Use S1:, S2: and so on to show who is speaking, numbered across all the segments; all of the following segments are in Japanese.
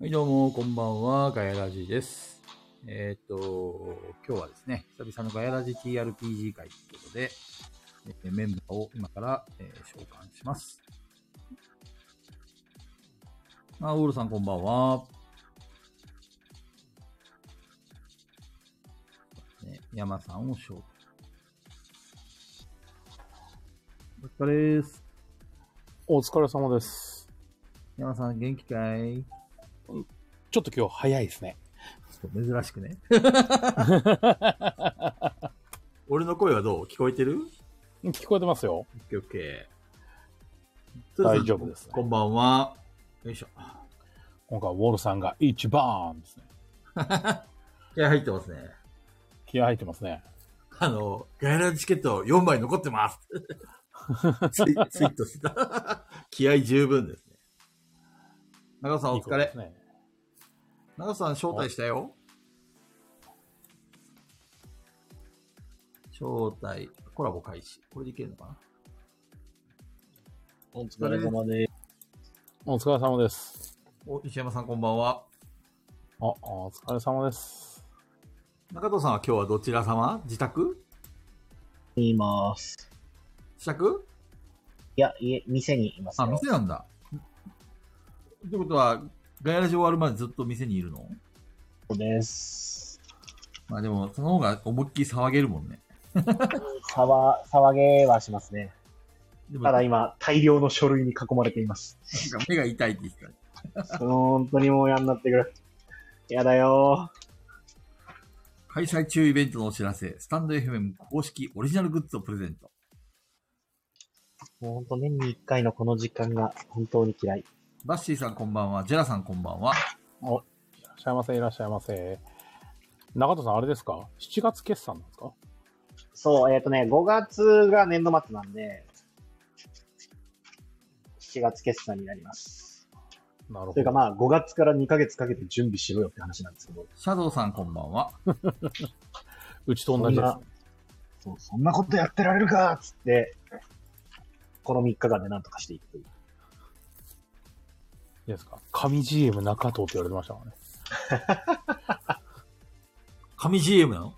S1: はい、どうも、こんばんは、ガヤラジです。えーっと、今日はですね、久々のガヤラジ TRPG 会ということで、えーメンバーを今から、えー召喚します。あ、ウールさんこんばんは。ね、山さんを召喚。お疲れです。
S2: お疲れ様です。
S1: 山さん元気かい
S2: ちょっと今日早いですね。
S1: 珍しく ね。俺の声はどう聞こえてる
S2: 聞こえてますよ。
S1: オッケーオッケー。
S2: 大丈夫ですね
S1: こんばんは。よいしょ。
S2: 今回はウォールさんが一番ですね。
S1: 気合入ってますね。
S2: 気合入ってますね。
S1: あの、ガイランチケット4枚残って ます。ツイツイートしてた。気合十分ですね。長尾さんお疲
S2: いい
S1: れ
S2: ことです。ね。
S1: 長尾さん招待したよ。招待、コラボ開始。これでいけるのかな
S3: お疲れ様です。
S2: お疲れ様です。
S1: お、石山さんこんばんは。
S2: あ、お疲れ様です。
S1: 中藤さんは今日はどちら様自宅
S3: います。
S1: 自宅
S3: いや、家、店にいます
S1: あ、
S3: よ。
S1: 店なんだ。ってことは、ガヤラジ終わるまでずっと店にいるの
S3: そうです。
S1: まあでも、その方が思いっきり騒げるもんね。
S3: 騒、騒げはしますね。
S1: でも、
S3: た
S1: な
S3: だ
S1: んか
S3: 今、大量の書類に囲まれています。
S1: 目が痛いって言ってたね。
S3: 本当にもう嫌になってくる。やだよ
S1: 開催中イベントのお知らせ、スタンド FM 公式オリジナルグッズをプレゼント。
S3: ー。もう本当年に一回のこの時間が本当に嫌い。
S1: バッシーさんこんばんは、ジェラさんこんばんは。
S2: いらっしゃいませ、いらっしゃいませ。中戸さん、あれですか ?7 月決算なんですか
S3: そう、えっ、とね、5月が年度末なんで、7月決算になります。
S2: なるほ
S3: というか
S2: ど。
S3: まあ、5月から2ヶ月かけて準備しろよって話なんですけど、
S1: シャドウさんこんばんは。
S2: うちと同じです、ね
S3: そん。そうそんなことやってられるかっつって、この3日間で何とかしていくという。
S2: いいですか神 GM 中藤って言われてましたからね。
S1: 神 GM なの
S2: っ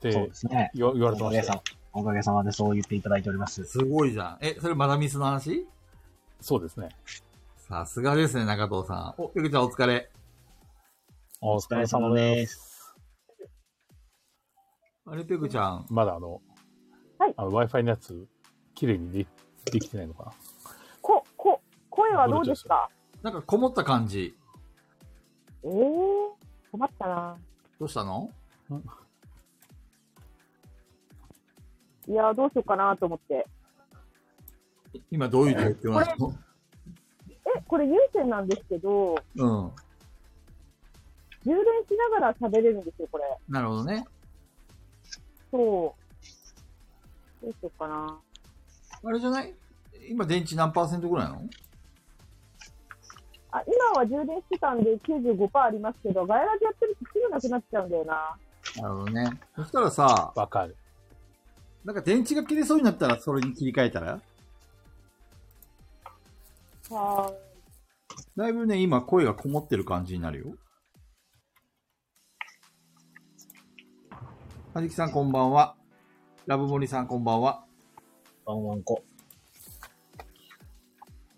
S2: て
S3: そうですね。
S2: 言わ言われて
S3: おか
S2: ま
S3: げ
S2: した
S3: さ
S2: よ。
S3: ま、おかげさまでそう言っていただいております。
S1: すごいじゃん。え、それマダミスの話
S2: そうですね。
S1: さすがですね、中藤さん。お、ペグちゃんお疲れ。
S2: お疲れ様です。
S3: です。
S1: あれ、ペグちゃん、
S2: まだあの、
S4: はい
S2: あの Wi-Fi のやつ、綺麗にでできてないのかな
S4: こ、こ、声はどうですか
S1: なんかこもった感じ。
S4: えー、困ったな。
S1: どうしたの
S4: いや、どうしようかなと思って。
S1: 今どういう状況なの
S4: え、これ有線なんですけど、
S1: うん。
S4: 充電しながら喋れるんですよ、これ。
S1: なるほどね。
S4: そう。どうしようかな。
S1: あれじゃない今電池何パーセントぐらいなの
S4: あ、今は充電してたんで95%ありますけど、ガヤラジやってるとすぐなくなっちゃうんだよな。
S1: なるほどね。そしたらさ、
S2: わかる。
S1: なんか電池が切れそうになったらそれに切り替えたら
S4: は
S1: だいぶね、今声がこもってる感じになるよ。はじきさんこんばんは。ラブモリさんこんばんは。
S3: ワンワンコ。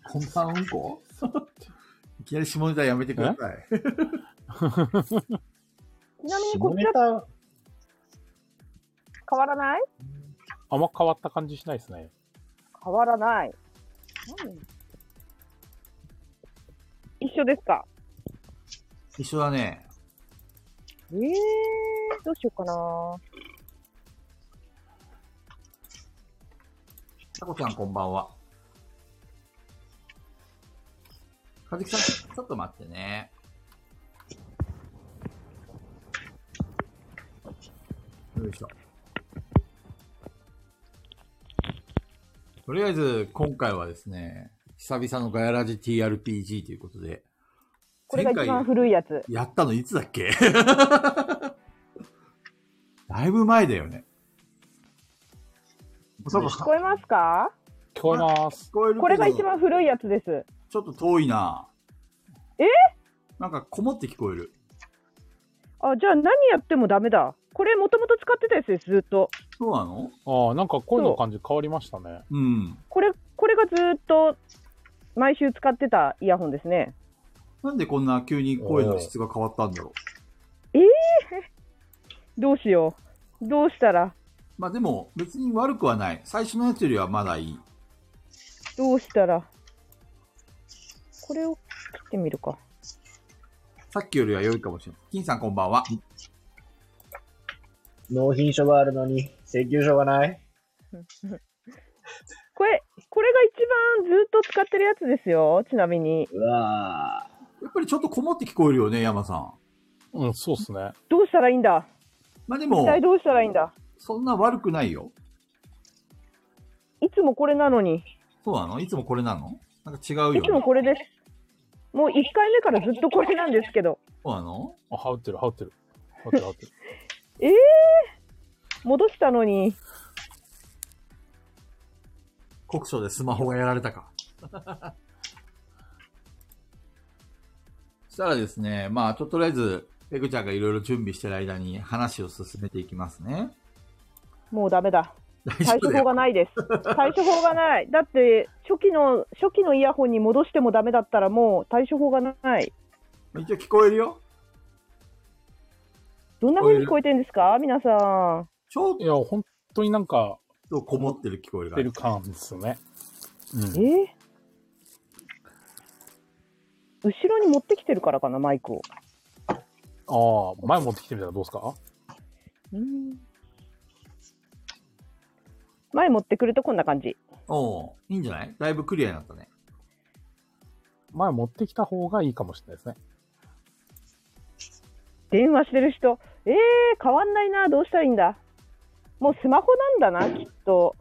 S1: こんばんうんこ いきなり下ネタやめてください。
S4: ーい。ちなみにこっちは
S3: タ、
S4: 変わらない
S2: あんま変わった感じしないですね。
S4: 変わらない。何一緒ですか
S1: 一緒だね。
S4: えー、どうしようかな。
S1: さこちゃんこんばんは。はじきさん、ちょっと待ってね。よいしょ。とりあえず、今回はですね、久々のガヤラジ TRPG ということで、
S4: これが一番古いやつ。
S1: やったのいつだっけ だいぶ前だよね。さこ
S4: 聞こえますか
S2: 聞こえます。
S1: 聞こえるけど
S4: これが一番古いやつです。
S1: ちょっと遠いな。なんかこもって聞こえる。
S5: あ、じゃあ何やってもダメだ。これもともと使ってたやつです、ずっと。
S1: そうなの
S2: ああ、なんか声の感じ変わりましたね。
S1: うん。
S5: これ、これがずっと毎週使ってたイヤホンですね。
S1: なんでこんな急に声の質が変わったんだろう。
S5: どうしよう。どうしたら、
S1: まあでも別に悪くはない。最初のやつよりはまだいい。
S5: どうしたら。これを切ってみるか。
S1: さっきよりは良いかもしれない。金さんこんばんは。
S3: 納品書があるのに、請求書がない。
S5: これ、これが一番ずっと使ってるやつですよ。ちなみに。
S3: うわ
S1: やっぱりちょっとこもって聞こえるよね、山さん。
S2: うん、そうっすね。
S5: どうしたらいいんだ。
S1: まあで
S5: 一
S1: も、
S5: 体どうしたらいいんだ。
S1: そんな悪くないよ。
S5: いつもこれなのに。
S1: そうなのいつもこれなのなんか違うよ、ね。
S5: いつもこれです。もう1回目からずっとこれなんですけど。
S1: そうなの
S2: あ、羽織ってる、羽織ってる。羽織ってる、羽織ってる。
S5: 戻したのに。
S1: 国書でスマホがやられたか。そ したらですね、まあ、ちょっととりあえず、ペグちゃんがいろいろ準備してる間に話を進めていきますね。
S5: もうダメだ。
S1: 大丈
S5: 対
S1: 夫
S5: 処
S1: だ
S5: 法
S1: よ。
S5: がないです。対処法がない。だって、初期の、初期のイヤホンに戻してもダメだったらもう対処法がない。
S1: 一応聞こえるよ。
S5: どんな風に聞こえてるんですか皆さん。
S1: ちょっ
S2: いや、本当になんか、
S1: とこもってる聞こえるが
S2: 出
S1: あ
S2: て
S1: る
S2: る。感ですね。うん。
S5: え後ろに持ってきてるからかな、マイクを。
S2: ああ、前持ってきてみたらどうですか
S5: うん前持ってくるとこんな感じ。
S1: おういいんじゃないだいぶクリアになったね。
S2: 前持ってきた方がいいかもしれないですね。
S5: 電話してる人。えー、変わんないな。どうしたらいいんだ。もうスマホなんだな、きっと。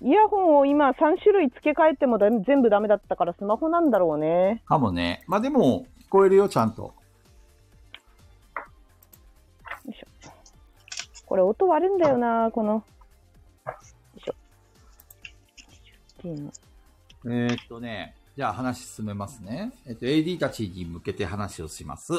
S5: イヤホンを今3種類付け替えてもだ全部ダメだったからスマホなんだろうね。
S1: かもね。まあでも、聞こえるよ、ちゃんと。
S5: これ音悪いんだよな、この。よいしょ。
S1: えー、っとね、じゃあ話進めますね。えっと、AD たちに向けて話をします。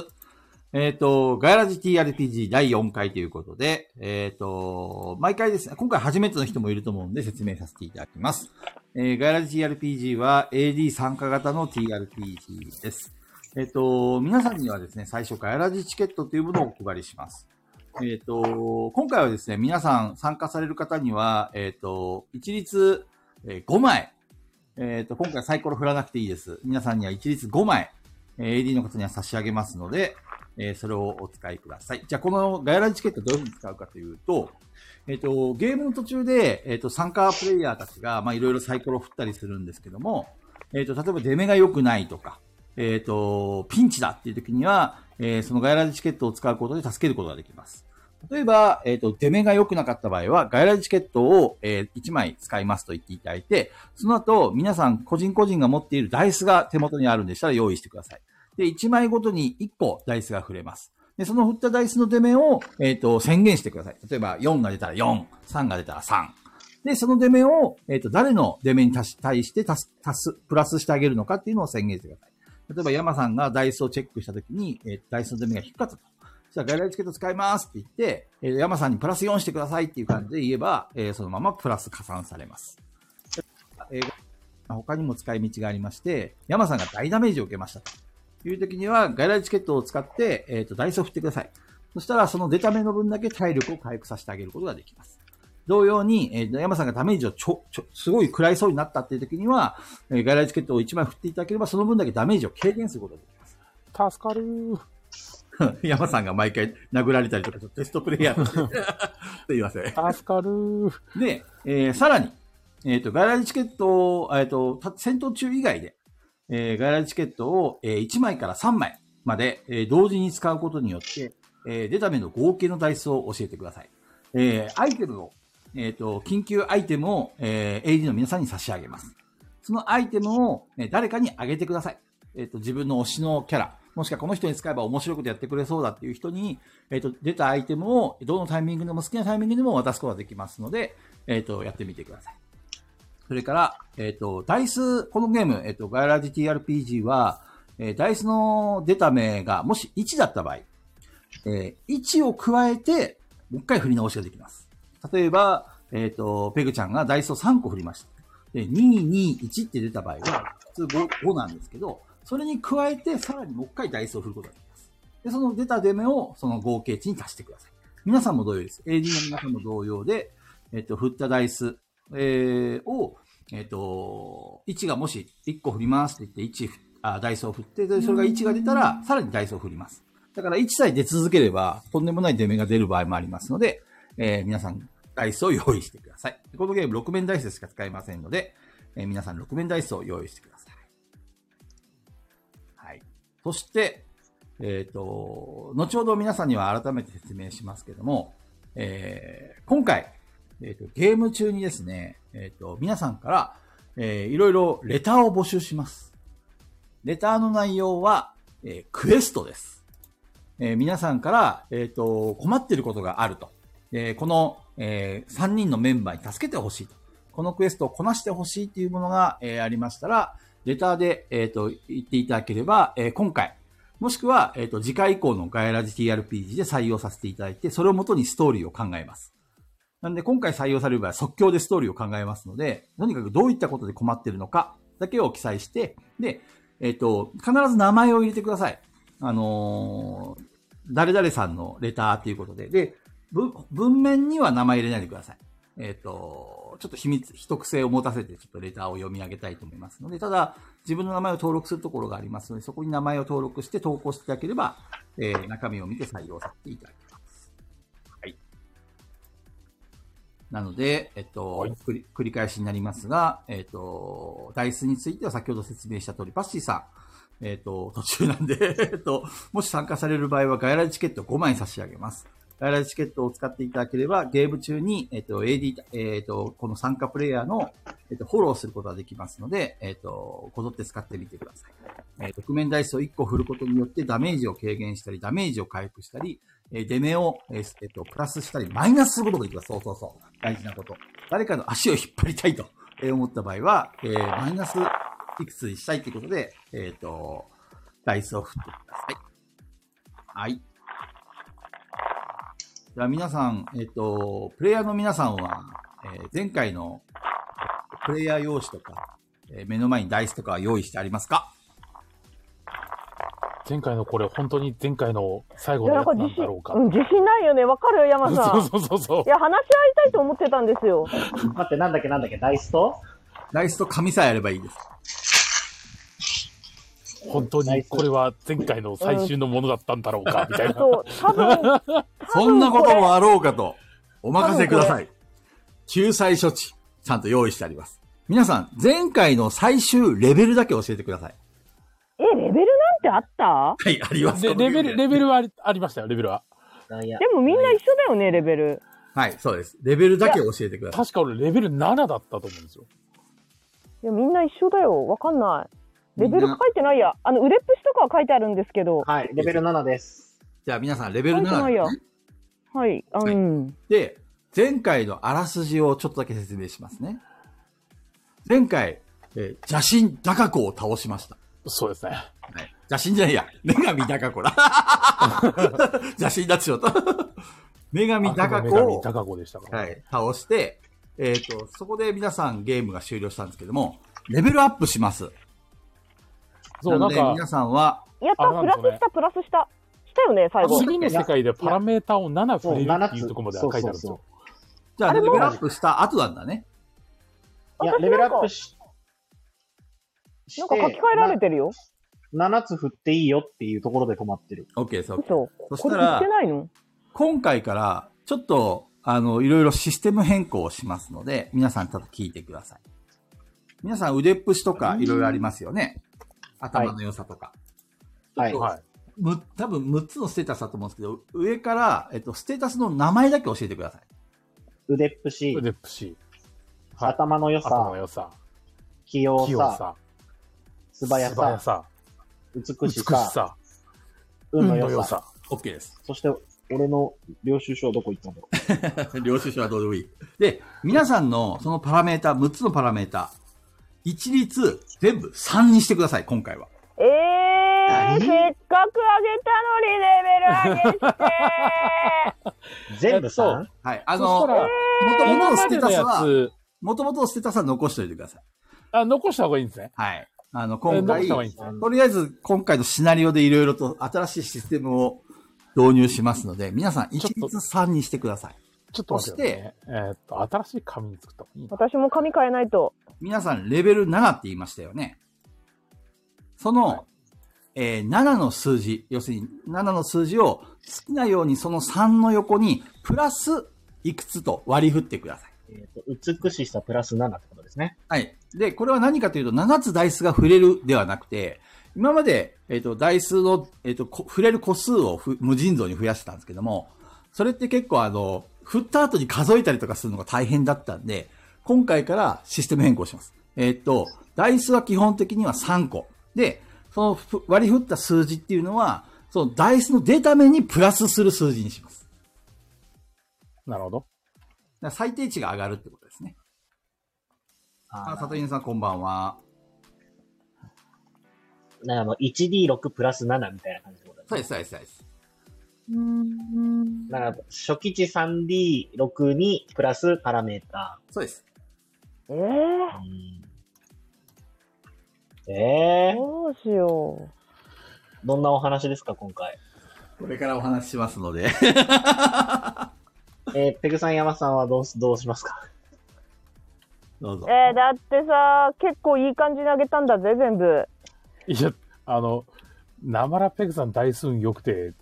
S1: えっと、ガヤラジ TRPG 第4回ということで、えっと、毎回ですね、今回初めての人もいると思うんで説明させていただきます。えーガヤラジ TRPG は AD 参加型の TRPG です。えっと、皆さんにはですね、最初ガヤラジチケットというものをお配りします。えっ、と、今回はですね、皆さん参加される方には、えっ、と、一律えー5枚、えっ、と、今回サイコロ振らなくていいです。皆さんには一律5枚、えー AD の方には差し上げますので、えーそれをお使いください。じゃあ、このガヤラジチケットどういうふうに使うかというと、えっ、と、ゲームの途中で、えっ、と、参加プレイヤーたちが、まあ、いろいろサイコロ振ったりするんですけども、えっ、と、例えば出目が良くないとか、えっ、と、ピンチだっていう時には、えーそのガヤラジチケットを使うことで助けることができます。例えば、えっ、と、出目が良くなかった場合は、ガイラジチケットを、え1枚使いますと言っていただいて、その後、皆さん個人個人が持っているダイスが手元にあるんでしたら用意してください。で、1枚ごとに1個ダイスが振れます。で、その振ったダイスの出目を、えっ、と、宣言してください。例えば、4が出たら4、3が出たら3。で、その出目を、えっ、と、誰の出目に足し対して足す、足す、プラスしてあげるのかっていうのを宣言してください。例えば、山さんがダイスをチェックしたときに、えーダイスの出目が低かったと。じゃあ、外来チケット使いますって言って、えー山さんにプラス4してくださいっていう感じで言えば、えーそのままプラス加算されます。えー他にも使い道がありまして、山さんが大ダメージを受けましたという時には、外来チケットを使って、えっ、と、ダイスを振ってください。そしたら、その出た目の分だけ体力を回復させてあげることができます。同様に、えー山さんがダメージをちょ、ちょ、すごい食らいそうになったっていう時には、えー外来チケットを1枚振っていただければ、その分だけダメージを軽減することができます。
S2: 助かるー。
S1: 山さんが毎回殴られたりとか、ちょっとテストプレイヤーとして すいません。
S2: 助かるー。
S1: で、えーさらに、えっ、と、外来チケットを、えっ、と、た戦闘中以外で、えー外来チケットを、えー1枚から3枚まで、えー同時に使うことによって、えー出た目の合計のダイスを教えてください。えーアイテムを、えっ、と、緊急アイテムを、えー AD の皆さんに差し上げます。そのアイテムを、えー誰かにあげてください。えっ、と、自分の推しのキャラ、もしくはこの人に使えば面白いことやってくれそうだっていう人に、えっ、と、出たアイテムを、どのタイミングでも好きなタイミングでも渡すことができますので、えっ、と、やってみてください。それから、えっ、と、ダイス、このゲーム、えっ、と、ガイラジ TRPG は、えーダイスの出た目が、もし1だった場合、えー1を加えて、もう一回振り直しができます。例えば、えっ、と、ペグちゃんがダイスを3個振りました。で、2、2、1って出た場合は、普通 5, 5なんですけど、それに加えて、さらにもう一回ダイスを振ることができます。で、その出た出目を、その合計値に足してください。皆さんも同様です。AD の皆さんも同様で、えっ、と、振ったダイス、えーを、えっ、と、1がもし1個振りますって言って、1、あ、ダイスを振って、でそれが1が出たら、さらにダイスを振ります。だから1さえ出続ければ、とんでもない出目が出る場合もありますので、えー皆さん、ダイスを用意してください。このゲーム6面ダイスしか使えませんので、えー皆さん6面ダイスを用意してください。はい。そして、えっ、と、後ほど皆さんには改めて説明しますけども、えー今回、えーと、ゲーム中にですね、えっ、と、皆さんから、えーいろいろレターを募集します。レターの内容は、えークエストです。えー皆さんから、えっ、と、困ってることがあると。えーこの、え3人のメンバーに助けてほしいと。このクエストをこなしてほしいっていうものが、えーありましたら、レターで、えっ、と、言っていただければ、えー今回、もしくは、えっ、と、次回以降のガイラジ TRPG で採用させていただいて、それをもとにストーリーを考えます。なんで、今回採用される場合は即興でストーリーを考えますので、とにかくどういったことで困ってるのかだけを記載して、で、えっ、と、必ず名前を入れてください。あのー誰々さんのレターっていうことで。で、文文面には名前入れないでください。えっ、と、ちょっと秘密、秘匿性を持たせて、ちょっとレターを読み上げたいと思いますので、ただ、自分の名前を登録するところがありますので、そこに名前を登録して投稿していただければ、えー中身を見て採用させていただきます。はい。なので、えっと、繰り繰り返しになりますが、えっと、ダイスについては先ほど説明した通り、パッシーさん、えっと、途中なんで、 えっと、もし参加される場合は、外来チケット5枚差し上げます。外来チケットを使っていただければ、ゲーム中に、えっと、AD、えっと、この参加プレイヤーの、えっと、フォローすることができますので、えっと、こぞって使ってみてください。えー、側面ダイスを1個振ることによってダメージを軽減したり、ダメージを回復したり、えー出目を、えーえっと、プラスしたり、マイナスすることができます。そうそうそう。大事なこと。誰かの足を引っ張りたいと えー思った場合は、えーマイナスいくつにしたいということで、えっ、と、ダイスを振ってください。はい。では皆さん、えっ、と、プレイヤーの皆さんは、えー前回のプレイヤー用紙とか、えー目の前にダイスとかは用意してありますか
S2: 前回のこれ、本当に前回の最
S5: い
S2: 後
S5: や
S2: の
S5: な
S2: や
S5: ん
S2: つ
S5: か
S2: なんだ
S5: 自信、
S2: ろうか。
S5: うん、自信ないよね。わかるよ、山さん。い
S2: そうそうそうそう。
S5: や、話し合いたいと思ってたんですよ。
S3: 待って、なんだっけなんだっけダイスと
S1: ライスと紙さえあればいいです。
S2: 本当にこれは前回の最終のものだったんだろうか、みた いな。
S5: そう、多分、
S1: そんなこともあろうかと、お任せください。救済処置、ちゃんと用意してあります。皆さん、前回の最終レベルだけ教えてください。
S5: え、レベルなんてあった
S1: はい、あります。
S2: で、
S1: この
S2: レ
S1: ゲームで
S2: ベル、レベルはありありましたよ、レベルは。
S5: でもみんな一緒だよね、レベル。
S1: はい、そうです。レベルだけ教えてください。
S2: 確か俺、レベル7だったと思うんですよ。
S5: いや、みんな一緒だよ。わかんない。レベル
S1: みん
S5: 書
S1: ない
S5: てないや。あの、腕っぷしとかは書いてあるんですけど。
S3: はい、レベル7です。
S1: じゃあ皆さん、レベル
S5: 書いてないよ
S1: 7
S5: はい。あ
S1: はい
S5: うん。
S1: で、前回のあらすじをちょっとだけ説明しますね。前回、えー邪神高子を倒しました。
S2: そうですね。
S1: はい。邪神じゃないや。女神高子だ。邪神だ っちまった。女神高子
S2: あでも女
S1: を
S2: 神、高子でしたから。
S1: はい、倒して、えっ、と、そこで皆さんゲームが終了したんですけども、レベルアップします。
S2: そう、
S1: なの
S2: なん
S1: で皆
S2: か、
S1: さんは、
S5: やった、
S2: あな
S5: プ
S2: ん
S5: ラ
S2: か
S5: ス
S2: ね
S5: した、プラスした。したよね、最後。
S2: 次の世界でパラメータを7振れるっていうところまでは書いてあるんですよ。
S1: じゃあ
S5: あ
S1: レ
S5: れ
S1: ベ
S5: も
S1: ルアップした後なんだね。
S3: いや、
S5: 私
S3: レベルアップし、
S5: なん
S3: し
S5: か
S3: て
S5: 書き換えられてるよ。
S3: な7つ振っていいよっていうところで止まってる。
S1: OK です。OK
S5: 嘘。
S1: そし
S5: こ
S1: た
S5: れ
S1: ら
S5: 言ってないの
S1: 今回から、ちょっと、あの、いろいろシステム変更をしますので、皆さんちょっと聞いてください。皆さん腕っぷしとかいろいろありますよね。頭の良さとか。
S3: はい。
S1: そう
S2: はい。
S1: む、多分6つのステータスだと思うんですけど、上から、えっと、ステータスの名前だけ教えてください。
S3: 腕っぷし、
S2: 腕っぷし、はい
S3: 頭の良
S2: 頭の良
S3: さ、
S2: さ、
S3: 器用
S2: 器用
S3: さ、
S2: さ、
S3: 素早
S2: 素早
S3: さ、
S2: さ、
S3: 美
S2: 美し
S3: しさ、
S2: さ、
S3: 運の
S2: 運の
S3: 良
S2: 良
S3: さ。
S2: さ。
S1: OK です。
S3: そして、俺の領収書はどこ行ったんだろう。
S1: 領収書はどうでもいい。で、皆さんのそのパラメータ、6つのパラメータ、一律全部3にしてください、今回は。
S5: ええせっかく上げたのにレベル上げして
S3: 全部さ、
S1: はい。あ
S2: そし
S1: の
S2: た、ら、
S1: 元々の
S2: 今
S1: ス
S2: ま
S1: テ
S2: で
S1: ータ
S2: の
S1: ス
S2: や
S1: は、
S2: つ、
S1: 元々のステータスは残しておいてください。
S2: あ、残した方がいいんですね。
S1: はい。あの、
S2: え
S1: 今回
S2: 残した、方がいいんですね。
S1: とりあえず今回のシナリオでいろいろと新しいシステムを導入しますので、皆さん一律3にしてください。
S2: ちょっと待ってくださいね、えーっと、新しい紙に作った方がいいな。
S5: 私も髪変えないと。
S1: 皆さんレベル7って言いましたよね。その、えー7の数字、要するに7の数字を好きなようにその3の横にプラスいくつと割り振ってください。
S3: えっと美しさプラス7ってことですね。
S1: はい。で、これは何かというと、7つダイスが触れるではなくて、今まで、えっ、と、ダイスの、えっ、と、こ触れる個数をふ無尽蔵に増やしてたんですけども、それって結構あの、振った後に数えたりとかするのが大変だったんで、今回からシステム変更します。えっ、と、ダイスは基本的には3個。で、そのふ割り振った数字っていうのは、そのダイスの出た目にプラスする数字にします。
S2: なるほど。
S1: だから最低値が上がるってことですね。あ、
S3: あ
S1: 里犬さんこんばんは。
S3: あの、1D6 プラス7みたいな感じのことです
S1: そう
S3: ね
S1: です、そうです、そうです。
S3: だから、初期値 3D6 にプラスパラメータ
S1: そうです。
S5: えー、
S3: ー。えー、
S5: どうしよう。
S3: どんなお話ですか、今回。
S1: これからお話ししますので。
S3: えー、ペグさん、山さんはどうす、どうしますか
S1: どうぞ。
S5: えー、だってさ、結構いい感じに上げたんだぜ、全部。
S2: いや、あの、なまらペグさん大数良くて、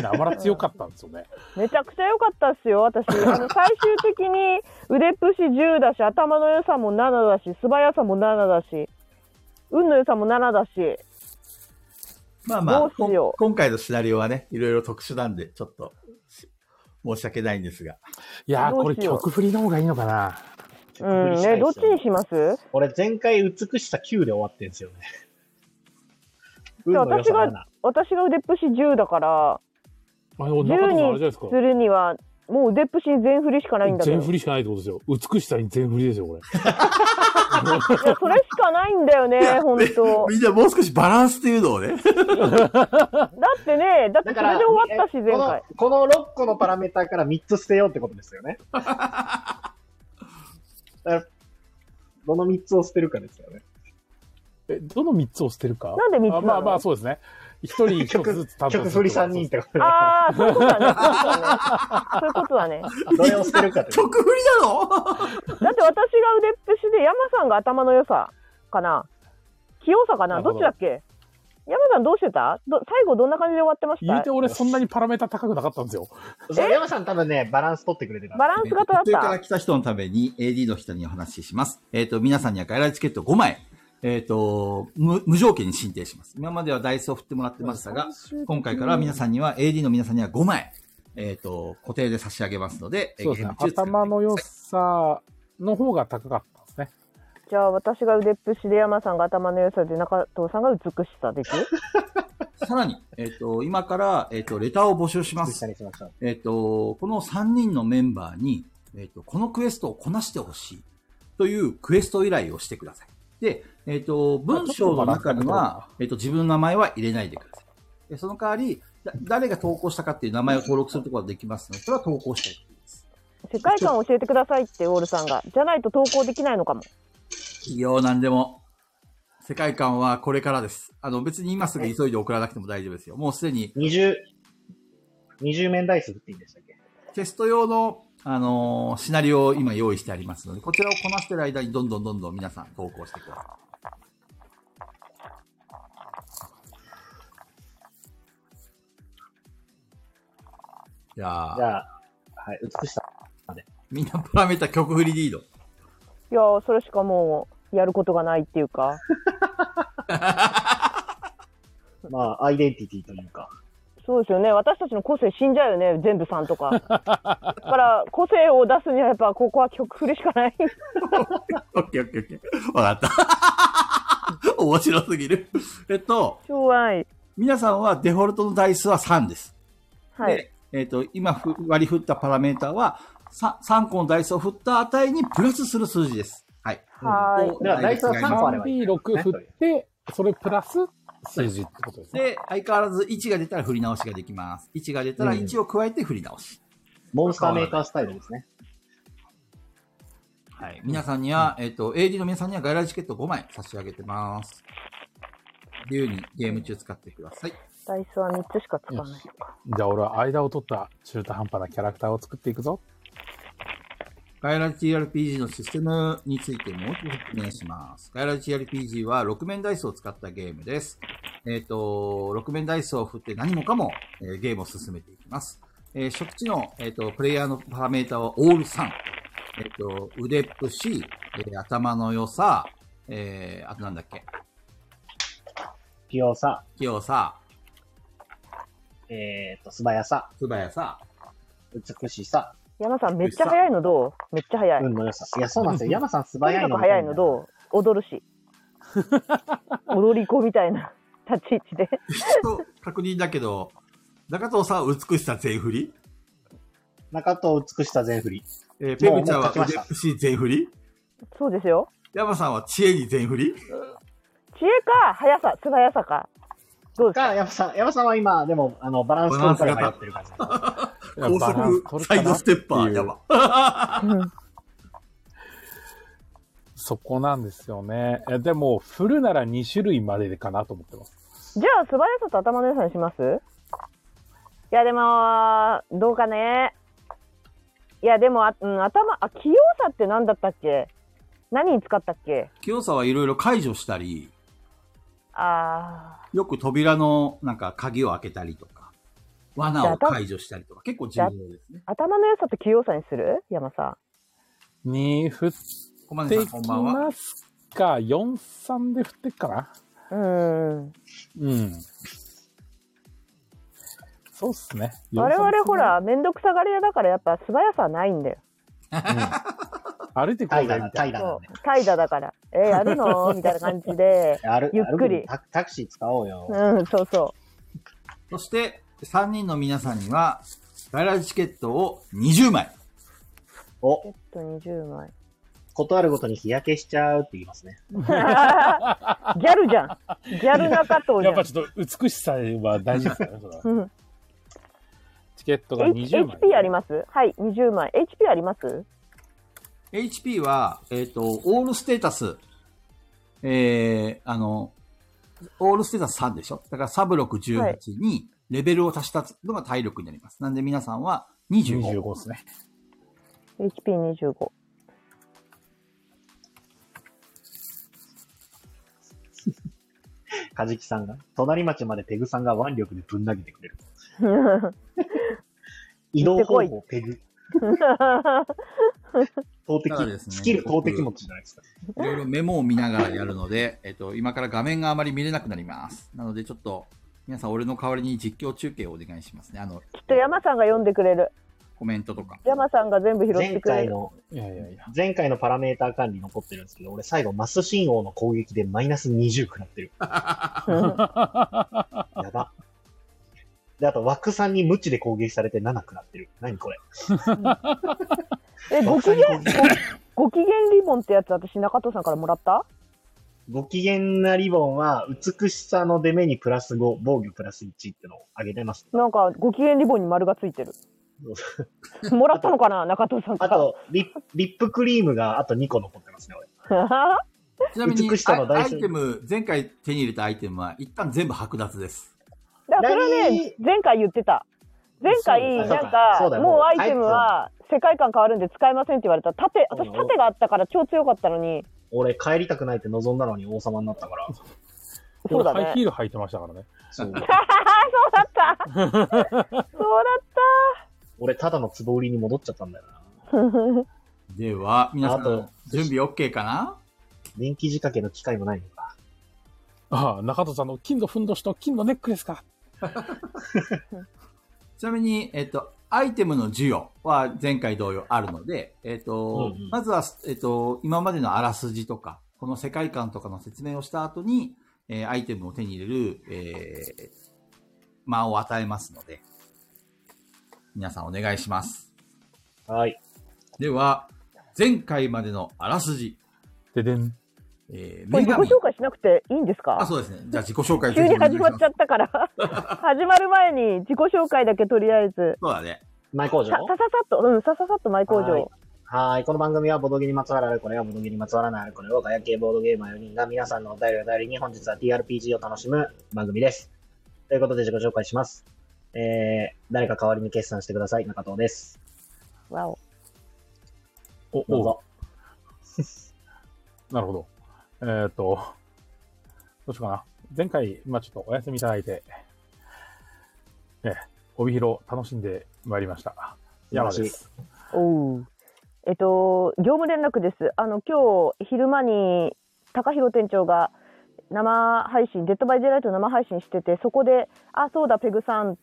S2: なまら強かったんですよ ね。
S5: めちゃくちゃ良かったっすよ、私。あの最終的に腕っぷし10だし、頭の良さも7だし、素早さも7だし、運の良さも7だし。
S1: まあまあ、
S5: どうしよう
S1: こん今回のシナリオはね、いろいろ特殊なんで、ちょっと、し申し訳ないんですが。
S2: いやー、
S5: どう
S2: これ
S5: しよう
S2: 曲振りの方がいいのかな。
S5: うん、ね、どっちにします
S3: 俺、前回、美しさ9で終わってんすよね。運
S5: じゃあ
S3: の良
S5: 私
S3: さ
S5: が
S3: 7。
S5: 私が腕っぷし10だから、
S2: あの、中田さんあれじゃないですか
S5: 10にす。るには、もう腕っぷしに全振りしかないんだけ
S2: 全
S5: ど。
S2: 振りしかないってことですよ。美しさに全振りですよ、これ。
S5: いやそれしかないんだよね、本 当。
S1: みんなもう少しバランスっていうのをね。
S5: だってね、だって
S3: だ
S5: そ
S3: から、
S5: れで終わったし、前回。
S3: このこの6個のパラメーターから3つ捨てようってことですよ ね。だからどの3つを捨てるかですよね。
S2: え、どの3つを捨てるか
S5: なんで三つ
S2: あ
S5: なの
S2: まあまあ、そうですね。一人 一つ
S3: 曲
S2: ずつ担当する
S3: 曲振り3人ってことで
S5: ああ、そういうことだね。そういうことだね。
S3: どれを捨てるかってこと
S1: 曲振りなの
S5: だって私が腕っぷしで、山さんが頭の良さかな。器用さか
S2: な
S5: な。
S2: るほ
S5: ど
S2: ど
S5: っちだっけ山さんどうしてたど最後どんな感じで終わってまし
S2: 言う
S5: た
S2: て俺そんなにパラメータ高くなかったんですよ。
S3: そう山さん多分ね、バランス取ってくれてた。
S5: バランスが取
S1: 途中
S5: だっ
S1: から
S5: た。
S1: 来た人のために AD の人にお話しします。えっ、と、皆さんには外来チケット5枚、えっ、と無、無条件に申請します。今まではダイスを振ってもらってましたが、今回からは皆さんには、AD の皆さんには5枚、えっ、と、固定で差し上げますので、
S2: そうです
S1: ゲー
S2: ね。
S1: ム中使ってください
S2: 頭の良さの方が高かったんですね。
S5: じゃあ私が腕っぷしで、山さんが頭の良さで、中藤さんが美しさできる
S1: さらに、えっ、と、今から、えっ、と、レターを募集しま
S3: し
S1: す
S3: た。りしましょう。
S1: えっ、と、この3人のメンバーに、えっ、と、このクエストをこなしてほしいというクエスト依頼をしてください。で、えっ、と、文章の中には、えっ、と、自分の名前は入れないでください。でその代わり、だ誰が投稿したかっていう名前を登録することができますので、それは投稿したいと思います。
S5: 世界観を教えてくださいって、ウォールさんが。じゃないと投稿できないのかも。
S1: いいよ、なんでも。世界観はこれからです。あの、別に今すぐ急いで送らなくても大丈夫ですよ。もうすでに
S3: 20、20面ダイス振っていいんでしたっけ
S1: テスト用の、あのーシナリオを今用意してありますので、こちらをこなしてる間にどんどんどんどん皆さん投稿してください。じゃ
S3: じ
S1: あ、
S3: ゃあ、はい、美しさ。
S1: みんなパラメータ曲振りリード。
S5: いやー、それしかもう、やることがないっていうか。
S3: まあ、アイデンティティというか。
S5: そうですよね。私たちの個性死んじゃうよね。全部さんとか。だから、個性を出すにはやっぱ、ここは曲振るしかない。
S1: オッケーオッケーオッケー。わかった。 面白すぎる。えっと、
S5: しょうがない。
S1: 皆さんはデフォルトのダイスは3です。
S5: はい。
S1: で、えっ、と、今ふ割り振ったパラメータは、さ3個のダイスを振った値にプラスする数字です。はい。
S5: はーい。
S1: こう
S3: ではダイスは三個あればいい
S2: 3D6 振って、それプラス数字ってことですね。
S1: で、相変わらず1が出たら振り直しができます。1が出たら
S3: うん
S1: 1を加えて振り直し。
S3: モンスターメーカースタイルですね。
S1: はい。皆さんには、えっ、と、AD の皆さんには外来チケット5枚差し上げてます。自由にゲーム中使ってください。
S5: ダイスは3つしか使わないのか。
S2: じゃあ俺は間を取った中途半端なキャラクターを作っていくぞ。
S1: ガイラル TRPG のシステムについてもう一度説明します。ガイラル TRPG は6面ダイスを使ったゲームです。えっ、と、6面ダイスを振って何もかも、えーゲームを進めていきます。えー初期の、えっとプレイヤーのパラメータはオール3。えっ、と、腕っぷし、えー頭の良さ、えーあとなんだっけ、
S3: 器用さ、
S1: 器用さ、
S3: えっ、と、素早さ、
S1: 素早さ、
S3: 美しさ、
S5: 山さんめっちゃ早いのどうめっちゃ早い。
S3: 運の良さ。いや、そうなんですよ。山さん素
S5: とに
S3: 早い
S5: か
S3: の
S5: く
S3: みた
S5: 早
S3: い
S5: い
S3: な
S5: のどう踊る し。踊り子みたいな立ち位置で。
S1: ちょっと確認だけど、中藤さんは美しさ全振り、
S3: 中と美しさ全振り。
S1: えーペグちゃん
S3: も
S1: は
S3: うもう書きまし
S1: 腕
S3: た
S1: っぷし全振り
S5: そうですよ。
S1: 山さんは知恵に全振り
S5: 知恵か、速さ、素早さか。どうですか
S3: か、山さん、山さんは今、でも、あの、バランス感覚がやってる感じ。
S1: 高速サイドステッパー、やば。
S5: うん
S2: そこなんですよね。えでも、振るなら2種類まででかなと思ってます。
S5: じゃあ素早さと頭の良さにしますいやでも、どうかね。いやでも、あうん、頭、あ、器用さって何だったっけ何に使ったっけ
S1: 清さはいろいろ解除したり、
S5: あ
S1: よく扉のなんか鍵を開けたりとか、罠を解除したりとか、結構重要ですね。
S5: ー、頭の良さと器用さにする山さん。
S2: 2振っ
S1: 小
S2: て
S1: 金
S2: い
S1: 井
S2: き
S1: さん、こんばんは。
S2: ますか。4、3で振ってっかな。
S5: うー
S2: う
S5: ん。
S2: ん。そうっすね。
S5: 我
S2: 4 3
S5: 々ほら、めんどくさがり屋だからやっぱ素早さはないんだよ。
S2: うん歩いてこ
S3: 怠
S2: う
S3: 惰
S2: ぜ、
S3: な、
S2: みたい
S3: 怠
S2: な。
S3: 惰な
S5: そ
S3: んで。
S5: う。怠惰だから。えー、や るのみたいな感じで。
S3: ある
S5: ゆっくり
S3: 歩くタタクシー使おうよ。
S5: うん、そうそ
S1: そして、3人の皆さんには、ガイラジチケットを20枚。
S5: う。え
S3: お
S5: っ、と、20枚。
S3: 断るごとに日焼けしちゃうって言いますね。
S5: ギャルじゃん。ギャル中藤じ
S2: やっ
S5: ゃ
S2: ぱ
S5: ん。
S2: ちょっと美しさは大事ですからね。そ れは
S5: うん
S2: チケットが
S5: H-
S2: 20枚。
S5: HP ありますはい、20枚。HP あります
S1: HP は、えっ、と、オールステータス、えー、あの、オールステータス3でしょだからサブ6、
S5: はい
S1: 18にレベルを足したのが体力になります。なんで皆さんは25。
S2: 25ですね。
S5: ?HP25。
S3: カジキさんが。隣町までペグさんが腕力でぶん投げてくれる。移動方法、ペグ。投
S1: ただで
S3: 擲、
S1: すね
S3: スキル投擲持ちじゃないですか。
S1: いろいろメモを見ながらやるので、えっと、今から画面があまり見れなくなります。なので、ちょっと、皆さん、俺の代わりに実況中継をお願いしますね。あの、
S5: きっと山さんが読んでくれる。
S1: コメントとか。
S5: 山さんが全部拾っ
S3: 前
S5: てくれ
S3: 回
S5: る。
S3: の、
S2: いやいやいや。
S3: 前回のパラメーター管理残ってるんですけど、俺最後マス信号の攻撃でマイナス20食らって る。やば。で、あと枠さんに無知で攻撃されて7食らってる。何これ。
S5: え、ご
S3: 枠
S5: 機
S3: さんに
S5: 嫌、
S3: 攻撃
S5: ご機嫌リボンってやつ私中藤さんからもらった
S3: ご機嫌なリボンは、美しさの出目にプラス5、防御プラス1ってのを上げてます。
S5: なんか、ご機嫌リボンに丸がつ いてる。もらったのかな中藤さんか
S3: あ
S5: ら。
S3: と、リップリップクリームがあと2個残ってますね、俺。
S1: ちなみに、
S3: 美しさの
S1: ア
S3: 代
S1: イア
S3: 償
S1: イテム、前回手に入れたアイテムは、一旦全部剥奪です。
S5: だからそれはね、前回言ってた。前回、
S3: そう
S5: なん
S3: だそ
S5: か
S3: うだ、もう
S5: もうアイテムは世界観変わるんで使えませんって言われた。盾、私
S3: そうだ
S5: 盾があったから超強かったのに、
S3: 俺帰りたくないって望んだのに王様になったから。
S5: そうだね
S2: 俺 ハイヒール履いてましたからね。
S3: そう。
S5: そうだったそうだっ
S3: 俺ただの壺売りに戻っちゃったんだよな。
S1: では、皆さ
S3: あと
S1: ん、準備 OK かな
S3: 電気仕掛けの機械もないのか。
S2: ああ、中戸さんの金のふんどしと金のネックレスか。
S1: ちなみに、えっと、アイテムの授与は前回同様あるので、えっと、
S3: うんうん
S1: まずは、えっと、今までのあらすじとか、この世界観とかの説明をした後に、えーアイテムを手に入れる、えー間を与えますので、皆さんお願いします。
S3: はい。
S1: では、前回までのあらすじ。
S2: ででん。
S1: えー、
S5: これ
S1: 女神。
S5: 自己紹介しなくていいんです
S1: あ、
S5: か
S1: そうですね。じゃあ自己紹介
S5: 急に始まっち
S1: た。
S5: ゃったから。 始まる前に自己紹介だけとりあえず。
S1: そうだね。
S3: 前工
S5: ささ
S3: 場
S5: ささっと、うん、さささっと前工
S3: はい
S5: 場。
S3: はい。この番組はボードゲームにまつわるあれこれやボードゲームにまつわらないあれこれをガヤ系ボードゲーマー4人が皆さんのお便りを頼りに本日は TRPG を楽しむ番組です。ということで自己紹介します。えー、誰か代わりに決算してください。中藤です。
S5: わお。
S2: お、
S3: どう
S2: お
S3: ぞ。
S2: なるほど。えーっと、どうしようかな。前回、まあちょっとお休みいただいて、え、帯広楽しんでまいりました。山です。
S5: おう。えっと、業務連絡です。あの、今日昼間に、高弘店長が生配信、デッドバイデイライト生配信してて、そこで、あ、そうだ、ペグさん、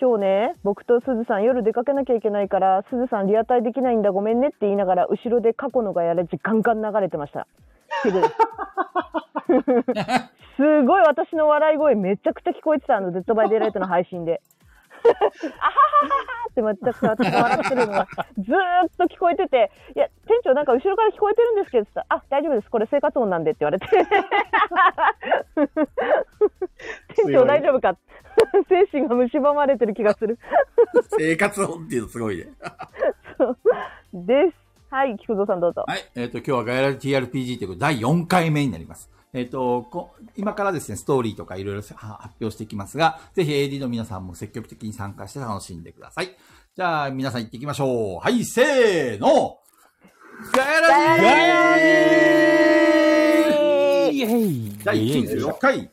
S5: 今日ね、僕とすずさん、夜出かけなきゃいけないから、すずさん、リアタイできないんだ、ごめんねって言いながら、後ろで過去のがやらじ、ガンガン流れてました。ペグですすごい私の笑い声めちゃくちゃ聞こえてたあのデッドバイデイライトの配信であははははって全く笑ってるのがずーっと聞こえてて「いや店長なんか後ろから聞こえてるんですけど」つったらあ大丈夫ですこれ生活音なんで」って言われて店長大丈夫か 精神が蝕まれてる気がする
S1: 生活音っていうのすごいね。
S5: ですはい菊蔵さんどうぞ
S1: はい。えっ、と、今日はガイラル TRPG ということで第4回目になります。えっ、とこ、今からですね、ストーリーとかいろいろは発表していきますが、ぜひ AD の皆さんも積極的に参加して楽しんでください。じゃあ、皆さん行っていきましょう。はい、せーのガイラル
S2: イエイ
S1: 第
S2: イエイ
S1: 96回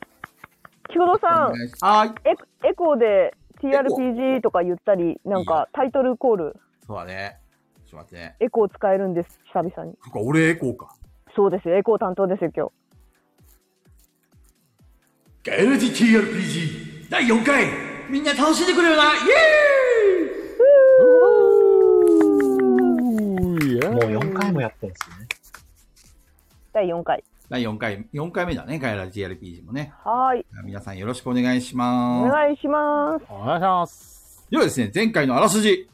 S5: 菊蔵さん
S1: はい。
S5: エコエコーで TRPG とか言ったりなんかタイトルコール
S1: そうだね。ちょっと待ってね。
S5: エコー使えるんです久々に
S1: そっか、俺エコーか。
S5: そうですよエコー担当ですよ今日
S1: ガイラル TRPG 第4回みんな楽しんでくれよなイエーイ
S2: イエイ
S3: もう4回もやってるんですね。
S5: 第4回
S1: 第4回、4回目だね、ガイラ GRPG もね。
S5: はーい
S1: 皆さんよろしくお願いし
S5: お
S1: ます。
S5: 願いします
S2: お願いします。
S1: ではですね、前回のあらすじ、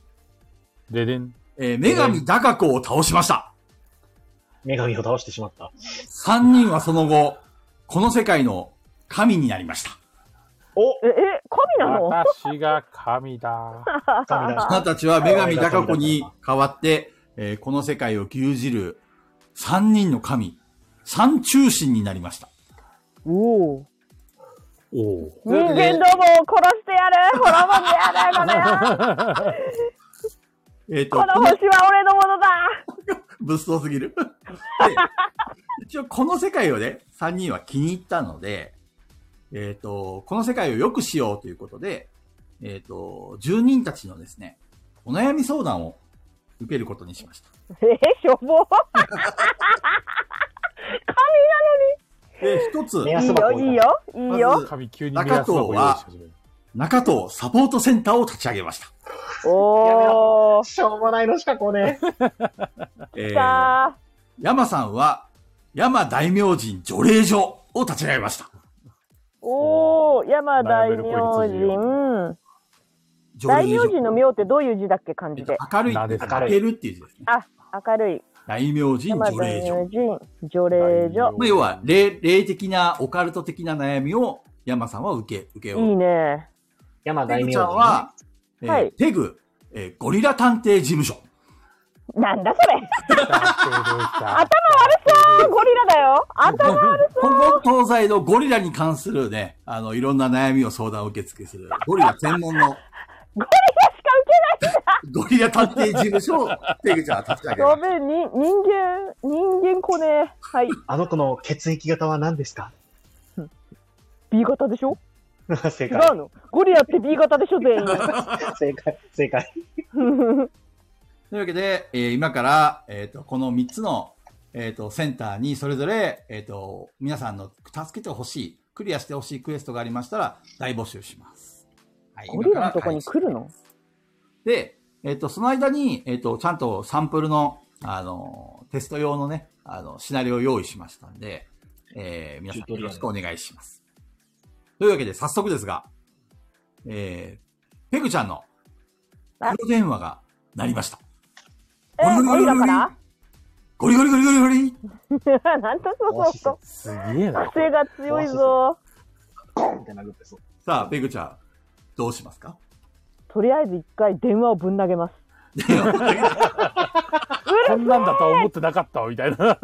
S2: ででん。
S1: えー女神ダカ子を倒しました。
S3: 女神を倒してしまった。
S1: 3人はその後、この世界の神になりました。
S5: ええ神なの
S2: 私が神だ。
S3: 神
S1: あな
S3: だ。
S1: たたちは女神ダカ子に代わって、えーこの世界を牛耳る3人の神、三中神になりました。
S5: おお
S2: おお。
S5: 人間どもを殺してや る滅ぼしてやるこの野郎
S1: えっ、と、
S5: この星は俺のものだ
S1: 物騒すぎる。で一応この世界をね、3人は気に入ったので、えっ、と、この世界を良くしようということで、えっ、と、住人たちのですね、お悩み相談を受けることにしました。
S5: えー、しょぼ
S1: で、一つ、
S3: 目
S5: い
S3: 安
S5: い
S3: 箱
S5: よ
S3: 置い
S5: いい
S3: た
S5: よいいよ
S2: 神急に目安箱を用意し始める。
S1: 中藤サポートセンターを立ち上げました。
S5: おお
S3: しょうもないのしかこう ね。
S1: えー、
S5: さあ
S1: 山さんは、山大名人除霊所を立ち上げました。
S5: おお山大
S2: ラ
S5: 名
S2: イブルポイン
S5: 人
S1: 除
S5: 大
S1: 霊
S5: 名
S1: 所。
S5: 人の名ってどういう字だっけ漢
S1: え
S5: 字
S1: っと
S5: で、
S1: 明るい、
S2: な
S1: 明
S2: んです
S3: 明るい
S1: けるっていう字ですね。
S5: 明るい
S1: 大名人
S5: 山
S1: 除
S5: 大
S1: 霊所
S5: 名。人除霊所
S1: まあ、要は霊、霊的な、オカルト的な悩みを、山さんは受け、受け
S5: いい
S1: よう。
S5: ね
S3: 山
S1: ペ
S3: 大
S1: グち
S3: 名人
S1: ゃんは、えー
S5: はい
S1: ペグ、えーゴリラ探偵事務所。
S5: なんだそれ
S2: 頭悪
S5: ゴリラだよ頭
S1: 今後、東西のゴリラに関するね、あの、いろんな悩みを相談受付する、ゴリラ専門の、
S5: ゴリ
S1: ゴリラ探偵事務所を、ペグちゃんは立ち上げま
S5: ラしか受
S1: し
S5: けないごめんに人間人間こねはい
S3: あの子の血液型は何ですか
S5: B 型でしょ
S3: 正
S5: 違
S3: 解
S5: う。のゴリラって B 型でしょ 全員
S3: 正解。正解。
S1: た。というわけで、えー今から、えっ、と、この3つの、えっ、と、センターにそれぞれ、えっ、と、皆さんの助けてほしい、クリアしてほしいクエストがありましたら、大募集します。はい
S5: ゴリラのとこに来るの
S1: で、えっ、と、その間に、えっ、と、ちゃんとサンプルの、あの、テスト用のね、あの、シナリオを用意しましたんで、えー、皆さんよろしくお願いします。というわけで、早速ですが、えー、ペグちゃんの黒電話が鳴りました。
S5: えゴリラから
S1: ゴリゴリゴリゴリゴリ
S5: なんとそうそうそう。
S2: すげえな。
S5: 癖が強いぞ。
S3: コンって殴ってそう。
S1: さあ、ペグちゃん、どうしますか
S5: とりあえず一回電話をぶん投げます。
S1: では
S2: こんなんだとは思ってなかったわみたいな。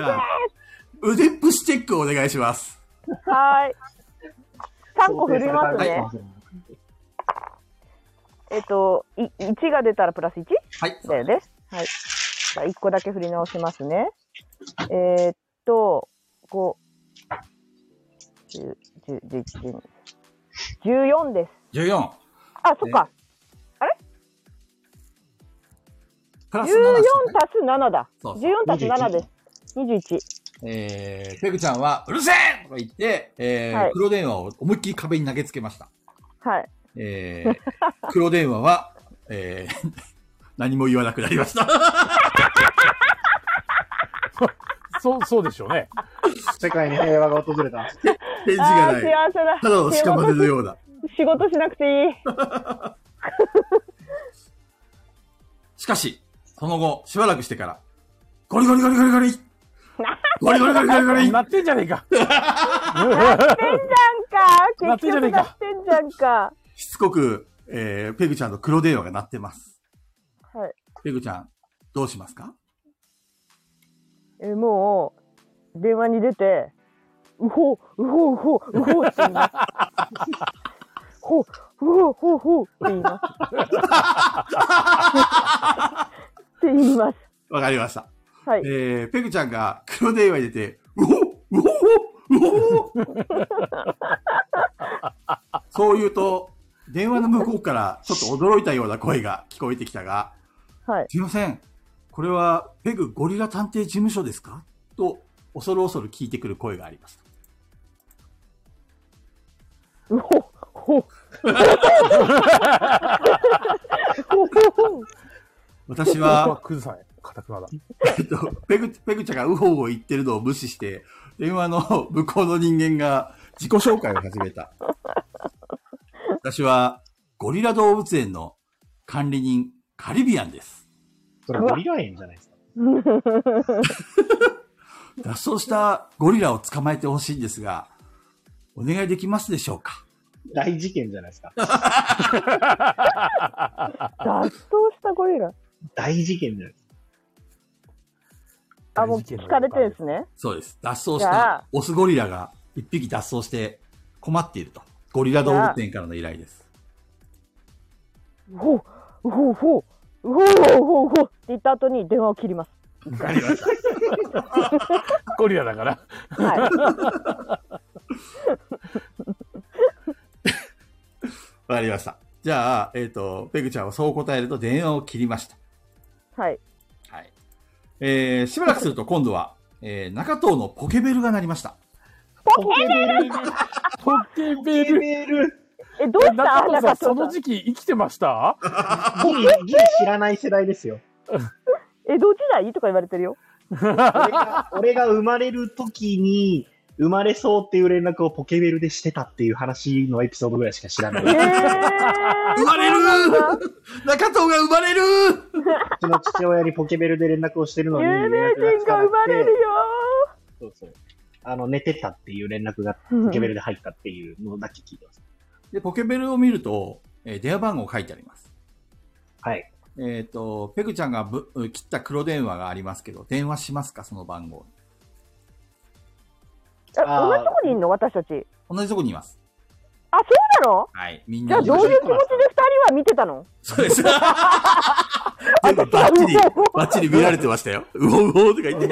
S1: 腕っぷしチェックお願いします。
S5: はーい。3個振ります
S1: は
S5: ね。えっと、い1が出たらプラス 1?
S1: はい。
S5: だよね。はい。じゃあ1個だけ振り直しますね。えーっと、5、10、10、11、12 14です。
S1: 14。
S5: あ、そっか。
S1: プラ
S5: 14
S1: ス7です
S5: 足
S1: ね
S5: す7だ。
S1: そうそう
S5: 14足す7です。21。
S1: えー、ペグちゃんは、うるせえとか言って、えー
S5: はい
S1: 黒電話を思いっきり壁に投げつけました。
S5: はい。
S1: えー、黒電話は、えー、 何も言わなくなりま した。
S2: そう、そうでしょうね。
S3: 世界に平和が訪れた。
S1: 返事
S5: あ
S1: が
S5: あー、幸
S1: ない。
S5: せだ。
S1: ただの屍のような。
S5: 仕事しなくてい い。
S1: しかし、その後、しばらくしてから、ゴリゴリゴリゴリゴ リゴリゴリゴリゴリゴリ
S2: なってんじゃねえ か。
S5: じゃ
S2: なん
S5: か
S2: って
S5: 結
S2: んじゃね
S5: 局
S2: え
S5: な
S2: か
S5: ってんじゃんか。
S1: しつこく、えー、ペグちゃんと黒電話が鳴ってます。
S5: はい。
S1: ペグちゃん、どうしますか
S5: えー、もう、電話に出て、うほう、うほう、うほう、うほうって言います。ほう、うほう、ほう、ほうって言います。って言います。
S1: わかりました。
S5: はい。
S1: えー、ペグちゃんが黒電話に出て、うほうほうほ うほそう言うと、電話の向こうからちょっと驚いたような声が聞こえてきたが、
S5: はい。
S1: すいません。これは、ペグゴリラ探偵事務所ですかと、恐る恐る聞いてくる声があります。
S5: うほう、ほう。
S1: 私
S2: 僕は
S1: は、
S2: クズさんや。かたくなだ。
S1: えっと、ペグ、ペグちゃんがウホウホ言ってるのを無視して、電話の 向こうの人間が自己紹介を始めた。私は、ゴリラ動物園の管理人、カリビアンです。
S3: それゴリラ園じゃないですか。
S1: 脱走したゴリラを捕まえてほしいんですが、お願いできますでしょうか
S3: 大事件じゃないですか。
S5: 脱走したゴリラ。
S3: 大事件じゃないですか。
S5: あ、もう聞かれてるんですね。
S1: そうです。脱走し
S5: じゃ
S1: た
S5: あ
S1: オスゴリラが一匹脱走して困っていると。ゴリラ動物園からの依頼です。
S5: うほう、うほう、ほう。うほう、ほう、ほう。って言った後に電話を切ります。
S1: わかりました。
S2: ゴリラだから。
S5: はい。
S1: わかりました。じゃあ、えっ、と、ペグちゃんはそう答えると電話を切りました。
S5: はい。
S1: はい。えー、しばらくすると今度は、えー、中藤のポケベルが鳴りました。
S2: ポケベルポケベ ル
S3: メール、
S5: え、どうした
S2: 中藤さ
S5: 中
S2: ん、その
S5: 藤さ
S2: 時
S5: ん。
S2: 期生きてました
S3: ギリ、ギリ知らない世代ですよ。
S5: 江戸時代とか言われ てるよ。
S3: 俺が、俺が生まれる時に、生まれそうっていう連絡をポケベルでしてたっていう話のエピソードぐらいしか知らな
S5: え
S3: い。う
S5: ー、
S1: 生まれる 中藤が生まれる
S3: ちの父親にポケベルで連絡をしてる のに、
S5: 有名
S3: 連絡
S5: 人が生まれるよ
S3: そうそう。あの、寝てたっていう連絡が
S5: ー
S3: ポケベルで入ったっていうのだけ聞いてます。
S1: で、ポケベルを見ると、えー電話番号書いてあります。
S3: はい。
S1: えっ、と、ペグちゃんがぶ切った黒電話がありますけど、電話しますかその番号。
S5: え
S3: あー
S5: 同じとこにいんの私たち。
S1: 同じとこにいます。
S5: あ、そうなの
S1: はい。みん
S5: じゃ
S1: な
S5: あ
S1: 同じ。
S5: どういう気持ちで二人は見てたの
S1: そうです。全部バッチリ、バッチリ見られてましたよ。うおうおうとか言 って。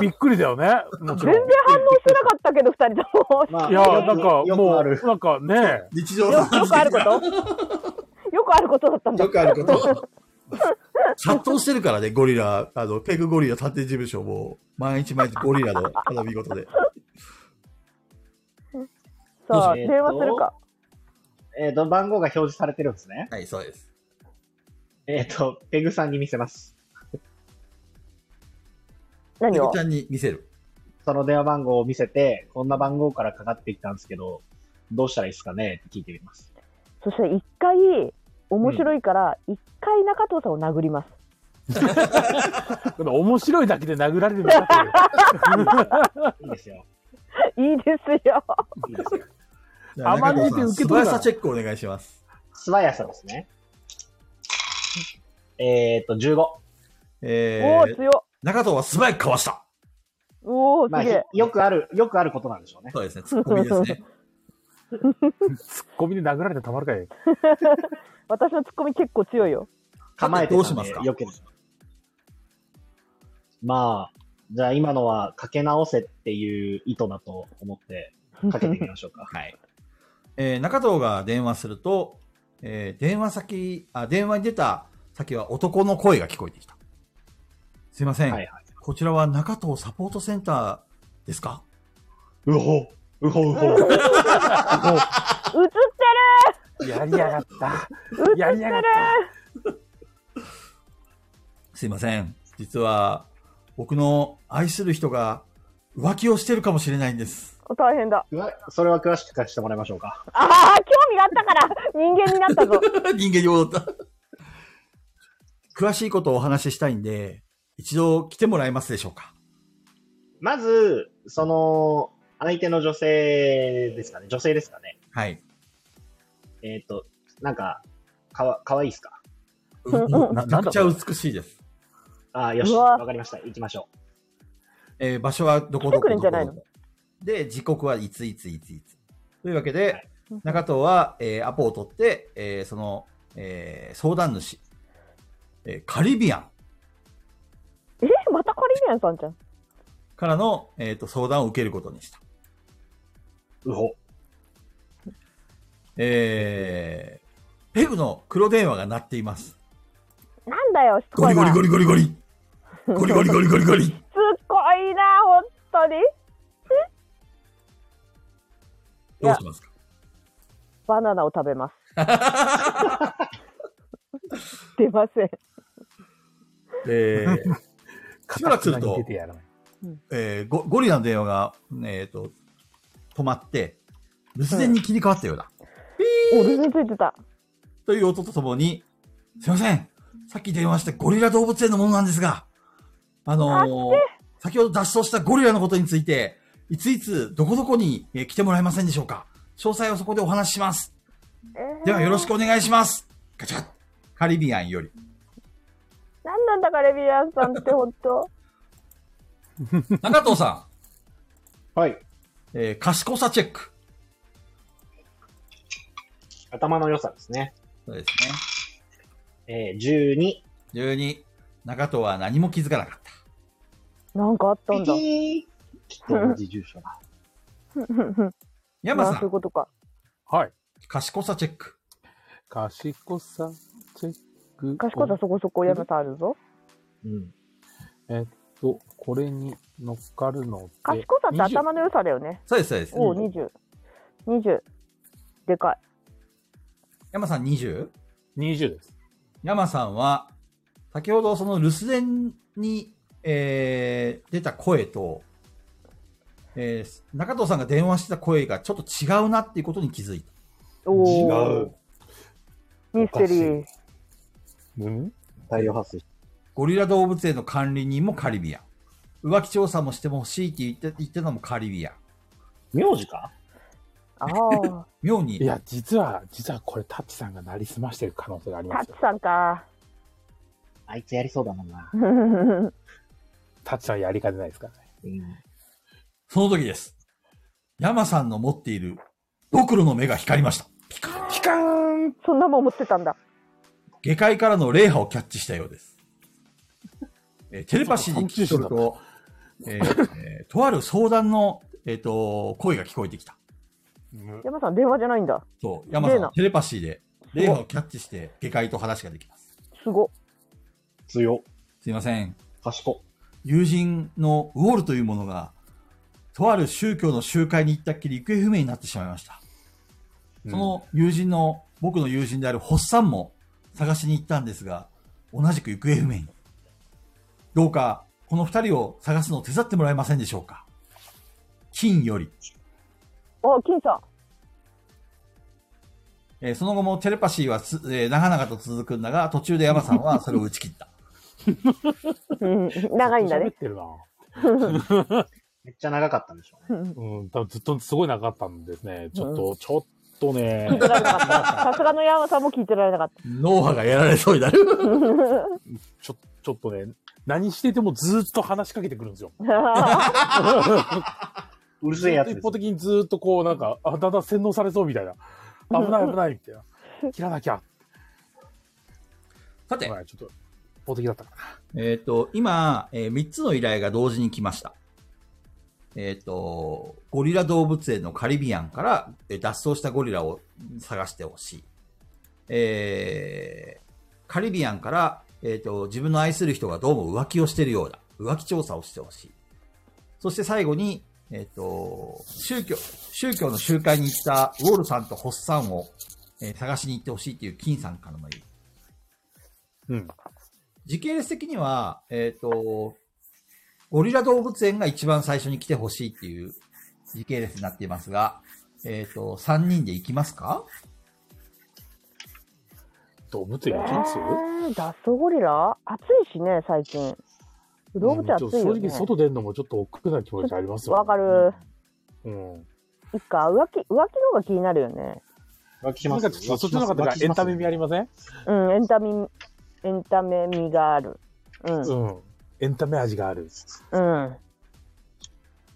S2: びっくりだよね。もちろ
S5: 全然
S2: ん。
S5: 反応してなかったけど、二人とも。
S3: まあ
S2: いや、なんか、
S3: よく
S2: も
S3: あ
S2: う、
S3: る。
S2: なんかね、
S1: 日常
S5: よ
S1: の
S5: よくあることよくあることだったんだ
S1: よ。くある こと。殺到してるからね、ゴリラ、あの、ペグゴリラ探偵事務所も、毎日毎日ゴリラの花見事で。
S5: さあ、
S3: えーと
S5: 電話するか。
S3: えっ、と、番号が表示されてるんです ね。
S1: はい、そうです。
S3: えっ、と、ペグさんに見せます。
S1: ペ
S5: 何
S1: グ
S5: を
S1: ちゃんに見せる。
S3: その電話番号を見せて、こんな番号からかかってきたんですけど、どうしたらいいですかねって聞いてみます。
S5: そして一回、面白いから、一回中藤さんを殴ります。
S2: この面白いだけで殴られるのかという。
S3: いいですよ。
S5: いいですよ。
S3: いいですよ。
S1: じゃ
S2: 甘
S1: 中
S2: め
S1: 藤
S2: で
S1: さん
S2: 受け取
S1: 素
S2: るな
S1: 早さチェックお願いします。
S3: 素早さですね。えーっと、15。
S1: え
S5: おお
S1: ー、
S5: 強っ。
S1: 中藤は素早くかわした。
S5: おおす
S3: まあ
S5: げえ。、
S3: よくある、よくあることなんでしょうね。
S1: そうですね、ツッコミですね。
S2: ツッコミで殴られてたまるかい。
S5: 私のツッコミ結構強いよ。
S3: 構えて
S1: ど
S3: たんで
S1: うしますか
S3: よける。まあ、じゃあ今のはかけ直せっていう意図だと思ってかけてみましょうか。
S1: はい。 えー中藤が電話すると、えー電話先、あ、電話に出た先は男の声が聞こえてきた。すいません。
S3: はいはい。
S1: こちらは中藤サポートセンターですか
S3: うほ、うほうほ。
S5: 映って
S2: やりやが った。
S5: る。
S2: やりやがった。
S1: すいません。実は、僕の愛する人が浮気をしてるかもしれないんです。
S5: 大変だ。
S3: うわそれは詳しく聞かせてもらいましょうか。
S5: ああ興味があったから人間にな ったぞ。
S1: 人間に戻った。詳しいことをお話ししたいんで、一度来てもらえますでしょうか
S3: まず、その、相手の女性ですかね。女性ですかね。
S1: はい。
S3: えーっと、なんか、かわ、かわいいですか
S1: う
S5: うん
S1: めちゃくちゃ美しいです。
S3: ああ、よし。
S5: うわ
S3: わかりました。行きましょう。
S1: えー場所はどこどこ
S5: 来てくれ
S1: ど
S5: んじ
S1: こ
S5: ゃない
S1: ど
S5: の
S1: こで、時刻はいついついついつ。というわけで、
S3: はい
S1: 中藤は、えーアポを取って、えーその、えー相談主、えーカリビアン
S5: えまたカリビアンさんじゃん。
S1: からの、えー、と相談を受けることにした。
S3: うほ。
S1: えー、ペグの黒電話が鳴っています。
S5: なんだよしつこ
S1: ゴ
S5: い
S1: リゴ
S5: な。
S1: リゴリゴリゴリ。ゴリゴリゴリゴリゴリ。
S5: すっごいな、本当に。
S1: どうしますか
S5: バナナを食 べます。出ません。
S1: えーしばらくすると
S2: 形に出てやらない
S1: えーゴゴリラの電話が、えっ、と、止まって、留守電に切り替わったようだ。
S5: お、ルについてた。
S1: という音とともに、すいません。さっき電話したゴリラ動物園のものなんですが、あのー先ほど脱走したゴリラのことについて、いついつどこどこにえー来てもらえませんでしょうか詳細はそこでお話しします。ではよろし
S5: く。
S1: くお願いします。ガチャッカリビアンより。
S5: なんなんだ、カリビアンさんって本当。
S1: 中藤さ
S3: はい。
S1: ん、 えー賢さチェック。
S3: 頭の良さですね。
S1: そうですね。
S3: えー、12。
S1: 12、中藤は何も気づかなかった。
S5: なんかあったんだ。
S3: ピキーきっと同じ住所だ。
S1: 山
S5: まあ
S1: さ、
S5: そういうんことか。
S2: はい。
S1: 賢さチェック。
S2: 賢さ、チェック。
S5: 賢さそこそこ山さんあるぞ。
S3: うん。
S2: と、これに乗っかるので。
S5: 賢さって頭の良さだよね。
S1: そうです、そうです。
S5: お二20。20。でかい。
S1: 山さん 20?
S2: 20。20です。
S1: 山さんは、先ほどその留守電に、えー出た声と、えー中藤さんが電話してた声がちょっと違うなっていうことに気づいた。
S5: お
S3: 違
S5: ー
S3: う。
S5: ミステリー。
S2: うん
S3: 大量発生。
S1: ゴリラ動物園の管理人もカリビアン。浮気調査もしても欲しいって言って言ってたのもカリビアン。
S3: 名字か
S5: ああ。
S1: 妙に
S2: いや、実は、実はこれ、タッチさんがなりすましてる可能性があり
S5: タ
S2: ま
S5: ッ
S2: す
S5: チ
S2: よ。
S5: さんか。
S3: あいつやりそうだもんな。
S2: タッチさんやりかねないですからね。
S3: うん。
S1: その時です。山さんの持っているドクロの目が光りました。
S2: ピカーン
S5: そんなもん持ってたんだ。
S1: 下界からの霊波をキャッチしたよう です。えーテレパシーに聞き取ると、えーえーとある相談の、えっ、と、声が聞こえてきた。
S2: うん
S5: 山さん電話じゃないんだ。
S1: そう、山さ
S5: 例
S1: ん
S5: の、
S1: テレパシーで霊波をキャッチして下界と話ができます。
S5: すごっ。
S3: 強。
S1: すいません。
S3: 賢。
S1: 友人のウォールというものが、とある宗教の集会に行ったっきり行方不明になってしまいました。その友人の、僕の友人であるホッサンも探しに行ったんですが、同じく行方不明に。どうか、この二人を探すのを手伝ってもらえませんでしょうか金より、
S5: あ、金さ
S1: えーその後もテレパシーはつ、えー長々と続くんだが、途中で山さんはそれを打ち切った。
S5: うん 長いんだ
S2: ずっ と喋
S5: ね。
S2: ってるな。
S3: めっちゃ長かったんでしょうね。
S5: うん
S2: うん、多分ずっとすごい長かったんですね。ちょっと、
S5: う
S2: ちょっとね
S5: 聞い、てられなかった。さすがのヤーマさんも聞いてられなかった。
S1: 脳波がやられそうになる。
S2: ちょ、ちょっとね、何しててもずっと話しかけてくるんですよ。
S3: うるせえやつ
S2: ずっ
S3: で
S2: と一方。
S3: す
S2: 的にずっとこう、なんか、あ、だんだん洗脳されそうみたいな。危ない危ないみたいな。 切らなきゃ。
S1: さて、
S2: はい、ちょっと、一方的だったか
S1: えっ、と、今、え3つの依頼が同時に来ました。えっ、と、ゴリラ動物園のカリビアンからえー脱走したゴリラを探してほしい。えーカリビアンから、えっ、と、自分の愛する人がどうも浮気をしているようだ。浮気調査をしてほしい。そして最後に、えっ、と、宗教、宗教の集会に行ったウォールさんとホッサンを、えー探しに行ってほしいという金さんからの依頼
S2: な。うん。
S1: 時系列的には、えっ、と、ゴリラ動物園が一番最初に来てほしいっていう時系列になっていますが、えっ、と、3人で行きますか
S2: 動物園行きます
S5: えー ダッソゴリラ暑いしね、最近。動物園暑い
S2: う
S5: よ、
S2: んちょっと正
S5: ね
S2: 直。外出るのもちょっと億劫な気持ちありますよ、
S5: わかる。
S2: うん。
S5: いっか、浮気、浮気の方が気になるよね。
S3: 浮気し
S2: な
S3: ま
S2: ん
S3: す
S2: かちょっとそっちの方がエンタメ味ありません
S5: うん、エンタメ、エンタメ味がある。うん、うん。
S2: うん。エンタメ味がある。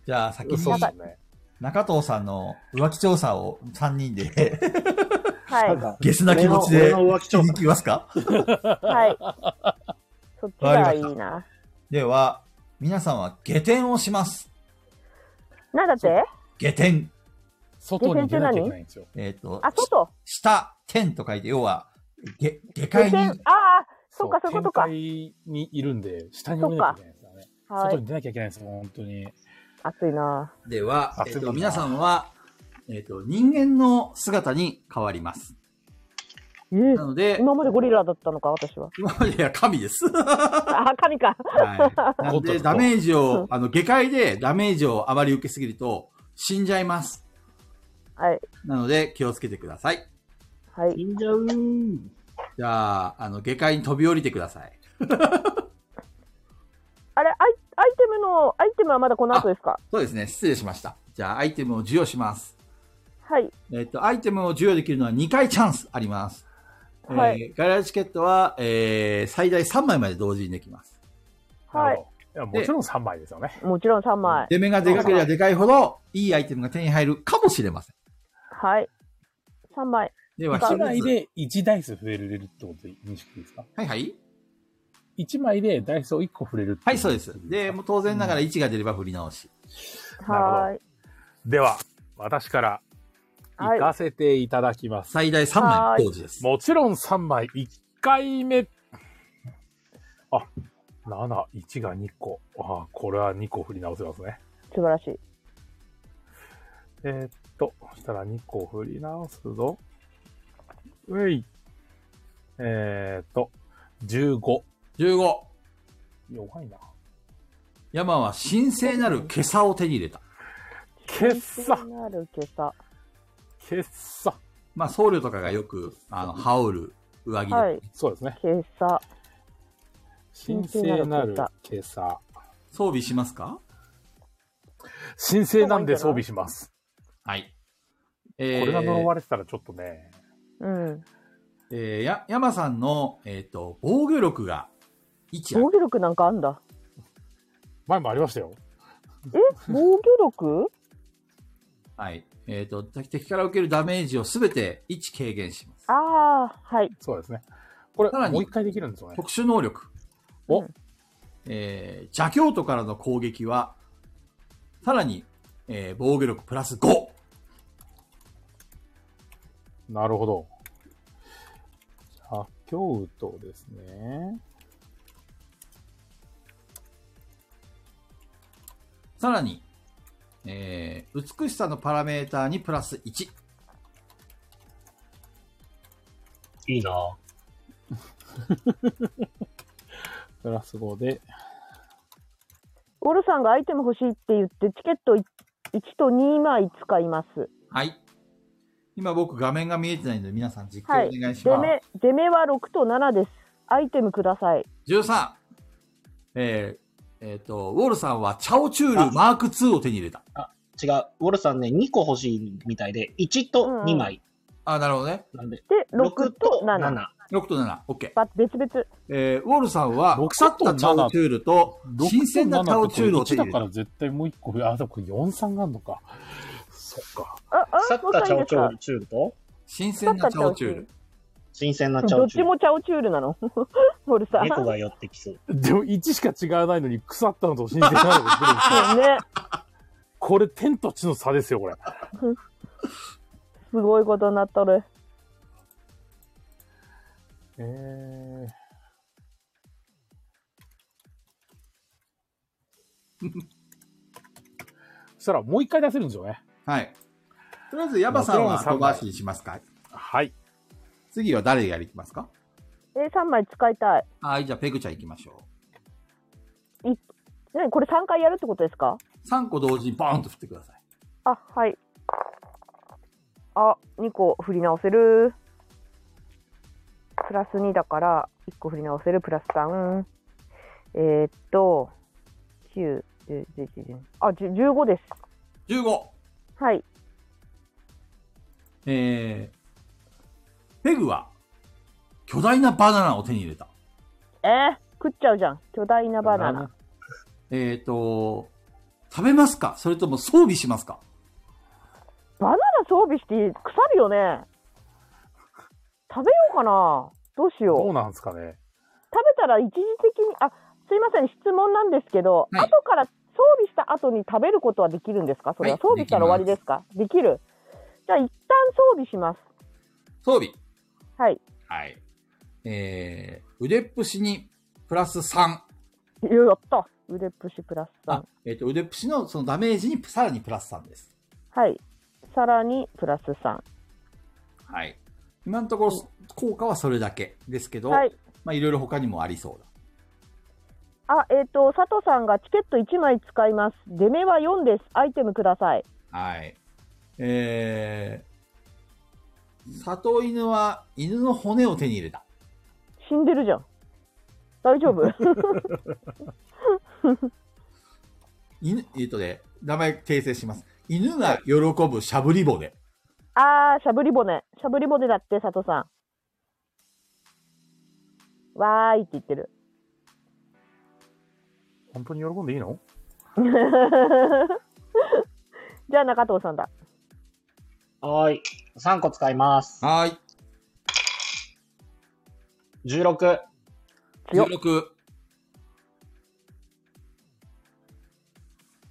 S1: じゃあ先
S2: そうです
S1: に
S2: ね。
S1: 中藤さんの浮気調査を3人で
S5: はい、
S1: ゲスな気持ちで
S3: 俺の俺の浮気調査
S1: 聞きますか
S5: はい。そっちがいいな。
S1: では、皆さんは下点をします。
S5: なんだって
S1: 下点。
S2: 外に出なきゃいけないんですよ。
S1: えっ、と
S5: あ、、外。
S1: し下、点と書いて、要は、下、下
S5: 下
S1: 界
S5: 線
S1: に、。
S5: ああ、そうか、そういうことか
S2: 展。開にいるんで、下に降りなきゃいけないんですよね。
S5: は
S2: 外
S5: い。
S2: に出なきゃいけないんですよ、本当に。
S5: 暑いな。
S1: では、えっ、
S2: 熱い
S1: と、
S2: な
S1: 皆さんは、えっ、と、人間の姿に変わります。
S5: え
S1: なので、
S5: 今までゴリラだったのか、私は。
S1: 今までは神 です。
S5: あ、神か。
S1: はい。なの
S2: おっとっ
S1: で、
S2: と
S1: ダメージを、あの、下界でダメージをあまり受けすぎると、死んじゃいます。
S5: はい。
S1: なので、気をつけてください。
S5: はい。
S3: 死んじゃうー。
S1: じゃあ、あの、下界に飛び降りてください。
S5: あれ、アイアイテムの、アイテムはまだこの後ですか
S1: そうですね、失礼しました。じゃあ、アイテムを授与します。
S5: はい。
S1: えっ、と、アイテムを授与できるのは2回チャンスあります。
S5: は
S1: えー、ガイラチケットは、えー、最大3枚まで同時にできます。
S5: は。
S2: ないるほど。いやもちろん3枚ですよね。
S5: もちろん3枚。
S1: 出目がでかければでかいほど、いいアイテムが手に入るかもしれません。
S5: はい。3枚。
S1: では、
S2: 1
S1: 一
S2: 枚
S1: つ
S2: で1ダイス増えれるってことで認識ですか
S1: はいはい。
S2: ?1 枚でダイスを1個触れるって
S1: はい、そうです。で、もう当然ながら1が出れば振り直し。
S2: な
S5: はーい。
S2: では、私から
S5: はい
S2: 行かせていただきます。
S1: 最大3枚同時です。
S2: もちろん3枚。1回目。あ、7、1が2個。あ、これは2個振り直せますね。
S5: 素晴らしい。
S2: えーっと、そしたら2個振り直すぞ。うい。えーっと、15。
S1: 15。
S2: 弱いな。
S1: 山は神聖なる今朝を手に入れた。
S2: けっ
S5: 気
S2: さ
S5: になる今朝。
S2: けっさ
S1: まあ、僧侶とかがよく、あの、羽織る上着で、
S5: はい。
S2: そうですね。
S5: 今朝。
S2: 神聖なる今朝。
S1: 装備しますか
S2: 神聖なんで装備します。
S1: はい。
S2: こ
S1: え
S2: れが呪
S1: ー、
S2: われてたらちょっとね。
S5: うん。
S1: えーや、山さんの、えっ、と、防御力が1
S5: 防
S1: あ
S5: 御力なんかあんだ。
S2: 前もありましたよ。
S5: え防御力
S1: はい。えっ、と、敵から受けるダメージをすべて1軽減します。
S5: ああ、はい。
S2: そうですね。これ、
S1: さらに
S2: もう一回できるんですよね。
S1: 特殊能力。
S2: お
S1: えー、邪教徒からの攻撃は、さらに、えー防御力プラス 5!
S2: なるほど。あ、京都ですね。
S1: さらに、えー美しさのパラメーターにプラス1。
S3: いいなぁ。
S2: プラス5で。
S5: オルさんがアイテム欲しいって言って、チケット1と2枚使います。
S1: はい。今僕画面が見えてないので皆さん実況
S5: は
S1: お
S5: い。
S1: 願いし
S5: 出
S1: ます。
S5: 目、出目は6と7です。アイテムください。
S1: 13! えーえっ、と、ウォールさんはチャオチュールマーク2を手に入れた。
S3: 違う。ウォルさんね、2個欲しいみたいで、1と2枚。
S1: あ、なるほどね。
S3: なんで、
S5: で、
S3: 6
S5: 6
S3: と
S5: と
S3: 7。
S5: 7。
S1: 6と7、OK。
S5: ば別々。
S1: えー、ウォールさんは
S2: 6
S1: 腐ったチャオチュールと新鮮なチャオチュールを手
S2: 1
S1: に
S2: だ
S1: 入れ
S2: か
S1: た。
S2: ら絶対もう1個増え、あ、でもこれ4、3があるのか。そっか。
S5: あ、あ、
S3: サッタチャオチ
S5: ど
S3: ョ
S5: う
S3: ウチュールと、
S1: 新鮮なチャオチュール。
S3: 新鮮な
S5: した
S3: チ
S5: ら
S3: ャ
S5: いい
S3: オ
S5: ん
S3: チ
S5: ですかど
S3: ュール。
S5: っちもチャオチュールなの。 ホルさん。
S3: 猫が寄ってきそう。
S2: でも1しか違わないのに腐ったのと新鮮なのが出てくるんで すよ
S5: ね、
S2: これ天と地の差ですよ、これ。
S5: すごいことになっとる。
S2: え ー、そしたらもう一回出せるんですよね。
S1: はい。とりあえず、ヤバさんは飛ばしにしますか
S2: はい。
S1: 次は誰やりますか
S5: え、3枚使いたい。
S1: はい、じゃあペグちゃん行きましょ
S5: ね、これ3回やるってことですか
S1: う。3個同時にバーンと振ってください。
S5: あ、はい。あ、2個振り直せる。プラス2だから、1個振り直せる、プラス3。えー、っと、9、10、11、12あ、10 15です。
S1: 15!
S5: はい。
S1: えー、ペグは巨大なバナナを手に入れた。
S5: えー、食っちゃうじゃん。巨大なバナナ。
S1: えっ、と、食べますかそれとも装備しますか
S5: バナナ装備して腐るよね。食べようかな。どうしよう
S2: ど。うなんですかね。
S5: 食べたら一時的に、あ、すいません、質問なんですけど、
S1: はい
S5: 後から装備した後に食べることはできるんですかそれは、
S1: はい
S5: 装備したら終わりですかできる。じゃあ、一旦装備します。
S1: 装備。
S5: はい。
S1: はい。えー、腕っぷしにプラス3。
S5: いややった。腕プシプラス3
S1: あ。、えっ、と、腕っぷしのそのダメージにさらにプラス3です。
S5: はい。さらにプラス3。
S1: はい。今のところ、効果はそれだけですけど、
S5: はい。
S1: まあ、いろいろ他にもありそうだ。
S5: あ、えっ、と、佐藤さんがチケット1枚使います。出目は4です。アイテムください。
S1: はい。えー、里犬は犬の骨を手に入れた。
S5: 死んでるじゃん。大丈夫
S1: 犬、えっとね、名前訂正します。犬が喜ぶしゃぶり骨。
S5: あー、しゃぶり骨。しゃぶり骨だって、佐藤さん。わーいって言ってる。
S2: 本当に喜んでいいの
S5: じゃあ中藤さんだ。
S3: はーい。3個使います。
S1: はーい。
S3: 16。
S5: 強っ
S1: 16。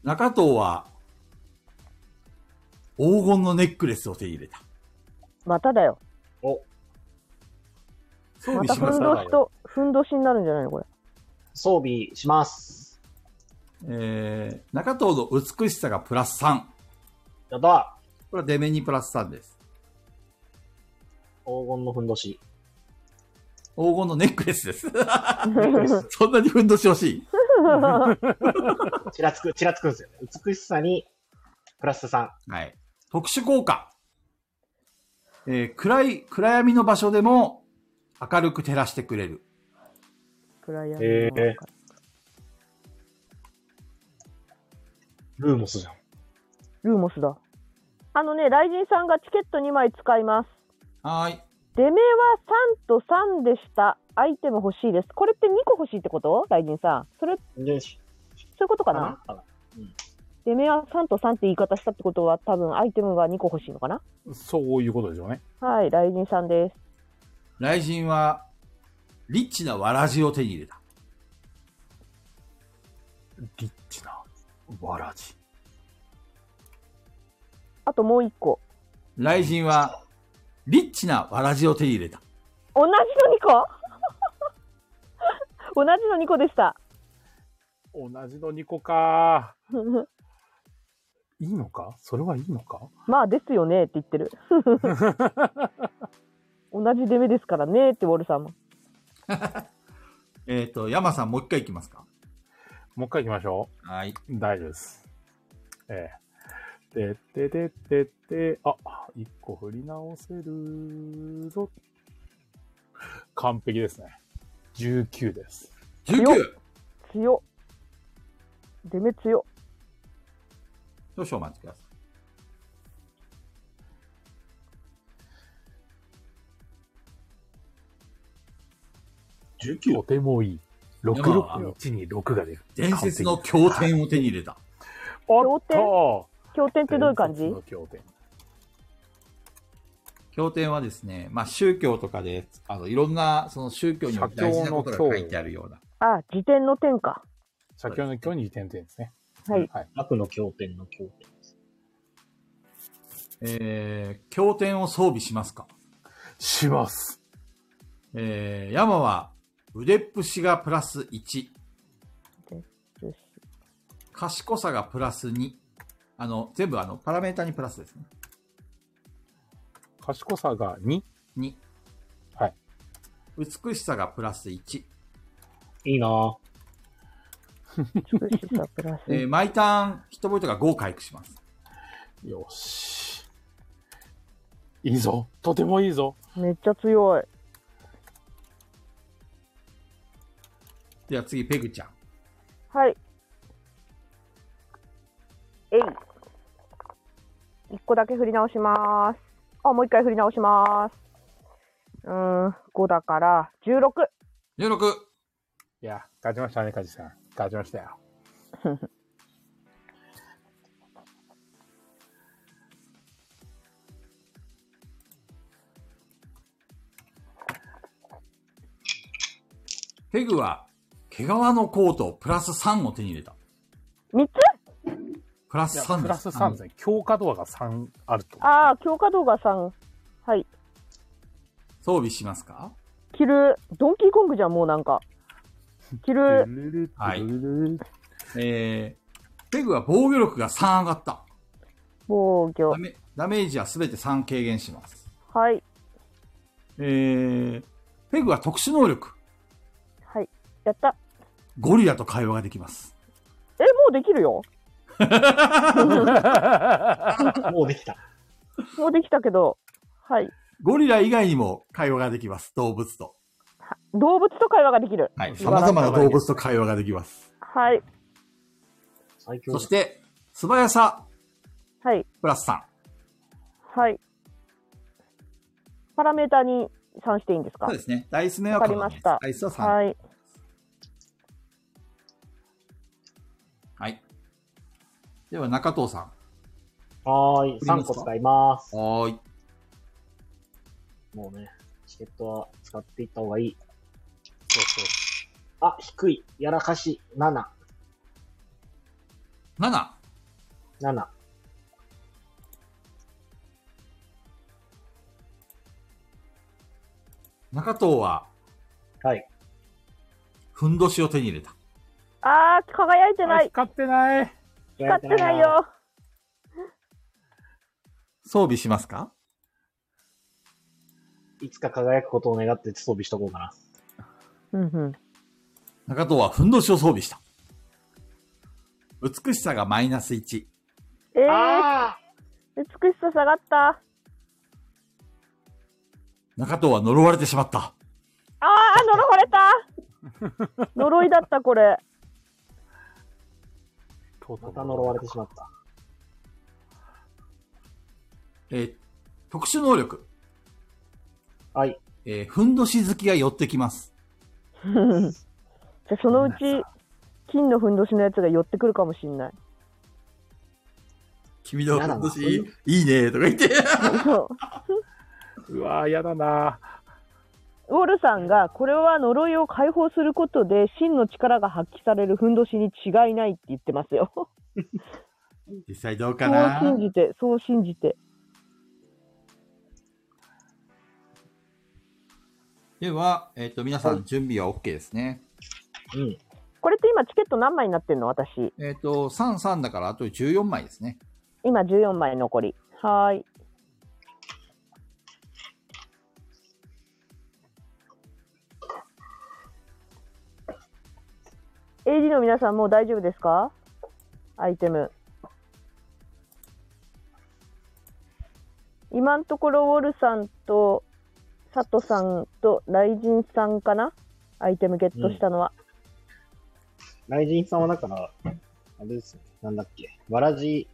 S1: 中藤は、黄金のネックレスを手に入れた。
S5: まただよ。
S1: 装備
S5: また
S1: し
S5: ふ
S1: ま
S5: ん
S1: す
S5: ど
S1: か
S5: しと、ふんどしになるんじゃないのこ れ。
S3: 装備します。
S1: えー、中藤の美しさがプラス3。
S3: やった
S1: これはデメにプラス3です。
S3: 黄金のふんどし。
S1: 黄金のネックレスです。
S3: ネックレス
S1: そんなにふんどし欲しい
S3: ちらつく、ちらつくんですよね。美しさに、プラス3。
S1: はい。特殊効果。えー暗い、暗闇の場所でも明るく照らしてくれる。
S5: 暗闇
S2: へ
S5: の
S2: ー
S5: 中
S3: ルーモスじゃん。
S5: ルーモスだ。あのね、雷神さんがチケット2枚使います。
S1: はーい。
S5: 出目は3と3でした。アイテム欲しいです。これって2個欲しいってこと雷神さん。それ、
S3: よし。
S5: そういうこと
S3: か
S5: かな
S3: かな
S5: 出目は3と3って言い方したってことは多分アイテムが2個欲しいのかな
S2: そういうことでしょうね。
S5: はい、雷神さんです。
S1: 雷神は、リッチなわらじを手に入れた。
S2: リッチな、わらじ。
S5: あともう1個。
S1: 雷神は、リッチなわらじを手に入れた。
S5: 同じの2個 同じの2個でした。
S2: 同じの2個か。 いいのかそれはいいのか
S5: まあですよねって言ってる。同じ出目ですからねってウォルさんも。
S1: えっ、と、山さんもう一回行きますか
S2: もう一回行きましょ
S1: はい。
S2: う。大丈夫です。ええ。でってでってって、あ、1個振り直せるぞ。完璧ですね。19です。
S1: 19!
S5: 強っ出目強っ
S1: 少々お待ちください。
S2: とてもいい。661に6が出る。
S1: 伝説の経典を手に入れた。
S2: おっと
S5: 経典ってどういう感じ
S2: 伝説の経典
S1: 経典はですね、まあ宗教とかで、あの、いろんな、その宗教によって大事なことが書いてあるような。
S5: あ辞典の点か
S2: 先ほどの今日に点々ですね。
S5: はい
S2: はい。
S3: 悪の経典の経典です。
S1: えー、経典を装備しますか
S2: します。
S1: えー、山は腕っぷしがプラス1、
S5: よし
S1: 賢さがプラス2。あの、全部あの、パラメータにプラスですね。
S2: 賢さが2。
S1: 2。
S2: はい。
S1: 美しさがプラス1。
S3: いいなぁ。
S5: 美しさプラス
S1: えー、毎ターン、ヒットポイントが5回復します。
S2: よし。いいぞ。とてもいいぞ。
S5: めっちゃ強い
S1: では次、ペグちゃん。
S5: はいえい1個だけ振り直しますあもう1回振り直しますうーん5だから16
S1: 16。
S2: いや、勝ちましたね、カジさん。勝ちましたよ。
S1: ペグは、毛皮のコートプラス3を手に入れた。
S5: 3つ
S1: プラ
S2: い
S1: ス
S2: や
S1: 3です。
S2: プラス3ですね。強化度合いが3あると。
S5: ああ強化動画さんはい
S1: 装備しますか
S5: 着るドンキーコングじゃんもうなん か着 る
S1: はい
S2: うん
S1: えー、ペグは防御力が3上がった。
S5: 防御
S1: ダメダメージはすべて3軽減します。
S5: はい
S1: えー、ペグは特殊能力。
S5: はいやった
S1: ゴリラと会話ができます。
S5: えもうできるよ
S3: もうできた。
S5: もうできたけどはい
S1: ゴリラ以外にも会話ができます。動物と。
S5: 動物と会話ができる
S1: はい。
S5: 素晴らし
S1: 様
S5: い
S1: 々な動物と会話ができます。
S5: はい
S3: 最強
S1: そ
S3: だ
S1: して、素早さ、
S5: はい
S1: プラス3。
S5: はいパラメータに算していいんですか
S1: そうですね。ダイス目は
S5: わかりました
S1: このダイスは3。はい。
S5: はい
S1: では、中藤さん。
S3: はー
S1: り
S3: い。
S1: ますか
S3: 3個使います。
S1: はーい。
S3: もうね、チケットは使っていった方がいい。
S2: そうそう
S3: あ、低い。やらかし。7。
S1: 7。
S3: 7。
S1: 中藤は、
S3: はい。
S1: ふんどしを手に入れた。
S5: あー輝いてな
S2: あ
S5: い
S2: 使ってない。
S5: 使ってない。よ
S1: 装備しますか
S3: いつか輝くことを願って装備しとこうかな。
S5: うんうん
S1: 中藤はふんどしを装備した。美しさがマイナス1。
S5: えー
S3: あ
S5: 美しさ下がった
S1: 中藤は呪われてしまった。
S5: ああ呪われた呪いだったこれ
S2: とうと
S3: ま
S2: う
S3: た呪われてしまった。
S1: えー特殊能力。
S3: はい。
S1: えーふんどし好きが寄ってきます。
S5: うんじゃあその うち金のふんどしのやつが寄ってくるかもしんない。
S1: 君のふ
S3: やだ
S1: ん
S3: な
S1: どし、いいねとか言 って。
S5: そう
S2: うわー、やだな
S5: ウォルさんがこれは呪いを解放することで真の力が発揮されるふんどしに違いないって言ってますよ。そう
S1: 実際どうかな
S5: 信じて、そう信じて。
S1: では、えっ、と、皆さん準備は OK ですね。
S3: うん。
S5: これって今チケット何枚になってんの私。
S1: えっ、と、3、3だからあと14枚ですね。
S5: 今14枚残り。はーい。AD の皆さんもう大丈夫ですかアイテム。今のところウォルさんと佐藤さんと雷神さんかなアイテムゲットしたのは。
S3: 雷神さんはだから、あれですね。なんだっけ。わらじ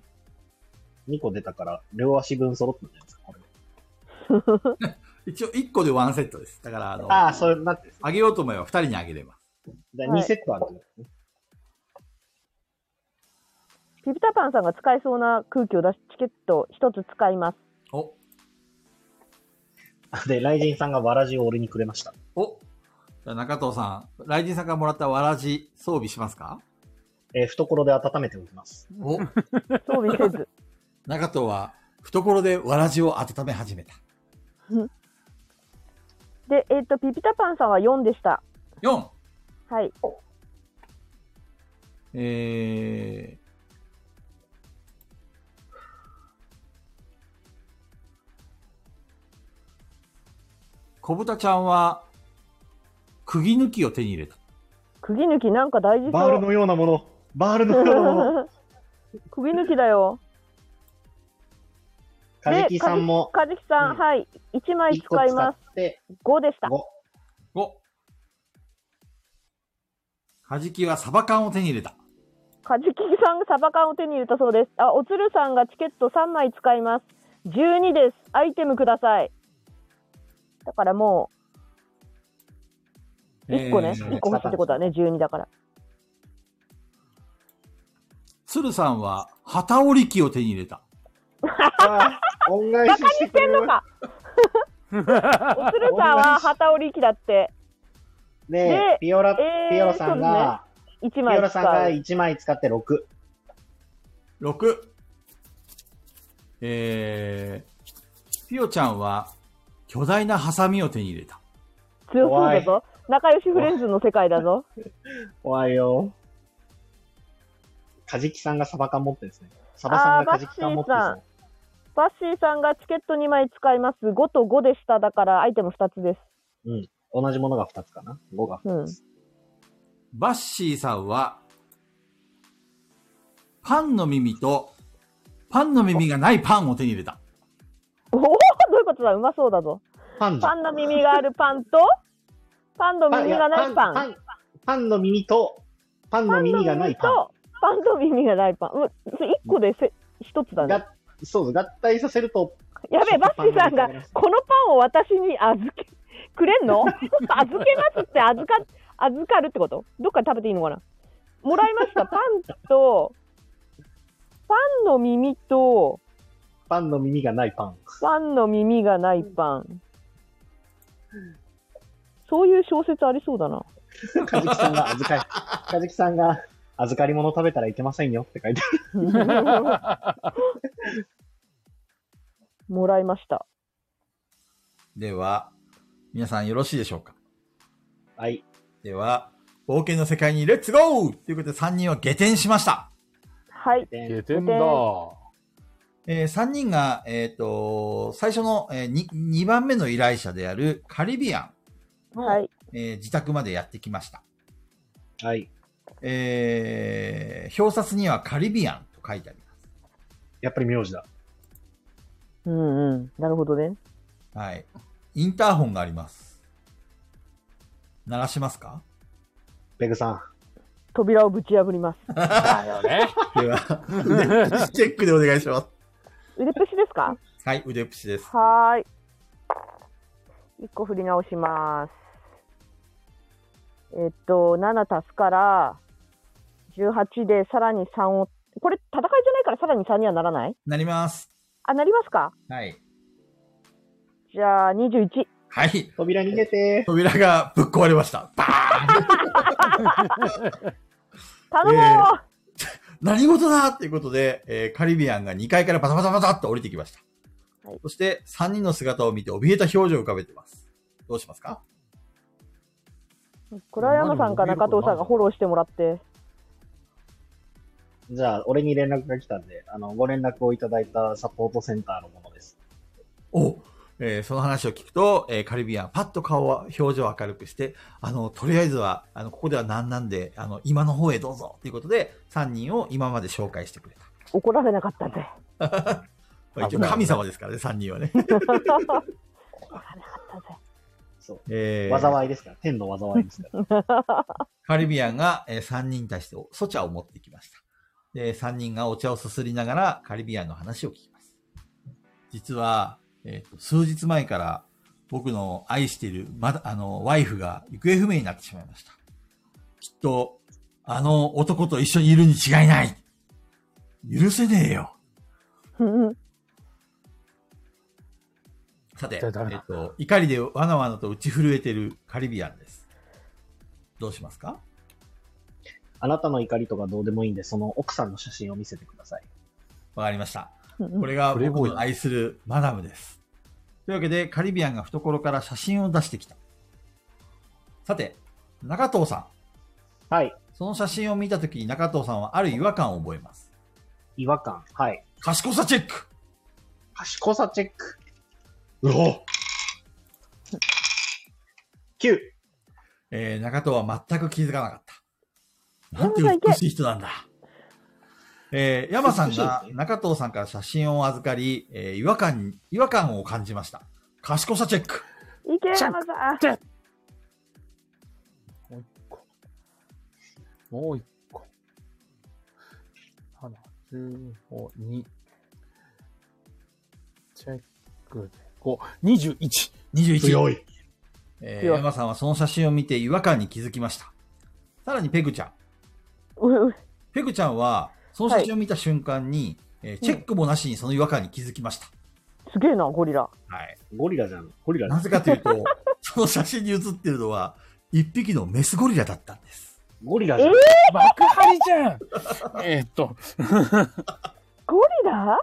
S3: 2個出たから、両足分揃ったんじゃないですか、これ。
S1: 一応1個でワンセットです。だから、あの、
S3: ああ、そうなってですね。
S1: あげようと思えば2人にあげれば。
S3: じゃ
S5: はい
S3: 2セットあるんですね。
S5: ピピタパンさんが使えそうな空気を出し、チケット一つ使います。
S1: お、
S3: で、雷神さんがわらじを俺にくれました。
S1: お。じゃあ中藤さん、ライジンさんからもらったわらじ装備しますか
S3: えー懐で温めておきます。
S1: お、
S5: 装備せず。
S1: 中藤は懐でわらじを温め始めた。
S5: で、えっ、と、ピピタパンさんは4でした。
S1: 4、
S5: はい。
S1: えー、小豚ちゃんは、釘抜きを手に入れた。
S5: 釘抜きなんか大事
S3: バー
S5: そ
S3: ル
S5: う。
S3: のようなもの。バールのようなもの。
S5: 釘抜きだよ。
S3: カジキさんも
S5: カジキさん、
S3: うん
S5: はい。1枚
S3: 1個
S5: 使い
S3: 使
S5: ま
S3: って、
S5: す。5でした。
S3: 5。
S1: 5、カジキはサバ缶を手に入れた。
S5: カジキさんがサバ缶を手に入れたそうです。あ、おつるさんがチケット3枚使います。12です。アイテムください。だからもう、1個ね。
S1: えー
S5: 1個欲しいってことはね、12だから。
S1: 鶴さんは、旗織り機を手に入れた。
S3: ああ、恩返ししてくれる
S5: そう。か。 おつるさんは旗織り機だって、
S3: で
S5: で、
S3: ピオラ、
S5: えー
S3: ピオラさんが、
S5: 1
S3: ピオ
S5: 枚
S3: ラさんが
S5: 使う。
S3: 1枚使って6。
S1: 6、えー、ピオちゃんは、巨大なハサミを手に入れた。
S5: 強そうだぞ。仲良しフレンズの世界だぞ。
S3: 怖いよ。カジキさんがサバ缶持ってるんですね。サバさ
S5: あ
S3: ん
S5: ー
S3: がカジキ缶持ってるんですね。
S5: バッシーさんがチケット2枚使います。5と5でした。だからアイテム2つです。
S3: 同じものが2つかな。5が2つ。
S1: バッシーさんは、パンの耳と、パンの耳がないパンを手に入れた。
S5: おおどういうことだうまそうだぞ。
S3: パン
S5: パ
S3: だ。
S5: ンの耳があるパンと、パンの耳がないパン。
S3: パンパンの耳と、パンの耳がないパ
S5: と、パンの耳がないパン。う1個でせ1つだ
S3: ン。
S5: ね。
S3: がそうです。合体させると、
S5: やべえ、バッシーさんが
S3: 食パンの耳がない、
S5: このパンを私に預け、くれんの 預けますって預か、預かるってことどっかで食べていいのかなもらいました。パンと、パンの耳と、
S3: パンの耳がないパン。
S5: パンの耳がないパン。そういう小説ありそうだな。
S3: カジキさんが預かり、カジキさんが預かり物食べたらいけませんよって書いてある。
S5: もらいました。
S1: では、皆さんよろしいでしょうか
S3: はい。
S1: では、冒険の世界にレッツゴーということで3人は下天しました。
S5: はい。
S2: 下
S3: で、
S2: 天だ。
S1: え3人が、えっ、と、最初の、え 2, 番目の依頼者であるカリビアンの、
S5: はい。
S1: えー自宅までやってきました。
S3: はい。
S1: えー表札にはカリビアンと書いてあります。
S3: やっぱり名字だ。
S5: うんうん。なるほどね。
S1: はい。インターホンがあります。鳴らしますか
S3: ペグさん。
S5: 扉をぶち破ります。
S2: だよね。
S1: では、 腕プチチェックでお願いしま
S5: 腕プシですか
S1: す。はい、腕プチです。
S5: はーい。一個振り直します。えっと、7足すから、18でさらに3を、これ戦いじゃないからさらに3にはならない
S1: なります。
S5: あ、なりますか
S1: はい。
S5: じゃあ21。
S1: はい。
S3: 扉逃げて。
S1: 扉がぶっ壊れました。バーン
S5: 頼もう、
S1: え何事だっていうことで、えーカリビアンが2階からバタバタバタっと降りてきました。
S5: はい
S1: そして、3人の姿を見て怯えた表情を浮かべてます。どうしますか
S5: 黒山さんか中藤さんがフォローしてもらって。
S3: じゃあ、俺に連絡が来たんで、あの、ご連絡をいただいたサポートセンターのものです。
S1: おえーその話を聞くと、えーカリビアン、パッと顔は、表情を明るくして、あの、とりあえずは、あの、ここでは何なんで、あの、今の方へどうぞということで、3人を今まで紹介してくれた。
S5: 怒られなかったぜ。
S1: まあ一応神様ですからね、3人はね。
S5: 怒られなかったぜ。
S3: そう。
S1: えー
S3: 災いですから、天の災いですから。
S1: カリビアンが、え3人に対してソチャを持ってきました。で、3人がお茶をすすりながらカリビアンの話を聞きます。実は、えーと数日前から僕の愛している、まだ、あの、ワイフが行方不明になってしまいました。きっと、あの男と一緒にいるに違いない許せねえよ
S5: うん
S1: さて、えっ、
S2: 絶対ダメだ
S1: と、怒りでわなわなと打ち震えてるカリビアンです。どうしますか
S3: あなたの怒りとかどうでもいいんで、その奥さんの写真を見せてください。
S1: わかりました。
S5: うん
S1: これが
S2: プレイボ
S1: 僕
S2: ーイ
S1: の愛するマダムです。というわけで、カリビアンが懐から写真を出してきた。さて、中藤さ
S3: はい。
S1: ん。その写真を見たときに中藤さんはある違和感を覚えます。
S3: 違和感。はい。
S1: 賢さチェック
S3: 賢さチェック。うお !9!
S1: えー、中藤は全く気づかなかった。なんて美しい人なんだ。えー、山さんが中藤さんから写真を預かり、えー違和感に、違和感を感じました。賢さチェック
S5: いけ山さん
S2: もう一個。もう一個。7、15、2。チェックで5、21。
S1: !21!
S3: い。
S1: えー、
S5: 強い
S1: 山さんはその写真を見て違和感に気づきました。さらにペグちゃん。
S5: うんうん
S1: ペグちゃんは、その写真を見た瞬間に、えーチェックもなしにその違和感に気づきました。
S5: すげえなゴリラ
S1: はい。
S3: ゴリラじゃん。ゴリラじゃ。
S1: なんぜかというと、その写真に写ってるのは、一匹のメスゴリラだったんです。
S3: ゴリラじゃん。
S2: 幕張 じゃんえーっと、
S5: ゴリラ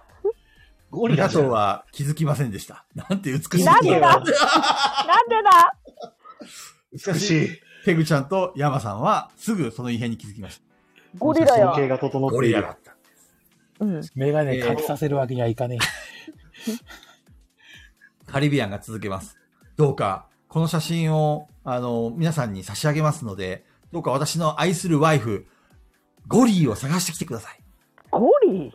S3: ゴリラ
S1: 中
S3: じゃ
S1: 藤
S3: ん。
S1: は気づきませんでした。なんて美しい。
S5: なんでだなんでだ
S1: 美しい。
S3: い。
S1: ペグちゃんとヤマさんは、すぐその異変に気づきました。
S5: ゴリラ
S3: 尊敬
S5: や、
S3: が整
S1: ゴ
S3: って
S1: リ
S3: い
S1: ラ
S3: る
S1: だ。った。
S5: うん、
S2: メガネかけさせるわけにはいかね
S1: カリビアンが続けます。どうか、この写真を、あの、皆さんに差し上げますので、どうか私の愛するワイフ、ゴリーを探してきてください。
S5: ゴリ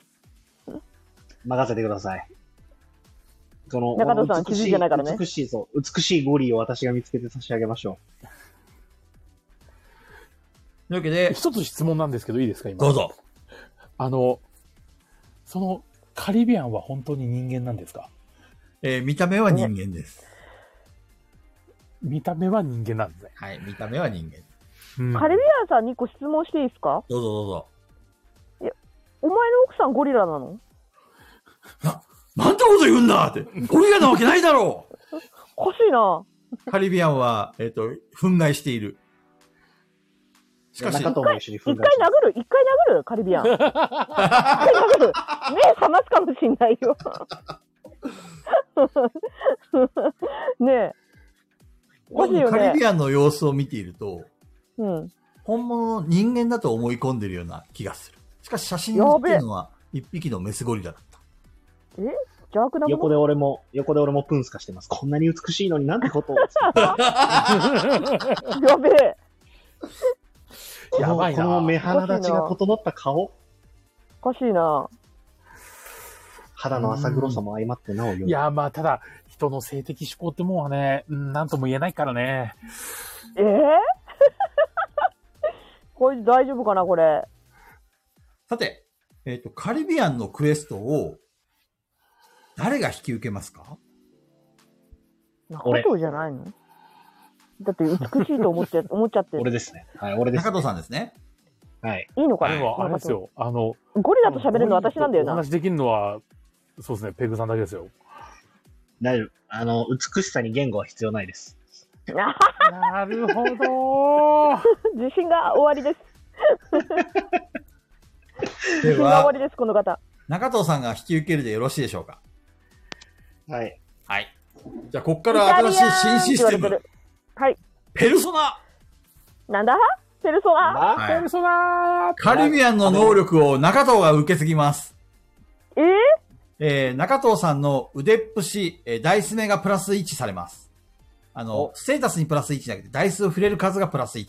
S3: 任せてください。その、
S5: 中藤さんは気
S3: 美し
S5: づいてないからね
S3: 美しい、そう。美しいゴリを私が見つけて差し上げましょ
S1: というわけ
S2: え。
S1: で、
S2: 一つ質問なんですけど、いいですか、今。
S1: どうぞ。
S2: あの、その、カリビアンは本当に人間なんですか
S1: えー見た目は人間です。
S2: 見た目は人間なんですね。
S1: はい、見た目は人間。
S2: うん
S5: カリビアンさんに一個質問していいですか
S1: どうぞどうぞ。
S5: お前の奥さんゴリラなの
S1: なんてこと言うんだって、ゴリラなわけないだろ
S5: おかしい
S1: う
S5: な
S1: カリビアンは、えっ、と、憤慨している。
S3: う。
S1: しかし
S3: 中、藤も一緒に
S5: 一回
S3: 奮
S5: 殴る一回殴るカリビ アン一回殴る目覚ますかもしんないよ ねえおかしいよ
S1: カリ
S5: ね
S1: ビアンの様子を見ていると、
S5: うん
S1: 本物の人間だと思い込んでるような気がする。しかし写真に写ってるのは一匹のメスゴリラだった。
S5: 邪悪なも
S3: 横で
S5: の
S3: 俺も、横で俺もプンスカしてます。こんなに美しいのになんてことを。
S5: やべえ
S3: この
S2: やばいな
S3: この目鼻立ちが整った顔、
S5: おかしいな
S3: 肌の浅黒さも相まってなお良
S2: いや、まあ、ただ、人の性的思考ってもうね、うん、なんとも言えないからね。
S5: ええ これ大丈夫かなこれ
S1: さて、えっ、と、カリビアンのクエストを、誰が引き受けますか
S5: 中
S3: 俺
S5: 藤じゃないのだって美しいと思って、思っちゃって
S3: 俺
S5: る。
S3: ですね。はい、俺です、
S1: 中
S3: ね
S1: 藤。さんですね。
S3: はい。
S5: いいのか
S2: で
S5: な
S2: も、あれです。よ。あの、
S5: 中藤ゴリラと喋るの私なんだよ
S2: お
S5: な。
S2: 話できるのは、そうですね、ペグさんだけですよ。
S3: 大丈夫。あの、美しさに言語は必要ないです。
S2: なるほど
S5: 自信が終わりです。
S1: で
S5: 自信が
S1: は
S5: 終、わりです、この方。
S1: 中藤さんが引き受けるでよろしいでしょうか
S3: はい。
S1: はい。じゃあ、こっから新しい新システ
S5: イタリア
S1: ム
S5: ンって言われて、るはい。
S1: ペルソナ
S5: なんだペルソナ
S3: まあ、
S1: はい
S2: ペルソナー
S1: カリビアンの能力を中藤が受け継ぎます。
S5: え
S1: えー、中藤さんの腕っぷし、えーダイス目がプラス1されます。あの、ステータスにプラス1じゃなくて、ダイスを触れる数がプラス1。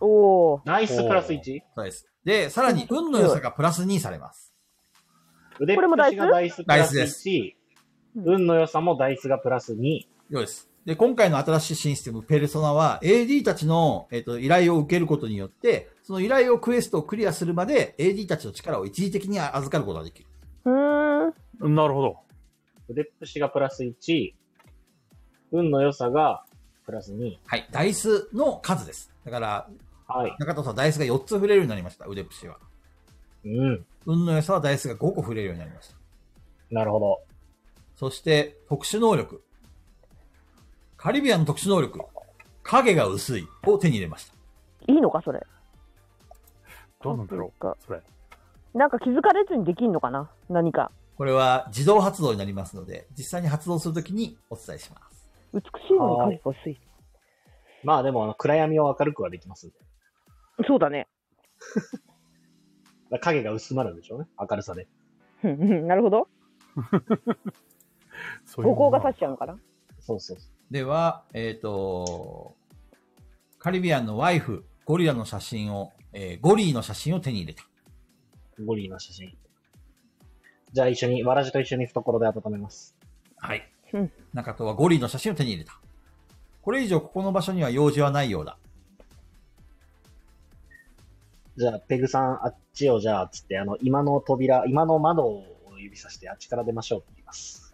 S5: ー、おー。
S3: ナイスプラス 1?
S1: そうです。で、さらに、運の良さがプラス2されます。
S3: 腕っ
S5: これもダ
S3: ぷ
S5: イ
S3: し
S5: ス
S3: がダイスプラス
S1: ダイス
S3: 1。
S5: うん
S3: 運の良さもダイスがプラス2。
S1: ようです。で、今回の新しいシステム、ペルソナは、AD たちの、えっと依頼を受けることによって、その依頼をクエストをクリアするまで、AD たちの力を一時的に預かることができる。
S5: うーん。
S2: なるほど。
S3: 腕っぷしがプラス1、運の良さがプラス2。
S1: はい。ダイスの数です。だから、
S3: はい。
S1: 中藤さん、ダイスが4つ振れるようになりました、腕っぷしは。
S3: うん。
S1: 運の良さはダイスが5個振れるようになりました。
S3: なるほど。
S1: そして、特殊能力。カリビアンの特殊能力、影が薄いを手に入れました。
S4: いいのかそれ
S2: どうなんだろ
S4: なんか
S2: う。それ。
S4: なんか気づかれずにできんのかな何か
S1: これは自動発動になりますので、実際に発動するときにお伝えします。
S4: 美しいのに影が薄い
S3: まあでも、あの暗闇を明るくはできますんで。
S5: そうだね。
S3: 影が薄まるんでしょうね。明るさで。
S5: うんうんなるほど。
S2: そういうものな
S5: 五光が差しちゃうのかな。
S3: そうそうそ
S1: では、えっ、と、カリビアンのワイフ、ゴリラの写真を、えーゴリーの写真を手に入れた。
S3: う。ゴリーの写真。じゃあ一緒に、わらじと一緒に懐で温めます。
S1: はい
S5: うん。
S1: 中藤はゴリーの写真を手に入れた。これ以上ここの場所には用事はないようだ。
S3: じゃあ、ペグさん、あっちをじゃあ、つって、あの、今の扉、今の窓を指さして、あっちから出ましょうって言います。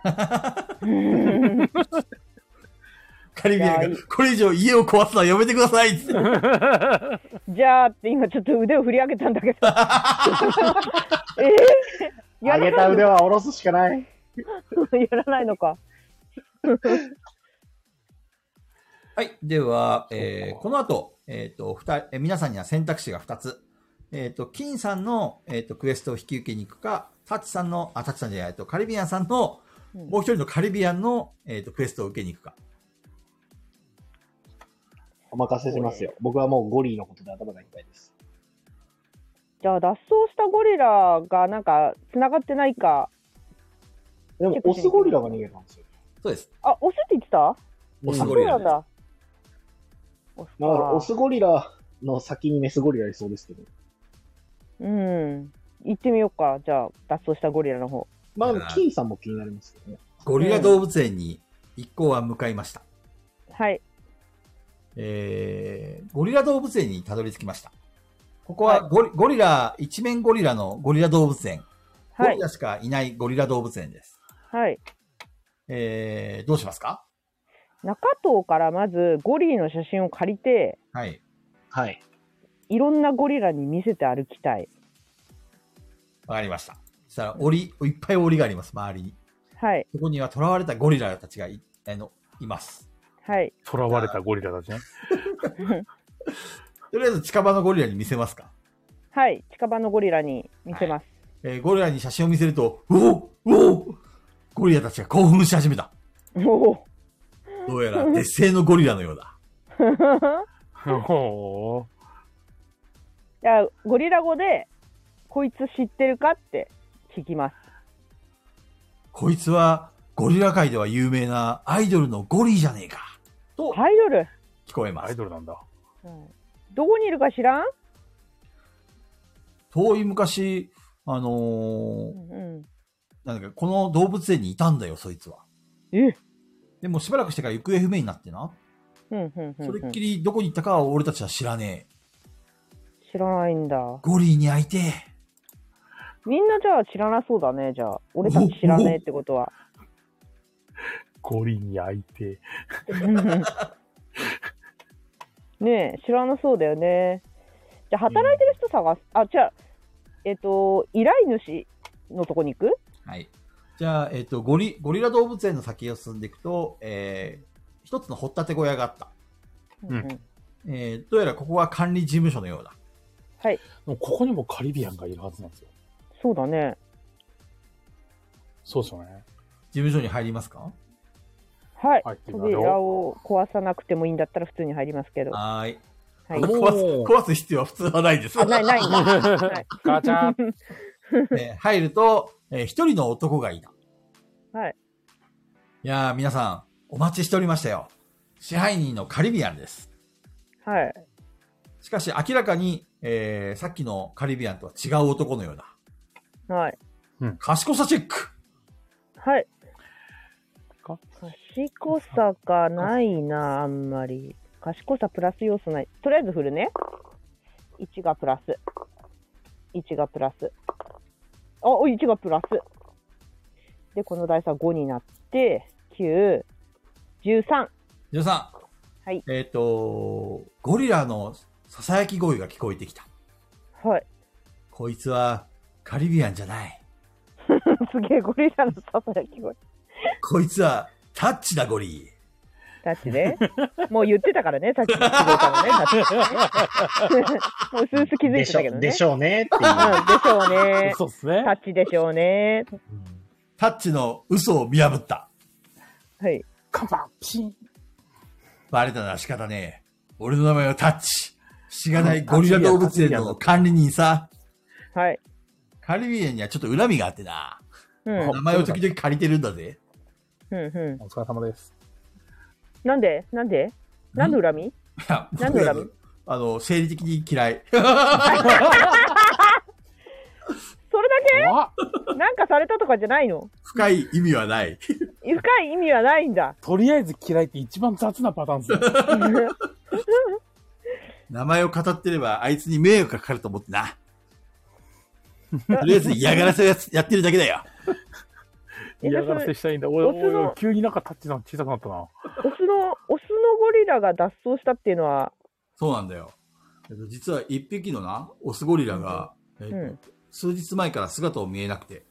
S1: カリビア
S5: いや
S1: ン
S5: い
S1: が
S5: い、
S1: これ以上家を壊すのはやめてくださいっつって
S5: じゃあって今ちょっと腕を振り上げたんだけど。えー、や
S3: 上げ
S5: ら
S3: た
S5: ない
S3: 腕は下ろすしかない。
S5: やらないのか。
S1: はい。では、えー、
S2: そうか
S1: この後、えっ、と、二人えー、皆さんには選択肢が二つ。えっ、と、金さんの、えっ、と、クエストを引き受けに行くか、タッチさんの、あ、タッチさんじゃない、えっと、カリビアンさんの、
S5: うん
S1: もう一人のカリビアンの、えっ、と、クエストを受けに行くか。
S3: お任せしますよ。僕はもうゴリーのことで頭がいっぱいです。
S5: じゃあ脱走したゴリラがなんか繋がってないか。
S3: でも、オスゴリラが逃げたんですよ。
S1: そうです。
S5: あ、オスって言ってた？
S1: オス
S5: あ
S1: ゴリラ
S5: そうなんだ。オス
S3: だから、オスゴリラの先にメスゴリラいそうですけど。
S5: うん。行ってみようか。じゃあ脱走したゴリラの方。
S3: まあ、でも
S1: はい
S3: キンさんも気になりますけどね。
S1: ゴリラ動物園に一行は向かいました。
S5: はい。
S1: えー、ゴリラ動物園にたどり着きました。ここはゴリ,、ゴリラ、一面ゴリラのゴリラ動物園。ゴ
S5: は
S1: リ
S5: い。
S1: ラしかいないゴリラ動物園です。
S5: はい。
S1: えー、どうしますか
S5: 中藤からまずゴリの写真を借りて、
S1: はい。
S3: はい。
S5: いろんなゴリラに見せて歩きたい。
S1: わかりました。そしたら、檻、いっぱい檻があります、周りに。
S5: はい。
S1: そこには囚われたゴリラたちがい、あの、います。
S5: はい。
S2: 囚われたゴリラた ちね。
S1: とりあえず近場のゴリラに見せますか。
S5: はい。近場のゴリラに見せます。
S1: えーゴリラに写真を見せると、うおうおゴリラたちが興奮し始めた。
S5: おお。
S1: どうやら、鉄製のゴリラのようだ。
S2: おー
S5: いや、ゴリラ語で、こいつ知ってるかって聞きます。
S1: こいつは、ゴリラ界では有名なアイドルのゴリじゃねえか。と、
S5: アイドル、
S1: 聞こえま
S2: アイ
S1: す。
S2: ドルなんだ。
S5: どこにいるか知らん、
S1: 遠い昔、あのー
S5: うん、
S1: なんか、この動物園にいたんだよ、そいつは。
S5: え
S1: でも、しばらくしてから行方不明になってな。
S5: うんうんうん
S1: それ
S5: う
S1: っ
S5: ん
S1: きりどこに行ったかは俺たちは知らねえ。
S5: 知らないんだ。
S1: ゴリーに会いてえ。
S5: みんなじゃあ知らなそうだね、じゃあ。俺たち知らねえってことは。
S2: ゴリに相手。
S5: ねえ、知らなそうだよね。じゃあ、働いてる人探す。あ、じゃあ、えっ、と、依頼主のとこに行く
S1: はい。じゃあ、えっ、と、ゴリ、ゴリラ動物園の先を進んでいくと、えー、一つの掘ったて小屋があった。
S2: うん
S1: えー、どうやらここは管理事務所のようだ。
S2: もうここにもカリビアンがいるはずなんですよ。
S5: そうだね。
S2: そうですよね。
S1: 事務所に入りますか
S5: はい。
S2: 入ってみまし
S5: 扉
S2: ょ
S5: を壊さなくてもいいんだったら普通に入りますけど。は
S1: はーい。
S5: い。
S1: 壊す、
S2: おー。
S1: 壊す必要は普通はないです。
S5: あ、ない、ない、ない。はい う
S2: ガチャン。
S1: えー 入ると、えー一人の男がいた。
S5: はい。
S1: いやー、皆さん、お待ちしておりましたよ。支配人のカリビアンです。
S5: はい。
S1: しかし、明らかに、えー、さっきのカリビアンとは違う男のようだ。
S5: はい。
S1: 賢さチェック
S5: はい。
S2: か
S5: 賢賢さがないな、あんまり。賢さプラス要素ない。とりあえず振るね。1がプラス。1がプラス。あ、お1がプラス。で、このダイスは5になって、9、13。
S1: 皆さん。
S5: はい
S1: えっ、と、ゴリラのささやき声が聞こえてきた。
S5: はい。
S1: こいつはカリビアンじゃない。
S5: すげえ、ゴリラのささやき声。
S1: こいつはタッチだゴリ。
S5: タッチね。もう言ってたからね、さっきの希望からね、タッチね。もうすうす気づい
S3: で
S5: て
S3: しょ
S5: たけどね。
S3: でしょうね って
S5: うんでしょうね。
S2: そうですね
S5: タ。ッチでしょうね。
S1: タッチの嘘を見破った。
S5: はい。
S2: カンパンピン
S1: バレたなら仕方ねえ。俺の名前はタッチ。しがないゴリラ動物園の管理人さ。
S5: はい。
S1: カリビアンにはちょっと恨みがあってな。
S5: うん。
S2: あ
S1: 名前を時々借りてるんだぜ。
S5: うんう
S2: お疲れ様です。
S5: ん。なんでなんで何の恨み
S1: いや、
S5: なんで恨む
S1: 僕あの、生理的に嫌い。
S5: それ
S2: わ
S5: だけなんかされたとかじゃないの
S1: 深い意味はない。
S5: 深い意味はないんだ。
S2: とりあえず嫌いって一番雑なパターンですね。
S1: 名前を語ってれば、あいつに迷惑がかかると思ってな。とりあえず嫌がらせをやつやってるだけだよ。
S5: え
S2: 嫌がらせしたいんだ。おいおい
S5: オス
S2: おい
S5: の、
S2: 急になんかタッチさん小さくなったな。
S5: オスの、オスのゴリラが脱走したっていうのは、
S1: そうなんだよ。えっと実は一匹のな、オスゴリラが、えっと
S5: うん
S1: 数日前から姿を見えなくて。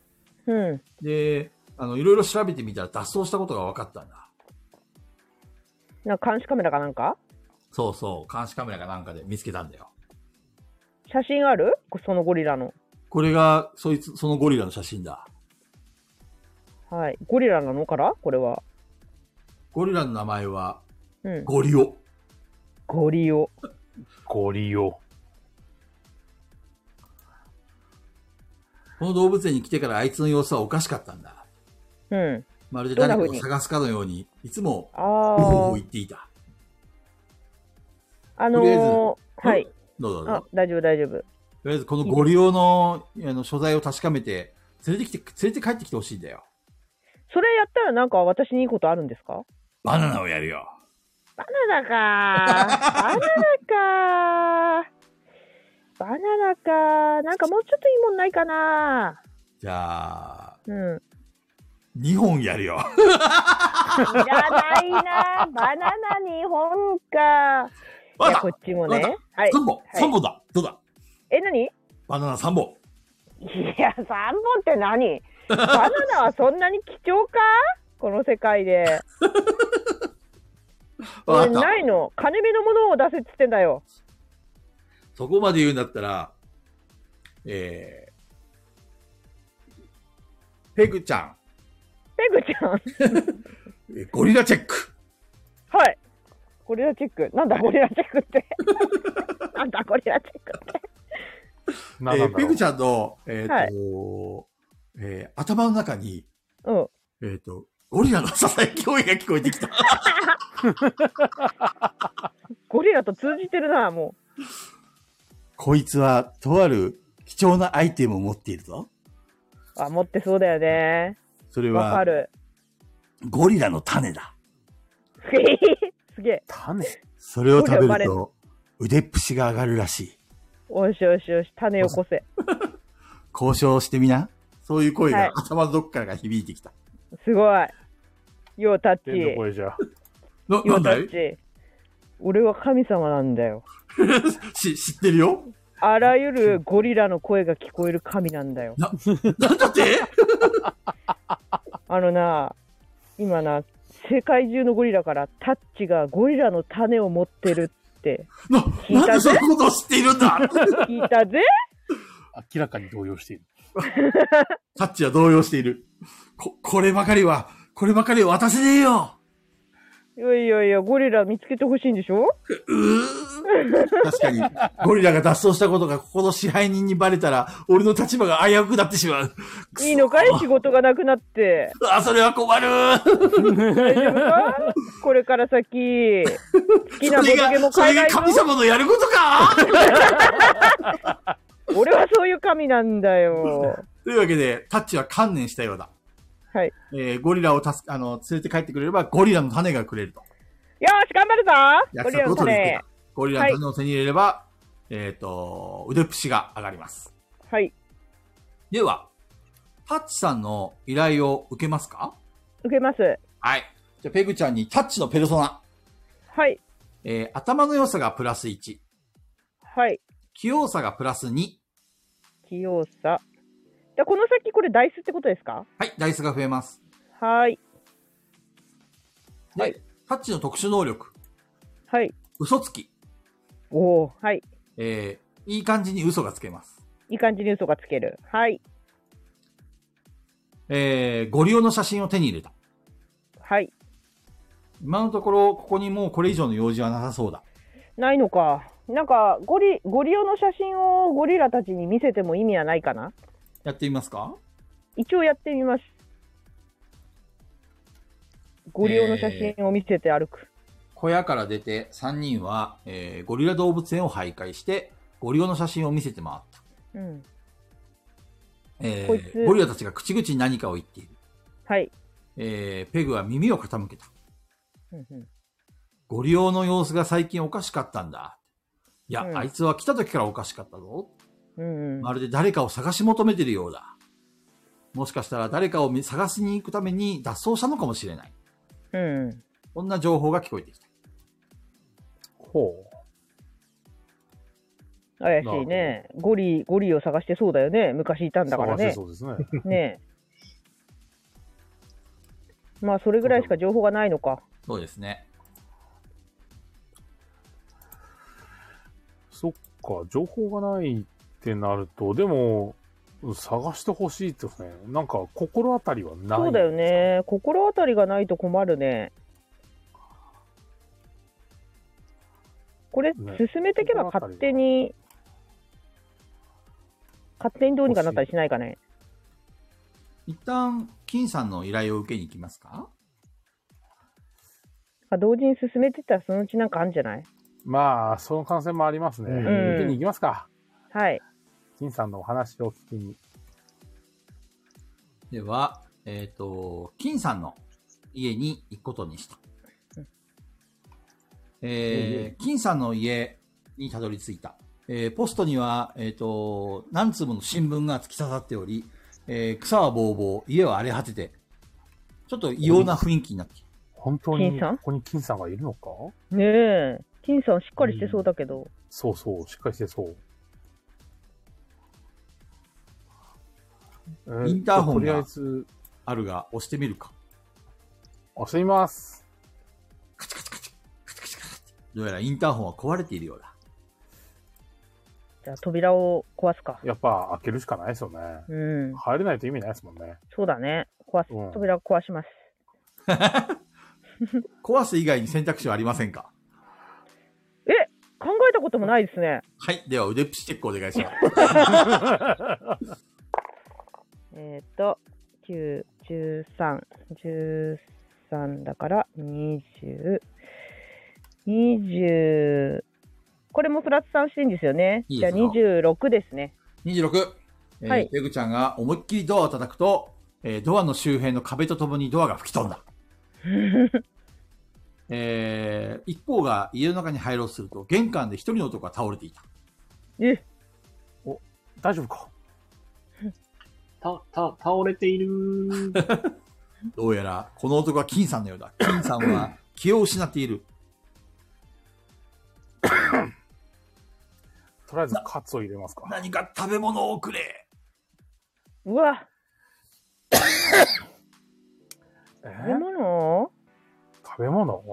S5: うん。
S1: で、あの、いろいろ調べてみたら脱走したことが分かったんだ。
S5: なんか監視カメラかなんか
S1: そうそう、監視カメラかなんかで見つけたんだよ。
S5: 写真あるそのゴリラの。
S1: これが、そいつ、そのゴリラの写真だ。
S5: はい。ゴリラなのからこれは。
S1: ゴリラの名前は、
S5: うん。
S1: ゴリオ。
S5: ゴリオ。
S2: ゴリオ。
S1: この動物園に来てからあいつの様子はおかしかったんだ。
S5: うん。
S1: まるで誰か
S5: どんな
S1: を
S5: 風に
S1: 探すかのように、いつも、
S5: あ
S1: うほう
S5: あ
S1: 言。っていた。
S5: あ
S1: とりあえず
S5: のー、はい。
S1: どうぞどう
S5: あ
S1: ぞ。、
S5: 大丈夫、大丈夫。
S1: とりあえず、このゴリオの、あの、所在を確かめて、連れてきて、連れて帰ってきてほしいんだよ。
S5: それやったらなんか私にいいことあるんですか
S1: バナナをやるよ。
S5: バナナかー。バナナかー。バナナかー。なんかもうちょっといいもんないかな
S1: じゃあ、
S5: ー。うん。
S1: 2本やるよ。
S5: いらないなー。バナナ2本かー。
S1: わか
S5: いや、
S1: った
S5: こっちも
S1: わかっ
S5: ね。はい。
S1: 3本、3本だ。どうだ
S5: え、何い
S1: バナナ3本。
S5: や、3本っ て何バナナはそんなに貴重かこの世界で。
S1: わか
S5: 俺
S1: った。
S5: ないの。金目のものを出せっつってんだよ。
S1: そこまで言うんだったら、えー、ペグちゃ
S5: ペグちゃん。
S1: ん、えゴリラチェック。
S5: はい。ゴリラチェック。なんだゴリラチェッ クって。なんだゴリラチェックって。
S1: え
S2: な
S1: ー
S2: なんだ
S1: ペ
S2: ろう
S1: グちゃんの、え
S5: は
S1: ー
S5: い
S1: とえー頭の中に、
S5: うん。
S1: えーと、ゴリラのささやき声が聞こえてきた。
S5: ゴリラと通じてるな、も
S1: こいつは、とある貴重なアイテムを持っているぞ。
S5: う。あ、持ってそうだよね。
S1: それ
S5: わか
S1: は、
S5: る。
S1: ゴリラの種だ。
S5: すげえ。
S2: 種
S1: それを食
S5: ゴリラ
S1: べ
S5: バレ
S1: る
S5: る
S1: と、腕っぷしが上がるらしい。
S5: おしおしおし、種をこせ。
S1: 交渉してみな。そういう声
S5: は
S1: が
S5: い
S1: 頭のどっからが響いてきた。
S5: すごい。ようタッチ。
S2: 天の
S5: よ
S2: 声じゃ。
S1: な、な
S5: うんタ
S1: だい
S5: ッチ。俺は神様なんだよ。
S1: し、知ってるよ
S5: あらゆるゴリラの声が聞こえる神なんだよ。
S1: なんだって
S5: あのな、今な、世界中のゴリラからタッチがゴリラの種を持ってるって
S1: な、
S5: 聞いた
S1: なん
S5: ぜ
S1: でそのことを知っているん だ
S5: 聞いたぜ。
S2: 明らかに動揺している。
S1: タッチは動揺している。こ、こればかりは、こればかりは渡せねえよ
S5: いやいやいや、ゴリラ見つけてほしいんでしょ
S1: 確かに、ゴリラが脱走したことがここの支配人にバレたら、俺の立場が危うくなってしまう。くそ
S5: いいのかい仕事がなくなって。
S1: あ、それは困る。
S5: 大丈夫か これから先、好きな
S1: そ
S5: ボド
S1: れ
S5: ゲも
S1: が、そ
S5: 買
S1: れ
S5: えな
S1: が
S5: いぞ
S1: 神様のやることか
S5: 俺はそういう神なんだよ。
S1: というわけで、タッチは観念したようだ。
S5: はい。
S1: えーゴリラを助け、あの、連れて帰ってくれれば、ゴリラの種がくれると。
S5: よーし、頑張るぞ
S1: 約
S5: ゴリラ
S1: 束を取り付
S5: の
S1: け
S5: 種
S1: た。。ゴリラの種を手に入れれば、えっ、と、腕っぷしが上がります。
S5: はい。
S1: では、タッチさんの依頼を受けますか
S5: 受けます。
S1: はい。じゃあ、ペグちゃんにタッチのペルソナ。
S5: はい。
S1: えー頭の良さがプラス1、
S5: はい。
S1: 器用さがプラス2。
S5: 器用さ。じゃあ、この先これダイスってことですか
S1: はい、ダイスが増えます。
S5: はーい。
S1: で、タッチの特殊能力、
S5: はい。
S1: 嘘つき。
S5: おおはい。
S1: えーいい感じに嘘がつけます。
S5: いい感じに嘘がつける。はい。
S1: えー、ゴリオの写真を手に入れた。
S5: はい。
S1: 今のところ、ここにもうこれ以上の用事はなさそうだ。
S5: ないのか。なんか、ゴリ、ゴリオの写真をゴリラたちに見せても意味はないかな
S1: やってみますか
S5: 一応やってみます。ゴリオの写真を見せて歩く。
S1: 小屋から出て、3人は、えーゴリラ動物園を徘徊して、ゴリオの写真を見せて回った。
S5: うん。
S1: えー
S5: こいつ
S1: ゴリラたちが口々に何かを言っている。
S5: はい。
S1: えーペグは耳を傾けた。
S5: うんうん
S1: ゴリオの様子が最近おかしかったんだ。いや、
S5: うん
S1: あいつは来た時からおかしかったぞ。
S5: うんうん
S1: まるで誰かを探し求めているようだ。もしかしたら誰かを見探しに行くために脱走したのかもしれない。
S5: うんうん。
S1: こんな情報が聞こえてきた。
S2: ほ
S5: 怪しいね。ゴリ、ゴリを探してそうだよね。昔いたん
S2: う。
S5: だから
S2: 探せ
S5: ね。
S2: そうですね。
S5: ねえ。まあ、それぐらいしか情報がないのか。
S1: そうですね。
S2: そっか、情報がないってなると、でも、探してほしいってことね。なんか、心当たりはない。
S5: そうだよ。ね。心当たりがないと困るね。これ、
S2: ね
S5: 進めていけば勝手に、勝手にどうにかなったりしないかね。
S1: 一旦、金さんの依頼を受けに行きますか
S5: あ同時に進めてったらそのうちなんかあるんじゃない
S2: まあ、その可能性もありますね。
S3: うん
S2: 受けに行きますか。
S5: はい。
S2: 金さんのお話を聞きに。
S1: では、えっ、と、金さんの家に行くことにした
S5: うん。
S1: えー、金さんの家にたどり着いた。えー、ポストには、えっ、と、何通もの新聞が突き刺さっており、えー、草はぼうぼう、家は荒れ果てて、ちょっと異様な雰囲気になってきた。
S2: 本当に、
S5: 金さん
S2: ここに金さんがいるのか
S5: ねえ。金さんしっかりしてそうだけど。
S2: そうそう、しっかりしてそう。えっと
S1: インターホンが
S2: とりあえず、
S1: あるが、押してみるか。
S2: 押してみます。
S1: カチャカチャカチャ、カチャカチャカチャ。どうやらインターホンは壊れているようだ。
S5: じゃあ扉を壊すか。
S2: やっぱ、開けるしかないですよね。
S5: うん。
S2: 入れないと意味ないですもんね。
S5: そうだね。壊す。
S2: うん
S5: 扉を壊します。
S1: 壊す以外に選択肢はありませんか
S5: 考えたこともないですね。
S1: はい。では、腕っぷしチェックお願いします。
S5: えっ、ー、と、9、13、13だから、20、20、これもプラス3していいんですよね。
S1: いい
S5: じゃ
S1: で
S5: あ
S1: すよ
S5: 26ですね。
S1: 26、えー
S5: はい
S1: ペグちゃんが思いっきりドアを叩くと、えードアの周辺の壁とともにドアが吹き飛ん だ。えー一方が家の中に入ろうとすると、玄関で一人の男が倒れていた。
S5: え、
S2: 大丈夫か
S3: た、た、倒れているー。
S1: どうやら、この男は金さんのよう だ。金さんは気を失っている。
S2: とりあえず、カツを入れますか。
S1: 何か食べ物をくれ。
S5: うわ、
S2: え
S5: 食べ物
S2: 食べ物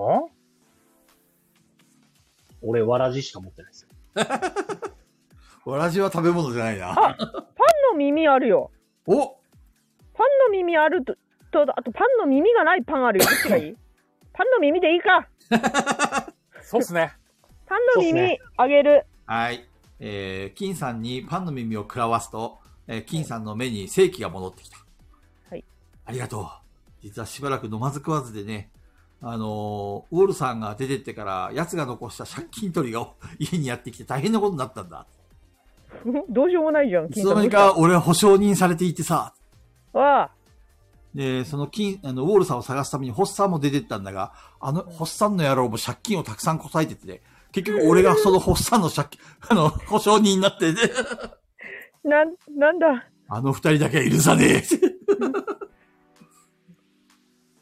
S3: 俺、わらじしか持ってないですよ。
S1: わらじは食べ物じゃないな。
S5: パンの耳あるよ。
S1: お
S5: パンの耳あると、とあとパンの耳がないパンあるよ。どっちがいいパンの耳でいいか。
S2: そうっ すね。
S5: パンの
S3: そうっすね
S5: 耳あげる。
S1: はい。えー金さんにパンの耳を食らわすと、えー金さんの目に正気が戻ってきた。
S5: はい。
S1: ありがとう。実はしばらく飲まず食わずでね、あのーウォルさんが出てってから、奴が残した借金取りが 家にやってきて大変なことになったんだ。
S5: どうしようもないじゃん。
S1: いつの間にか俺は保証人されていてさ、
S5: わあ、
S1: で、その金、あの、ウォールさんを探すためにホッサンも出てったんだが、あの、ホッサンの野郎も借金をたくさんこさえてて、結局俺がそのホッサンの借金、 あの、保証人になってね、
S5: なん、なんだ、
S1: あの二人だけは許さ ねえ。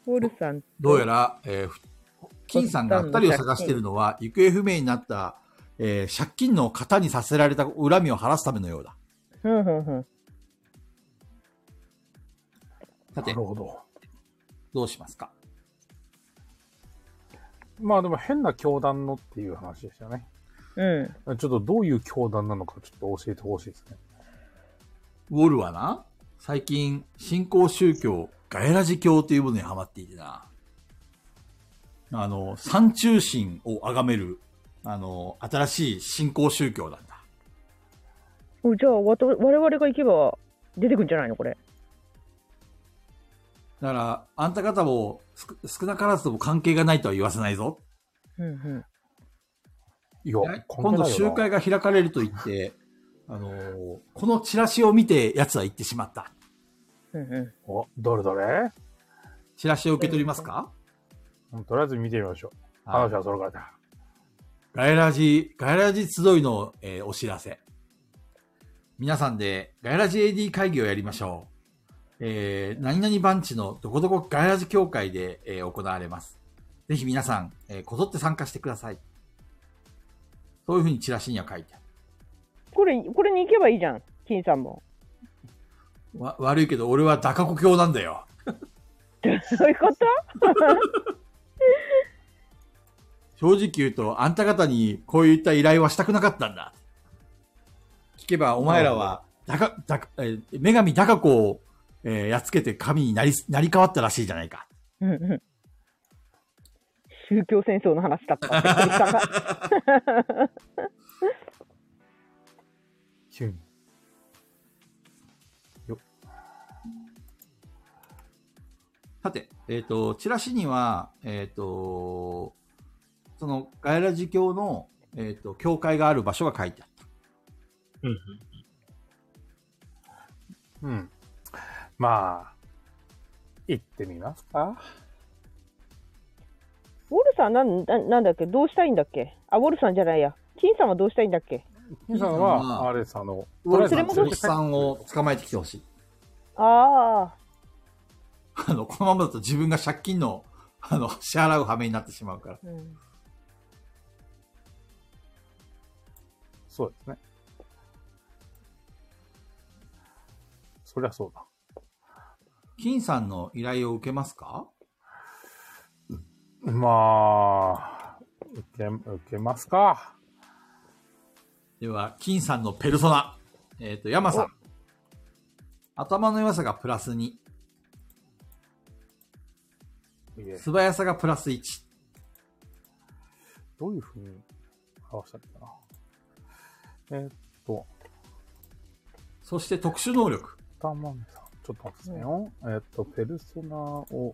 S5: ウォルさん。
S1: どうやら、えーふ金さんが二人を探しているのは、行方不明になった、えー借金の方にさせられた恨みを晴らすためのようだ。
S5: ふんふんふん。
S1: さ
S2: な
S1: て
S2: る、ほど。
S1: どうしますか
S2: まあでも変な教団のっていう話でしたね。
S5: うん。
S2: ちょっとどういう教団なのかちょっと教えてほしいですね。
S1: ウォルはな、最近、新興宗教、ガエラジ教というものにハマっていてな、あの、三中心を崇める、あの、新しい新興宗教なんだ。
S5: おじゃあ、わた我々が行けば出てくんじゃないのこれ。
S1: だから、あんた方もすく少なからずとも関係がないとは言わせないぞ。
S5: うんうん。
S2: いや、
S1: 今度集会が開かれると言って、あのーこのチラシを見て奴は言ってしまった。
S5: うんうん。
S2: お、どれどれ
S1: チラシを受け取りますか、
S2: うんとりあえず見てみましょう。
S1: はい
S2: 話はそれからだ。
S1: ガイラジ、ガイラジ集いの、えーお知らせ。皆さんでガイラジ AD 会議をやりましょう。えー、何々番地のどこどこガイラジ協会で、えー行われます。ぜひ皆さん、えーこぞって参加してください。そういうふうにチラシには書いてある。
S5: これ、これに行けばいいじゃん。金さんも。
S1: わ悪いけど俺はダカコ教なんだよ。
S5: そういうこと
S1: 正直言うと、あんた方にこういった依頼はしたくなかったんだ。聞けば、お前らは、だか、だか、えー女神ダカ子を、えーやっつけて神になり、なり変わったらしいじゃないか。
S5: うんうん。宗教戦争の話だ ったって言ったら。
S2: ヒュン。
S1: さて、えっ、と、チラシには、えっ、と、その、ガイラ寺教の、えっ、と、教会がある場所が書いてあった。
S3: うんうん。
S2: うん。まあ、行ってみますか。
S5: ウォルさんなんな、なんだっけどうしたいんだっけあ、ウォルさんじゃないや。金さんはどうしたいんだっけ
S2: ヒュ
S1: ヒュ
S2: ンさん
S1: ンさん
S2: は、
S1: は
S2: あれです、あの、
S1: 俺
S5: そ
S1: さ
S5: れ
S1: ん、
S5: も
S1: おじさんを捕まえてきてほしい。
S5: ああ、
S1: あの、このままだと自分が借金の、あの、支払う羽目になってしまうから。
S5: うん。
S2: そうですね。そりゃそうだ。
S1: 金さんの依頼を受けますか
S2: まあ、受け、受けますか。
S1: では、金さんのペルソナ。えっ、と、山さん。頭の良さがプラス2、
S2: いえ
S1: 素早さがプラス1。
S2: どういうふうに表したのかな。えーっと、
S1: そして特殊能力。
S2: タマンさん、ちょっと待ってねよ。えーっと、ペルソナを、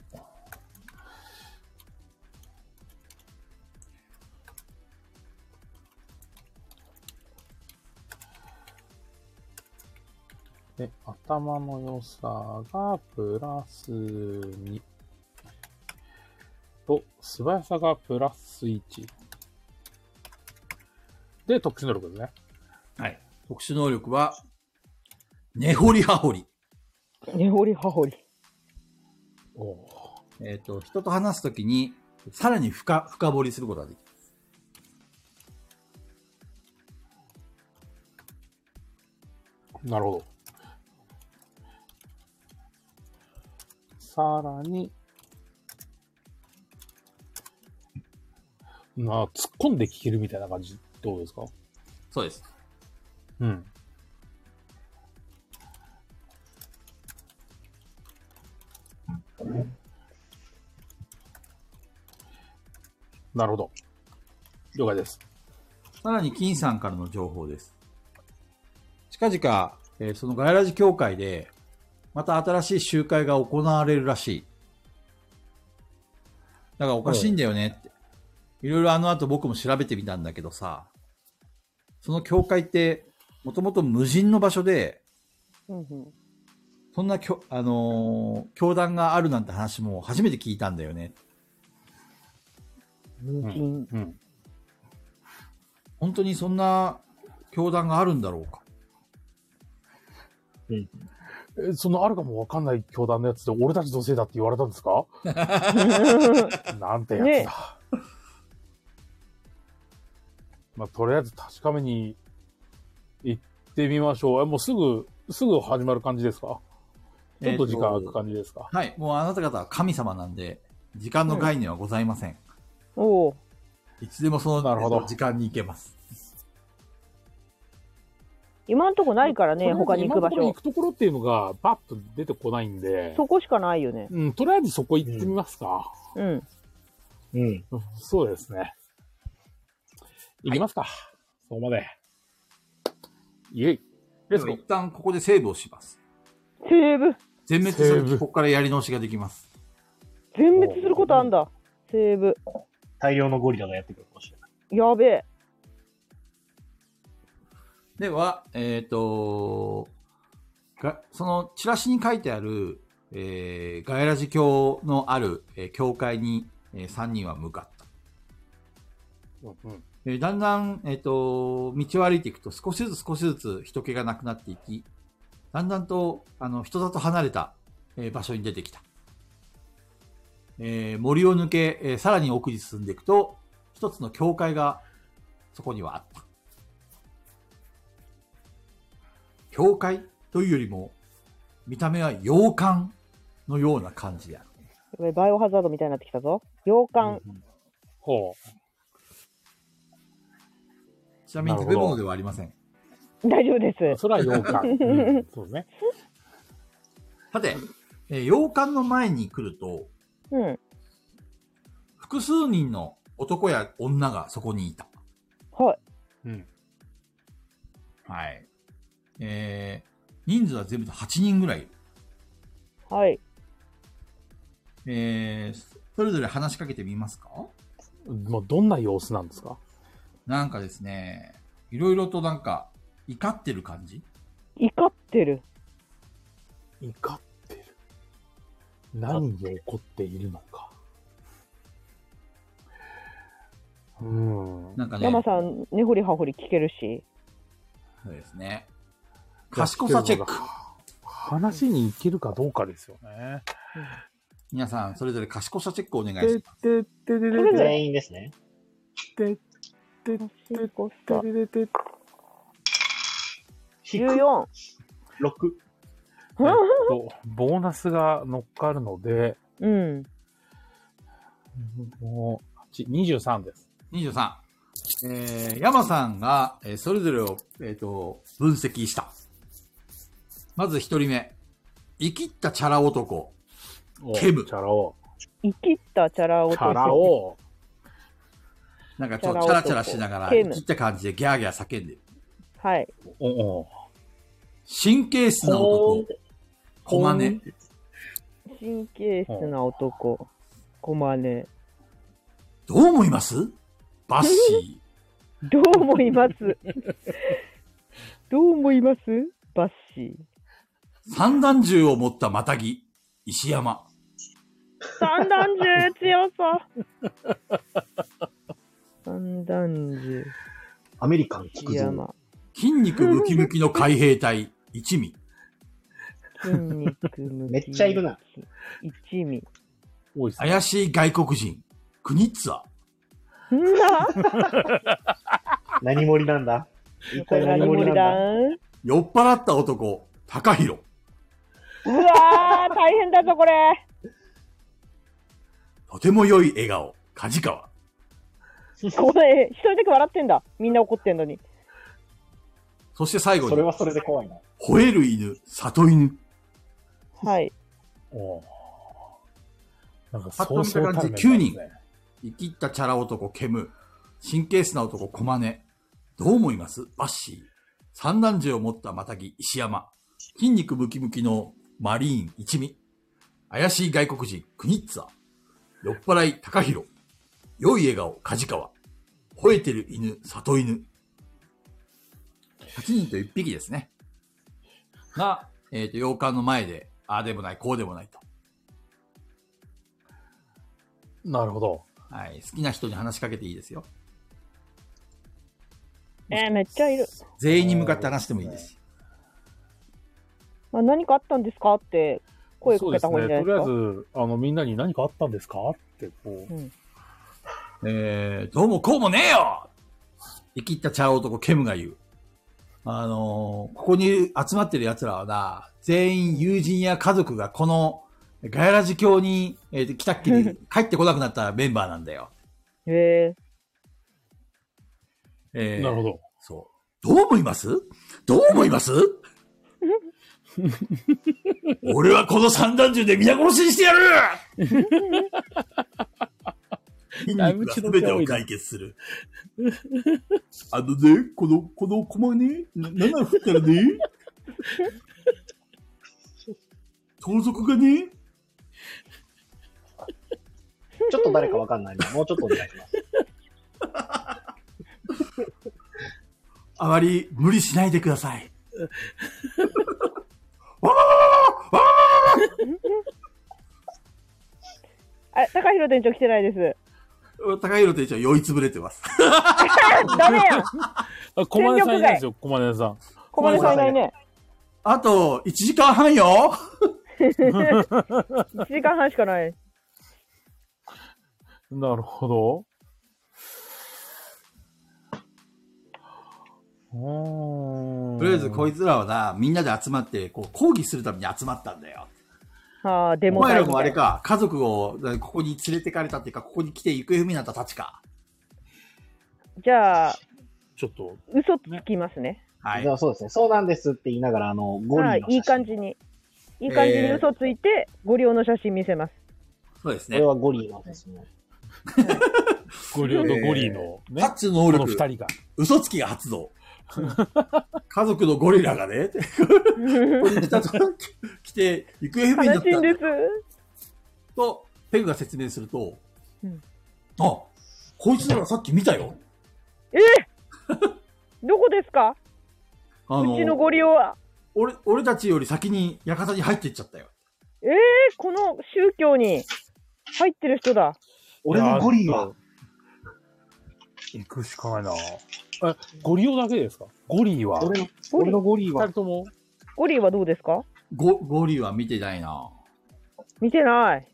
S2: で、頭の良さがプラス2と、素早さがプラス1。で、特殊能力ですね。
S1: はい。特殊能力は、根掘り葉掘り。
S5: 根掘り葉掘り。
S2: おお。
S1: えっ、と、人と話すときに、さらに深、深掘りすることができる。
S2: なるほど。さらに、まあ、突っ込んで聞けるみたいな感じ、どうですか
S1: そうです。
S2: うん。なるほど。了解です。
S1: さらに金さんからの情報です。近々、えーそのガイラジ協会で、また新しい集会が行われるらしい。だからおかしいんだよねって。いろいろあの後僕も調べてみたんだけどさ、その教会って、もともと無人の場所で、
S5: うんうん。
S1: そんなきょ、あのー教団があるなんて話も初めて聞いたんだよね。
S4: 無人。
S2: うん。
S1: 本当にそんな教団があるんだろうか。
S2: え、そのあるかもわかんない教団のやつで俺たちのせいだって言われたんです かなんてやつだ。まあ、とりあえず確かめに行ってみましょう。えもうすぐ、すぐ始まる感じですかちょっと時間空く感じですか、
S1: はい。もうあなた方は神様なんで、時間の概念はございません。
S5: おお。
S1: いつでもその
S2: なるほど
S1: 時間に行けます。
S5: 今んとこないからね、
S2: と
S5: 他
S2: りあえ
S5: に
S2: ず
S5: 行く場
S2: 今のところ行
S5: 所。
S2: くところっていうのがパッと出てこないんで、
S5: そこしかないよね。
S2: うん、とりあえずそこ行ってみますか。
S5: うん。
S3: うん。
S2: うんそうですね。行きますか。そこまで。イェイ。レッツゴー
S1: 一。旦ここでセーブをします。
S5: セーブ。
S1: 全滅す
S2: セー
S1: る
S2: ブ
S1: とここからやり直しができます。
S5: 全滅することあんだ。セーブ。
S3: 大量のゴリラがやってくるかもしれない。
S5: やべえ。
S1: では、えっ、とが、そのチラシに書いてある、えー、ガイラジ教のある、えー教会に、え3人は向かった。
S2: うん
S1: えーだんだん、えっ、と、道を歩いていくと少しずつ少しずつ人気がなくなっていき、だんだんと、あの、人里離れた、えー場所に出てきた。えー森を抜け、えーさらに奥に進んでいくと、一つの教会が、そこにはあった。教会というよりも、見た目は洋館のような感じである。
S5: やべえバイオハザードみたいになってきたぞ。洋館。
S2: ほう。
S1: ちなみに食べ物ではありません。
S5: 大丈夫です。
S2: それは洋館。うんそうね。
S1: さて、えー洋館の前に来ると、
S5: うん。
S1: 複数人の男や女がそこにいた。
S5: はい。
S2: うん。
S1: はい。えー、人数は全部で8人ぐらいいる。
S5: はい。
S1: えー、それぞれ話しかけてみますか
S2: もうどんな様子なんですか
S1: なんかですね、いろいろとなんか、怒ってる感じ
S5: 怒ってる。
S2: 怒ってる。何に怒っているのか。うん。
S1: なんかね、
S5: 山さん、根掘り葉掘り聞けるし。
S1: そうですね。賢さチェック。
S2: 話に行けるかどうかですよね。
S1: 皆さん、それぞれ賢さチェックお願い
S2: て
S1: し
S2: っ
S1: ます。
S2: てってれれれ
S3: 全員ですね。
S2: てって
S5: 賢
S2: て
S5: さ
S2: れれて。
S3: 低く
S5: 14。
S3: 6。
S2: えっと、ボーナスが乗っかるので、
S5: うん。
S2: もう、8 23です。
S1: 23。えー、山さんが、えーそれぞれを、えっ、と、分析した。まず一人目。生きったチャラ男。
S2: お
S1: ケブ
S2: チャラを。
S5: 生きったチャラ
S2: チ
S5: 男。
S2: ャラを。
S1: なんかちょっとチャラチャラしながら、
S5: チャラ
S1: 生
S5: 男
S1: きった感じでギャーギャー叫んでる。
S5: はい。
S2: おお。
S1: 神経質な男。コマネ。
S5: 神経質な男。コマネ。
S1: どう思いますバッシ
S5: どう思いますどう思いますバッシ
S1: ー。三段銃を持ったマタギ。石山。
S5: ー。三段銃強そう。三段銃
S3: アメリカン聞くぞ。
S5: 山。
S1: 筋肉ムキムキの海兵隊。一味。
S5: 筋肉むき
S3: めっちゃいるな。
S5: 一味。
S2: 多いですね。
S1: 怪しい外国人。クニッツァ。
S5: んな
S3: 何盛りなんだ一
S5: こ
S3: 体
S5: れ何
S3: 何盛
S5: 盛
S3: りな
S5: り
S3: ん
S5: だ
S3: だ
S5: ん
S1: 酔っ払った男。高弘。
S5: うわー、大変だぞ、これ。
S1: とても良い笑顔。梶川。
S5: これ、一人だけ笑ってんだ。みんな怒ってんのに。
S1: そして最後
S3: それ
S1: に、
S3: はそれで怖いな。
S1: 吠える犬、里犬。
S5: はい。
S2: おお。なんか
S1: パッと
S2: そう
S1: 見た
S2: そう
S1: 感じ
S2: たるメンバーですね
S1: 生きったチャラ男、ケム。神経質な男、コマネ。どう思いますバッシー。三男児を持ったマタギ、石山。筋肉ムキムキのマリーン、一味。怪しい外国人、クニッツァ。酔っ払い、高弘。良い笑顔、梶川。吠えてる犬、里犬。8人と1匹ですね。が、えっ、と、洋館の前で、ああでもない、こうでもないと。
S2: なるほど。
S1: はい。好きな人に話しかけていいですよ。
S5: えー、めっちゃいる。
S1: 全員に向かって話してもいいですし。
S5: あ何かあったんですかって声
S2: そう
S5: かけ
S2: で
S5: た
S2: す
S5: 方がいいん
S2: ね。
S5: じゃな
S2: と
S5: い
S2: りあ
S5: です
S2: え
S5: か。
S2: ず、あの、みんなに何かあったんですかって、こう、
S1: えー、どうもこうもねえよ生きったちゃう男、ケムが言う。あのーここに集まってる奴らはな、全員友人や家族がこのガヤラジ教に、えー、来たっきり帰ってこなくなったメンバーなんだよ。
S5: え
S1: えー
S2: なるほど。
S1: そう。どう思いますどう思います俺はこの散弾銃で皆殺しにしてやる筋
S2: だい
S1: 肉
S2: ぶ
S1: が
S2: 血の
S1: 全
S2: 気
S1: て
S2: 多
S1: を
S2: いな
S1: 解決する。あのね、この、この駒ね、な7振ったらね、盗賊がね、
S3: ちょっと誰かわかんないんで、もうちょっとお願いします。
S1: あまり無理しないでください。
S5: あれ、高弘店長来てないです。
S1: 高弘店長酔いつぶれてます。
S5: ダメ やん
S2: あ、小金さんいないですよ、小金さん。
S5: 小金さんいない ね。
S1: あと、1時間半よ
S5: 1時間半しかない。
S2: なるほど。うーん
S1: とりあえずこいつらはな、みんなで集まって、こう、抗議するために集まったんだよ。
S5: ああ、で
S1: お
S5: も
S1: 前らもあれか、家族をだここに連れてかれたっていうか、ここに来て行方不明になったたちか。
S5: じゃあ、
S2: ちょっと、
S5: 嘘つきますね。
S1: はい
S3: じゃ。あそうですね。そうなんですって言いながら、あの、ゴリの写
S5: はい、
S3: 真。
S5: いい感じに。いい感じに嘘ついて、ご利用の写真見せます。
S1: そうです
S3: こ
S1: ね
S3: れ。はゴリの写真。
S2: ゴリオとゴリのね
S1: タ、ッチの能
S2: この
S1: 力、
S2: 二人が。
S1: 嘘つきが発動。 家族のゴリラがね、ここに来たと来て、行方不明にな
S5: 悲
S1: っ
S5: しい
S1: た
S5: ん
S1: ん
S5: で
S1: だ
S5: す。
S1: と、ペグが説明すると、
S5: うん
S1: あ、こいつらさっき見たよ。
S5: えどこですか
S1: あ
S5: うちのご利用は。
S1: 俺、俺たちより先に館に入っていっちゃったよ。
S5: えー、この宗教に入ってる人だ。
S3: 俺のゴリ
S2: いや
S3: は、
S2: 行くしかないなえ、ゴリオだけですかゴリは。
S3: 俺の、俺のゴリ
S2: 二
S3: は、
S2: 人とも。
S5: ゴリはどうですか
S1: ゴ、ゴリは見てないな。
S5: 見てない。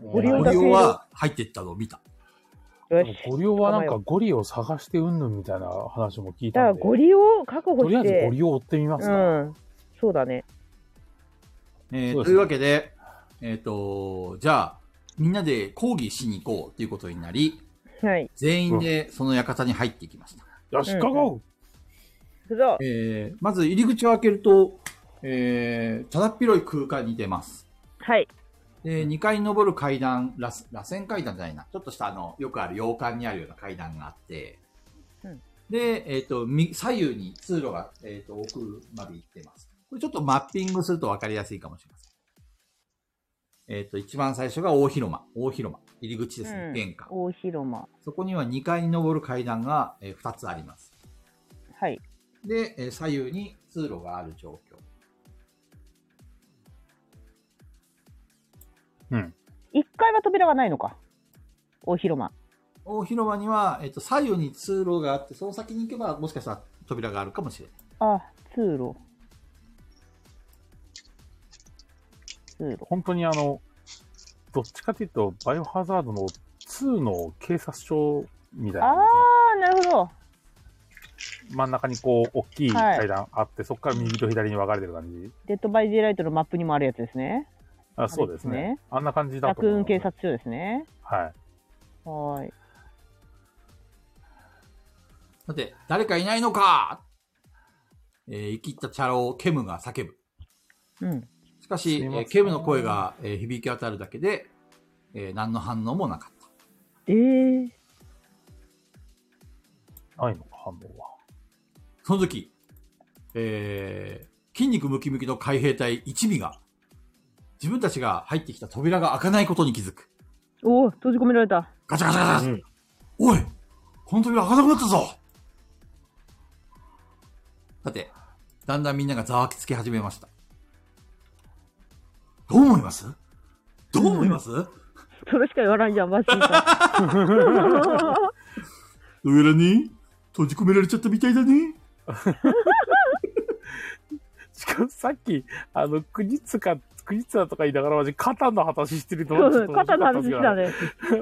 S2: ゴ
S5: リオ
S1: ゴ
S5: だけ
S1: リオは入っていったのを見た。
S5: よし。
S2: ゴリオはなんかゴリを探してうんぬんみたいな話も聞い
S5: だ
S2: た
S5: から
S2: んで。
S5: ゴリを確保
S2: とりあ
S5: し
S2: えずゴ
S5: て。
S2: リを追ってみます
S5: う
S2: か。
S5: ん。そうだね。
S1: えー
S2: そうですね
S1: というわけで、えっ、と、じゃあ、みんなで抗議しに行こうということになり、
S5: はい。
S1: 全員でその館に入っていきました。
S2: よし、かご
S5: 行くぞ。
S1: えーまず入り口を開けると、えー、ただっ広い空間に出ます。
S5: はい。
S1: で、2階に登る階段、らせ螺旋階段じゃないな。ちょっとしたあの、よくある洋館にあるような階段があって、
S5: うん
S1: で、えっ、と、み左右に通路が、えっ、と、奥まで行ってます。これちょっとマッピングすると分かりやすいかもしれません。えっ、と、一番最初が大広間。大広間。入り口ですね。
S5: うん
S1: 玄関。
S5: 大広間。
S1: そこには2階に登る階段が、え2つあります。
S5: はい。
S1: で、えー左右に通路がある状況。
S5: 1階は扉がないのか。大広間。
S1: 大広間には、えっ、と、左右に通路があって、その先に行けば、もしかしたら扉があるかもしれない。
S5: あ、通路。通路。
S2: 本当にあの、どっちかというと、バイオハザードの2の警察署みたい
S5: あ
S2: な、ね、
S5: あ、なるほど。
S2: 真ん中にこう、大きい階段あって、そこから右と左に分かれてる感じ。
S5: デッドバイデイライトのマップにもあるやつですね。
S2: あそうです
S5: あれです
S2: ね
S5: ね。
S2: あんな感じだと
S5: 楽
S2: 思う。
S5: 運警察署ですね。
S2: はい。
S5: はーい。
S1: さて、誰かいないのかえー、生きったチャラ男、ケムが叫ぶ。
S5: うん。
S1: しかし、
S2: す
S1: え
S2: いません
S1: ーケムの声が、えー響き渡るだけで、えー何の反応もなかった。
S5: えー、
S2: ないのか、反応は。
S1: その時、えー筋肉ムキムキの海兵隊一味が、自分たちが入ってきた扉が開かないことに気づく。
S5: おお、閉じ込められた。
S1: ガチャガチャガチャ、
S3: うん
S1: おいこの扉開かなくなったぞさて、だんだんみんながざわつき始めました。どう思いますどう思います
S5: それしか言わないじゃん、マジで。
S1: どうやらね、閉じ込められちゃったみたいだね。
S2: しかもさっき、あの、クニツカ、クニツだとか言いながら、私、肩の話してると思って
S5: 肩の話した。ね。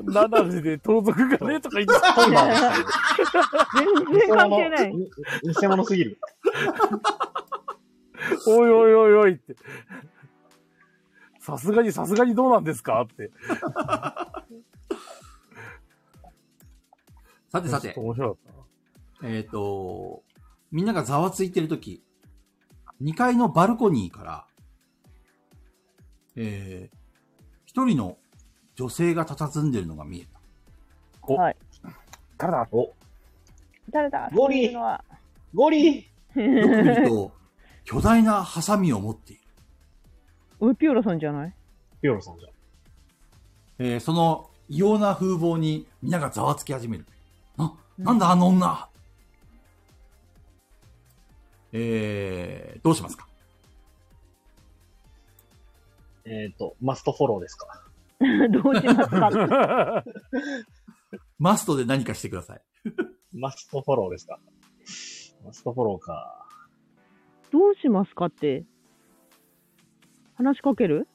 S2: 七時で盗賊がね、とか言って
S3: そう
S2: た。
S3: なんですよ
S5: 全然 関係ない。
S3: 偽物偽物すぎる。
S2: おいおいおいおいって。さすがに、さすがにどうなんですかって。
S1: さてさて
S2: ちょっと、面白かっ
S1: えっ、と、みんながざわついてるとき、2階のバルコニーから、えー、一人の女性が佇んでるのが見えた。
S2: た。誰だ
S3: お、
S5: 誰だ
S3: ゴリ
S5: そういうのは
S3: ゴリ
S1: よく見ると、巨大なハサミを持っている。
S5: ウピオラさんじゃない
S3: ピオロさんじゃん。
S1: えーその異様な風貌にみんながざわつき始める。あ、なんだあの女、えー、どうしますか
S3: えっ、と、マストフォローですか。
S5: どうしますか
S1: マストで何かしてください。
S3: マストフォローですか。マストフォローか。
S5: どうしますかって。話しかける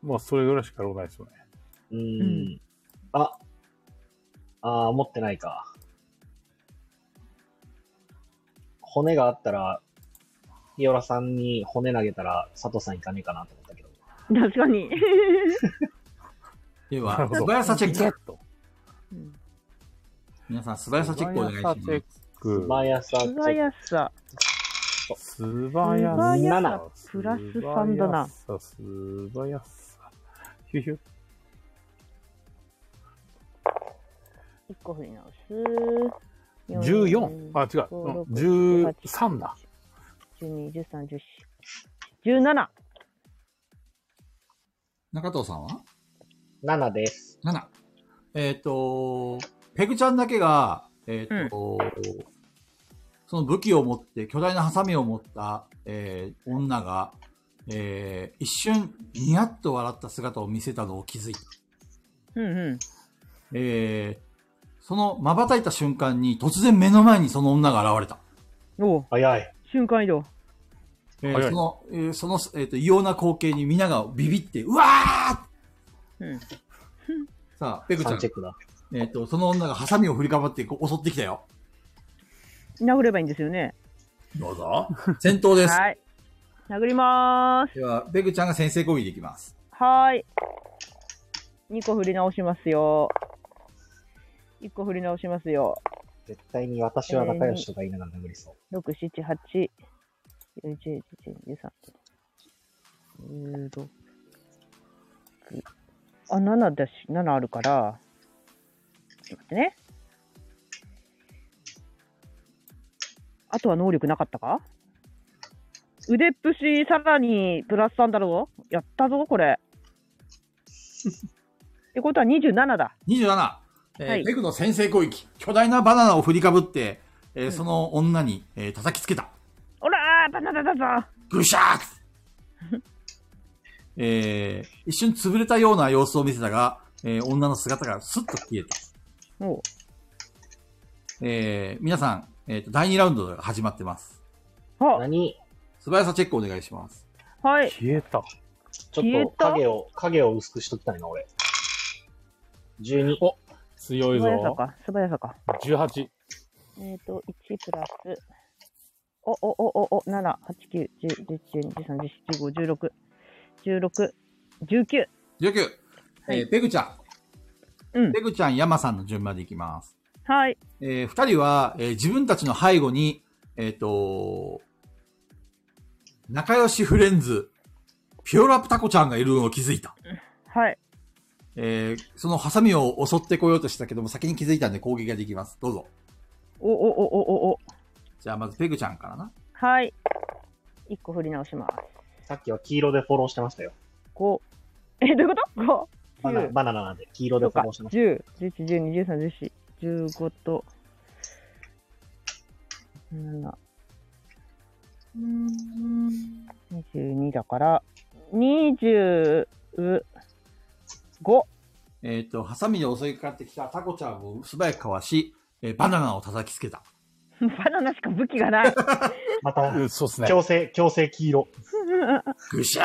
S2: まあ、それぐらいしかろうないですよね。
S3: うーん。
S5: うん
S3: あ、あー持ってないか。骨があったら、ピオラさんに骨投げたら、佐藤さんいかねえかなと思ったけど。
S5: 確かに。
S1: で
S2: なる
S1: は、
S2: ほど
S1: 素早さチェッ
S2: ゲッ
S1: ク。
S2: ト。
S5: うん
S1: 皆さん、素早さチェックお願いします
S2: 素早さチェッ。
S3: 素早さ、
S5: 素早
S2: 素早
S5: さ。
S2: さ。
S5: 素
S3: 早さ
S5: プラス三だな
S2: 素早さ、素早さ。ヒュヒュ。
S5: 一個振り直す。
S2: 14。あ、違う。うん13だ。。
S5: 12、13、14。17。
S1: 中藤さんは
S3: 7です。
S1: ?7。えっ、と、ペグちゃんだけが、えっ、と、その武器を持って、巨大なハサミを持った、えー女が、えー一瞬、ニヤッと笑った姿を見せたのを気づいた。
S5: うんうん。
S1: えーその瞬いた瞬間に突然目の前にその女が現れた。
S5: おう
S3: 早い。
S5: 瞬間移動。
S1: えー
S2: 早
S1: そ
S2: い
S1: の、えーその、えっ、と、異様な光景に皆がビビって、うわー
S5: うん。
S1: さあ、ペグちゃ
S3: 3
S1: ん
S3: チ、ェックだ。
S1: えっ、と、その女がハサミを振りかばってこう襲ってきたよ。
S5: 殴ればいいんですよね。
S1: どうぞ。戦闘です。
S5: はい。殴りまーす。
S1: では、ペグちゃんが先制攻撃できます。
S5: はーい。2個振り直しますよ。1個振り直しますよ。
S3: 絶対に私は仲良しとか言いながら殴りそう。
S5: 六七八九十十一十三十六あ七だし七あるからちょっと待ってねあとは能力なかったか腕っぷしさらにプラス3だろうやったぞこれってことは27だ
S1: 27、えー
S5: はい
S1: ペグの先制攻撃。巨大なバナナを振りかぶって、えー
S5: ん
S1: その女に、えー叩きつけた。
S5: おらーバナナだぞ
S1: ぐしゃーえー一瞬潰れたような様子を見せたが、えー女の姿がスッと消えた。
S5: おう
S1: えー皆さん、えーと、第2ラウンドが始まってます。
S5: は
S3: 何
S1: 素早さチェックお願いします。
S5: はい
S2: 消えた。
S3: ち
S5: 消
S3: ょ
S5: え
S3: っと
S5: た
S3: 影を、影を薄くしときたいな、俺。12。
S2: お強い
S5: 素早さ
S2: ぞ。
S5: か素早さか
S2: 18。
S5: えっ、と、1プラス、お、お、お、お、お、7、8、9、10、11、12、13、14、15、16、16、19。
S1: 19、えーペグちゃん。
S5: うん
S1: ペグちゃん、山さんの順番でいきます。
S5: はい。
S1: えー二人は、えー自分たちの背後に、えっ、と仲良しフレンズ、ピオラプタコちゃんがいるのを気づいた。
S5: はい。
S1: えーそのハサミを襲ってこようとしたけども、先に気づいたんで攻撃ができます。どうぞ。
S5: お、お、お、お、お、お。
S1: じゃあ、まずペグちゃんからな。
S5: はい。1個振り直します。
S3: さっきは黄色でフォローしてましたよ。
S5: 5。え、どういうこと
S3: バナ
S5: ?5
S3: ナ、。バナナなんで、黄色で
S5: そう
S3: フォ
S5: か。
S3: ローしてました。
S5: 10、11、12、13、14、15と、7、 22だから、25。
S1: えっ、と、ハサミで襲いかかってきたタコちゃんを素早くかわし、えーバナナを叩きつけた。
S5: バナナしか武器がない。
S3: また、
S2: うんそうですね。
S3: 強制、強制黄色。
S1: ぐしゃー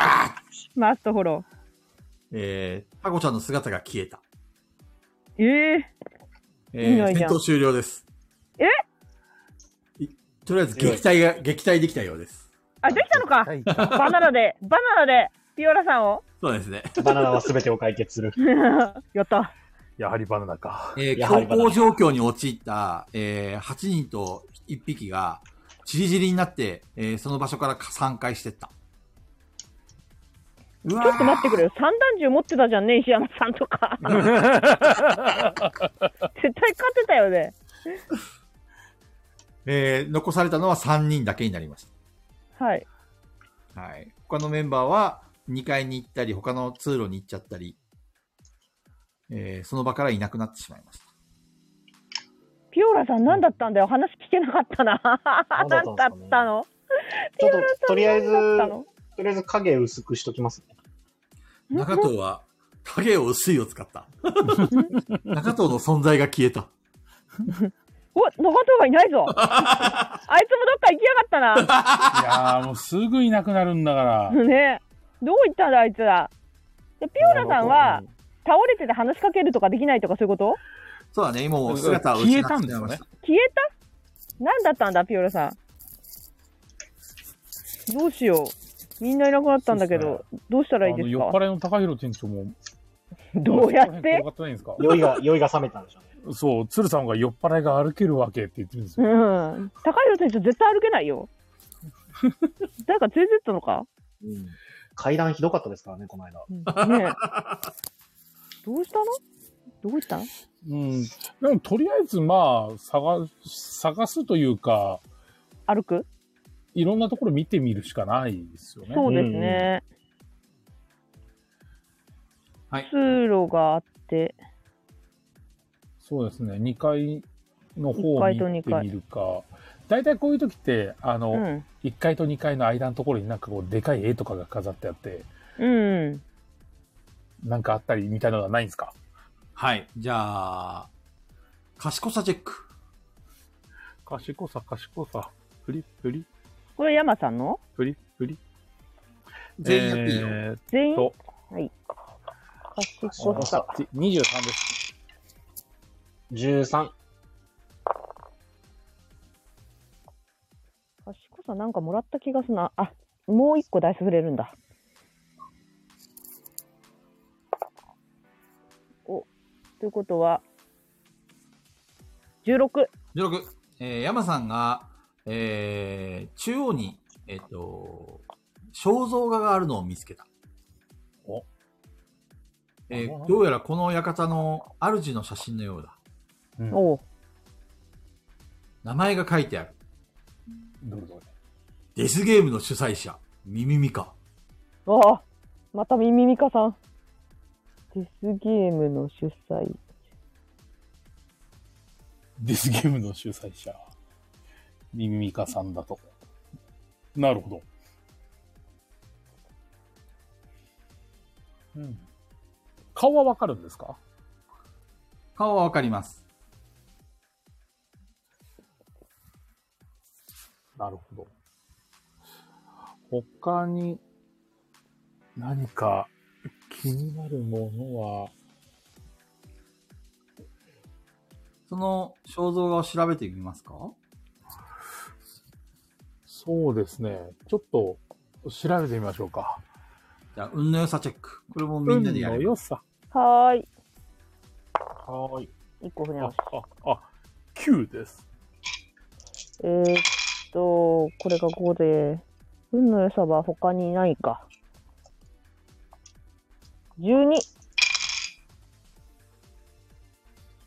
S5: マストフォロ
S1: えー、タコちゃんの姿が消えた。
S5: ー。ええ
S1: えー
S5: いいのいいの
S1: 戦闘終了です。
S5: え
S1: いとりあえず撃退が、撃退できたようです。
S5: あ、できたのか
S2: はい。
S5: バナナで、バナナで、ピオラさんを。
S1: そうですね。
S3: バナナは全てを解決 する。
S5: やった。
S2: やはりバナ ナか。
S1: えー、
S3: やはり
S1: 強行状況に陥った、えー、8人と1匹が、ちりぢりになって、えー、その場所から散開してった。うわ
S5: ちょっと待って
S1: ー
S5: くれよ。散弾銃持ってたじゃんね、石山さん とか。絶対勝てたよね。
S1: えー、残されたのは3人だけになりまし
S5: はい。
S1: た。はい。他のメンバーは、2階に行ったり、他の通路に行っちゃったり、えー、その場からいなくなってしまいました。
S5: ピオラさん何だったんだよ。話聞けなかったな。何
S3: だった
S5: だ
S3: んですかね
S5: ったの
S3: ちょっと、とりあえず、
S5: 何だったの
S3: とりあえず影薄くしときますね。
S1: 中藤は、影を薄いを使 った。中藤の存在が消えた。
S5: お、野方がいない ぞ。あいつもどっか行きやがった
S2: いやーもうすぐいなくなるんだから。
S5: な。ねえどこ行ったんだ、あいつら。でピオラさんは、倒れてて話しかけるとかできないとかそういうこと
S1: そうだね、今もう姿を
S2: 消え
S1: 失
S2: た
S1: っ
S2: ん
S1: て
S2: です
S1: しま
S2: よ
S1: いま
S2: ね
S1: し。
S5: 消えた何だったんだピオラさんどうしようみんないなくなったんだけ
S2: そうっ
S5: ど、どうした
S2: あ
S5: らいい
S2: の
S5: です
S2: 酔っ
S5: か
S2: 払いの高弘店長も。
S5: どうやっ
S2: 転
S5: て
S2: がってないんですか
S3: 酔い が、酔いが冷めたんでしょうね。
S2: そう、鶴さんが酔っ払いが歩けるわけって言ってるんです
S5: う
S2: よ。
S5: ん高弘選手絶対歩けな いよ誰か連れてったのか、
S3: うん。階段ひどかったですからね、この間。
S5: ねえどうしたのどこ行ったの
S2: うん。でもとりあえずまあ、探す、探すというか、
S5: 歩く
S2: いろんなところ見てみるしかないですよね。
S5: そうですね、
S1: はい
S5: 通路があって
S2: そうですね。2階の方
S5: 一
S2: を
S5: 階
S2: 見
S5: と
S2: て
S5: 二階
S2: みるか。大体こういう時って、あ
S5: う
S2: の、
S5: ん
S2: 一1階と2階の間のところになんかこう、でかい絵とかが飾ってあって、
S5: うん
S2: なんかあったりみたいなのがないんですか
S1: はい。じゃあ、賢さチェック。
S2: 賢さ、賢さ。フリッフリ、
S5: これ山さんの
S2: フリフリ。
S1: 全員やっていいよ。
S2: えーっ
S5: 全員
S2: と
S5: はい
S3: そうそ
S5: 賢さ
S3: う
S2: じ23です。
S3: 13。
S5: 賢さなんかもらった気がするな。あ、もう一個ダイス振れるんだ。お、ということは、16。
S1: 16、えー、山さんが、えー、中央に、えっ、と、肖像画があるのを見つけた。
S2: お
S1: え
S2: あ
S1: ー、どうやらこの館の主の写真のようだ。
S2: うん、ど
S5: おう
S1: 名前が書いてある。
S2: れどれ
S1: デスゲームの主催者、ミミミカ。
S5: ああ、またミミミカさん。デスゲームの主催。
S2: ディスゲームの主催者、ミミミカさんだと。なるほど。うん、顔はわかるんですか
S1: 顔はわかります。
S2: なるほど。他に何か気になるものは、
S1: その肖像画を調べてみますか
S2: そうですね。ちょっと調べてみましょうか。
S1: じゃあ、運の良さチェック。これもみんなでや
S2: 運の
S1: る
S2: 良。さ。
S5: はーい。
S3: はーい。
S5: 一個船
S2: あ
S5: 直し。、
S2: あ、あ、9です。
S5: えー、っと、これが5で、運の良さは他にないか。12。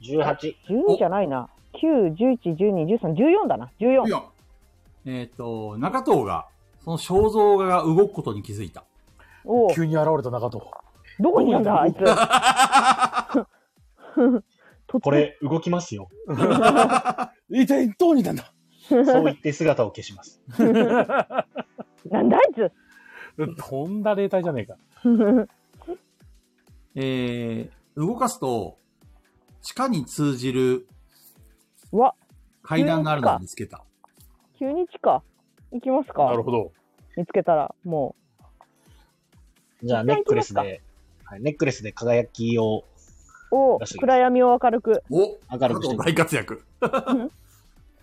S3: 18。
S5: 12じゃないな。9、11、12、13、14だな。14。
S1: よえっ、と、中藤が、その肖像画が動くことに気づいた。
S5: おお、
S2: 急に現れた中と。
S5: どこにいたんだ、あい つ。
S3: こ
S5: 突然
S3: れ、動きますよ。
S2: 一体どうにいたんだ
S3: そう言って姿を消します。
S5: なんだあいつ
S2: 飛んだ霊体じゃねえか。
S1: えー、動かすと、地下に通じる
S5: う わ、
S1: 階段があるのを見つけた。
S5: 急に地下行きます
S2: な
S5: か
S2: るほど。
S5: 見つけたらも
S3: じゃあ、
S5: 一
S3: ネ
S5: 回
S3: ックレスで、はい、ネックレスで輝きを、
S5: うお
S3: らしいです
S5: 暗闇を明るく
S1: お
S3: 明るくして
S1: 大活躍。 そ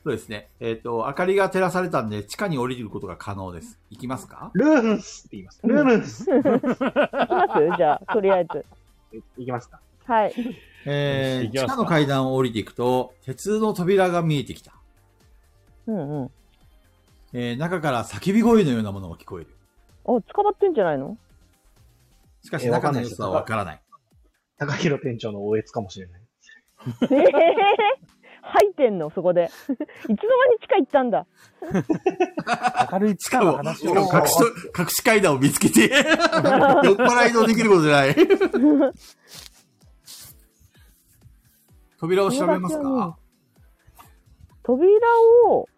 S1: うですね。えっ、と、明かりが照らされたんで、地下に降りることが可能です。行きますか
S3: ルーフンスって言います。ルーフンス
S5: 行きますじゃあとりあえず
S3: いきますか。
S5: はい
S1: えー
S2: 行き
S1: 地
S2: ますか
S1: 下の階段を降りていくと、鉄の扉が見えてきた。
S5: うんうん
S1: えー中から叫び声のようなものが聞こえる。
S5: お捕まってんじゃないの
S1: しか
S3: え
S1: し
S3: ーわか
S1: 中
S3: んな
S1: の
S3: い
S1: 良
S3: です
S1: さはわからない。
S3: 高弘店長の応援かもしれない。
S5: ええ入ってんのそこ でいつの間に地下行ったんだ
S2: 明るい
S1: し
S2: 地
S1: か
S2: 下の
S1: も、
S2: 話
S1: し
S2: を。
S1: かも隠しと、隠し階段を見つけ て、酔っ払いのできることじゃない。 扉を調べますか
S5: 扉を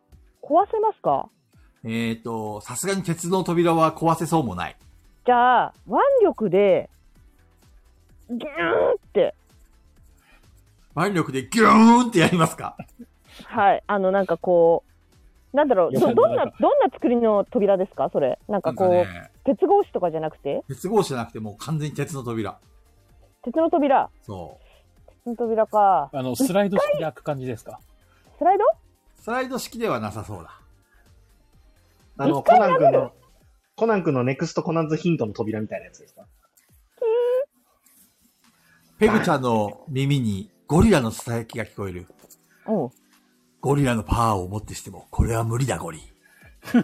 S5: 壊せますか
S1: えっ、と、さすがに鉄の扉は壊せそうもない。
S5: じゃあ腕力でギューンって
S1: 腕力でギューンってやりますか
S5: はいあのなんかこうなんだろう
S2: よ
S5: ど
S2: く
S5: どん
S2: な
S5: なんどんな作りの扉ですかそれなん
S1: な
S5: か
S1: ん
S5: こ
S1: か
S5: う
S1: ね、
S5: 鉄格子とかじゃなくて
S1: 鉄格子じゃなくてもう完全に鉄の扉。
S5: 鉄の扉
S1: そ
S5: 鉄の扉か
S2: あの、スライドして開く感じですか。
S5: スライド
S1: う。スライド式ではなさそうだ。
S3: あの、コナン君の、コナン君のネクストコナンズヒントの扉みたいなやつですか
S1: ペグちゃんの耳にゴリラのささやきが聞こえる。
S5: うん
S1: ゴリラのパワーをもってしても、これは無理だ、ゴリ。
S5: え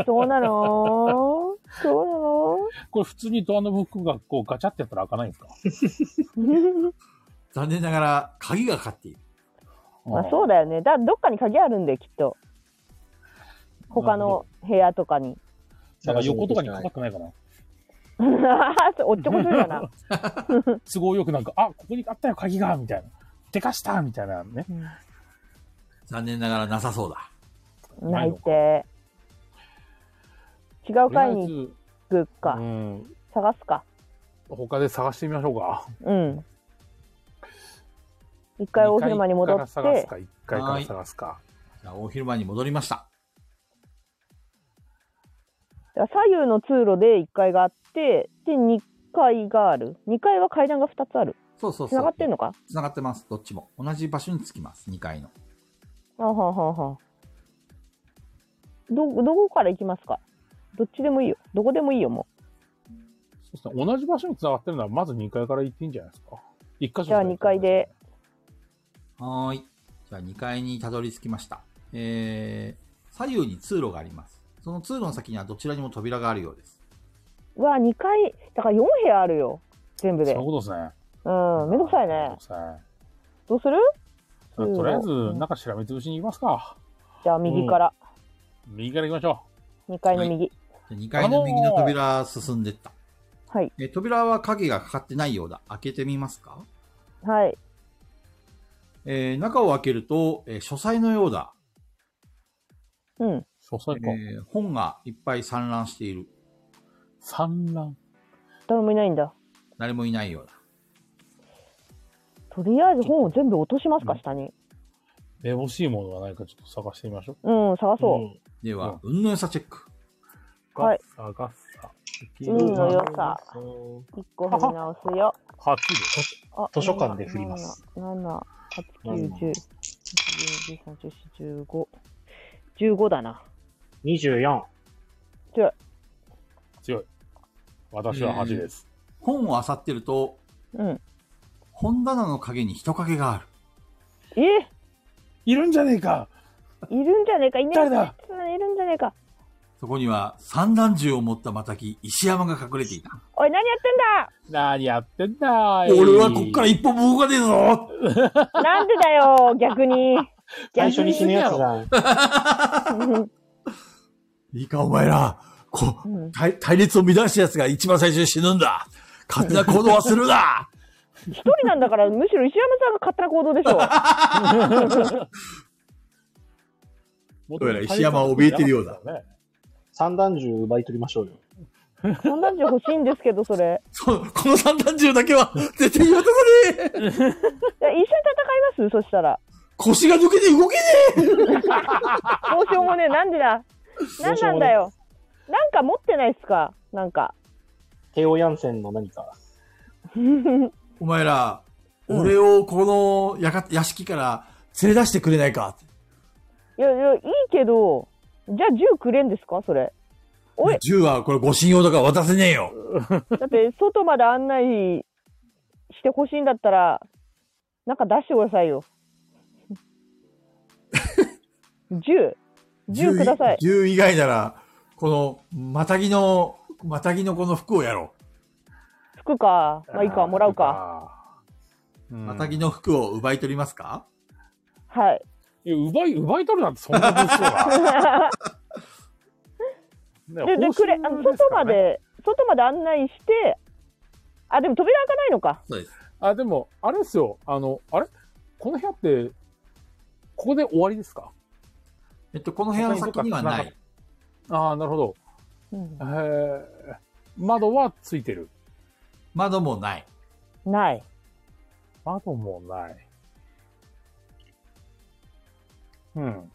S5: ー、そうなのそ
S2: これ普通にドアのブックがこうガチャってやったら開かないんですか
S5: うなの
S1: 残念ながら、鍵がかかっている。
S5: まあそうだよねだどっかに鍵あるんだよきっと他の部屋とかに
S2: なんか横とかにかかってないかな。
S5: あーそうおっちょこちょいだな、
S2: 都合よくなんか、あ、ここにあったよ、鍵がみたいな。でかしたみたいなね。
S1: 残念ながらなさそうだ。
S5: 泣いて違う階に
S2: と
S5: 行く
S2: りあえず
S5: か
S2: うん。
S5: 探すか
S2: 他で探してみましょうか。
S5: うん一回大広間に戻っ
S2: 一回から探
S5: て
S2: すか、一回から探すか。
S1: じゃあ、大広間に戻りました。
S5: だから左右の通路で1階があってで2階がある2階は階段が2つある
S1: そうそうそう。
S5: つながってんのか
S1: つながってます。どっちも。同じ場所につきます。2階の。
S5: あはあはあはあどどこから行きますかどっちでもいいよどこでもいいよも
S2: そうですね。同じ場所に繋がってるなら、まず2階から行っていいんじゃないですか。一箇所
S5: じゃあ二階で。
S1: はーい。じゃあ、2階にたどり着きました。えー、左右に通路があります。その通路の先にはどちらにも扉があるようです。
S5: ううわ2階だから4部屋あるよ全部
S2: そう
S5: で
S2: いうことですね。
S5: うんめんどくさい
S2: めんど
S5: ね
S2: くさ
S5: どうする
S2: い
S5: うん
S2: とりあえず、中しらみつぶしに行きますか。
S5: じゃあ右から、
S2: 右から行きましょ
S5: 2階の右
S1: じゃあ2階の右の扉進んでった。
S5: はい
S1: えー扉は鍵がかかってないようだ。開けてみますか
S5: はい
S1: えー、中を開けると、えー書斎のようだ。
S5: うん
S2: う。書斎か。
S1: えー本がいっぱい散乱している。
S2: 産卵。
S5: 誰もいないんだ
S1: 誰もいないようだ。
S5: とりあえず本を全部落としますか下に
S2: めぼしいものがないかちょっと探してみましょう。
S5: うん探そう、
S1: では、
S2: うん
S1: 運の良さチェック。
S5: はい
S2: ガッサガッサ。
S5: 運の良さ
S3: うん
S5: 1個振り直すよ
S2: 8
S5: あ
S3: 図書館で振ります。
S5: 7、8、9、10、11、12、13、14、15。15だな。
S3: 24。
S2: で。強い。私は8です。
S1: 本を漁ってると、
S5: うん。
S1: 本棚の陰に人影がある。
S5: え
S2: いるんじゃねえか
S5: いるんじゃねえかいねえ
S2: 誰だ
S5: いるんじゃねえか
S1: そこには散弾銃を持ったまたき、石山が隠れていた。
S5: おい、何やっ
S2: 何やってんだい
S1: 俺はこっから一歩も動かねえぞ
S5: てんだなんで だよ、逆に。
S3: 最初に死ぬやつじゃん。
S5: うん
S1: いいか、お前ら。こ
S5: うん
S1: 隊隊列を乱した奴が一番最初に死ぬんだ勝手な行動はするな
S5: 一人なんだから、むしろ石山さんが勝手な行動でしょ。
S2: ど
S1: どうやら石山を怯えてるようだ。
S3: 三段銃奪い取りましょうよ。
S5: 三段銃欲しいんですけど、それ。
S1: そうこの三段銃だけは、絶対に渡さねえ
S5: え一緒に戦いますそしたら。
S1: 腰が抜けて動けね
S5: どうしようもねえ、なんでだ。なんなんだよ。なんか持ってないっすかなんか。
S3: テオヤンセンの何か。
S1: えお前ら、俺をこのやか屋敷から連れ出してくれないかって
S5: いやいや、いいけど、じゃあ銃くれんですかそれ。おい、
S1: 銃はこれ護身用だから渡せねえよ。
S5: だって外まで案内してほしいんだったら、なんか出してくださいよ。銃銃ください。
S1: 銃以外なら、この、またぎの、またぎのこの服をやろ
S5: 服か。まあいいか、もらうか。
S2: か。
S1: う。
S2: ま
S1: またぎの服を奪い取りますか
S5: はい。
S2: いや、奪い、奪い取るなんてそんな物騒 だ。
S5: で、で、くれ、あの外ま
S2: で。
S5: で、外まで案内して、あ、でも扉開かないのか。
S1: そうです。
S2: あ、でも、あれですよ。あの、あれこの部屋って、ここで終わりですか
S1: えっと、この部屋の先にはな
S2: そ
S1: い。
S2: ああ、なるほど。
S5: うん
S2: えー、窓はついてる。
S1: 窓もない。
S5: ない。
S2: 窓もない。うん。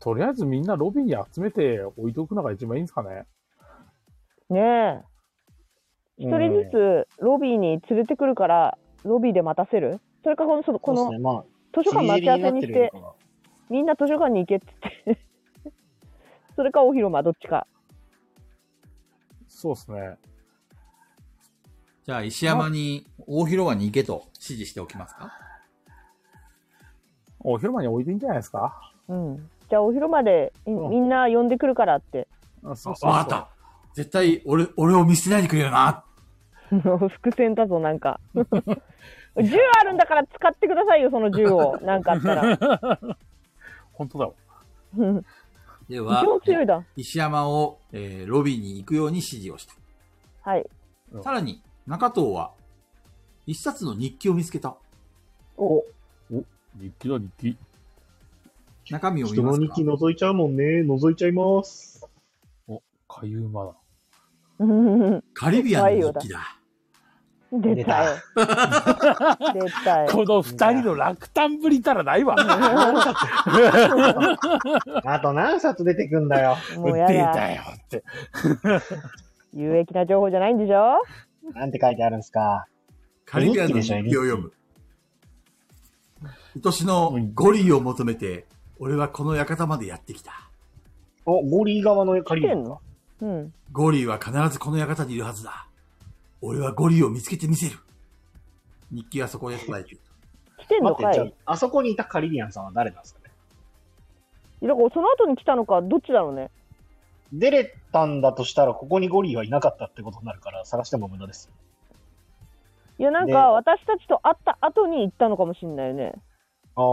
S2: とりあえずみんなロビーに集めて置いておくのが一番いいんですかね。
S5: ねえ。
S2: 一
S5: 一人ずつロビーに連れてくるから、ロビーで待たせるそれかこの、そのこ
S3: そう
S5: の
S3: ですね、まあ、
S5: 図書館待ち合わせに
S3: ギ
S5: し
S3: リギリになってる、のか
S5: みんな図書館に行けっつって。 それか大広間、どっちか。
S2: そうですね。
S1: じゃあ、石山に大広場に行けと指示しておきますか
S2: お広間に置いていいんじゃないですか
S5: うん。じゃあ大広間でい
S2: うん
S5: みんな呼んでくるからって。
S2: あ
S1: あ
S2: そ
S1: わ
S2: うそうそう
S1: かった。絶対、俺、俺を見捨てないでくれよな。
S5: 伏線だぞ、なんか。 銃あるんだから使ってくださいよ、その銃を。なんかあ ったら。
S2: 本当だわ。
S5: うん
S1: で
S5: 一
S1: は、
S5: 番強いだ。
S1: 石山を、えーロビーに行くように指示をした。
S5: はい。
S2: うん
S1: さらに、中藤は、一冊の日記を見つけた。
S3: お、
S2: 日記だ、日記。
S1: 中身を見
S3: 人
S1: ま
S3: の
S1: す
S3: 日
S1: か
S3: 記覗いちゃうもんね。覗いちゃいます。
S2: かゆうまだ。
S5: うん
S1: カリビアンの日記だ。
S5: 出たよ。出たよ。
S2: この二人の落胆ぶりたらないわ。
S3: あと何冊出てくんだ よ。
S5: もうやだ。
S2: よって。
S5: 有益な情報じゃないんでしょ
S3: なんて書いてあるんですか。
S1: カリビアンの日記を読む。今年のゴリを求めて、俺はこの館までやってきた。
S3: お、ゴリー側のカ
S5: 来
S3: リ
S5: て
S3: ー
S5: んのうん。
S1: ゴリは必ずこの館にいるはずだ。俺はゴリを見つけてみせる。日記はそこで伝えている。
S5: 来てんの
S3: 待っ
S5: か
S3: て、
S5: い
S3: じゃあ、あそこにいたカリビアンさんは誰なんですかね
S5: だからその後に来たのか、どっちだろうね。
S3: 出れたんだとしたら、ここにゴリーはいなかったってことになるから、探しても無駄です。
S5: いや、なん
S3: で
S5: か私たちと会った後に行ったのかもしんないよね。
S3: ああ。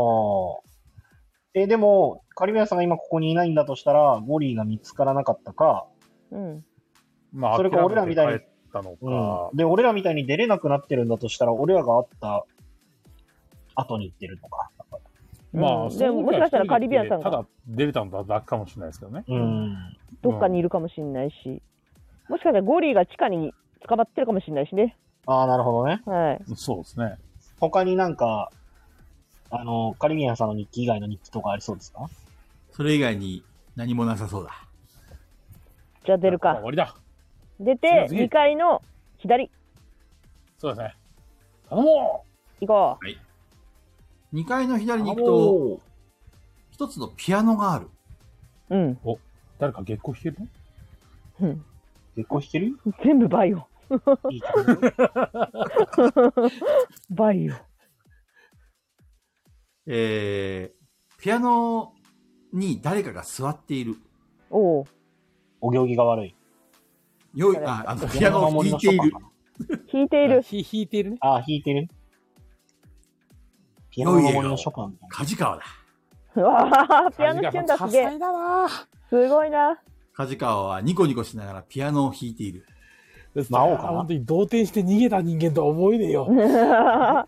S3: え、でも、カリビアンさんが今ここにいないんだとしたら、ゴリーが見つからなかったか、
S5: うん。
S2: まあ、
S3: それか俺らみたいに
S2: 諦めて帰ったのか。
S3: うん。で、俺らみたいに出れなくなってるんだとしたら、俺らが会った後に行ってるのか。
S2: まあ、
S5: うん
S2: そう
S5: でももしかしたらカリビアンさん
S2: た
S5: が
S2: だ出れたのだけかもしれないですけどね。
S3: うん。
S5: どっかにいるかもしんないし。もしかしたらゴリーが地下に捕まってるかもしんないしね。
S3: ああ、なるほどね。
S5: はい。
S2: そうですね。
S3: 他になんか、あの、カリビアンさんの日記以外の日記とかありそうですか
S1: それ以外に何もなさそうだ。
S5: じゃあ出る
S2: あ
S5: か
S2: 終。わりだ。
S5: 出て、
S2: 次次
S5: 2階の左、
S2: そうですね。頼も
S5: 行こ
S1: 2階の左
S2: う
S1: に行く
S2: 頼
S1: と、
S2: もう
S1: 一つのピアノがある。
S5: う。うん。
S2: 誰か月光弾けるの
S5: うん
S3: 結構弾ける
S5: 全部バイオ。
S3: いい曲
S5: バイオ。
S1: えー、ピアノに誰かが座っている。
S5: おう。
S3: お行儀が悪い。
S1: よい、あ、あの、ピアノを弾いている。
S5: 引いている。
S2: ひ弾いているね。
S3: ああ、弾いてるピアノの森のショパンみたいな。
S1: 梶川だ。
S5: う わあ、ピアノ弾けんだ、
S2: カ
S5: す
S2: ジ
S5: げ
S2: カ
S5: え。
S2: さん多彩だな
S5: すごいな。
S1: 梶川はニコニコしながらピアノを弾いている。
S3: 魔王かな
S2: 本当に動転して逃げた人間とは思えねえよ。
S5: 梶
S3: 魔
S5: 川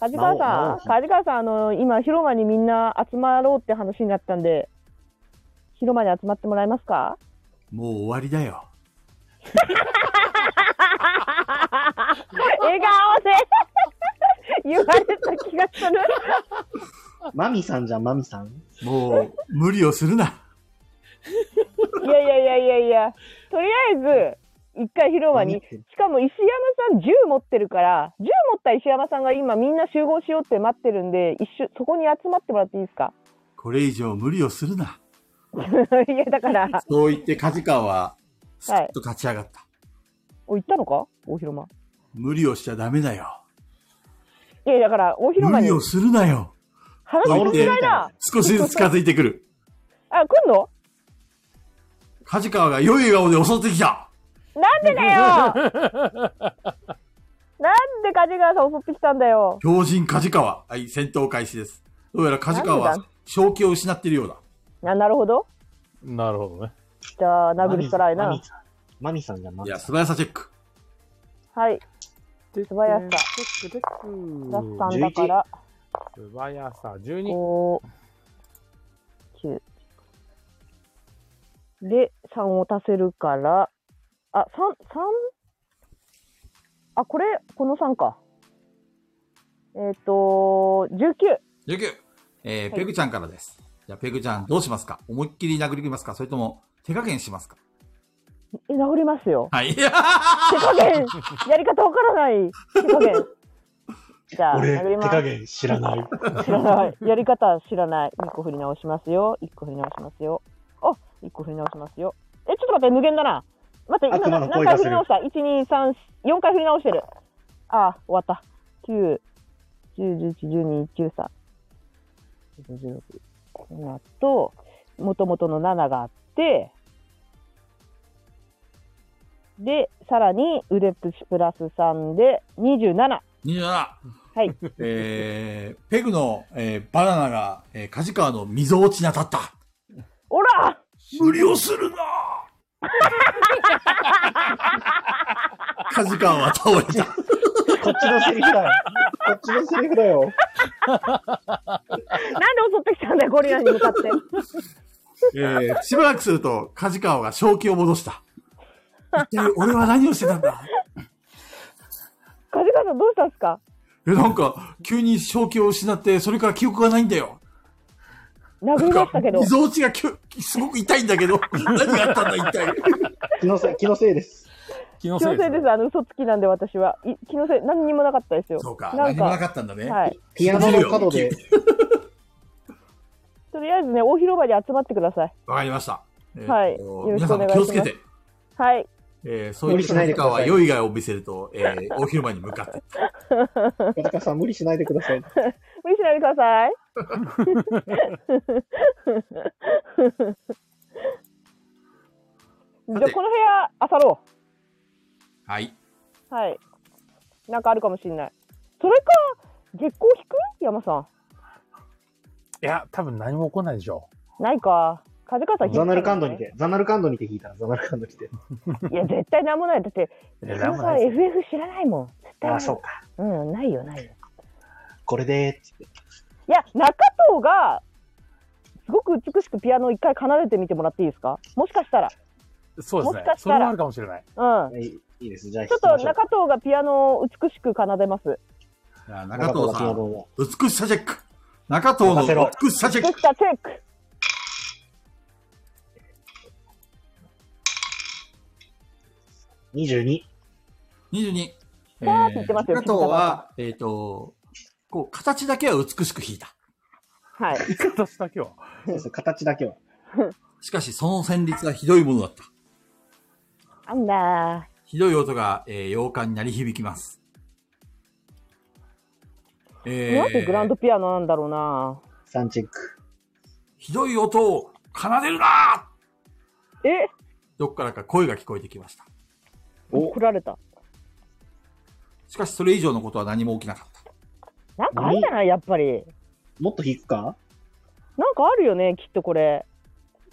S3: 王魔
S5: さ
S3: 王
S5: ん、梶川さん、あの、今、広間にみんな集まろうって話になったんで、広間に集まってもらえますか
S1: もう終わりだよ。
S5: 笑顔で 言われた気がする。
S3: マミさんじゃん、マミさん。
S1: もう、無理をするな。
S5: いやいやいやいやいや、とりあえず、一回広場に、しかも石山さん銃持ってるから、銃持った石山さんが今みんな集合しようって待ってるんで、一緒、そこに集まってもらっていいですか
S1: これ以上無理をするな。
S5: いや、だから、
S1: そう言って梶川は、すっと勝ち上がった。
S5: お、行ったのか大広間。
S1: 無理をしちゃダメだよ。
S5: いや、だから、大広
S1: 無
S5: 間に
S1: 理をするなよ。
S5: 話
S1: と言
S5: の
S1: って
S5: 違いだ。
S1: 少しずつ近づいてくる。
S5: あ、来んの
S1: 梶川が良い笑顔で襲ってきた。
S5: なんでだよ なんで梶川さん襲ってきたんだよ
S1: 強靭梶川。はい、戦闘開始です。どうやら梶川
S5: なん
S1: は
S5: だ
S1: 正気を失っているようだ。
S5: な、なるほど。
S2: なるほどね。
S5: じゃあ、殴るしかない
S3: マ
S5: な
S3: ミ。さん。マミさんじゃん、
S1: い
S3: マミさ
S1: や、
S3: ん。
S1: 素早さチェック。
S5: はい。
S2: 素
S5: 早さ。プラス
S2: 素
S5: さんだから、
S2: 早さ、12。
S5: 5、9。で、3を足せるから、あ、三三あ、これ、この3か。えっ、と、19。
S1: 19。えー
S5: はい
S1: ペグちゃんからです。じゃあ、ペグちゃんどうしますか思いっきり殴りますかそれとも、手加減しますか
S5: え、殴りますよ。
S1: はい。
S5: 手加 減やり方わからない手加減じゃあ、
S3: 俺、
S5: 殴り
S3: 手
S5: ま
S3: 加
S5: す。
S3: 減知らない。
S5: 知らない。やり方知らない。1個振り直しますよ。1個振り直しますよ。あ、1個振り直しますよ。え、ちょっと待って、無限だな。待って、今
S3: 悪魔の
S5: な何
S3: 声
S5: 回
S3: が
S5: 振
S3: す
S5: り
S3: る
S5: 直した ?1、2、3、4回振り直してる。あー、終わった。9、10、11、12、13。16、7と、もともとの7があって、で、さらに腕プラス3で27。。
S1: 27。はい えー、ペグの、えーバナナが、えー、梶川の溝落ちに当たった。
S5: おら
S1: 無理をするな梶川は倒れた。
S3: こっちのセリフだよ。こっちのセリフだよ。
S5: なんで襲ってきたんだよ、ゴリラに向か って。
S1: えー、しばらくすると、梶川が正気を戻した。一体俺は何をしてたんだ
S5: 梶川さん、どうしたんですか
S1: え、なんか、急に正気を失って、それから記憶がないんだよ。
S5: 殴りましたけど。
S1: 溝落ちがきょすごく痛いんだけど、何があったんだ、一体。
S3: 気のせい、気のせいです。
S2: 気の
S5: 気
S2: せ
S5: の
S2: い
S5: せい
S2: で
S5: ですす、あの、嘘つきなんで、私は。い気のせい、何にもなかったですよ。
S1: そうか、
S5: な
S1: 何
S5: ん
S1: も
S5: か、
S1: なかったんだね。
S5: はい。
S3: ピアノの角で、
S5: とりあえずね、大広場に集まってください。
S1: わかりました。えー
S5: はい
S1: と
S5: よろ
S1: 皆
S5: し
S1: さ
S5: く
S1: ん
S5: お
S1: も
S5: 願い
S1: 気をつけ
S5: します
S1: て。
S5: はい。
S1: えー、そういう
S3: 無理しないで
S1: 時
S3: くださ
S1: 間
S3: い
S1: は良い害を見せると、えー、大広場に向かって。
S3: 小高さん無理しないでください。
S5: 無理しないでくださ い。じゃあ、この部屋、あさろ
S1: はい。
S5: う。はい。なんかあるかもしれない。それか、月光引く山さ
S2: いや、多分何も起こんないでしょ
S5: ん。ないか。梶川さん引いて
S3: ザ
S5: たん
S3: ナ
S5: だね
S3: ルカンドにて、ザナルカンドにて弾いた。ザナルカンドにて。
S5: いや、絶対なんもない。だって、
S2: う。
S5: 石
S2: なん
S5: 山
S2: もなん
S5: さ
S2: いです
S5: FF 知らないもん。絶対
S3: あ
S5: な
S3: あ、
S5: い
S3: そうか。
S5: うん、ないよ、ないよ。
S3: これでーって。
S5: いや、中藤が、すごく美しくピアノを一回奏でてみてもらっていいですかもしかしたら。
S2: そうですね
S5: もしか。し
S2: そ
S5: たら
S2: れもあるかもしれない。
S5: うん。
S3: はい、いいです。じゃあ、
S5: ちょっと中藤がピアノを美しく奏でます。
S1: じゃあ
S3: 中
S1: 中藤
S3: 藤
S1: さ
S3: がピア
S1: ん、
S3: ノを。
S1: 美しさチェック。中藤
S3: 任せ
S1: の
S3: ろ
S1: 美しさチェッ
S5: で
S1: ク。
S5: きた、チェック。
S3: 22。
S1: 22。え
S5: わーって言って
S1: ー、
S5: ますよ
S1: 中藤は、えっ、と、こう、形だけは美しく弾いた。
S5: はい。
S2: 形だけは。
S3: そうです形だけは。
S1: しかし、その旋律はひどいものだった。
S5: なんだ
S1: ひどい音が、えー、洋館に鳴り響きます。え
S5: ー。なんでグランドピアノなんだろうな。
S3: 3チェック。
S1: ひどい音を奏でるな
S5: え
S1: どっからか声が聞こえてきました。
S5: 怒られた。
S1: しかし、それ以上のことは何も起きなかった。
S5: なんかあるじゃない、やっぱり。
S3: もっと弾くか
S5: なんかあるよね、きっとこれ。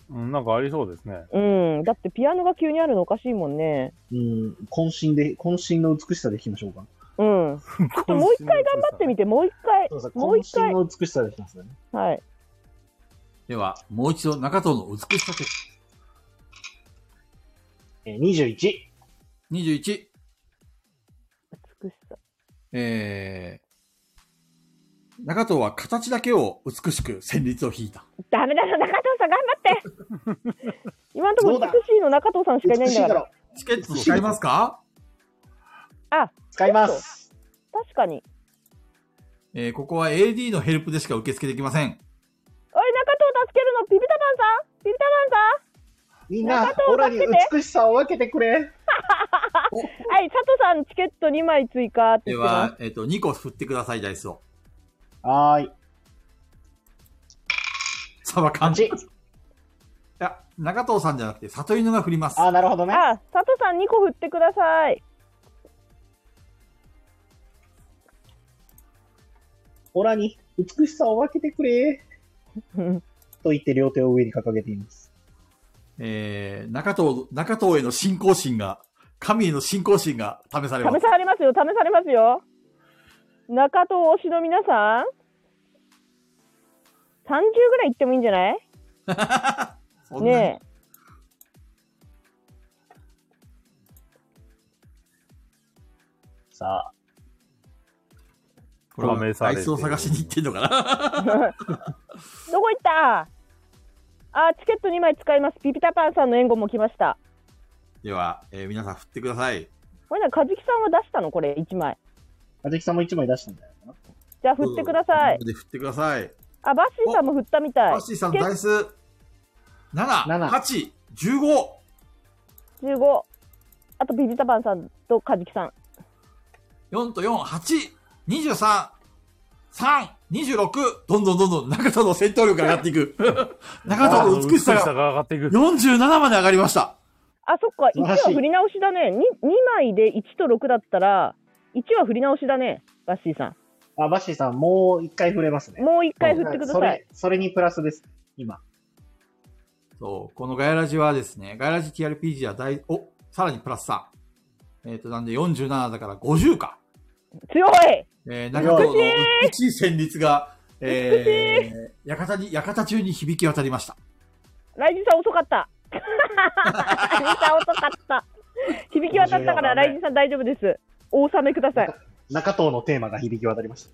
S2: うん、なんかありそうですね。
S5: うん。だってピアノが急にあるのおかしいもんね。
S3: うん、渾身で、渾身の美しさで弾きましょうか。
S5: うん。
S2: ち
S5: もう一回頑張ってみて、もう一回。
S3: そうそう、
S5: もう一
S3: 渾
S5: 回
S3: 身の美しさできますよね。
S5: はい。
S1: では、もう一度中藤の美しさテス
S3: えー、21。
S1: ト。21。
S5: 美しさ。
S1: えー、中藤は形だけを美しく旋律を弾いた。
S5: ダメだな、中藤さん頑張って今のところ美しいの中藤さんしかいないんだから。
S3: ろ。
S1: チケット使いますか
S3: 使います。
S5: 確かに。
S1: えー、ここは AD のヘルプでしか受け付けできません。
S5: おい、中藤助けるの、ピピタパンさんピピタパン
S3: みんな
S5: 中藤、
S3: オラに
S5: 助けて
S3: 美しさを分けてくれ。
S5: さんはい、佐藤さんチケット2枚追加って
S1: で
S5: 言ってます。
S1: は、えっ、と、2個振ってください、ダイスを。
S3: はーい。
S1: さばかん。い
S3: 8。
S1: や、中藤さんじゃなくて、里犬が振ります。
S3: あー、なるほどね。
S5: あ、佐藤さん2個振ってください。
S3: オラに美しさを分けてくれ。と言って両手を上に掲げています。
S1: えー、中藤、中藤への信仰心が、神への信仰心が試されます
S5: 試。されますよ、試されますよ。中藤推しの皆さん ?30 ぐらい行ってもいいんじゃない
S1: そんなに
S5: ねえ。
S3: さあ、
S1: これ
S2: まあメ
S1: は
S2: ーサー
S1: ダ
S2: レー
S1: イ
S2: ス
S1: スを探しに行ってんのかな
S5: どこ行ったあ、チケット2枚使います。ピピタパンさんの援護も来ました。
S1: では、えー皆さん振ってください。
S5: これね、カジキさんは出したのこれ、1枚。
S3: あじきさんも1枚出したんだよな。
S5: じゃあ、振ってください。
S1: で振ってください。
S5: あ、バッシーさんも振ったみたい
S1: バッ。シーさんの
S5: チケ
S1: ダイス、7、
S3: 7
S1: 8、15。
S5: 15。あと、ビビタパンさんとカジキさん。
S1: 4と4、8、23、3、26、どんどんどんどん中田の戦闘力が上がってい く。中田の美しさ
S2: 美し
S1: が
S2: さが上がっていく。
S1: 47まで上がりました。
S5: あ、そっか、
S3: 素晴
S5: 1は
S3: らしい
S5: 振り直しだね。2, 2枚で1と6だったら、1は振り直しだね、バッシーさ
S3: あ、バッシーさん、もう1回振れます
S5: ん。
S3: ね。
S5: もう1回振ってくだ
S3: そ
S5: さい。
S3: れ、それにプラスです。今。
S1: そう、このガヤラジはですね、ガヤラジ TRPG は大、お、さらにプラス3。えっ、と、なんで47だから50か。
S5: 強い
S1: えー、中藤の美しい旋律が、えー、館に、館中に響き渡りました。
S5: ライジンさん遅かった。ライジンさん遅かった。響き渡ったから、ライジンさん大丈夫です。お納めください。
S3: 中藤のテーマが響き渡りまし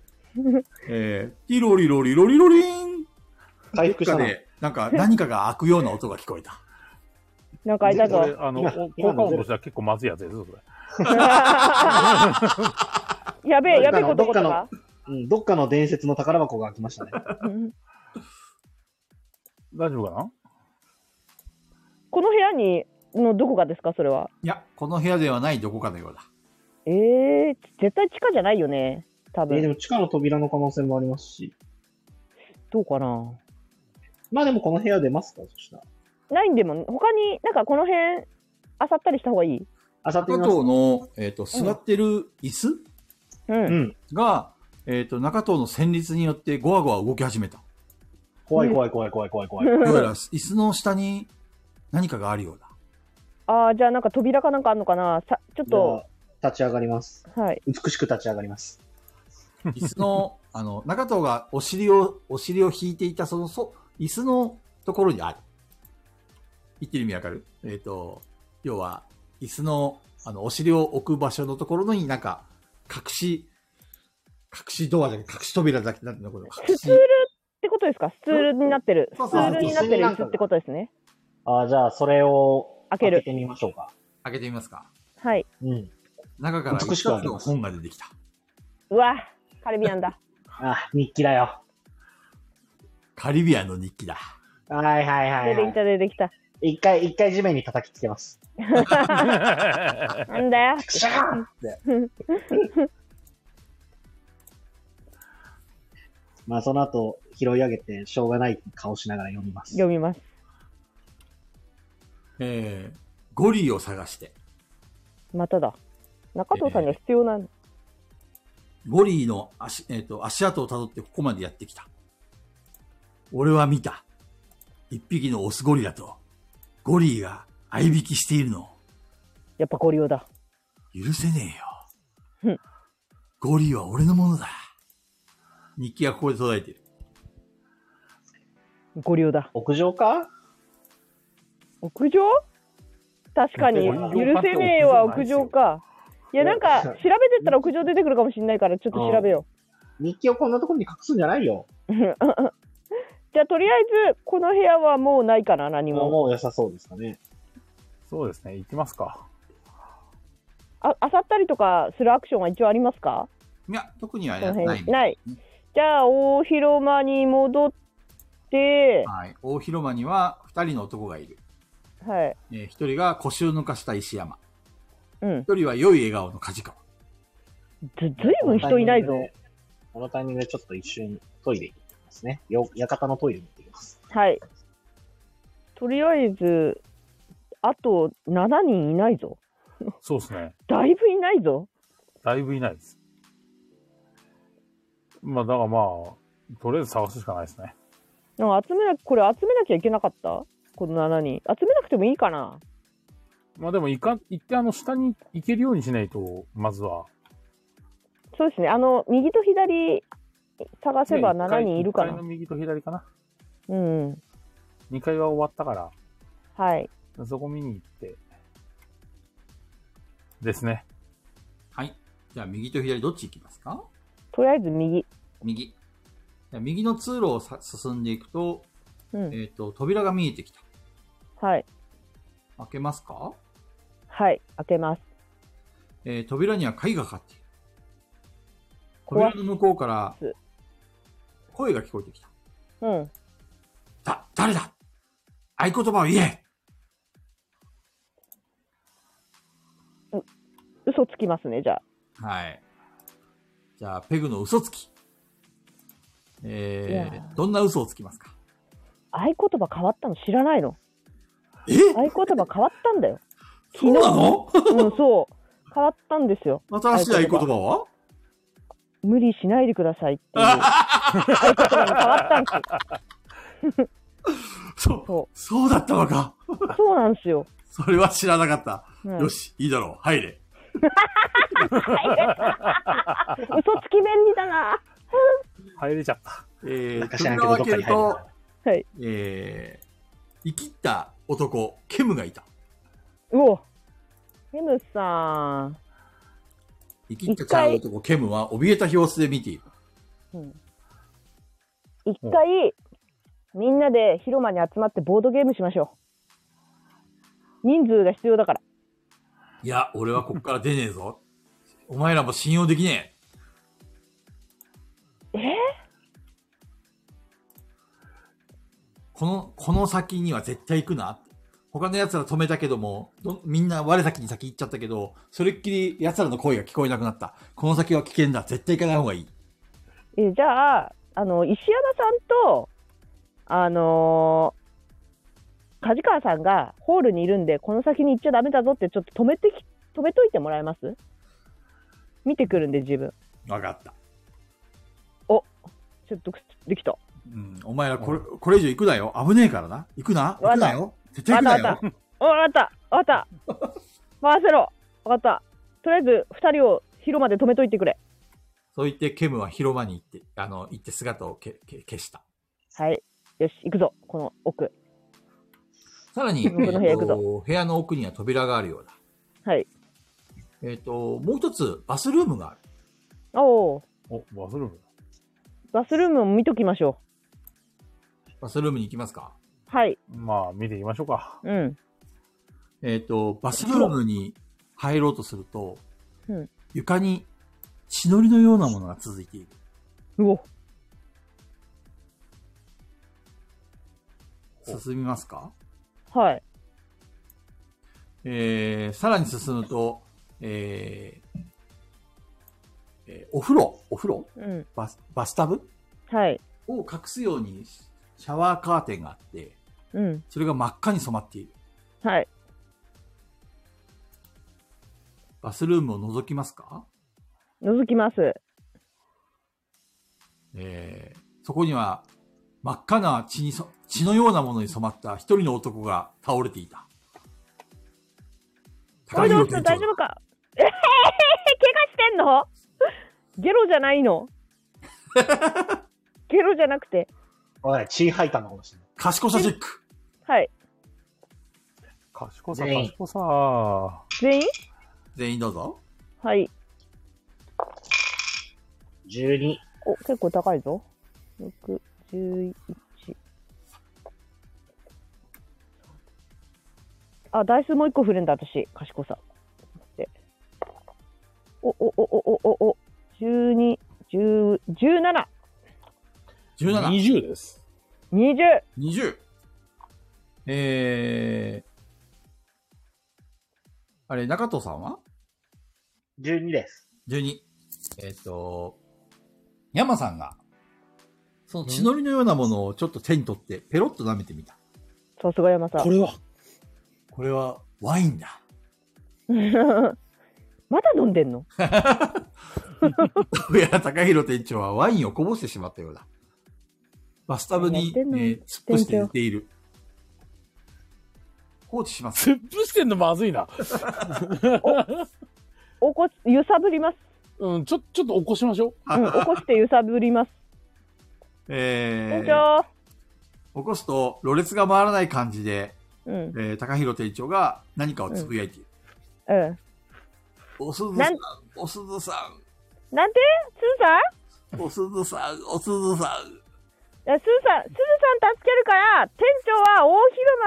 S1: えー、ティロリロリロリロリーン。
S3: た。回復したの。
S1: で、なんか何かが開くような音が聞こえた。
S5: なんか間
S2: こ
S5: が
S2: れ、。あの、
S3: 今
S2: お
S3: 今
S2: 効
S3: の
S2: 果音としては結構まずいやつですよ、それ。
S5: やべえ、やべえこと
S3: どっ
S5: こ
S3: か
S5: と
S3: の
S5: が。
S3: うん、どっかの伝説の宝箱が開きま したね。
S5: うん
S2: 大丈 夫かな
S5: この部屋にのどこがですかそれは。
S1: いや、この部屋ではないどこかのようだ。
S5: えー、絶対地下じゃないよね。多
S3: えーで
S5: 分。
S3: も地下の扉の可能性もありますし。
S5: どうかな。
S3: まあでもこの部屋出ますかそしたら。
S5: ないんでも、他になんかこの辺、あさったりした方がいい。
S3: あさって
S1: 中
S3: みます
S1: 藤の、えっ、と、座ってる椅子
S5: う。
S3: うんん。
S1: が、えっ、と、中藤の旋律によってゴワゴワ動き始めた。
S3: 怖い怖い怖い怖い怖い怖い。
S1: どうやら椅子の下に何かがあるようだ。
S5: ああ、じゃあなんか扉かなんかあんのかな。さちょっ
S3: じゃ
S5: と
S3: あ、立ち上がります。
S5: はい。
S3: 美しく立ち上がります。
S1: 椅子の、 あの、中藤がお尻を、お尻を引いていたその、そ、椅子のところにある。言ってる意味わかるえっ、と、要は、椅子の、あの、お尻を置く場所のところになんか、隠し、隠しドアじゃなくて隠し扉だけなんていうのこれ隠
S5: スツ
S1: し
S5: ールってことですかスツールになってる。
S1: そう
S5: スツ
S1: そう
S5: ールになってる椅子ってことですね。
S3: ああ、じゃあそれを
S5: 開ける
S3: てみましょうか。
S1: 開けてみますか。
S5: はい。
S3: うん。
S1: 中から一
S3: 美し
S1: つ
S3: くあり
S1: の
S3: ます
S1: 本が出てきた。
S5: うわ、カルビアンだ。
S3: あ、日記だよ。
S1: カリビアンの日記だ。
S3: はいはいは
S5: 出
S3: い、
S5: てき
S3: は
S5: た、出てきた。
S3: い。一回、一回地面に叩きつけます。
S5: なんだよ。
S3: シャーって。 まあその後拾い上げてしょうがない顔しながら読みます。
S5: 読みます。
S1: えー、ゴリを探して。
S5: まただ。中藤さんには必要な、
S1: ゴリの足、えっ、と、足跡をたどってここまでやってきた。俺は見た。一匹のオスゴリラと、ゴリが合いびきしているのを
S5: やっぱゴリオだ。
S1: 許せねえよ。ゴリは俺のものだ。日記がここで途絶えてる。
S5: 五流だ。
S3: 屋上か
S5: 屋上確かに。
S3: 屋
S5: 許
S3: 上
S5: せねえは屋上か。いや、なんか、調べてったら屋上出てくるかもしれないから、ちょっと調べよ
S3: 日記をこんなところに隠すんじゃないよ。
S5: う。じゃあ、とりあえず、この部屋はもうないかな、何も。
S3: もう良さそうですかね。
S2: そうですね、行きますか。
S5: あ、漁ったりとかするアクションは一応ありますか
S1: いや、特には
S5: こ
S1: や
S5: の
S1: ない
S5: 辺。。ない。じゃあ、大広間に戻って、
S1: はい。大広間には二人の男がいる。
S5: はい。
S1: えー一人が腰を抜かした石山。
S5: うん。
S1: 一人は良い笑顔の梶川。
S5: ず、ずいぶん人いないぞ。
S3: このタイミングでちょっと一瞬トイレ行ってきますね。よ館のトイレに行ってきます。
S5: はい。とりあえず、あと7人いないぞ。
S2: そうですね、
S5: だいぶいないぞ。
S2: だいぶいないです。まあ、だからまあ、とりあえず探すしかないですね。
S5: なんか集めな、これ集めなきゃいけなかったこの7人。集めなくてもいいかな
S2: まあでも、いか、行ってあの、下に行けるようにしないと、まずは。
S5: そうですね。あの、右と左探せば
S2: ね
S5: 7人いるか
S2: 一階
S5: な
S2: の。右と左かな。
S5: うんうん。
S2: 2階は終わったか
S5: はい。
S2: ら、そこ見に行って。ですね。
S1: はい。じゃあ、右と左どっち行きますか
S5: とりあえず右。
S1: 右。じゃあ右の通路をさ進んでいくと、
S5: うん。
S1: えっ、と、扉が見えてきた。
S5: はい。
S1: 開けますか
S5: はい。開けます。
S1: えー扉には鍵がかかっている。
S5: 怖い
S1: 扉の向こうから
S5: す、
S1: 声が聞こえてきた。
S5: うん。
S1: だ、誰だ合言葉を言え
S5: 嘘つきますね、じゃあ。
S1: はい。じゃあ、ペグの嘘つき。え
S5: いや
S1: ー、どんな嘘をつきますか
S5: 合言葉変わったの知らないの。
S1: え
S5: 合言葉変わったんだよ。
S1: そうなの
S5: うん、そう。変わったんですよ。
S1: 新しい合言葉は
S5: 無理しないでくださいっていう合言葉が変わったんですよ
S1: そう、
S5: そ
S1: そうだったのか。
S5: う。そうなんですよ。
S1: それは知らなかった。
S5: うん
S1: よし、いいだろう。入れ。
S5: 嘘つき便利だな。
S2: 入れちゃった。
S1: え
S3: な
S1: ー、
S3: んか知らんけ
S1: 扉
S3: ど
S1: を開
S3: どっ
S1: け
S3: か
S1: る
S3: に入る
S1: と、
S3: な。
S1: えー、生きった男、ケムがいた。
S5: うお。ヘムさん。
S1: 生きったちゃう男、ケムは怯えた様子で見ている。
S5: 一回、みんなで広間に集まってボードゲームしましょう。人数が必要だから。
S1: いや、俺はこっから出ねえぞ。お前らも信用できねえ。
S5: えー
S1: この、この先には絶対行くな。他の奴ら止めたけども、どみんな我先に先行っちゃったけど、それっきり奴らの声が聞こえなくなった。この先は危険だ。絶対行かない方がいい。
S5: えーじゃあ、あの、石山さんと、あのー梶川さんがホールにいるんで、この先に行っちゃダメだぞって、ちょっと止めてき、止めといてもらえます見てくるんで、自分。
S1: わかった。
S5: 説得できた。
S1: うん。お前らこれ、これ以上行くなよ。危ねえからな。行くな。行
S5: わか
S1: く
S5: った
S1: なよ。絶対行くな
S5: わ
S1: よ
S5: か。わかったわかった回せろわかったとりあえず二人を広間で止めといてくれ
S1: そう言って、ケムは広場に行って、あの、行って姿をけ け消した。
S5: はいよし行くぞこの奥
S1: さらに、え
S5: 僕の部屋行く
S1: ー
S5: ぞ
S1: と部屋の奥には扉があるようだ。
S5: はい
S1: えっ、と、もう一つ、バスルームがある。
S5: おお
S2: お、バスルーム。
S5: バスルームも見ときましょ
S1: バスルームに行きますか
S5: うはい
S2: まあ、見ていきましょうか。
S5: うん
S1: えっ、と、バスルームに入ろうとすると、
S5: うん
S1: 床に血のりのようなものが続いている。
S5: うお
S1: 進みますか
S5: はい
S1: えー、さらに進むと、えーえーお風呂、お風呂
S5: うん
S1: バス、バスタブ
S5: はい
S1: を隠すようにシャワーカーテンがあって、
S5: うん
S1: それが真っ赤に染まっている。
S5: はい
S1: バスルームを覗きますか
S5: 覗きます
S1: えーそこには真っ赤な血にそ血のようなものに染まった一人の男が倒れていた。
S5: おいどうした大丈夫かえへへへ怪我してんのゲロじゃな いのゲロじゃなくて。
S3: おい、血吐いたのかもしれない。
S1: 賢さチェック。
S5: はい。
S2: 賢さ、
S3: 全員
S2: 賢さ。
S5: 全員
S1: 全員どうぞ。
S5: はい。
S3: 12。
S5: お、結構高いぞ。6、11。あ、ダイスもう一個振るんだ、私。賢さ。待って。お、お、お、お、お、お、お、12、10、17、
S1: 17、
S2: 20です。
S5: 20。
S1: 20。えー、あれ、中藤さんは
S3: 12です。
S1: ?12。えっ、と、山さんが、その血のりのようなものをちょっと手に取って、ペロッと舐めてみた。
S5: さすが山さん
S2: こ。れは、
S1: これはワインだ。
S5: まだ飲んでんの
S1: いや、高弘店長はワインをこぼしてしまったようだ。バスタブ
S5: や
S1: に
S5: っ、
S1: え
S5: てんの
S1: ー突っ伏して寝ている。放置します。
S2: 切符してんのまずいな。
S5: おこ揺さぶります。
S2: うん、ちょ、ちょっと起こしましょう。
S5: うん、起こして揺さぶります。
S1: え
S5: 店
S1: ー、
S5: 長。
S1: 起こすと、ろれつが回らない感じで、
S5: うん。
S1: えー、高弘店長が何かをつぶやいている。
S5: うん。
S1: おすず
S5: な
S1: さん
S5: ん、
S1: おすずさ
S5: なんてすずさん
S1: ん、おすずさん、おすずさ
S5: いやすずさん、すずさん助けるから、店長は大広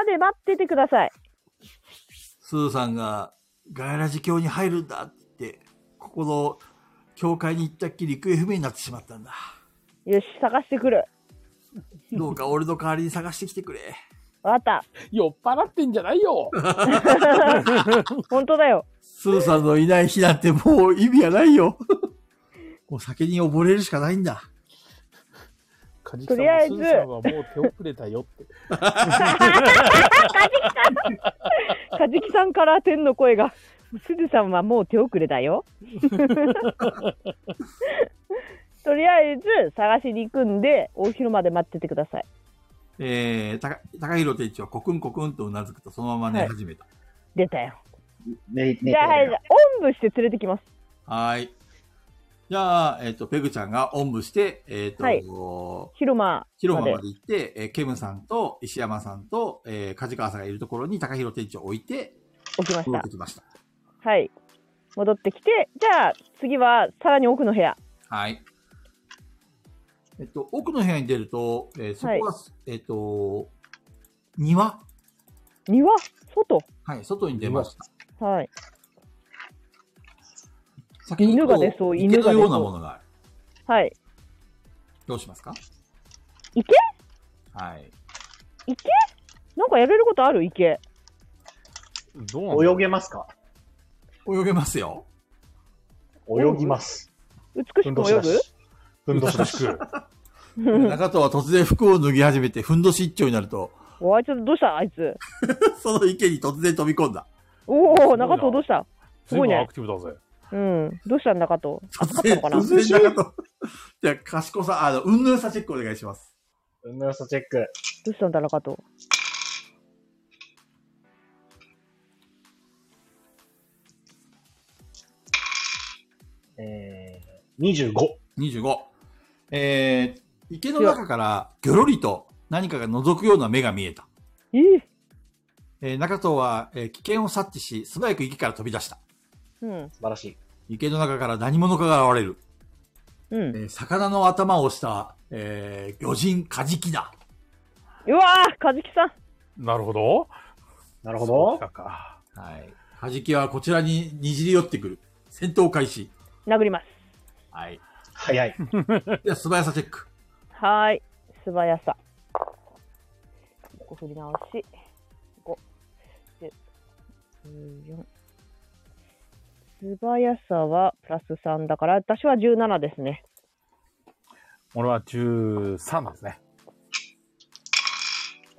S5: 間で待っててください。
S1: ん。すずさんが、ガヤラジ教に入るんだって、ここの教会に行ったっきり行方不明になってしまったんだ。
S5: よし、探してくる。
S1: どうか俺の代わりに探してきてくれ。
S5: わかっ
S2: 酔っ払ってんじゃないよ。
S5: た。本当だよ。
S1: スーさんのいない日なんてもう意味はないよ。もう酒に溺れるしかないんだ。
S2: カジキ
S5: とりあえず
S2: さんもスーさんはもう手遅れたよって。
S5: かじきさんから天の声が。すずさんはもう手遅れだよ。 とりあえず探しに行くんで、大広間で待っててください。
S1: えー、たか高弘店長はコクンコクンとうなずくとそのまま寝
S5: はい
S1: 始めた。
S5: 出たよ。
S3: ね、ね
S5: じゃあ、はい、じゃあおんぶして連れてきます。
S1: はーい。じゃあ、えっ、と、ペグちゃんがおんぶして、えっ、と、
S5: はい広間
S1: 広間
S5: まで
S1: ま。で行って、えーケムさんと石山さんと、えー、梶川さんがいるところに高弘店長を置いて、
S5: 起きまし
S1: 戻ったて。きました。
S5: はい。戻ってきて、じゃあ次はさらに奥の部屋。
S1: はい。えっと、奥の部屋に出ると、えーそこは、えっと、庭
S5: 庭外
S1: はい、外に出ました。
S5: はい。
S1: 先に
S5: 犬が出そう
S1: こ
S5: 犬が出そう
S1: 池のようなものがある。
S5: はい。
S1: どうしますか
S5: 池
S1: はい。
S5: 池なんかやれることある池。
S2: どうなんだろ
S3: 泳
S2: う
S3: げますか
S1: 泳げますよ。
S3: 泳ぎます。
S5: 美しく泳ぐ
S3: ふんど しだし。ふんどしだし。
S1: 中藤は突然服を脱ぎ始めて、ふんどし一丁になると、
S5: おい、ちょっとどうしたあいつ。
S1: その池に突然飛び込んだ。
S5: お
S2: すご
S5: お、
S2: いな
S5: 中藤どうした
S2: 随分アクティブだぜ。
S5: うん。どうしたん中藤
S1: 突
S5: あっ
S1: 然、
S5: たのかな
S1: 突然中藤。じゃあ、賢さ、あの、運の良さチェックお願いします。
S3: 運の良さチェック。
S5: どうしたんだ中藤
S3: えー、25。
S1: 25。えー、池の中から、ぎょろりと何かが覗くような目が見えた。
S5: えー
S1: えー、中藤は、えー危険を察知し、素早く池から飛び出した。
S5: うん。
S3: 素晴らしい。
S1: 池の中から何者かが現れる。
S5: うん
S1: え。ー魚の頭をした、えー、魚人カジキだ。
S5: うわー、かじきさん。
S2: なるほど。
S3: なるほ
S2: そうき。
S3: ど
S2: たか。
S1: はい。カジキはこちらににじり寄ってくる。戦闘開始。
S5: 殴ります。
S1: はい。
S3: 早い。
S1: では、素早さチェック。
S5: はーい。素早さ。ここ振り直し。ここ。で、14。素早さはプラス3だから、私は17ですね。
S2: 俺は13ですね。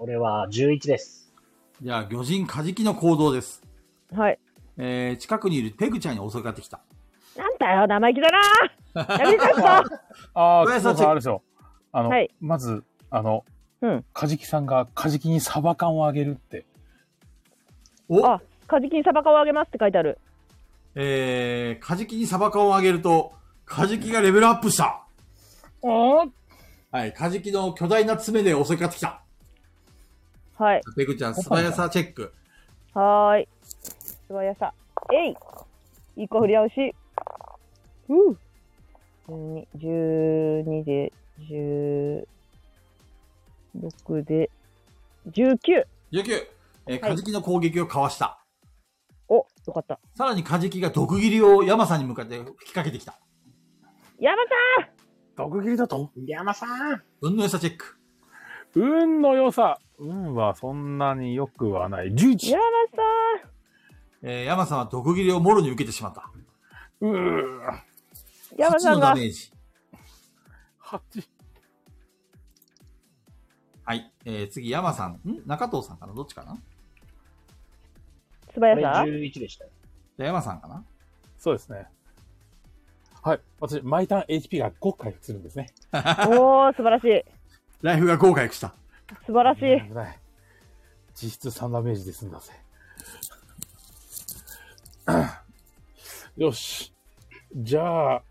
S3: 俺は11です。
S1: じゃあ、魚人カジキの行動です。
S5: はい。
S1: えー、近くにいるペグちゃんに襲いかかってきた。
S5: なんだよ、生意気だなやめてさ
S2: ああ、
S1: とりあえず
S2: そうそう、あれですよ。あの、
S5: はい
S2: まず、あの、
S5: うん
S2: カジキさんがカジキにサバ缶をあげるって。
S1: お
S5: あ、カジキにサバ缶をあげますって書いてある。
S1: えー、カジキにサバ缶をあげると、カジキがレベルアップした
S5: おー
S1: はい、カジキの巨大な爪で襲いかかってきた
S5: はい。
S1: ペグちゃん、素早さチェック。
S5: はーい。素早さ。えい一個振り直し。うう。12 12で、16で、19!
S1: 19、えー
S5: はい
S1: カジキの攻撃をかわした。
S5: お、よかった。
S1: さらにカジキが毒斬りをヤマさんに向かって吹きかけてきた。
S5: 山さ
S2: 毒斬りだと
S3: 山さん
S1: 運の良さチェック。
S2: 運の良さ。運はそんなに良くはない。
S5: ん
S2: 11。
S5: 山さ
S1: えー、ヤマさんは毒斬りをもろに受けてしまった。
S2: うー
S5: ん山さ
S1: 8
S5: ん
S1: の
S5: が
S1: ダメ、ージ。
S2: 8。
S1: はい。えー、次、ヤマさん。ん中藤さんかなどっちかな
S3: こ
S5: 素早
S3: れ
S5: さ
S3: 11でしたよ。
S1: でヤマさんかな
S2: そうですね。はい。私、毎ターン HP が5回復するんですね。
S5: おー、素晴らしい。
S1: ライフが5回した。
S5: 素晴らしい。
S2: 危ない。実質3ダメージで済んだぜ。 よし。じゃあ、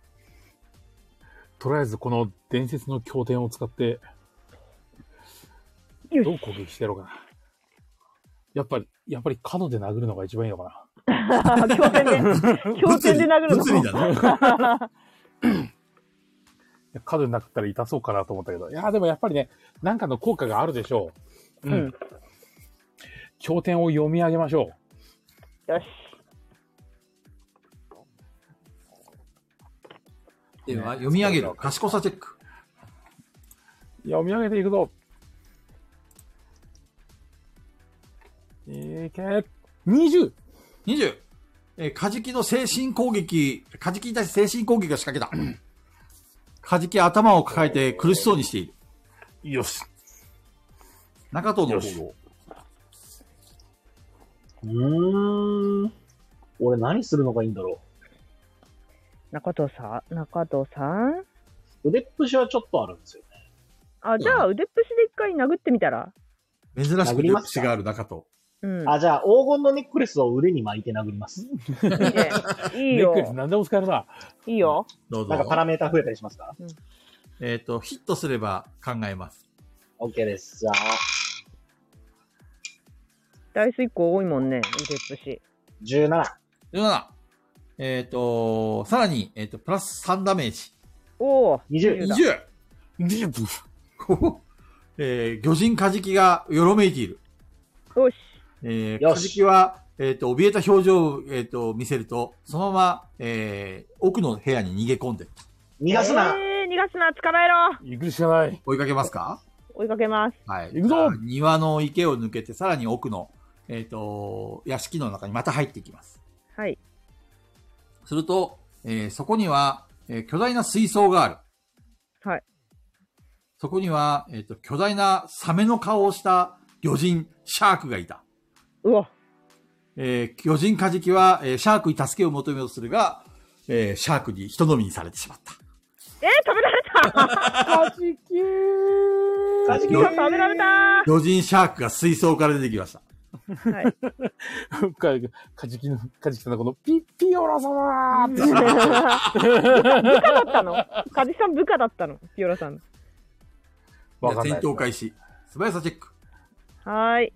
S2: とりあえずこの伝説の経典を使って、
S5: よ
S2: どう攻撃してやろうかな。やっぱり、やっぱり角で殴るのが一番いいのかな。
S5: あ強点で、 強点で殴るの。
S1: 物理物理 だね。
S2: いや角になったら痛そうかなと思ったけど、いや、でもやっぱりね、なんかの効果があるでしょう。
S5: うん。
S2: 経典を読み上げましょ
S5: よし。
S1: では、読み上げる。賢さチェック。
S2: う。読み上げていくぞ。いけ、20!
S1: 20。えー、カジキの精神攻撃、カジキに対して精神攻撃が仕掛けた。カジキは頭を抱えて苦しそうにしている。
S2: よし。
S1: 中藤の方を。
S3: うーん。俺何するのがいいんだろ
S5: 中藤さん中藤さん
S3: う。腕っぷしはちょっとあるんですよね。
S5: あ、じゃあ腕っぷしで一回殴ってみたら
S1: 珍しく力士がある中藤。
S5: うん。
S3: あ、じゃあ黄金のネックレスを腕に巻いて殴ります。
S5: いい ね。いい
S2: ネックレス
S5: よ。
S2: 何でも使えるな。
S5: いいよ。
S1: どうぞ。
S3: なんかパラメーター増えたりしますか
S1: えっ、と、ヒットすれば考えます。
S3: ?OK です。じゃあ、
S5: ダイス1個多いもんね、腕っぷし。
S3: 17。
S1: 17。えっ、と、さらに、えっ、と、プラス3ダメージ。
S5: おお。
S3: 20
S5: 20だ
S1: 20!
S2: ディープ
S1: ここ えー、魚人カジキがよろめいている。
S5: よし。
S1: えー、
S3: よし
S1: カジキは、えっ、と、怯えた表情を、えっ、と、見せると、そのまま、えー、奥の部屋に逃げ込んで、
S3: 逃がすな、
S5: えー、逃がすな、捕まえろ
S2: 行くしかない。
S1: 追いかけますか
S5: 追いかけます。
S1: はい。
S2: 行くぞ
S1: 庭の池を抜けて、さらに奥の、えっ、と、屋敷の中にまた入っていきます。
S5: はい。
S1: すると、えーそこには、えー巨大な水槽がある。
S5: はい。
S1: そこには、えっ、と、巨大なサメの顔をした魚人、シャークがいた。
S5: うわ。
S1: えー巨人カジキは、えーシャークに助けを求めようとするが、えーシャークに人飲みにされてしまった。
S5: えー、食べられ た
S2: カジキー
S3: カジキ
S5: 今日食べられた
S1: 魚人シャークが水槽から出てきました。
S5: はい。
S2: カジキの、カジキさんのこのピッピオラ様ーって
S5: 部下だったのカジさん部下だったのピオラさんの。
S2: わかんない
S1: 戦闘開始。素早さチェック。
S5: はーい。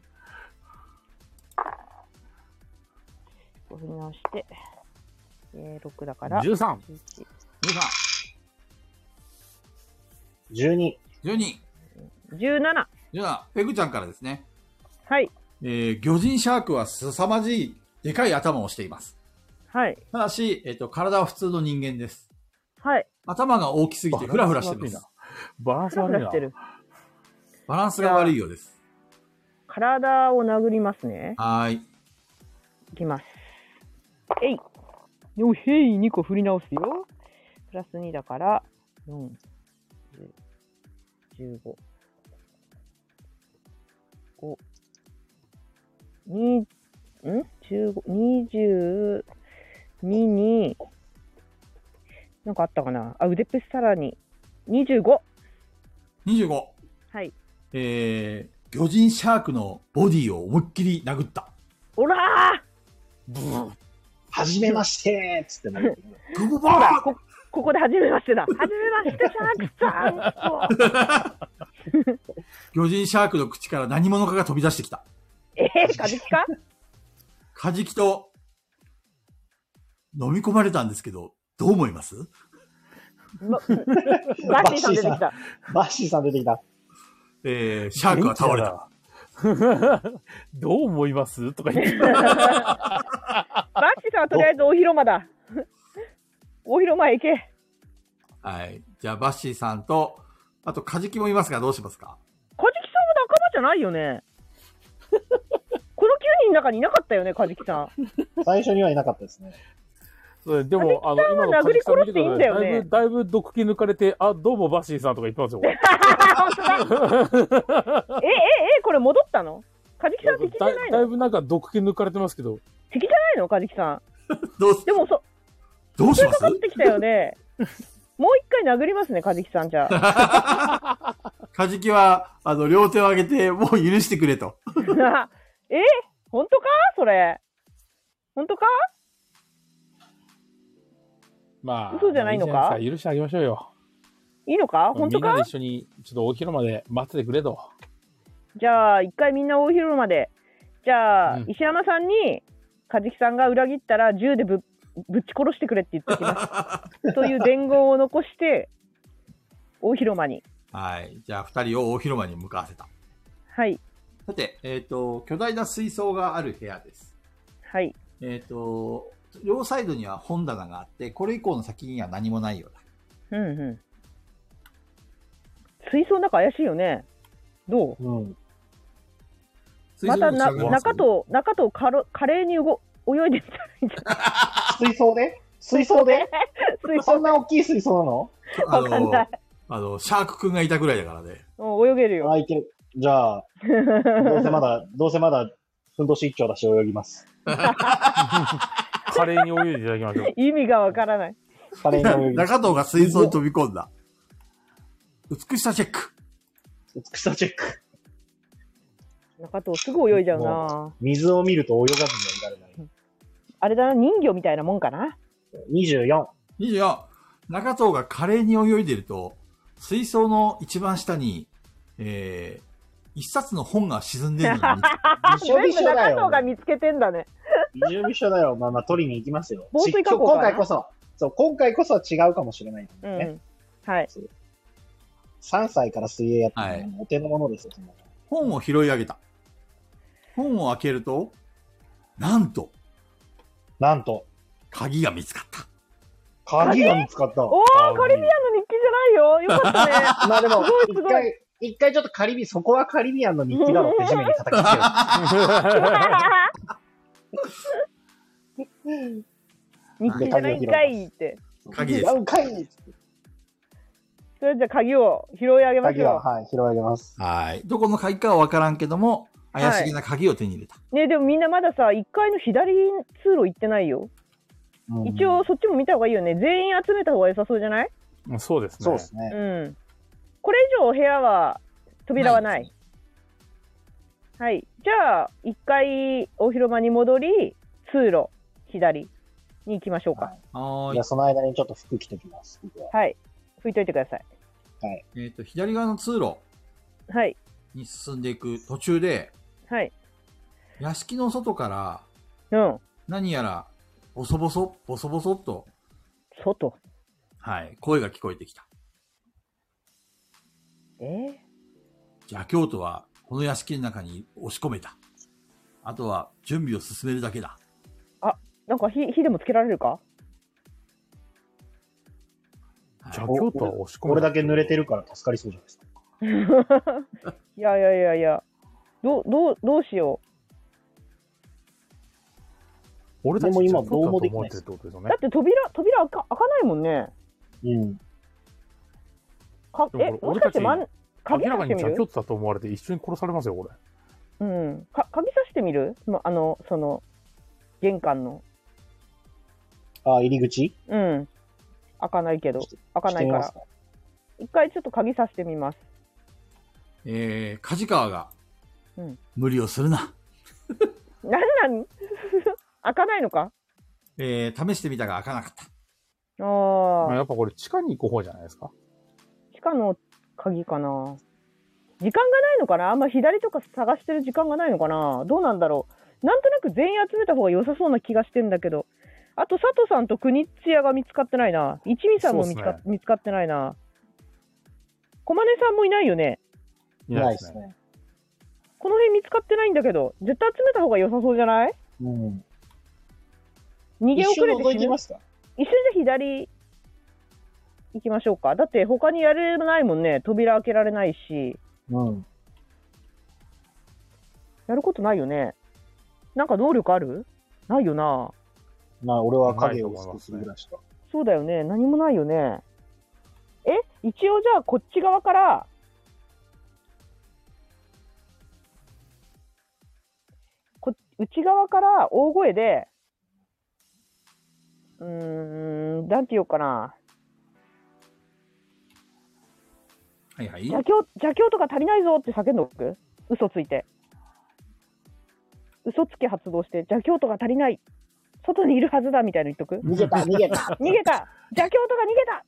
S5: こう振り直して。えー、6だから。
S2: 13。
S5: 11
S3: 12。
S1: 13、12、
S5: 17。
S1: 17、ペグちゃんからですね。
S5: はい。
S1: えー魚人シャークは凄まじい、でかい頭をしています。
S5: はい。
S1: ただし、えっ、と、体は普通の人間です。
S5: はい。
S1: 頭が大きすぎてフラフラしてます。
S2: バランス
S5: ふ
S2: 悪
S5: ら
S2: い
S5: し
S2: な
S5: て。る。
S1: バランスが悪いようです。
S5: 体を殴りますね。
S1: はーい。
S5: いきます。えい。よへい、2個振り直すよ。プラス2だから、4、10 15、5、2、ん ?15、22に、なんかあったかなあ、腕っぷしさらに、25!
S1: 25。
S5: はい。
S1: えー、魚人シャークのボディを思いっきり殴った。
S5: おらー
S2: ブー
S3: はじめましてーっつって殴ってくる
S1: グボバーン
S5: こここで初めましてだ。初めまして、シャークさん。そう
S1: 魚人シャークの口から何者かが飛び出してきた。
S5: えー、カジキか
S1: カジキと、飲み込まれたんですけど、どう思います
S5: まバッシーさん出てきた。
S3: バッシーさん出てきた。
S1: えー、シャークは倒れた。
S2: た。 どう思いますとか言って。
S5: バッシーさんはとりあえず大広間だ。大広間へ行け。
S1: はい。じゃあ、バッシーさんと、あと、カジキもいますが、どうしますか
S5: カジキさんは仲間じゃないよね。この9人の中にいなかったよね、カジキさん。
S3: 最初にはいなかったですね。
S2: それでも、あの、今の
S5: 殴り殺していいんだよ
S2: だい
S5: ね
S2: ぶ、だいぶ毒気抜かれて、あ、どうもバッシーさんとか言ってますよ。
S5: え、え、え、これ戻ったのカジキさん敵じゃ
S2: だ
S5: ない
S2: い
S5: の
S2: だいぶなんか毒気抜かれてますけど、
S5: 敵じゃないのカジキさん。
S1: どうす
S5: でもそ、
S1: どうし
S5: 襲い
S1: ま
S5: か
S1: す
S5: かってきたよね。もう一回殴りますね、カジキさんじゃあ。
S1: カジキは、あの、両手を上げて、もう許してくれと。
S5: え本当かそれ。本当か
S2: まあ、
S5: 嘘じゃないのか
S2: いじゃです許してあげましょうよ。
S5: いいのか本当
S2: みんな
S5: か
S2: で一緒に、ちょっと大広間で待っててくれと。
S5: じゃあ、一回みんな大広間で。じゃあ、
S2: うん
S5: 石山さんに、カジキさんが裏切ったら銃でぶぶっち殺してくれって言ってき ます。という伝言を残して、大広間に。
S1: はい。じゃあ、二人を大広間に向かわせた。
S5: はい。
S1: さて、えっ、と、巨大な水槽がある部屋です。
S5: はい。
S1: えっ、と、両サイドには本棚があって、これ以降の先には何もないようだ。
S5: うんうん。水槽の中怪しいよね。ど
S3: うん。
S5: う
S1: 水槽
S5: ま
S1: に
S5: た
S1: も
S5: な
S1: 違います
S5: 中と、中とかろ華麗に動泳 いでったらいいんじゃない
S3: 水槽で水槽で
S5: 水槽
S3: そんな大きい水槽なの
S1: あ
S5: わかんな
S1: の
S5: い、。
S1: あの、シャークくんがいたぐらいだからね。
S5: うん泳げるよ。
S3: あ、いける。じゃあ、どうせまだ、どうせまだ、ふんどし一丁だし泳ぎます。
S2: 華麗に泳いでいただきましょう。
S5: 意味がわからない。
S3: 華麗に泳ぎます。
S1: 中藤が水槽に飛び込んだ。美しさチェック。
S3: 美しさチェック。
S5: 中とすぐ泳いじゃうな。
S3: 水を見ると泳がずにはいられない。
S5: あれだな、人魚みたいなもんかな。
S3: 24。
S1: 24、中藤が華麗に泳いでると、水槽の一番下に、えー、一冊の本が沈んでるのが 見つかる
S3: 一緒
S5: 全
S3: 一
S5: 部
S3: 緒だ
S5: 中
S3: よ
S5: 藤。が見つけてんだね。
S3: 一緒一緒だよ。まあまあ、取りに行きますよ。
S5: 防水加工
S3: 今
S5: かな
S3: 回こそ、そう、今回こそは違うかもしれない、ね
S5: うん。はい。
S3: 3歳から水泳やってるのは
S1: はい
S3: お手の物ですよ、そんなの
S1: 本を拾い上げた。本を開けると、なんと、
S3: なんと、
S1: 鍵が見つかった。
S3: 鍵が見つかった。
S5: おー、カリビアンの日記じゃないよ。よかったね。
S3: まあでも、
S5: すごいす
S3: 一
S5: ごい
S3: 回、一回ちょっとカリビ、そこはカリビアンの日記だろって地面に叩きつける。
S5: 日記じゃないんかいって。
S1: 鍵です
S3: 違うんかい
S5: それじゃあ鍵を拾い上げまし
S3: 鍵は、
S5: ょ
S3: はい、拾い上げます。
S1: はい。どこの鍵かはわからんけども、怪しげな鍵を手に入れた。
S5: う。ねでもみんなまださ、1階の左通路行ってないよ。
S3: うん
S5: 一、応そっちも見た方がいいよね。全員集めた方が良さそうじゃない
S2: うん そうですね。
S3: そうです
S5: う
S3: ね。
S5: ん。これ以上部屋は、扉はない。はい。じゃあ、1階お広間に戻り、通路、左に行きましょうか。
S1: はー
S3: じゃあその間にちょっと服着てきます。僕は
S5: はい。拭いといてくださ
S1: い。
S5: い。
S1: えっ、と、左側の通路
S5: はい。
S1: に進んでいく途中で、
S5: はい。
S1: 屋敷の外から、
S5: うん。
S1: 何やら、ボソボソ、ボソボソっと、
S5: 外。
S1: はい、声が聞こえてきた。
S5: えー
S1: 邪教徒はこの屋敷の中に押し込めた。あとは準備を進めるだけだ。
S5: なんか火、火でもつけられる か
S1: はい
S2: 邪教徒は押し込む。
S3: これだけ濡れてるから助かりそうじゃないですか。
S5: いやいやいやいや。どう、どう、どうしよ
S2: 俺たち
S3: でも今
S2: 邪教徒だと思ってるってことですよ
S5: う。
S2: ね
S5: だっ。て扉、扉開か開かないもんね。
S3: うん。
S5: か
S2: でも
S5: え、
S2: これ
S5: もしかして、まん
S2: 俺、
S5: 鍵
S2: 明ら
S5: さ
S2: かに
S5: してみ
S2: 邪
S5: る
S2: 教徒だと思われて一緒に殺されますよ、これ。
S5: うん。か鍵さしてみるまあの、その、玄関の。
S3: あ、入り口
S5: うん。開かないけど
S3: し、
S5: 開かないか
S3: し
S5: ら
S3: て。
S5: 一回ちょっと鍵さしてみます。
S1: えー、梶川が、
S5: うん
S1: 無理をするな。
S5: なんなん 開かないのか
S1: えー、試してみたが開かなかった。
S2: ま
S5: あ
S2: あ、
S5: あ、
S2: やっぱこれ地下に行く方じゃないですか。
S5: 地下の鍵かな。時間がないのかなあんま左とか探してる時間がないのかなどうなんだろうなんとなく全員集めた方が良さそうな気がしてんだけど。あと、佐藤さんと国津屋が見つかってないな。一味さんも見つ
S2: そう
S5: か,、
S2: っす
S5: 見つかってないな。駒根さんもいないよね。
S2: い
S3: な
S2: ないい
S3: で
S2: ですすね。
S3: ね。
S5: この辺見つかってないんだけど、絶対集めた方が良さそうじゃない
S3: うん。
S5: 逃げ
S3: 一
S5: 遅
S3: 瞬
S5: れて
S3: 覗いて
S5: 死ぬ
S3: みますか
S5: 一瞬じゃ左行きましょうか。だって他にやれないもんね。扉開けられないし、
S3: うん。
S5: やることないよね。なんか能力あるないよな。
S3: まあ、俺は影を薄くするぐらいしか。
S5: そうだよね。何もないよね。え一応じゃあこっち側から、こ内側から大声で、うーん、なんて言おうかな。
S1: はいはい。
S5: 邪教邪教とか足りないぞって叫んどく嘘ついて嘘つき発動して邪教とか足りない外にいるはずだみたいなの言っとく
S3: 逃げた、逃げ た。
S5: 逃げた邪教とか逃げた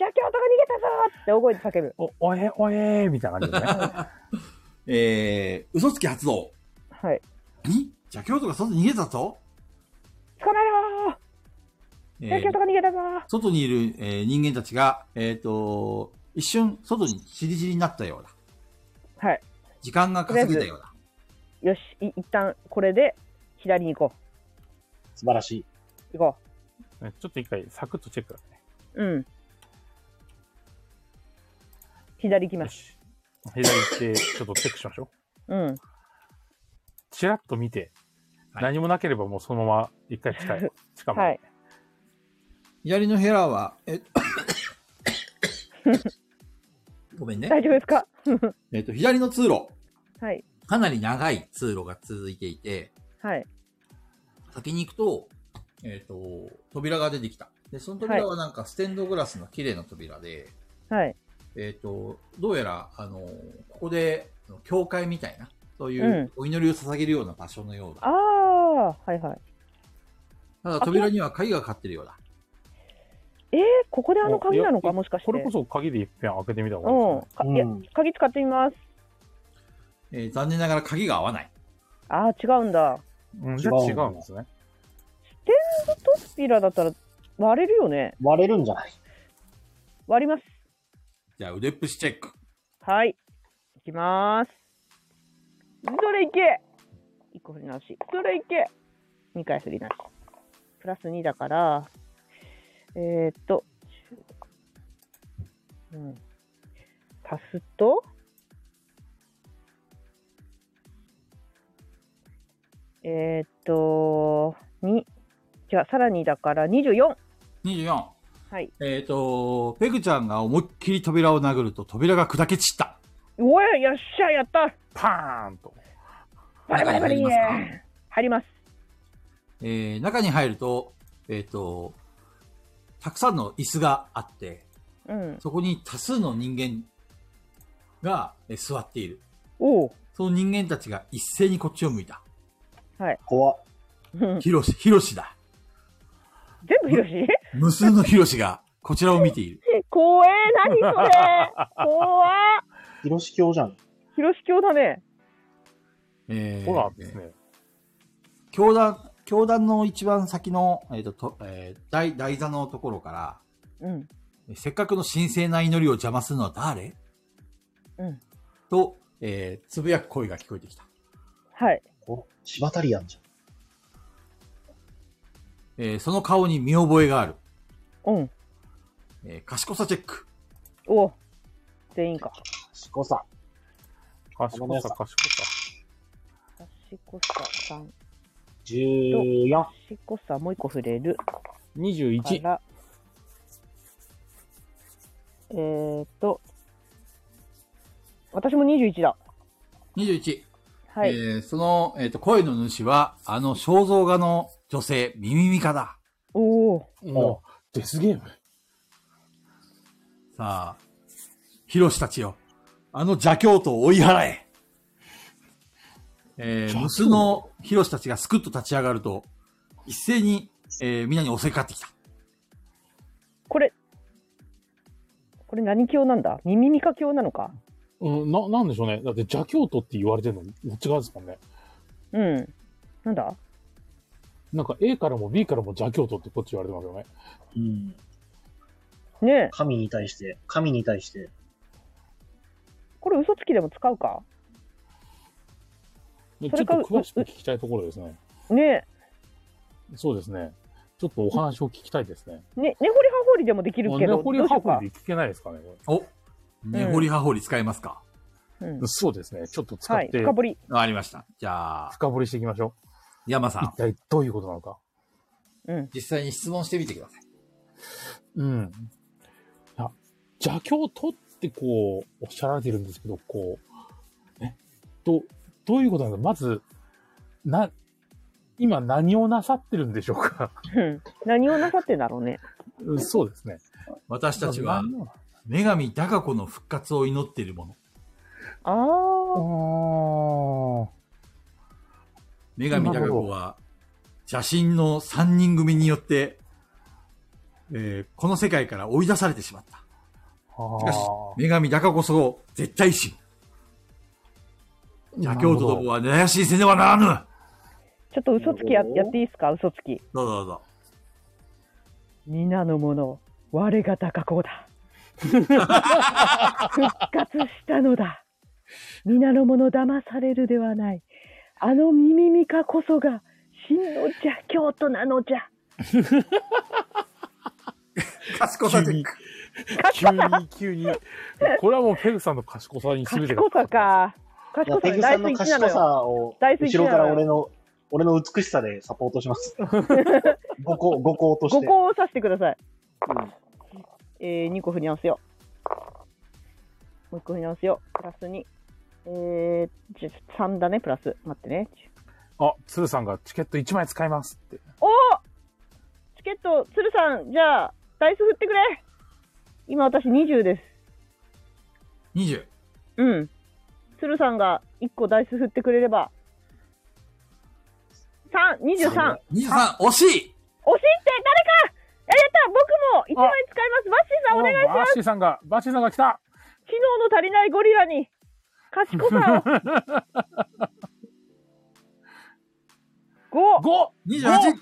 S5: 邪教とか逃げたぞって大声で叫ぶ
S2: お、おえ、おえーみたいな感じでね。
S1: えー、嘘つき発動。
S5: はい
S1: 何邪教とか外に逃げたぞ
S5: 捕まえろー
S1: えー
S5: 邪教とか逃げたぞ
S1: 外にいる、えー人間たちが、えっ、と、一瞬外にチリチリになったようだ。
S5: ーはい
S1: 時間が稼げたようだ。
S5: よしい一旦これで左に行こ
S3: 素晴らしい。
S5: う行こ
S2: ねちょっと一回サクッとチェックだね。
S5: ううん左行きま
S2: よ
S5: す
S2: し。左行って、ちょっとチェックしまし ょう。
S5: うん
S2: チラッと見て、
S1: はい
S2: 何もなければもうそのまま一回近 い。しかも、
S5: はい
S1: 左のヘラは、え ごめんね。
S5: 大丈夫ですか
S1: えっ、と、左の通路、
S5: はい
S1: かなり長い通路が続いていて、
S5: はい
S1: 先に行くと、えっ、と、扉が出てきた。で、その扉はなんかステンドグラスの綺麗な扉で、
S5: はい
S1: えっ、と、どうやら、あの、ここで、あの教会みたいな、そういううお祈りを捧げるような場所のようだ。
S5: ああはいはい
S1: ただ扉には鍵がかかってるようだ。
S5: えー、ここであの鍵なの
S2: い
S5: か
S2: や
S5: もしかして。
S2: これこそ鍵で一遍開けてみた方がいいですね。
S5: うんかいや
S3: うん
S5: 鍵使ってみます。
S1: えー残念ながら鍵が合わない。
S5: ああ、違うんだ。
S2: うん、じゃあ違うんですね。
S5: スピーラーだったら割れるよね。
S3: 割れるんじゃない
S5: 割ります。
S1: じゃあ腕っぷしチェック。
S5: はい。いきます。それいけ !1 個振り直し。それいけ !2 回振り直し。プラス2だから、えー、っと、うん。足すと、えー、っと、2、じゃあさらにだから24。
S1: 24。
S5: はい。
S1: えっ、と、ペグちゃんが思いっきり扉を殴ると扉が砕け散った。
S5: おい、よっしゃ、やった
S2: パーンと。
S5: バリバリバリ
S1: 中に入ります
S5: 入ります。
S1: えー中に入ると、えっ、と、たくさんの椅子があって、
S5: うん。
S1: そこに多数の人間がえー座っている。
S5: おう。
S1: その人間たちが一斉にこっちを向いた。
S3: 怖っ
S5: 全
S1: ヒロシ、ヒロシだ。
S5: 部ひろし
S1: 無数のヒロシがこちらを見ている。
S5: 怖え、何それ。 怖っ。
S3: 広し教じゃん。
S5: 広し教だね。
S1: えー
S2: ほらですね。
S1: 教団、教団の一番先の、えっ、と、とえー台、台座のところから、
S5: うん。
S1: せっかくの神聖な祈りを邪魔するのは誰
S5: うん。
S1: と、えー、つぶやく声が聞こえてきた。
S5: はい。
S3: おシバタリアンじ
S1: えー、その顔に見覚えがある。
S5: うん。
S1: えー、賢さチェック。
S5: おう全員か。
S3: ゃん。賢さ。
S2: 賢さ、賢さ。
S5: 賢ささん。
S3: 14。
S5: 賢さもう一個触れるか
S2: 21。
S5: ら。えーっと。私も21だ。
S1: 21。
S5: はい。
S1: えー、その、えっ、と、声の主は、あの肖像画の女性、ミミミカだ。
S5: おお。
S2: おデスゲーム。
S1: さあ、ヒロシたちよ。あの邪教徒を追い払え。えー、無数のヒロシたちがスクッと立ち上がると、一斉に、えー、皆に襲いかかってきた。
S5: これ、これ何教なんだ耳ミカ教なのか
S2: うん、な、なんでしょうね。だって邪教徒って言われてるの、こっち側ですもんね。
S5: うん。なんだ
S2: なんか A からも B からも邪教徒ってこっち言われてますよね。
S3: うん。
S5: ねえ、
S3: 神に対して、神に対して。
S5: これ嘘つきでも使うか
S2: で
S5: そ
S2: ちょ
S5: れ
S2: っと
S5: か
S2: 詳しく聞きたいところですね。
S5: ね
S2: そうですね。ちょっとお話を聞きたいですね。
S5: え、ね、根掘り葉掘りでもできる
S2: もう
S5: け
S2: ね、
S5: ど、
S2: 掘り
S5: どうしよ
S2: 葉
S5: うか
S2: 掘。りで聞けないですかね、こ
S1: お根掘り葉掘り使いますか、
S5: うん
S2: れ。そうですね。ちょっと使
S5: は
S2: っ
S5: い、
S2: て、
S5: 深掘り。
S1: わかりました。じゃあ、
S2: 深掘りしていきましょ
S1: 山さ
S2: う。
S1: ん
S2: 一、体どういうことなのか。
S5: うん。
S1: 実際に質問してみてください。
S2: うん。あ、邪教徒ってこう、おっしゃられてるんですけど、こう、え、ど、どういうことなのか、まず、な、今何をなさってるんでしょうか
S5: うん何をなさってんだろうね。
S2: うんそうですね。
S1: 私たちは
S2: ま、ず
S1: 女神ダカ子の復活を祈っているもの。
S5: あ
S2: 何
S5: あ、
S2: を
S1: 女神ダカ子は、邪神の三人組によって、えーこの世界から追い出されてしまった。
S2: あー
S1: しかし女神ダカこそ絶対神。邪教徒どもは悩しいせねばならぬ。
S5: ちょっと嘘つきや
S3: なるほど
S5: やっていいですか嘘つき。
S1: どうぞどうぞ。
S5: 皆のもの、我が高 子だ。復活したのだ。皆のもの騙されるではない。あの耳ミカこそが真の邪教徒なのじゃ。
S1: 賢さ
S2: 急
S1: で
S2: に。急に、急に。これはもうペグさんの賢さ に全てが
S5: 賢。さか。
S3: いや
S5: 賢さ
S3: ペ
S5: ね
S3: グさんの
S5: 大好きな
S3: 賢
S5: のよ。
S3: さを、
S5: ダイス
S3: 後
S5: 一なの
S3: ろ
S5: よ
S3: から俺の、俺の美しさでサポートし ます。ごこう、ごこうとし
S5: 五
S3: て。
S5: 個をさしてください。
S3: うん
S5: えー、二個振り直すよ。もう一個振り直すよ。プラスに。えー、じゃ三だね、プラス。待ってね。
S2: あ、鶴さんがチケット1枚使いますって。
S5: おおチケット、鶴さん、じゃあ、ダイス振ってくれ今私20です。
S1: 20。
S5: うん。鶴さんが一個ダイス振ってくれれば。三二十三。
S1: 23、惜しい
S5: 押しって誰かあやった僕も一枚使いますバッシーさんお願い
S2: あバッシーさんが、バッシーさんが来た
S5: 機能の足りないゴリラに賢さ を
S2: 5!
S1: 28!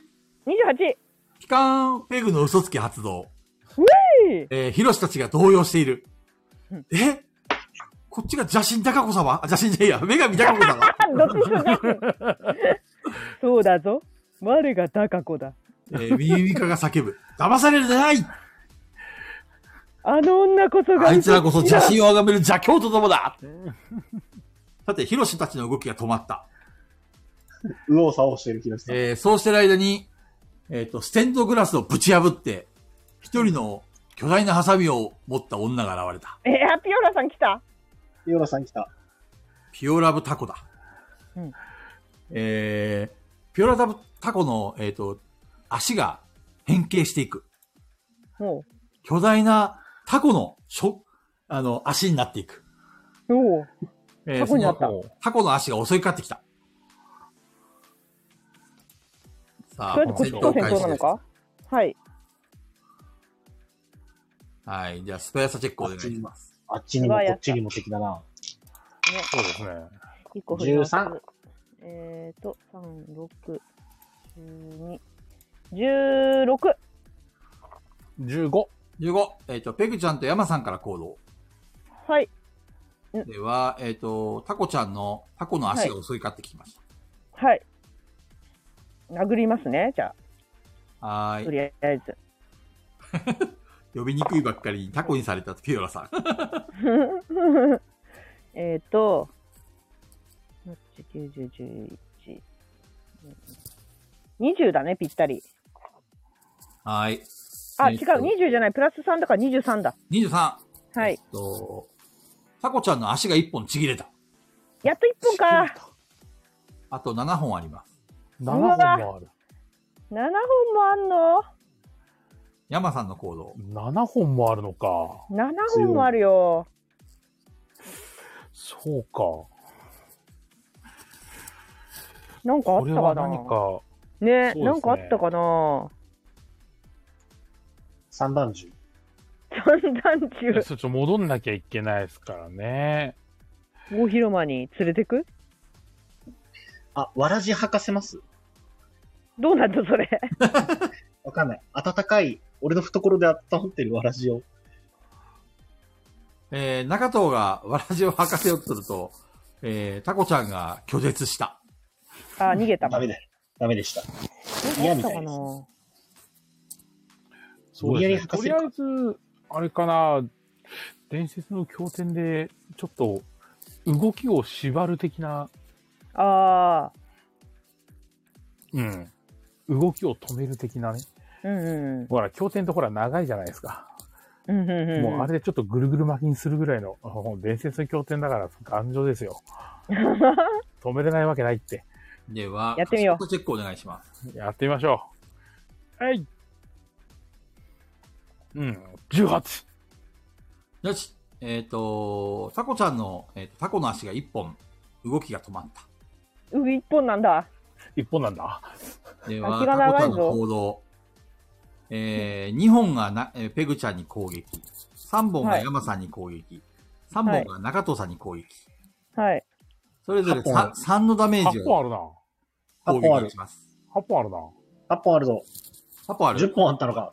S5: 528
S1: ピカンペグの嘘つき発動。
S5: ェイ
S1: えー、ヒロシたちが動揺している
S5: うん。
S1: えこっちが邪神高子様あ、邪神じゃいや、女神高子様
S5: あどっちにし ろなそうだぞ我が高子だ
S1: えー、耳ミカが叫ぶ。騙されるでない
S5: あの女こそが
S1: あいつらこそ邪神を崇める邪教徒どもださて、ヒロシたちの動きが止まった。
S3: 右往左往してる気がした。
S1: えー、そうしてる間に、えっ、と、ステンドグラスをぶち破って、一人の巨大なハサミを持った女が現れた。
S5: えー、ピオラさん来た
S3: ヨナさん来た。
S1: ピオラブタコだ。
S5: うん
S1: えー、ピオラブタコの、えっ、と、足が変形していく。
S5: も
S1: 巨大なタコの、しょ、あの、足になっていく。
S5: うおう
S1: えー
S5: タコになった
S1: そのタコの足が襲いかかってきた。さ
S5: そうやってこっちと戦闘なのかはい
S1: はい。じゃあ、スパイサチェックお願いします。
S3: あっちにもこっちにも敵だな。
S2: そうですね。
S5: 一個振ります
S3: 13。
S5: えーと、三六十二十六。
S2: 15。
S1: 15、えっ、と、ペグちゃんとヤマさんから行動。
S5: はい。
S1: では、えっ、と、タコちゃんの、タコの足が襲いかかってきまし
S5: はい。殴りますね。じゃ
S1: た。は
S5: あ、
S1: ーい。
S5: とりあえず。
S1: 呼びにくいばっかりにタコにされたピオラさん。
S5: えっと、8、9、10、11。20だね、ぴったり。
S1: はい。
S5: あ、
S1: えっ
S5: 違う、
S1: と
S5: 20じゃない、プラス3だから23だ。
S1: 23。
S5: は
S1: えっ
S5: い。
S1: と、タコちゃんの足が1本ちぎれた。
S5: やっと1本か。
S1: あと7本あります。
S2: 7本もある。
S5: 7本もあんの
S1: ヤマさんの行動。
S2: 7本もあるのか。
S5: ?7 本もあるよ。
S2: そうか。
S5: なんかあ
S2: こ
S5: っ
S2: れ
S5: た
S2: は
S5: か
S2: 何
S5: な
S2: か、そうで
S5: ね
S2: すね
S5: なんかあったかな
S3: 三段銃。
S5: 散々
S2: いや
S5: 中、
S2: それちょっと戻んなきゃいけないですからね。
S5: 大広間に連れてく
S3: あ、わらじ履かせます
S5: どうなんだそれ。
S3: わかんない。暖かい、俺の懐で温まってるわらじを。
S1: えー、中藤がわらじを履かせようとすると、えー、タコちゃんが拒絶した。
S5: あ、逃げた
S3: ダ
S5: もん。
S3: メだ。ダメでした。
S5: ど
S3: 嫌
S5: う
S3: み
S5: し
S3: た
S5: たか
S3: いです。
S5: な
S2: そうですね。と
S3: 無理
S2: り
S3: や
S2: あ
S3: り
S2: えず、あれかな、伝説の経典で、ちょっと、動きを縛る的な、
S5: あ
S2: うん、動きを止める的なね。
S5: あ、うんうん
S2: ほら、経典ってほら、長いじゃないですか。
S5: うん。うんうんうん。
S2: もうあれでちょっとぐるぐる巻きにするぐらいの、あの伝説の経典だから、頑丈です よ。止めれないわけないって。
S1: では、
S5: やってみよう
S1: 速度チェックお願いします。
S2: やってみましょう。はい。うん、18。
S1: よし。えっ、と、タコちゃんの、えーとタコの足が一本、動きが止まった。
S5: うん一本なんだ。
S2: 一本なんだ。
S1: では、
S5: 足が
S1: タコ
S5: 長
S1: ちゃ
S5: い
S1: ん
S5: ぞ
S1: の行動。えー、2本がな、えーペグちゃんに攻撃。3本が
S5: はい
S1: 山さんに攻撃。3本が中藤さんに攻撃。
S5: はい。
S1: それぞれ
S3: 八本あ
S1: 3, のダメージ
S2: 8本
S1: を
S2: あるな。
S1: 攻
S3: 8本あ
S1: 撃
S3: る
S1: をします。
S2: 8本あるな。
S3: 8本あるぞ。
S1: 8本あ
S3: 10
S1: る。
S3: 本あったのか。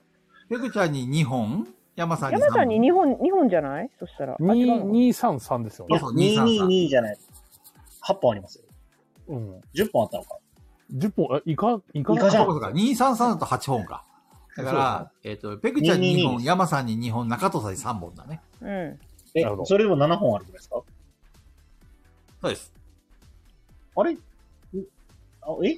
S1: ペグちゃんに2本、山さんに3
S5: 山
S1: 本。
S5: さんに二本、二本じゃないそしたら。あ違うの
S2: 233ですよ
S3: いや、
S2: ね。
S1: そう2 3 3
S3: 222じゃない。8本ありますよ。
S2: うん。
S3: 10本あったのか。
S2: 10本、え、イカ、イカ
S3: イカじゃん
S1: そうか、233だと8本か。だから、えっ、と、ペグちゃんに2
S3: 222で
S1: 本、
S3: す
S1: 山さんに2本、中藤さんに3本だね。
S5: うん。
S3: え
S2: なるほど、
S3: それでも7本あるんですか
S1: そうです。
S3: あれんあえ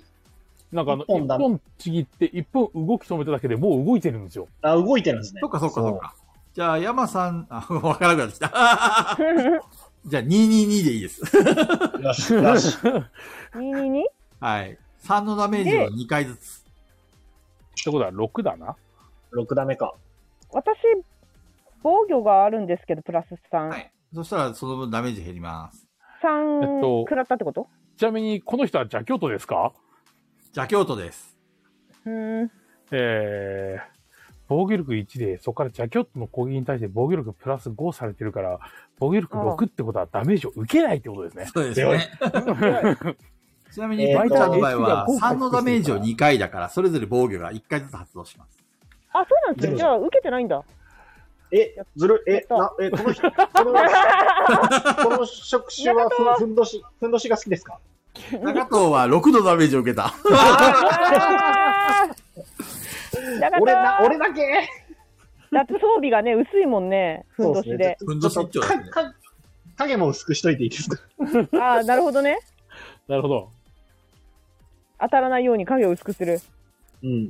S2: なんかあの、
S3: 一本
S2: 1
S3: だ
S2: 本ちぎって、1本動き止めただけでもう動いてるんですよ。
S3: あ、動いてるんですね。
S1: そっかそっかそっか。じゃあ、山さん、あ、わからなくなってきた。 じゃあ、222でいいです。
S3: そう。よし、よし。
S5: 二二二
S1: はい。3のダメージを2回ずつ。
S2: ってことは6だな。
S3: 6ダメか。
S5: 私、防御があるんですけど、プラス三
S1: はい。そしたら、その分ダメージ減ります。
S5: 三
S2: えっと
S5: 食らったってこと
S2: ちなみに、この人は邪教徒ですか
S1: じゃあ、京都です。
S5: うん。
S2: えー、防御力1で、そこから邪教徒の攻撃に対して防御力プラス5されてるから、防御力6ってことはダメージを受けないってことですね。
S1: そうです
S3: ね。
S1: ちなみに、
S3: えー
S1: バ
S3: と
S1: イタルの場合は、
S2: HP が
S1: 3のダメージを2回だから、それぞれ防御が1回ずつ発動します。
S5: あ、そうなんです
S3: ゼロ
S5: ね。
S3: じ
S5: じ
S3: ゃん
S5: ゃあ、受けてないんだ。
S3: え、ずる、
S5: や
S3: え
S5: っ、た
S3: な、え、この 人、この、この職種はふんふんどし、ふんどしが好きですか
S1: 中藤は6のダメージを受けた。
S5: あ ーだから
S3: 俺な、俺だけ
S5: だって装備がね、薄いもんね、ふんどしで。。
S1: ふんどし一丁ですね
S3: かか影も薄くしといていいですか
S5: ああ、なるほどね。
S2: なるほど。
S5: 当たらないように影を薄くする。
S3: うん。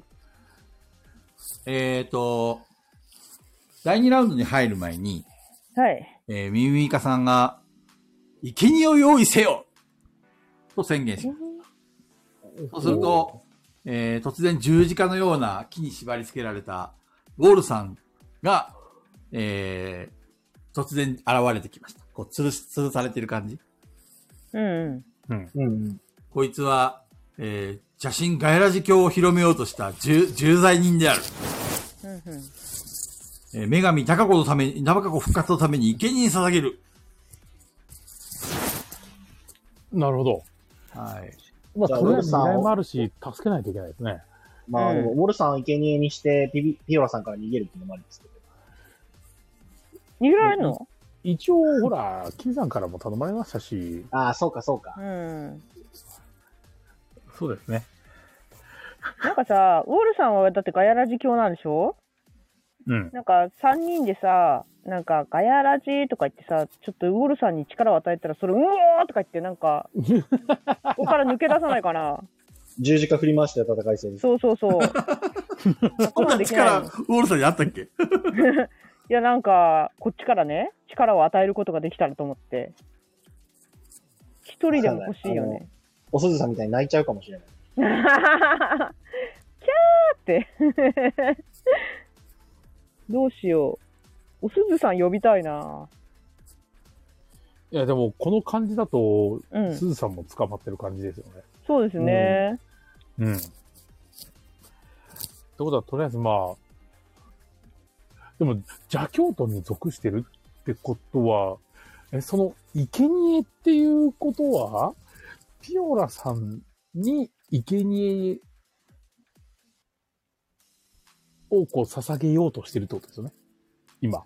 S1: えっと、第2ラウンドに入る前に、
S5: はい。
S1: えー、ミミイカさんが、生贄を用意せよと宣言します。そうすると、えー、突然十字架のような木に縛り付けられたウォールさんが、えー、突然現れてきました。こう、吊るし、吊るされてる感じ。
S5: うんうん。
S3: うんうん。
S1: こいつは、えー、邪神ガイラジ教を広めようとした重重罪人である。
S5: うんうん
S1: えー女神高子のために、ナバカ子復活のために生贄に捧げる。
S2: なるほど。
S1: はい。
S2: まあ、
S3: じゃあ
S2: とりあえ
S3: ウル
S2: ず
S3: さんを
S2: 狙いもあるし、助けないといけないですね。
S3: まあ、
S5: うん
S3: でもウォルさんを生贄にして、ピビピオラさんから逃げるっていうのもありですけど。
S5: 逃げられるの
S2: 一応、ほら、金さんからも頼まれましたし、
S3: ああ、そうかそうか。
S5: うん。
S2: そうですね。
S5: なんかさ、ウォルさんはだってガヤラジ教なんでしょ
S2: うん。
S5: なんか3人でさ、なんかガヤラジとか言ってさ、ちょっとウォルさんに力を与えたら、それ、うおーとか言って、なん か、ここから抜け出さないかな。
S3: 十字架振り回して戦いそうです。
S5: そうそうそう。
S1: こんな
S5: できな
S1: 力、
S5: いの
S1: ウォールさんにあったっけ
S5: いや、なんか、こっちからね、力を与えることができたらと思って。一人でも欲しいよね。
S3: おすずさんみたいに泣いちゃうかもしれない。
S5: キャーって。どうしよう。おすずさん呼びたいな。
S2: いや、でも、この感じだと、
S5: うん
S2: す。ずさんも捕まってる感じですよね。
S5: そうですね。
S2: うん。ってことは、とりあえずまあ、でも、邪教徒に属してるってことは、え、その、生贄っていうことは、ピオラさんに生贄をこう捧げようとしてるってことですよね。今。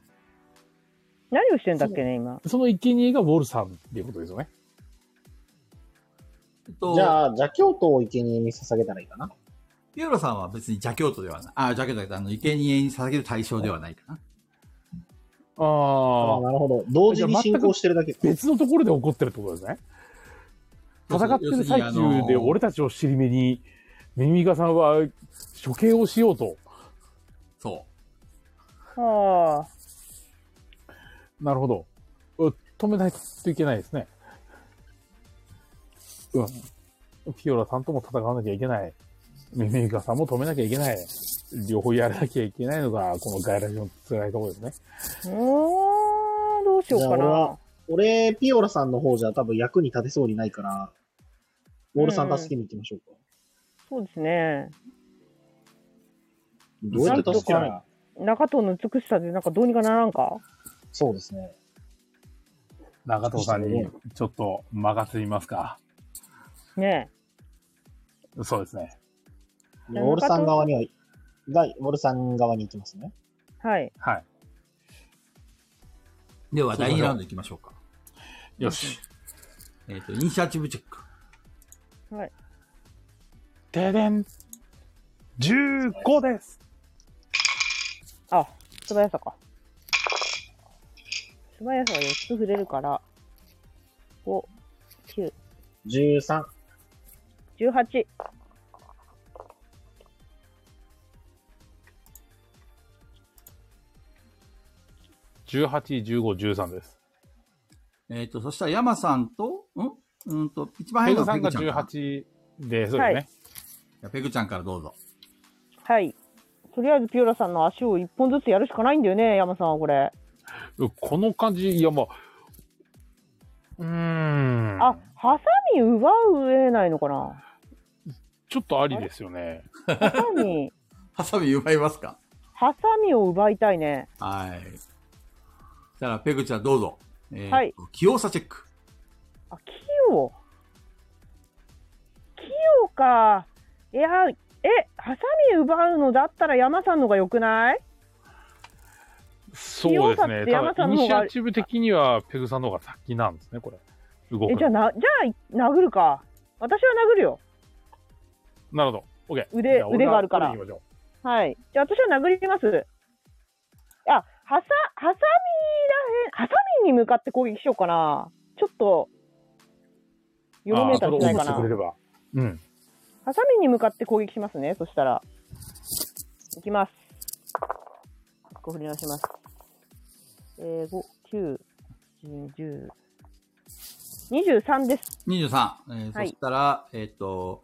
S5: 何をしてんだっけね、今。
S2: その生贄がウォルさんっていうことですよね。
S1: えっと、
S3: じゃあ、邪教徒を生贄に捧げたらいいかな。
S1: ピオロさんは別に邪教徒ではない。あ、邪教徒だけど、あの、生贄に捧げる対象ではないかな。
S2: あ
S3: あなるほど。同時に進行してるだけか。
S2: 別のところで起こってるってことですね。戦ってる最
S1: 要するにあ
S2: 中
S1: の
S2: で俺たちを尻目に、ミミカさんは処刑をしようと。
S1: そ
S5: はあ。
S2: なるほど。う止めないといけないですね。うん。ピオラさんとも戦わなきゃいけない。ミミカさんも止めなきゃいけない。両方やらなきゃいけないのが、このガイラジの辛いところですね。
S5: うーん、どうしよう
S3: じゃ
S5: か
S3: あ俺
S5: な
S3: は。俺、ピオラさんの方じゃ多分役に立てそうにないから、ウォルさん助けに行きましょうか。
S5: そうですね。
S3: どうやって助けた
S5: なん
S3: ら、
S5: 中藤の美しさでなんかどうにかならんか
S3: そうですね。
S2: 中藤さんに、ちょっと任せてみますか。
S5: ね
S2: そうですね。
S3: ウォルさん側には、が、ウォルさん側に行きますね。
S5: え。はい。
S2: はい。
S1: う。では、第2ラウンド行きましょうか。
S2: よし。
S1: えっ、と、イニシアチブチェック。
S2: 停電15です。
S5: あ、素早さか。素早さは4つ触れるから、5、9、
S3: 13。
S5: 18。
S2: 18、15、13です。
S1: えっ、と、そしたら山さんと、んうんと、一番早
S2: ペ
S1: い
S2: グ
S1: の
S2: さ
S1: は
S2: ん
S1: ペ
S2: が
S1: グちゃんか
S2: 18で、そうですね。
S5: はい
S1: な。ペグちゃんからどうぞ。
S5: はい。とりあえずピオラさんの足を1本ずつやるしかないんだよね、山さんはこれ。
S2: この感じ、いや、まあ、うーん。
S5: あ、ハサミ奪うえないのかな
S2: ちょっとありですよね。
S5: ハサ ミ、
S1: ハサミ奪いますか
S5: ハサミを奪いたいね。
S1: はい。そしたら、ペグちゃんどうぞ。えーと
S5: はい。
S1: 器用さチェック。
S5: あ、器用。器用か。いや、え、ハサミ奪うのだったら山さんのが良くない
S2: そうです
S5: 器用さっ
S2: ね。
S5: て
S2: た
S5: 山
S2: だ、
S5: さ
S2: イ
S5: んの
S2: ニ
S5: 方
S2: シ
S5: が
S2: アチブ的には、ペグさんの方が先なんですね、これ。動
S5: え、
S2: く
S5: じゃあ
S2: の。
S5: な、じゃあ殴るか。私は殴るよ。
S2: なるほど。オッケー。
S5: 腕
S2: じゃ俺
S5: 腕があるから
S2: 取りに行きましょう
S5: はい。じゃあ私は殴ります。あ、ハサ、ハサミらへん、ハサミに向かって攻撃しようかな。ちょっと、よろめいた
S2: あー
S5: りしないか
S2: それ
S5: な
S2: を見せてくれ。ればうん。
S5: ハサミに向かって攻撃しますね。そしたら。いきます。ご振り直します。えー、5、9、10、23です。
S1: 23。えー
S5: はい
S1: そしたら、えっ、と、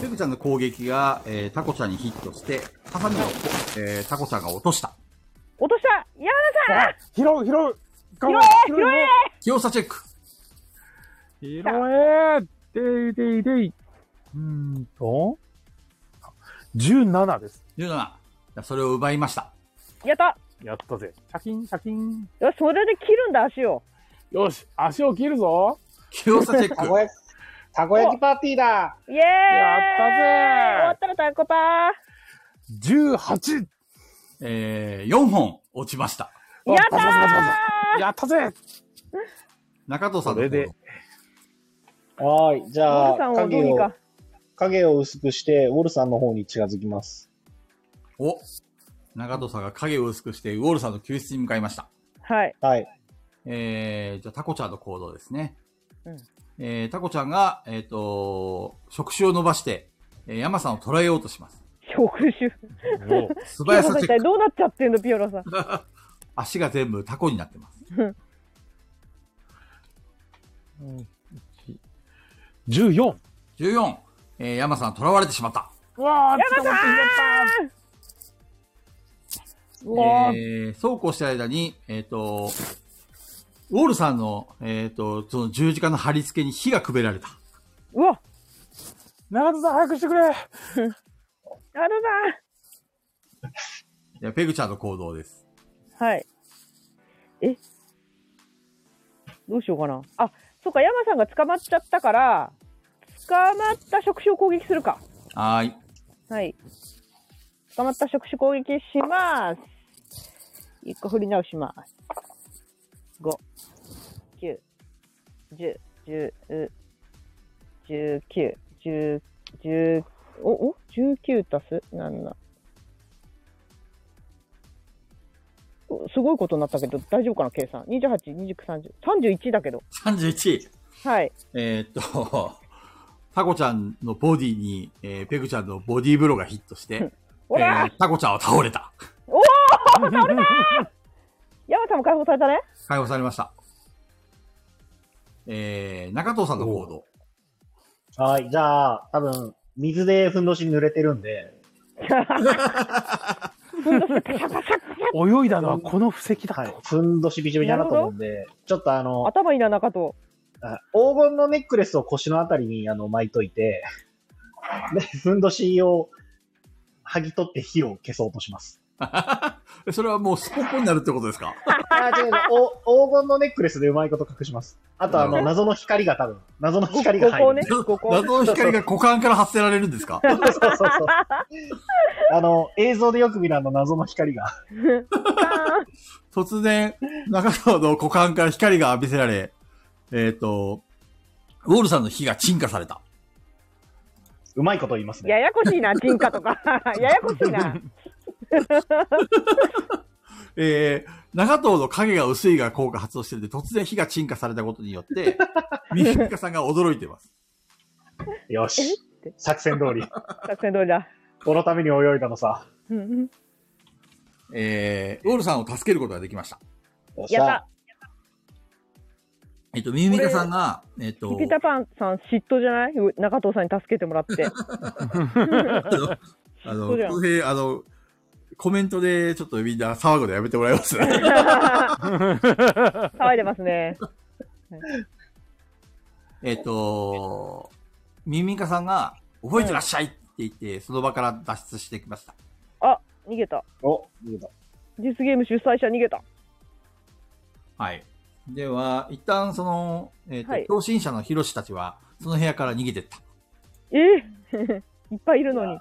S1: ペグちゃんの攻撃が、えータコちゃんにヒットして、ハサミを、えータコちゃんが落とした。
S5: 落としたやらさん
S2: 拾う、拾う拾
S5: 拾え拾え
S1: 器用さチェック。
S2: 拾えでいでいでいうーんと、17です。
S1: 17。じゃあそれを奪いました。
S5: やった
S2: やったぜ。シャキン、シャキン。
S5: よし、それで切るんだ、足を。
S2: よし、足を切るぞ。
S1: 器用さチェッ
S3: たこ
S1: ク。
S3: 焼き、たこ焼きパーティーだ
S5: イエーイ終
S2: や
S5: わ
S2: っ
S5: ったらタコパー
S2: 18!
S1: えー、4本落ちました。
S5: やった
S2: バ
S5: ー
S2: サバサバサやったぜ
S1: 中藤さんの
S2: それで
S3: はーい。じ
S5: モ
S3: ゃ
S5: ルさ
S3: あ、
S5: んをどう
S3: 影
S5: に
S3: を
S5: か、。
S3: 影を薄くして、ウォルさんの方に近づきます。
S1: お中藤さんが影を薄くして、ウォールさんの救出に向かいました。
S5: はい。
S3: はい。
S1: えー、じゃあタコちゃんの行動ですね。
S5: うん
S1: えー、タコちゃんが、えっ、と、触手を伸ばして、えー、山さんを捕らえようとします。
S5: 触手。
S2: も
S1: 素
S5: ピオ
S1: 早
S5: ラ
S1: さ
S5: さん
S1: チェ
S5: 一
S1: ッ
S5: 体
S1: ク。
S5: どうなっちゃってんの、ピオラさん。
S1: 足が全部タコになってます。
S2: う14!
S1: 14、えー、山さん捕らわれてしまった。
S2: うわー
S5: 山さ
S2: うわ
S1: え
S2: ー
S1: ー、そうこうしてる間に、えっ、と、ウォールさんの、えっ、と、その十字架の貼り付けに火がくべられた。
S5: うわ
S2: 長田さん早くしてくれ
S5: ある
S1: いやペグちゃんの行動です。
S5: はい。えどうしようかな。あ、そっか、山さんが捕まっちゃったから、捕まった触手を攻撃するか。
S1: はーい。
S5: はい。捕まった触手攻撃します。一個振り直します。五、九、十、十、十九、十、十、お、お、十九足す七。おすごいことになったけど、大丈夫かな、計算。28、29、30。31だけど。
S1: 31。
S5: はい。
S1: えーっと、 タコちゃんのボディに、えーペグちゃんのボディーブローがヒットして、え
S5: おらー
S1: ータコちゃんは倒れた。
S5: 山さんも解放されたね。
S1: 解放されました。えー、中藤さんの行動。
S3: はい、じゃあ、多分、水でふんどし濡れてるんで、
S2: 泳いだのはこの布石だと。
S3: はい、ふんどしびちょびちょだと思うんで、ちょっとあの、
S5: 頭いいな、中と。
S3: あ黄金のネックレスを腰のあたりにあの巻いといて、で、ふんどしを剥ぎ取って火を消そうとします。
S1: それはもうスポッポになるってことですか
S3: あ、違う違うお黄金のネックレスでうまいこと隠します。あとあ
S1: う
S3: の、
S1: ん
S3: 謎の光が多分、謎の
S5: こ
S3: 光が入る。
S5: こをね、ここ。
S1: 謎の光が股間から発せられるんですか
S3: そうそうそう。あの、映像でよく見るあの謎の光が。
S1: 突然、中藤の股間から光が浴びせられ、えーっと、ウォールさんの火が鎮火された。
S3: うまいこと言いますね。
S5: ややこしいな、人家とか。ややこしいな。
S1: えー、長藤の影が薄いが効果発動してるんで、突然火が鎮火されたことによ って、三浦さんが驚いてます。
S3: よ
S5: えっ
S3: し
S5: て。
S3: 作戦通り。
S5: 作戦通りだ。
S3: このために泳いだのさ。
S5: うん
S1: えー、ウォールさんを助けることができました。
S3: よっし
S5: や
S3: ゃ
S5: った。
S1: えっ、と、ミミカさんが、えっ、と
S5: ピ、ピタパンさん嫉妬じゃない中藤さんに助けてもら って。
S1: あの、あの、
S5: そうじゃん
S1: 公平、あの、コメントでちょっとみんな騒ぐのやめてもらい ます、ね、
S5: 騒いでますね。
S1: えっと、ミミカさんが、覚えてらっしゃいって言って、その場から脱出してきました。
S5: あ、逃げた。
S3: お、見えた。
S5: ディスゲーム主催者逃げた。
S1: はい。では、一旦その、えっ、と、
S5: はい
S1: 共振者のヒロシたちは、その部屋から逃げてった。
S5: え ーいっぱいいるのに。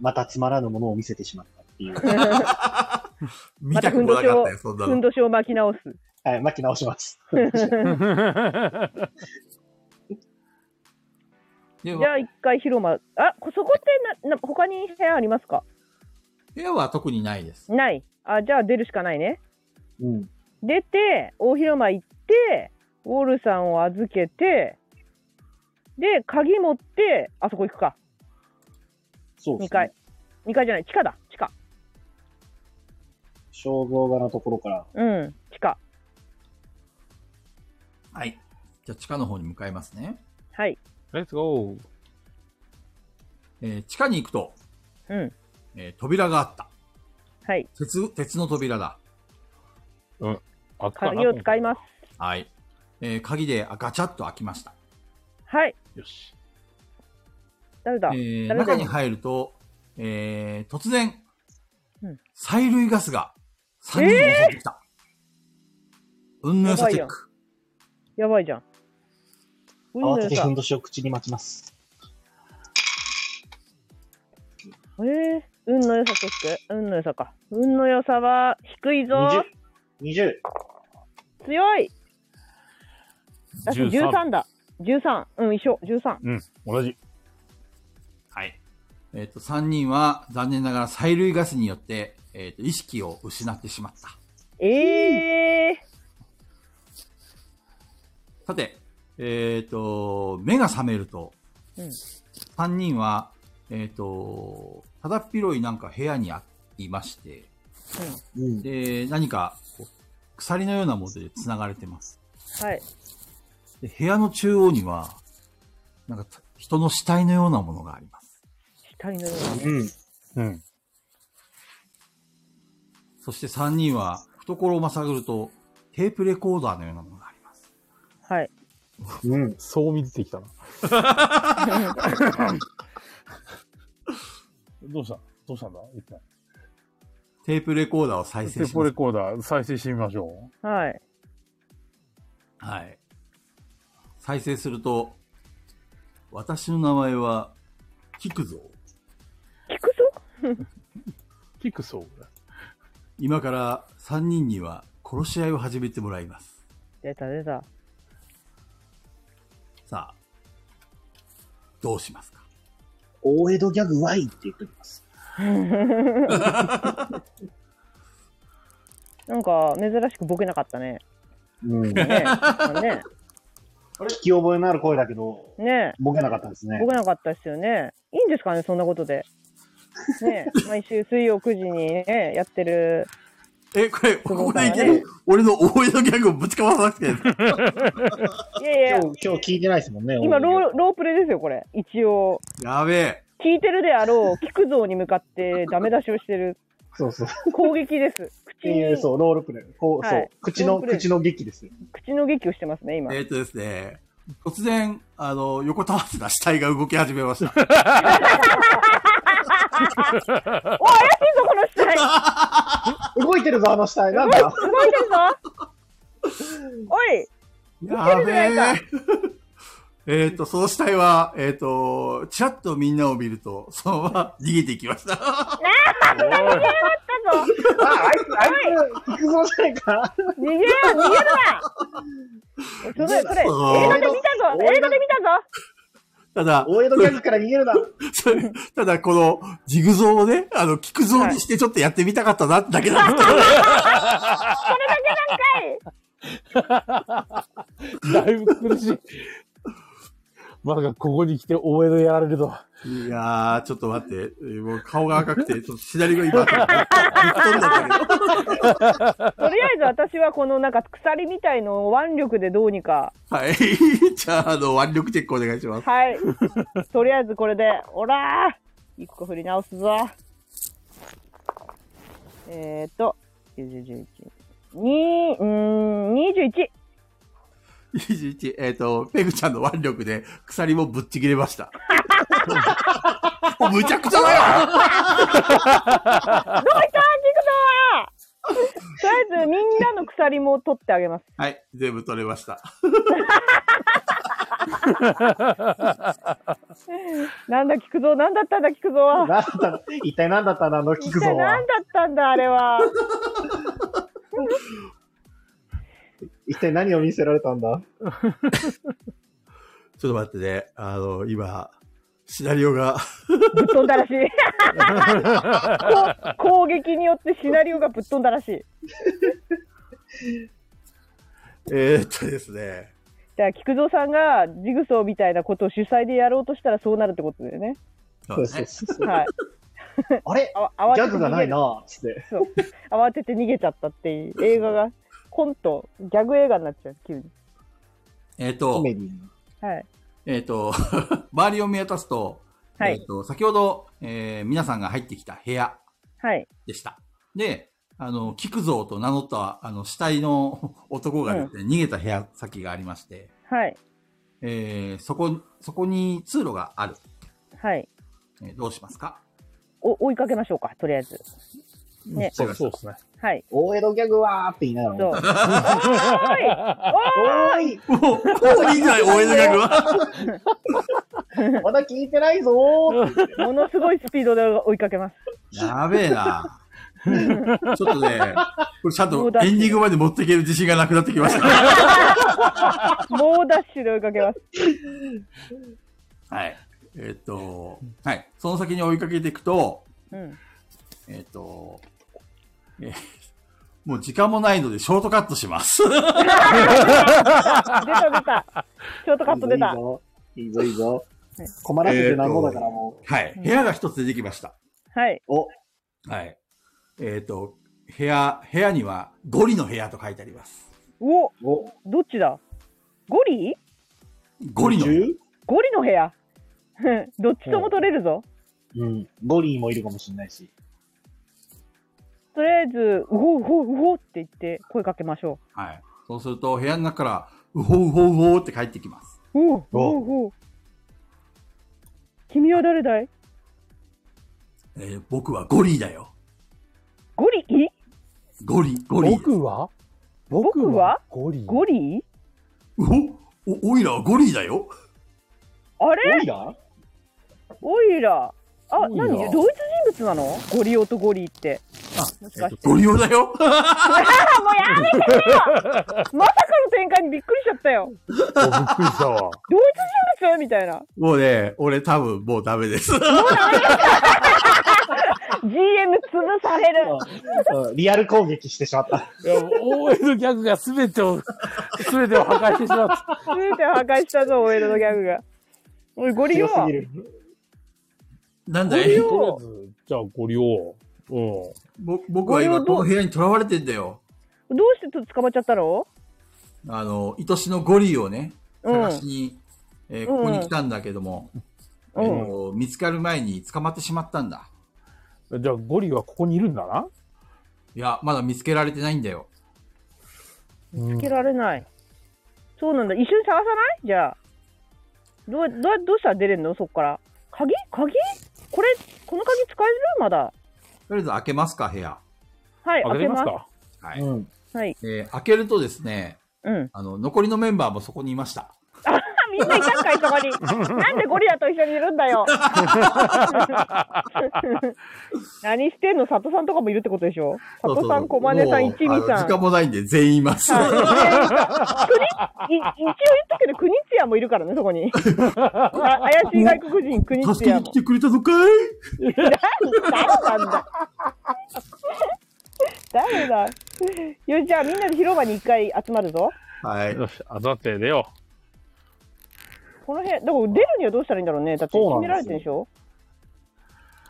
S3: またつまらぬものを見せてしまったっていう。
S1: 見たくもなかったよ、そんな
S5: ふん
S1: の。
S5: どしを巻き直す。
S3: はい、巻き直します。
S1: で
S5: じゃ
S1: は、
S5: あ一回広間。あ、こそこってな、な、他に部屋ありますか
S1: 部屋は特にないです。
S5: ない。あ、じゃあ出るしかないね。
S3: うん。
S5: 出て、大広間行って、ウォールさんを預けて、で、鍵持って、あそこ行くか。
S3: そうで
S5: 2
S3: すね
S5: 階。。2階じゃない、地下だ、地下。
S3: 肖像画のところから。
S5: うん、地下。
S1: はい。じゃあ、地下の方に向かいますね。
S5: はい。
S2: レッツゴー。。
S1: えー地下に行くと、
S5: うん、
S1: えー扉があった。
S5: はい。
S1: 鉄、鉄の扉だ。
S5: 鍵を使いますす。
S1: はい。えー鍵であガチャッと開きました。
S5: はい。
S2: よし。
S5: 誰だ
S1: えー
S5: 誰だ
S1: 中に入ると、えー突然、
S5: うん
S1: 催涙ガスが3人に襲ってきた。うんぬんさチェック。
S5: やばいじゃん。ウィン
S3: 慌
S5: ド
S3: て
S5: ウ
S3: て
S5: さ
S3: ふん
S5: ん。
S3: どしを口に巻きます。
S5: えー、運の良さチェック運の良さか。運の良さは低いぞ。
S3: 20。20。
S5: 強い私13だ。13。うん、一緒。13。
S2: うん、同じ。
S1: はい。えっ、と、3人は残念ながら催涙ガスによって、えっ、と、意識を失ってしまった。
S5: えー。
S1: さて、えっ、と、目が覚めると、
S5: うん
S1: 3人は、えっ、と、ただっ広いなんか部屋にあいまして、
S3: うん。
S1: で、何か、こう鎖のようなもので繋がれてます。
S5: はい。
S1: で部屋の中央には、なんか、人の死体のようなものがあります。
S5: 光のよう
S3: う
S5: な。
S3: ん。
S2: うん。
S1: そして3人は、懐をまさぐると、テープレコーダーのようなものがあります。
S5: はい。
S3: うん。
S2: そう見てき たな。どうしたどうしたんだ一体。
S1: テープレコーダーを再
S2: テ
S1: 生
S2: ー
S1: し
S2: プ
S1: ま
S2: レ
S1: す。
S2: コーダー再生してみましょ
S5: はい。
S1: はい。再生すると、私の名前は、キクゾウ。
S5: 聞くぞ
S2: う。キクソーだ。
S1: 今から3人には殺し合いを始めてもらいます。
S5: 出た出た。
S1: さあ、どうしますか
S3: 大江戸ギャグワイって言っておきます。
S5: なんか珍しくボケなかったね。
S3: うん。 聞
S5: ねね
S3: き覚えのある声だけど、
S5: ね
S3: ボケなかったですね
S5: ボ。ケなかったですよね。いいんですかね、そんなことで。ね毎週水曜9時にね、やってる。
S1: え、これ、こ
S5: こ
S1: こ
S5: か
S1: でい
S5: らね
S1: ける俺の大江戸ギャグをぶちかまさなくていいの。
S5: いやいや
S3: 今、日、今日聞いてないですもんね。大
S5: 今
S3: 江戸ギャ
S5: ロ
S3: グ
S5: ー、ロープレですよ、これ。一応。
S1: やべえ。
S5: 聞いてるであろう、聞く像に向かってダメ出しをしてる。
S3: そうそう。っ
S5: 攻撃です。
S3: て
S5: 口に
S3: いう、そう、ロールプレイ。こう、
S5: はい
S3: そう。口の、
S5: ロールプレイ
S3: 口の劇ですよ。
S5: 口の劇をしてますね、今。
S1: えっ、とですね、突然、あの、横たわってた死体が動き始めました。
S5: お、怪しいぞ、この死体
S3: 動いてるぞ、あの死体。なんだ
S5: 動いてるぞおい
S1: やべ
S5: ないか
S1: え。えっと、その死体は、えっ、と、ちらっとみんなを見ると、そのまま逃げていきました。
S5: だぞ
S3: あ、あいつ、あいつ、行くぞじゃないか。
S5: 逃げよ逃げるなそれ、それ、映画で見たぞ映画で見たぞ
S1: ただ、
S3: 大江戸ギャグから逃 げるな。
S1: それただこの、ジグゾーをね、あの、聞くゾーにしてちょっとやってみたかったな、だけなん ですけど、
S5: それだけなんか
S2: だいぶ苦しい。 まさかここに来て大江戸やられるとは。
S1: いやー、ちょっと待って、えーもう顔が赤くて、ちょっと左が今、ぶ っ飛んだんだけど。
S5: いとりあえず私はこのなんか鎖みたいのを腕力でどうにか。
S1: はい。 じゃあ、あの、腕力チェックお願いします。
S5: はい。とりあえずこれで、おらー一個振り直すぞ。えーっと、90、11、2、うーん、21。
S1: 21、えっ、と、ペグちゃんの腕力で鎖もぶっちぎれました。 もうむちゃくちゃだよ
S5: どこ行った聞くぞとりあえずみんなの鎖も取ってあげます。
S1: はい、全部取れました。
S5: なんだ聞くぞなんだったんだ聞くぞ
S3: なん
S5: は。
S3: だ一体何だったんだ、あの、聞
S5: 一
S3: くぞ
S5: 体
S3: は
S5: 何。だったんだあれは。
S3: 一体何を見せられたんだ
S1: ちょっと待ってね、あの、今、シナリオが、
S5: ぶっ飛んだらしい。 こ攻撃によってシナリオがぶっ飛んだらしい。
S1: えっとですね、
S5: じゃあ菊蔵さんがジグソーみたいなことを主催でやろうとしたらそうなるってことだよね。
S1: そ
S3: そうう
S1: です
S3: そ
S1: ね
S3: うそう。
S5: はい。
S3: あれ
S5: あわ
S3: ギ
S5: 慌
S3: ャ
S5: てて
S3: グが
S5: 逃
S3: な
S5: げ
S3: い
S5: る。
S3: なつって。
S5: そう。慌てて逃げちゃったっていう映画がコントギャグ映画になっちゃう急に。
S1: えっ
S3: コ
S1: と、
S3: メディに
S5: はい。
S1: えっ、と、 周りを見渡すと、
S5: は
S1: えっ、
S5: い。
S1: と、先ほど、えー皆さんが入ってきた部屋
S5: はい。
S1: でした。で、あの、菊蔵と名乗った、あの、死体の 男がですね、逃げた部屋先がありまして、
S5: はい。
S1: えーそこ、そこに通路がある。
S5: はい。
S1: えーどうしますか
S5: お追いかけましょうか、とりあえず。ね
S2: そうそうですね。
S5: はい。
S3: 大江戸ギャグはーって言いなが
S5: そう。お
S3: ら。
S5: ーい
S3: おー
S1: も
S3: い
S1: う、もういいんじゃない大江戸ギャグは。
S3: まだ聞いてないぞーって
S5: ものすごいスピードで追いかけます。
S1: やべえ な。ちょっとね、これちゃんとエンディングまで持っていける自信がなくなってきました。
S5: 猛ダッシュで追いかけます。
S1: はい。えっと、はい。その先に追いかけていくと、
S5: うん。
S1: えっ、と、えーもう時間もないのでショートカットします。
S5: 出た出た。ショートカット出た。
S3: いいぞ、いいぞ、いいぞ
S5: はい。
S3: 困らせてなんぼだからも
S1: はい。部屋が一つ出てきました。
S5: はい。
S1: はい。えっ、と、部屋、部屋にはゴリの部屋と書いてあります。
S5: お、
S3: う。お、
S5: どっちだゴリ
S1: ゴリの部屋。
S3: 十
S5: ゴリの部屋。 どっちとも取れるぞ。
S3: うん。ゴリーもいるかもしれないし。
S5: とりあえず、うほうほううほうって言って声かけましょ
S1: はい。そうすると部屋の中から、うほうほうほうって帰ってきます。
S5: う。おうほうほう。君は誰だい
S1: えー僕はゴリだよ。
S5: ゴリイ
S1: ゴリ、ゴリ。
S2: 僕は僕
S5: 僕は
S2: はゴリ。
S5: ゴリイ
S1: お、お、おいらはゴリだよ。
S5: あれ
S3: ゴリラ
S5: オイラあ、
S2: オイラ
S5: 何同一人物なのゴリオとゴリイって。
S1: あ
S5: もしかして。
S1: ゴリオだよ。
S5: あ、もうやめてよまさかの展開にびっくりしちゃったよ。
S2: おびっくりしたわ。
S5: 同一人物みたいな。
S1: もうね、俺多分もうダメです。
S5: GM 潰される。
S3: うんうんリアル攻撃してしまった。
S2: いや、OL のギャグが全てを、 全てを破壊してしまった。
S5: 全てを破壊したぞ、オイルのギャグが。おい、ゴリ
S3: 強
S5: オ
S3: すぎる。
S1: なんだ
S5: ゴリ
S1: い
S5: オ
S2: とりあえず、じゃあゴリオ。うん。
S1: ぼ僕は今
S5: ゴリオ
S1: こ
S5: ど
S1: の
S5: う
S1: 部屋に囚われてんだよ。
S5: どうしてと捕まっちゃったの
S1: あの、愛しのゴリをね、
S5: うん
S1: 探しに、えー
S5: うん
S1: ここに来たんだけども、
S5: うん
S1: えーと見つかる前に捕まってしまったんだ。
S2: じゃあ、ゴリはここにいるんだな。
S1: いや、まだ見つけられてないんだよ。
S2: うん
S5: つけられない。そうなんだ。一緒に探さないじゃあ。どう、どう、どうしたら出れんのそっから。鍵鍵これ、この鍵使えるまだ。
S1: とりあえず開けますか、部屋。
S5: はい、
S2: 開
S5: 開
S2: け
S5: け
S2: れま
S5: ますす。
S2: か
S1: は
S3: う
S1: い。
S3: ん。
S5: はい。
S1: えー開けるとですね、
S5: うん。
S1: あの、残りのメンバーもそこにいました。
S5: みんないたんかい、そこに。 なんでゴリラと一緒にいるんだよ。 何してんの佐藤さんとかもいるってことでしょ佐藤さん、小金さん、一味
S1: もうあの
S5: さん
S1: 時。間もないんで全員います。
S5: はいい一応言ったけど、クニツヤもいるからね、そこに。 あ怪しい外国人、クニツ
S1: 助け
S5: ヤ
S1: に
S5: も
S1: 来。てくれたのかい
S5: 誰なんだ誰だよし、じゃあみんなで広場に一回集まるぞ。
S1: はい。
S2: よし、集まって出よ
S5: この辺、だから出るにはどうしたらいいんだろうね。だって
S2: そうな
S5: 決
S2: んで
S5: め
S2: すよ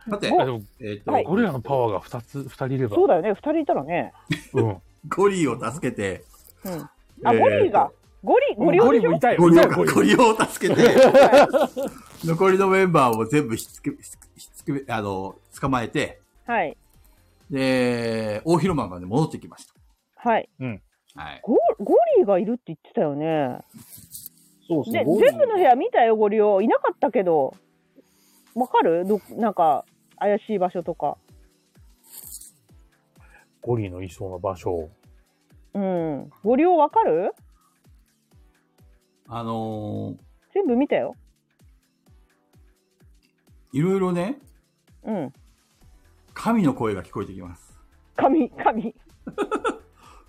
S5: られ
S1: さて
S5: てるでしょ
S2: う。い、やでも
S1: えっ、と、
S5: はい
S2: ゴリラのパワーが2つ、2人いれば。
S5: そうだよね、二人いたらね。
S2: うん。
S1: ゴリを助けて、
S5: うん、あ、
S2: えー
S5: ゴリが。ゴリ、ゴリオ
S2: ゴ
S5: で
S2: リ
S5: しょ
S2: もいたよ。
S1: ゴリ
S2: い
S1: を
S2: たよゴリ
S1: ゴリを助けて、 残りのメンバーを全部ひっつけ、ひっつけ、あの、捕まえて、
S5: はい。
S1: で、大広間まで戻ってきまし
S5: はい。
S1: た。はい。
S5: ゴゴリがいるって言ってたよね。
S3: そう
S5: で、全部の部屋見たよ、ゴリオ。いなかったけど。わかるどなんか、怪しい場所とか。
S2: ゴリのいそうな場所。
S5: うん。ゴリオわかる
S1: あの
S5: 全部見たよ。
S1: ーいろいろね、
S5: うん。
S1: 神の声が聞こえてきます。
S5: 神、神。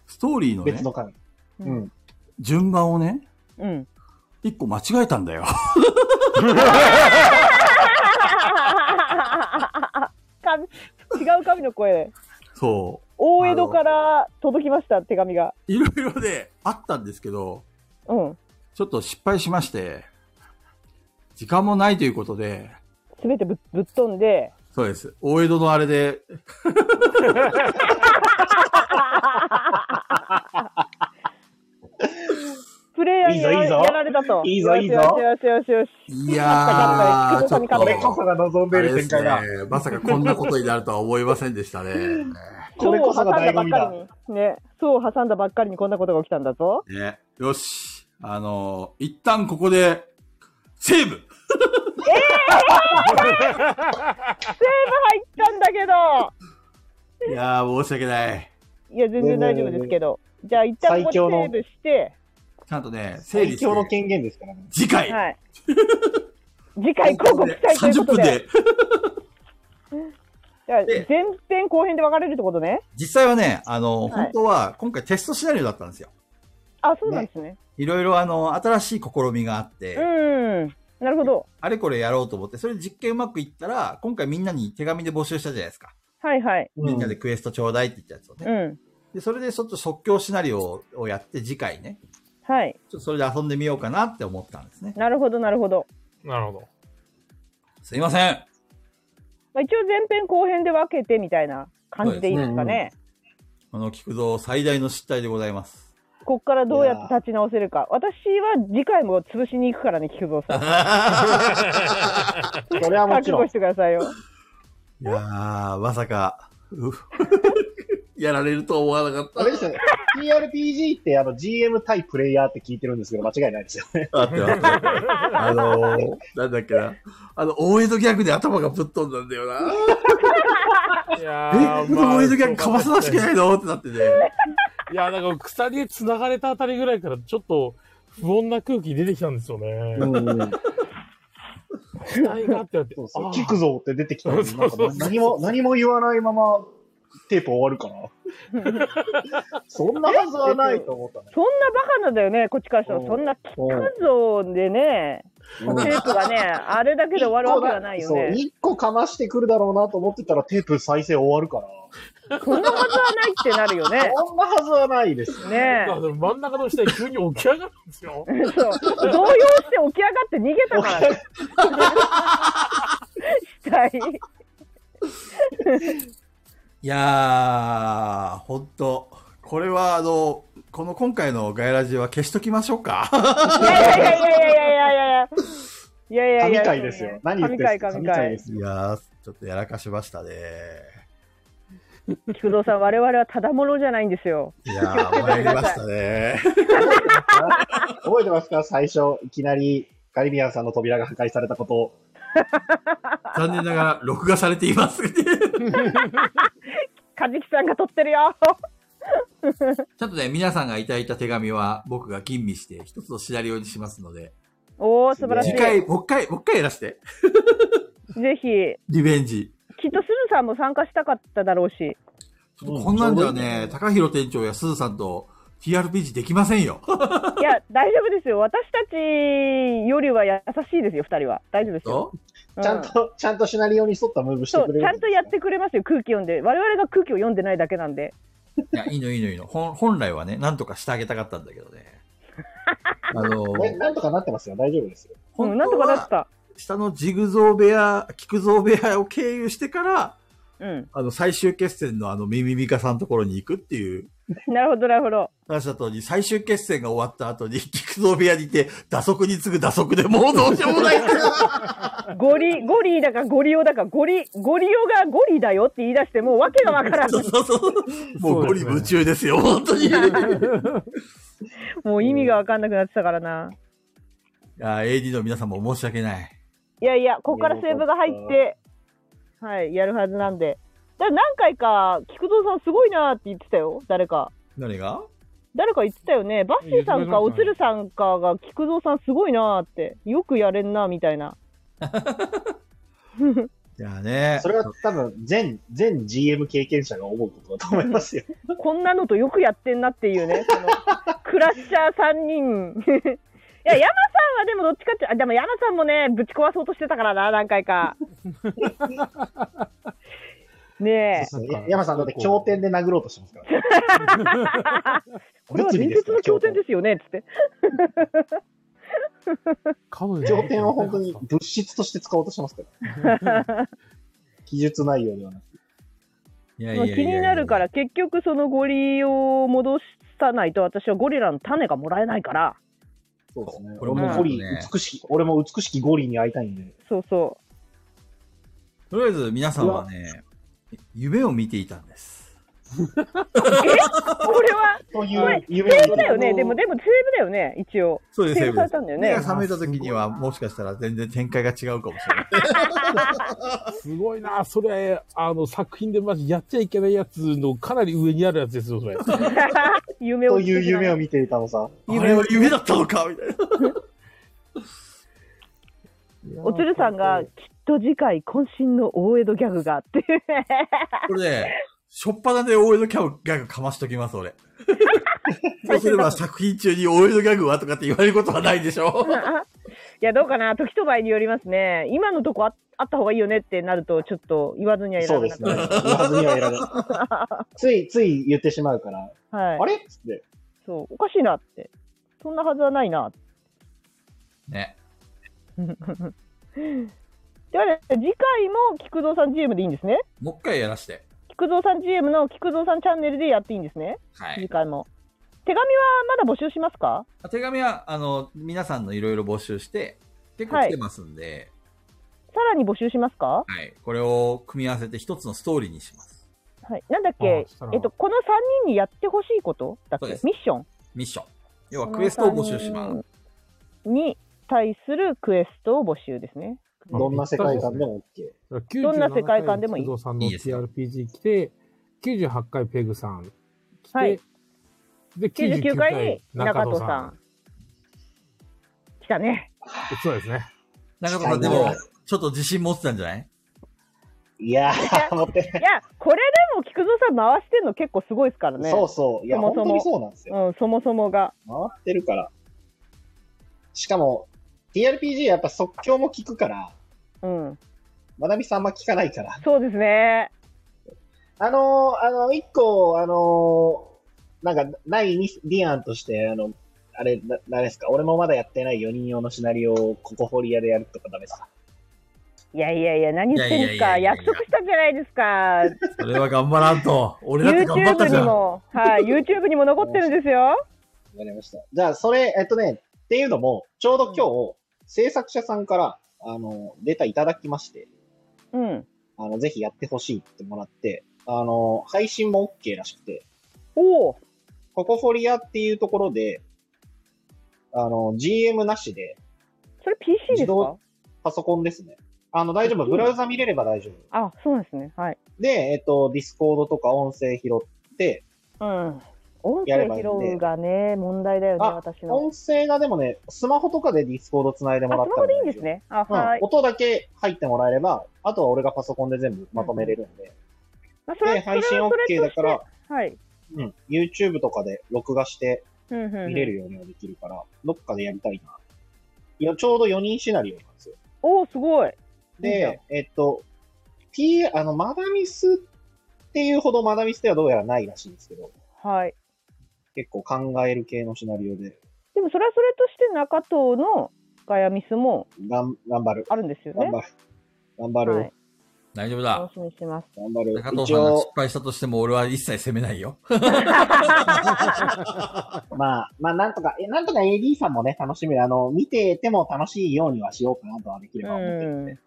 S1: ストーリーのね
S3: 別、の回。うん。
S1: 順番をね、
S5: うん。
S1: 一個間違えたんだよ。
S5: 神違う神の声。
S1: そ
S5: 大江戸から届きました、手紙が。
S1: う。いろいろね、あったんですけど、
S5: うん。
S1: ちょっと失敗しまして、時間もないということで、
S5: すべてぶぶっ飛んで、
S1: そうです。大江戸のあれで、
S5: プレイヤーにやら
S3: いいぞいいぞ
S5: やられたと。
S3: いいぞいいぞ
S5: よしよしよしよし。
S1: いやー、ちょっと、
S5: こ
S3: こ
S5: れ
S3: れこそが望んでいる展開
S1: あ
S3: だ
S1: れ。ですね。まさかこんなことになるとは思いませんでしたね。
S3: これこそ
S5: 層を
S3: が
S5: 挟んだ
S3: 醍醐
S5: ばっ
S3: 味
S5: か
S3: だ
S5: り。に。ね。そう挟んだばっかりにこんなことが起きたんだぞ。
S1: ねよし。あのー、一旦ここで、セーブ
S5: セーブ入ったんだけど
S1: いやー、申し訳ない。
S5: いや、全然大丈夫ですけど。じゃあ、一旦こ
S3: 最
S5: こでセ
S3: 強の
S5: ーブして、
S1: ちゃんとね、整理
S3: 最
S1: して
S3: 強、の権限ですからね。
S1: 次回、
S5: はい。次回、広告期待という
S1: 30
S5: こと
S1: 分
S5: で。
S1: で、
S5: じゃあ
S1: で
S5: 前編後編で分かれるってことね。
S1: 実際はね、あのー、
S5: はい
S1: 本当は今回テストシナリオだったんですよ。
S5: あ、そうなんですね。
S1: いろいろあのー、新しい試みがあって、
S5: うん。なるほど。
S1: あれこれやろうと思って、それ実験うまくいったら、今回みんなに手紙で募集したじゃないですか。
S5: はいはい。
S1: みんなでクエストちょうだいって言ったやつをね
S5: う。ん。
S1: で、それでちょっと即興シナリオをやって、次回ね、
S5: はい。
S1: ちょっとそれで遊んでみようかなって思ったんですね。
S5: なるほど、なるほど。
S2: なるほど。
S1: すいません。
S5: まあ、一応前編後編で分けてみたいな感じでいいですかね。
S1: この菊蔵最大の失態でござい ます。
S5: こっからどうやって立ち直せるか。私は次回も潰しに行くからね、菊 蔵さん。
S3: それはも
S5: 覚
S3: ちろ
S5: 悟
S3: ん
S5: し。てくださいよ。
S1: いやー、まさか、うやられると思わなかっ
S3: あれですよね。TRPG ってあの GM 対プレイヤーって聞いてるんですけど、間違いないですよね。
S1: た。待って待って待ってあのー、なんだっけな。あの、大江戸ギャグで頭がぶっ飛んだんだよな。
S2: いや
S1: え、なん
S2: ー
S1: か俺だけかばさなしく
S2: い。
S1: ないのってなってね。
S2: いや、なんか鎖で繋がれたあたりぐらいから、ちょっと不穏な空気出てきたんですよね。
S3: うん。
S2: 期待があってなって。
S3: そうそう。
S2: あー
S3: 聞くぞって出てきたのに、なんか
S2: そうそうそう
S3: 何も、何も言わないままテープ終わる から。そんなはずはないと思ったね。
S5: そんなバカなんだよね、こっちからしたら。
S3: うん
S5: そんな聞くぞでね、テ
S3: うん
S5: ープがね、あれだけで終わるわけがないよ
S3: そう、
S5: ね。
S3: 一個かましてくるだろうなと思ってたらテープ再生終わるから。
S5: そんなはずはないってなるよね。
S3: そんなはずはないです。
S5: ね
S2: あの真ん中の下に急に起き上がるんですよ。
S5: え。そう。動揺して起き上がって逃げたからね、死体。
S1: いやー、ほんと。これは、あの、この今回のガイラジは消しときましょうか。
S5: いやいやいやいやいやいやいやいやいやいやいやいやいや
S3: 神回ですよ。何言ってるんですか
S5: 神
S3: 神
S5: 回
S3: 回
S5: 神
S3: です
S1: い
S3: よ。
S1: やー、ちょっとやらかしましたね。
S5: 回菊堂さん我々はただものじゃないんですよ
S1: いやー、参りましたね。
S3: 覚えてますか最初、いきなりガリビアンさんの扉が破壊されたこと。
S1: 残念ながら、録画されています。ち
S5: カジキさんが撮ってるよ
S1: ょっとね、皆さんがいただいた手紙は、僕が吟味して、一つのシナリオにしますので、
S5: おお素晴らしい
S1: 次回、もう一回、もう一回やらして。
S5: ぜひ
S1: リベンジ。
S5: きっとすずさんも参加したかっただろうし
S1: ちょっとこんなんではね、高弘店長やすずさんと TRPG できません よ。
S5: いや大丈夫ですよ私たちよりは優しいですよ二人は大丈夫ですよ、う
S3: ちゃんと、 ちゃんとシナリオに沿ったムーブして
S5: そ
S3: くれる
S5: うちゃんとやってくれますよ空気読んで我々が空気を読んでないだけなんで
S1: いや、いいのいいのいいの。ほん本来はね、なんとかしてあげたかったんだけ どね。あの、
S3: ねなんとかなってますよ。大丈夫ですよ。
S5: うん
S1: 本
S5: なんと
S1: 当
S5: かなっ
S1: は
S5: た
S1: 下のジグゾー部屋、キクゾー部屋を経由してから、
S5: うん
S1: あの、最終決戦のあの、ミミミカさんのところに行くっていう
S5: なるほどなるほど
S1: 話だったのに、最終決戦が終わった後に、キクゾー部屋にいて、打足に次ぐ打足でもうどうしようもないっていう
S5: ゴリ、ゴリだかゴリオだかゴリ、ゴリオがゴリだよって言い出してもうわけがわからん。
S1: そうそうそう。もうゴリ夢中ですよ、本当に。
S5: もう意味がわかんなくなってたからな。
S1: いや、AD の皆さんも申し訳ない。
S5: いやいや、ここからセーブが入って、はい、やるはずなんで。だから何回か、菊蔵さんすごいなーって言ってたよ、誰か。
S1: 何が
S5: 誰か言ってたよね。バッシーさんか、おつるさんかが、菊蔵さんすごいなーって。よくやれんな、みたいな。
S1: いやね。
S3: それは多分、全、全 GM 経験者が思うことだと思い ますよ。
S5: こんなのとよくやってんなっていうね、そのクラッシャー3人。 いや、山さんはでもどっちかって、あでも山さんもね、ぶち壊そうとしてたからな、何回 か。ねえ、
S2: そうか
S3: や山さんだって経典で殴ろうとしてますから。
S5: これは伝説の経典ですよね、つって。
S2: 彼女
S3: 経典を本 当に物質として使おうとしてますから。 記述内容ではなく
S1: いやいや
S5: まあ
S1: いやいや
S5: 気になるか。ら、結局そのゴリを戻さないと、私はゴリラの種がもらえないから、
S3: そうですね。
S1: これ
S3: 俺
S1: も
S3: もゴリ、
S1: ね
S3: 美しき、俺も美しきゴリに会いたいんで。
S5: そうそ
S1: とりあえず皆さんはね、夢を見ていたんです。
S5: う。これは、
S3: とい
S5: こ
S3: う
S5: れ
S3: 夢
S5: セ
S3: を
S5: ーブだ よね。でも、でもセーブだよね、一応。
S1: そうです、
S5: セーブされ
S1: す
S5: たんだよ
S1: 目
S5: ね
S1: が。覚めた時には、もしかしたら全然展開が違うかもしれない。
S2: すごいな、それ、あの、作品でマジやっちゃいけないやつのかなり上にあるやつですよ、それ。
S5: 夢を
S3: と
S5: 見て
S3: いう夢を
S5: ない
S3: 見ていたのさ。
S1: あれは夢だったのかみたいな。
S5: おつるさんが、きっと次回渾身の大江戸ギャグがあって。
S1: これね、しょっぱなで大江戸ギャグギャグかましとき ます、俺。そうすれば作品中に大江戸ギャグはとかって言われることはないでしょ
S5: いや、どうかな時と場合によりますね。今のとこああった方がいいよねってなると、ちょっと言わずにはいら
S3: そう
S5: れ
S3: で
S5: な
S3: す
S5: く
S3: ね。
S5: な
S3: 言
S5: る。
S3: わずにはいられない。 つい、つい言ってしまうから、
S5: はい。
S3: あれっつって。
S5: そう、おかしいなって。そんなはずはないな。
S1: ね。
S5: ではね、次回も菊蔵さん GM でいいんですね。
S1: もう一回やらして。
S5: 菊蔵さん GM の菊蔵さんチャンネルでやっていいんですね。
S1: は
S5: 次
S1: い。
S5: 回も。手紙はまだ募集しますか
S1: 手紙は、あの、皆さんのいろいろ募集して、結構来てますんで、
S5: さらに募集しますか
S1: はい。これを組み合わせて一つのストーリーにします。
S5: はい。なんだっ
S2: あ
S5: け
S2: そしたら
S5: えっと、この3人にやってほしいことだっけ
S1: そうです
S5: ミッション
S1: ミッション。要はクエストを募集します。
S5: に対するクエストを募集ですね。
S3: どんな世界観でも OK。
S5: どんな世界観でもいい
S2: 97回
S1: いいですよ
S2: 工藤さんの TRPG 来て、98回ペグさん来て、
S5: はい
S2: で、
S5: 99
S2: 99
S5: 回に
S2: 回
S5: 中
S2: 中
S5: 戸
S2: 戸
S5: さ
S2: さ
S5: ん
S2: ん。
S5: 来たね。
S2: そうですね。
S1: 中田さん、でも、ちょっと自信持ってたんじゃない
S3: いや
S5: や
S3: ー、持って
S5: いや、これでも菊蔵さん回してんの結構すごいですから
S3: な
S5: ね。
S3: い。そうそう。いや、
S5: そも
S3: 本
S5: そも
S3: 当にそうなんですよ。
S5: うん、そもそもが。
S3: 回ってるから。しかも、TRPG やっぱ即興も聞くから、
S5: うん。
S3: まなみさんあんま聞かないから。
S5: そうですね。
S3: あのー、あの、一個、あのー、なんか、第2ディアンとして、あの、あれ、な、なんですか、俺もまだやってない4人用のシナリオをここ堀屋でやるとかダメですか
S5: いやいやいや、何言ってんですか。
S1: いやいやいやいや
S5: 約束したじゃないですか。
S1: それは頑張らん と。俺だって頑張ったじゃ
S5: YouTube に
S1: ん。
S5: も、はい、YouTube にも残ってるんですよ。
S3: わかりました。じゃあ、それ、えっとね、っていうのも、ちょうど今日、制作者さんから、あの、データいただきまして、
S5: うん。
S3: あの、ぜひやってほしいってもらって、あの、配信も OK らしくて、
S5: おお。
S3: ココフォリアっていうところで、あの、GM なしで、
S5: それ PC です
S3: 自
S5: か
S3: 動パソコンですね。あの、大丈夫。ブラウザ見れれば大丈夫。
S5: あ、そうなんですね。はい。
S3: で、えっと、ディスコードとか音声拾って、
S5: うん。音
S3: やれ
S5: 声
S3: ばいいんで
S5: 拾うがね、問題だよね、
S3: あ
S5: 私の。
S3: 音声がでもね、スマホとかでディスコード繋いで
S5: あ、
S3: もら
S5: スマ
S3: ったら
S5: ホ
S3: 大
S5: でい
S3: 丈
S5: い
S3: 夫
S5: んですね。あ、
S3: うん
S5: はい。
S3: 音だけ入ってもらえれば、あとは俺がパソコンで全部まとめれるんで。
S5: まあ、それ
S3: で、
S5: は、それ
S3: 配
S5: は
S3: 信
S5: そ
S3: OK
S5: れと
S3: だ
S5: し
S3: か。
S5: て
S3: ら、
S5: はい。
S3: うん、YouTube とかで録画して
S5: うんうんうん
S3: 見れるようにはできるから、どっかでやりたいな。いや、ちょうど4人シナリオなんですよ。
S5: おお、すごい。いいじゃん
S3: で、えっと、T、あの、マダミスっていうほどマダミスではどうやらないらしいんですけど、
S5: はい。
S3: 結構考える系のシナリオで、
S5: でもそれはそれとして中藤のガヤミスも
S3: がん頑張る。
S5: あるんですよね
S3: 頑。張る。頑張る。
S5: はい、
S1: 大丈夫だ
S5: 楽。しみにしてます。
S3: 頑張
S1: 中
S3: る。
S1: 藤
S3: 一
S1: さんが失
S3: 応、
S1: 敗したとしても、俺は一切責めないよ。
S3: まあ、まあ、なんとか、え、なんとか AD さんもね、楽しみで、あの、見てても楽しいようにはしようかなとはできれば思ってるん
S5: う
S3: で。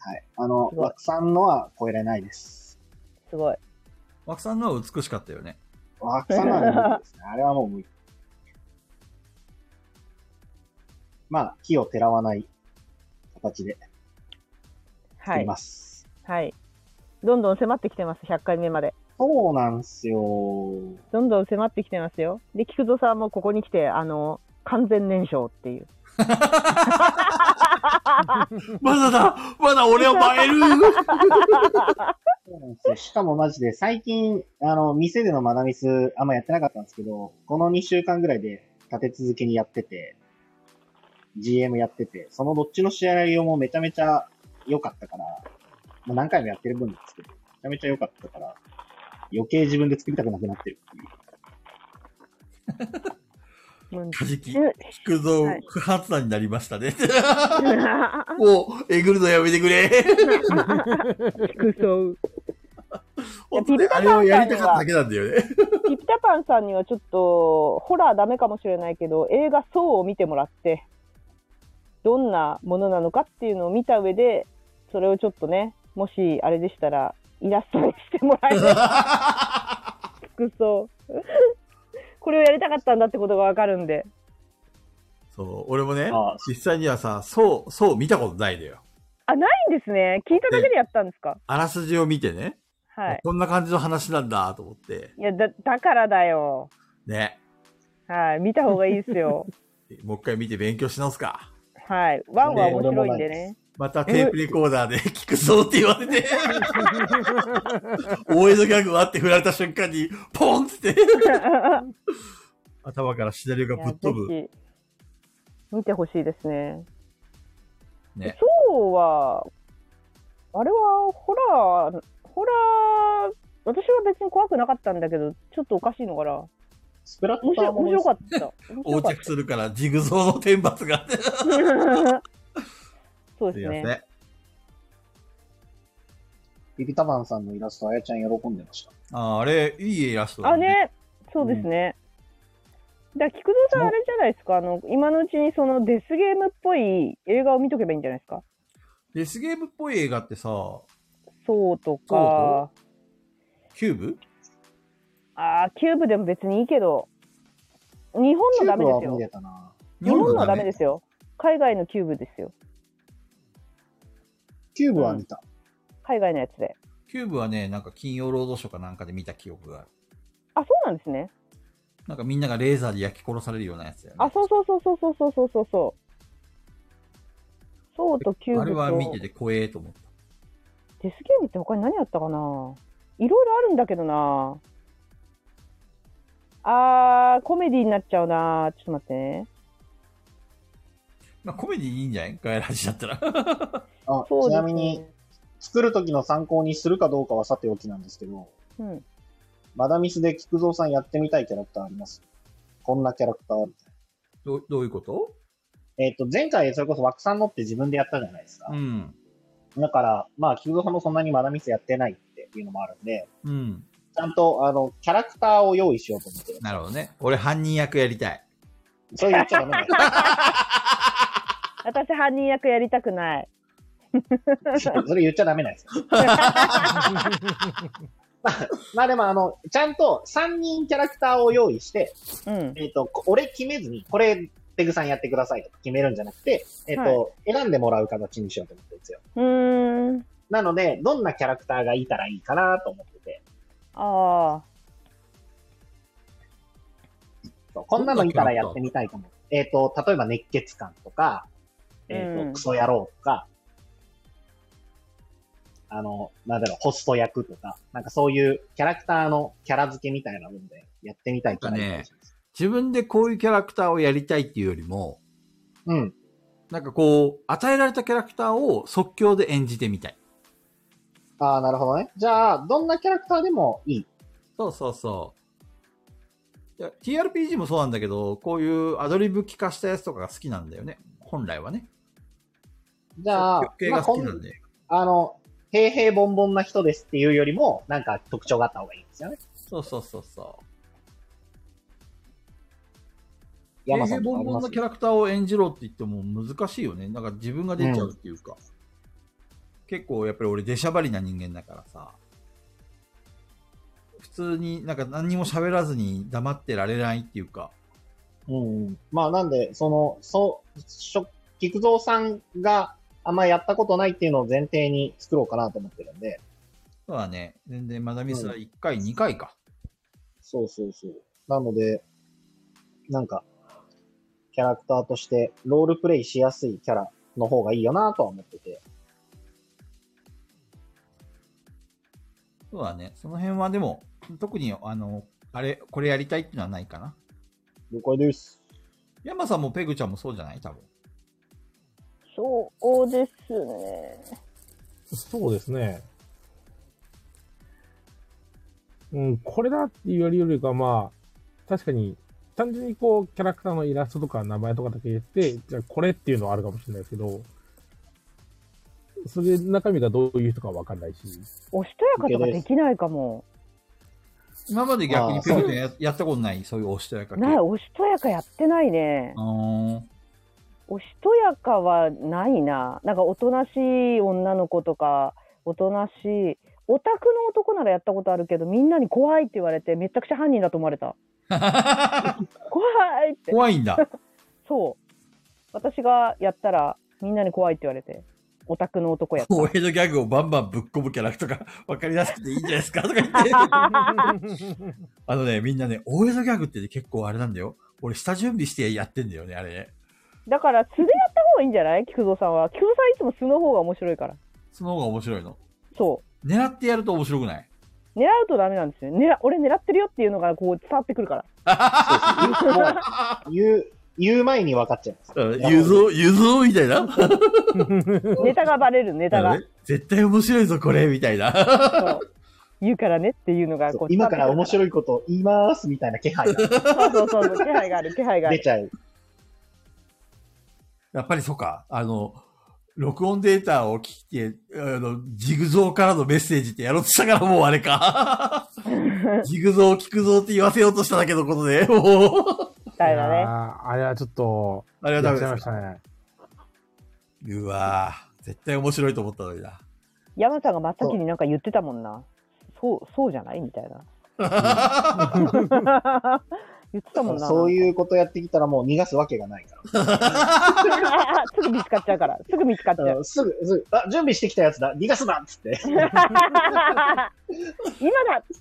S3: はい。あの
S5: す、ごい
S3: 枠さんのは超えれないです。
S5: すごい。
S1: 枠さんのは美しかったよね。
S3: 枠さんは無理ですね。あれはもう無理。まあ、火をてらわない形で
S5: は
S3: 作り
S5: い
S3: ま。す。
S5: はい。どんどん迫ってきてます、100回目まで。
S3: そうなんすよ。
S5: どんどん迫ってきてますよ。で、菊蔵さんもここに来て、あの、完全燃焼っていう。
S1: まだだまだ俺を映える
S3: そうなんですよ。しかもマジで、最近、あの、店でのマダミス、あんまやってなかったんですけど、この2週間ぐらいで立て続けにやってて、GM やってて、そのどっちの試合用もめちゃめちゃ良かったから、まあ、何回もやってる分ですけど、めちゃめちゃ良かったから、余計自分で作りたくなくなってるっていう。
S5: う ん
S1: カジキ、菊蔵不発弾になりましたね。 もう、えぐるのやめてくれ。
S5: 菊蔵。
S1: 本当ね、あれをやりたかっただけなんだよね。
S5: ピピタパンさんにはちょっと、ホラーダメかもしれないけど、映画「そう」を見てもらって、どんなものなのかっていうのを見た上で、それをちょっとね、もしあれでしたら、イラストにしてもらえる服装。これをやりたかったんだってことがわかるんで。
S1: そう、俺もね
S3: ああ、
S1: 実際にはさ、そう、そう見たことないのよ。
S5: あ、ないんですね。聞いただけでやったんですか。
S1: あらすじを見てね、
S5: はい。
S1: こんな感じの話なんだと思って、
S5: いや、だ、だからだよ。
S1: ね、
S5: はい。見た方がいいですよ。
S1: もう一回見て勉強し直すか。
S5: はい。ワンは面白いんでね。
S1: またテープレコーダーで聞くぞって言われ て、大江戸ギャグはって振られた瞬間に、ポン って、頭からシナリオが
S5: い
S1: ぶ
S5: や
S1: っ
S5: ぜ
S1: 飛ぶ。
S5: ひ、見てほしいですね。
S1: ね。
S5: そうは、あれはホラー、ホラー、私は別に怖くなかったんだけど、ちょっとおかしいのかな。
S3: スプラ
S5: 面
S3: ッタ
S5: 白
S3: ー
S5: い
S3: も
S5: 面
S3: の
S5: 白かった。面
S1: 横
S5: 白かっ
S1: 着するから、ジグゾーの天罰が。
S5: た。そうですす
S1: いませ
S5: ね。
S1: ん。
S3: ピピタマンさんのイラスト、あやちゃん喜んでました。
S1: あーあれ、いいイラストだ
S5: あ、。ね、そうですね。だから菊蔵さんあれじゃないですか、あの、今のうちにそのデスゲームっぽい映画を見とけばいいんじゃないですか。
S1: デスゲームっぽい映画ってさ、
S5: そうと
S1: そ
S5: か、
S1: キューブ
S5: あーキューブでも別にいいけど、日本
S3: キュ
S5: の
S3: ー
S5: ダ
S3: ブ
S5: メで
S3: は
S5: す
S3: 見
S5: よ。
S3: れたな。
S5: 日本のはダメです
S1: よ。
S5: よ。海外のキューブですよ。
S3: キューブは見た。
S5: 海外のやつで。
S1: キューブはね、なんか金曜ロードショーかなんかで見た記憶がある。
S5: あ、そうなんですね。
S1: なんかみんながレーザーで焼き殺されるようなやつだよね。
S5: あ、そうそうそうそうそうそうそうそうそう。そうとキューブと。
S1: あれは見てて怖えと思った。
S5: デスゲームって他に何あったかないろいろあるんだけどなあーコメディになっちゃうなちょっと待ってね
S1: まあコメディいいんじゃないガヤラジだった ら。
S3: あ
S5: そう
S3: ち
S5: です
S3: な
S5: ね
S3: みに、作る時の参考にするかどうかはさておきなんですけど、
S5: うん
S3: マダミスで菊蔵さんやってみたいキャラクターあります。こんなキャラクターある。
S1: どうどういうこと
S3: えっ、と、前回それこそ枠さんのって自分でやったじゃないですか。
S1: うん。
S3: だから、まあ、菊蔵さんもそんなにマダミスやってないっていうのもあるんで、
S1: うん。
S3: ちゃんと、あの、キャラクターを用意しようと思ってる。
S1: なるほどね。俺犯人役やりたい。
S3: そう言っちゃダメだよ。
S5: 私犯人役やりた くない
S3: それ言っちゃダメなんですよ。まあ、まあでもあの、ちゃんと3人キャラクターを用意して、
S5: うん
S3: えっ、と、こ俺決めずに、これ、ペグさんやってくださいとか決めるんじゃなくて、えっ、と、選んでもらう形にしようと思ってるんですよ。
S5: うーん
S3: なので、どんなキャラクターがいたらいいかなと思ってて、
S5: あ
S3: そうこんなのいたらやってみたいかも。えっ、と、例えば熱血感とか、えっ、と、
S5: うん
S3: クソ野郎とか、あの、なんだろう、ホスト役とか、なんかそういうキャラクターのキャラ付けみたいなもんでやってみたいかな
S1: なんかね自分でこういうキャラクターをやりたいっていうよりも、
S3: うん。
S1: なんかこう、与えられたキャラクターを即興で演じてみたい。
S3: ああ、なるほどね。じゃあ、どんなキャラクターでもいい。
S1: そうそうそう。いや TRPG もそうなんだけど、こういうアドリブ聞かしたやつとかが好きなんだよね。本来はね。
S3: じゃあ、
S1: 即興系
S3: ま
S1: が
S3: あ
S1: 好
S3: こ
S1: き
S3: ん
S1: なんで。
S3: あの、平平凡凡な人ですっていうよりも、なんか特徴があった方がいいんですよね。
S1: そうそうそうそう。平
S3: 山さ
S1: 平
S3: んとかあ
S1: 凡
S3: り
S1: 凡
S3: ま
S1: な
S3: す
S1: キャラクターを演じろって言っても難しいよね。なんか自分が出ちゃうっていうか。結構やっぱり俺出しゃばりな人間だからさ。普通になんか何にも喋らずに黙ってられないっていうか。
S3: うんうん。まあ、なんで、その、そう、しょ菊蔵さんがあんまやったことないっていうのを前提に作ろうかなと思ってるんで。
S1: そうだね。全然まだミスは1回、2回か。
S3: そうそうそう。なので、なんか、キャラクターとしてロールプレイしやすいキャラの方がいいよなとは思ってて。
S1: そうだね。その辺はでも、特にあの、あれ、これやりたいっていうのはないかな。
S3: 了解です。
S1: 山さんもペグちゃんもそうじゃない多分。
S5: ーそうですね
S2: そうですね。うん、これだって言われるよりか、まあ、確かに、単純にこう、キャラクターのイラストとか名前とかだけ言って、じゃあこれっていうのはあるかもしれないですけど、それで中身がどういう人かわかんないし。
S5: おしとやかとかできないかも
S1: 今まで逆に
S3: あー
S1: ペグちゃんややったことない、そういうおしとやか系
S5: ないおしとやかやってないね
S1: うーん
S5: おしとやかはないな。なんかおとなしい女の子とか、おとなしい。オタクの男ならやったことあるけど、みんなに怖いって言われて、めちゃくちゃ犯人だと思われた。怖いっ て。
S1: 怖いんだ。
S5: そう。私がやったら、みんなに怖いって言われて、オタクの男やった。
S1: 大江のギャグをバンバンぶっ込むキャラクターが分かりやすくていいんじゃないですかとか言 って。あのね、みんなね、大江戸ギャグって結構あれなんだよ。俺、下準備してやってんだよね、あれね。
S5: だから素でやった方がいいんじゃない菊蔵さんは。菊蔵さんいつも素の方が面白いから。
S1: その方が面白いの。
S5: そ。
S1: 狙ってやると面白くないう
S5: 狙うとダメなんですよ。狙俺狙ってるよっていうのがこう伝わってくるから。
S3: もう言う、言う前に分かっちゃいます。
S1: ゆぞ、ゆぞみたいな。
S5: ネタがバレる、ネタが。
S1: 絶対面白いぞ、これ、みたいな。
S5: そう言うからねっていうのが
S3: そ
S5: こ
S3: う
S5: う
S3: 今から面
S5: い
S3: 白いことを言いますみたいな気配が
S5: そうそうそうそう気配がある気配があ
S3: 出
S5: る
S3: ちゃう。
S1: やっぱりそうか、あの、録音データを聞いて、あの、ジグゾーからのメッセージってやろうとしたからもうあれ か。ジグゾー、聞くぞって言わせようとしただけのことで、もう。
S5: みたい
S2: や
S5: なね
S2: ーあれはちょっと、
S1: あれは
S2: やっ
S1: ダメ
S2: ちゃい
S1: で
S2: ますしたね。
S1: うわぁ、絶対面白いと思ったのにな。
S5: 山さんが真っ先になんか 言ってたもんなそうそうじゃないみたいな言ってたもんな。
S3: そう
S5: う。
S3: いうことやってきたらもう逃がすわけがないから。
S5: すぐ見つかっちゃうから。すぐ見つかっちゃ
S3: あ
S5: う。
S3: のすぐ、すぐ、あ、準備してきたやつだ、逃がすなっつって、
S5: 今だ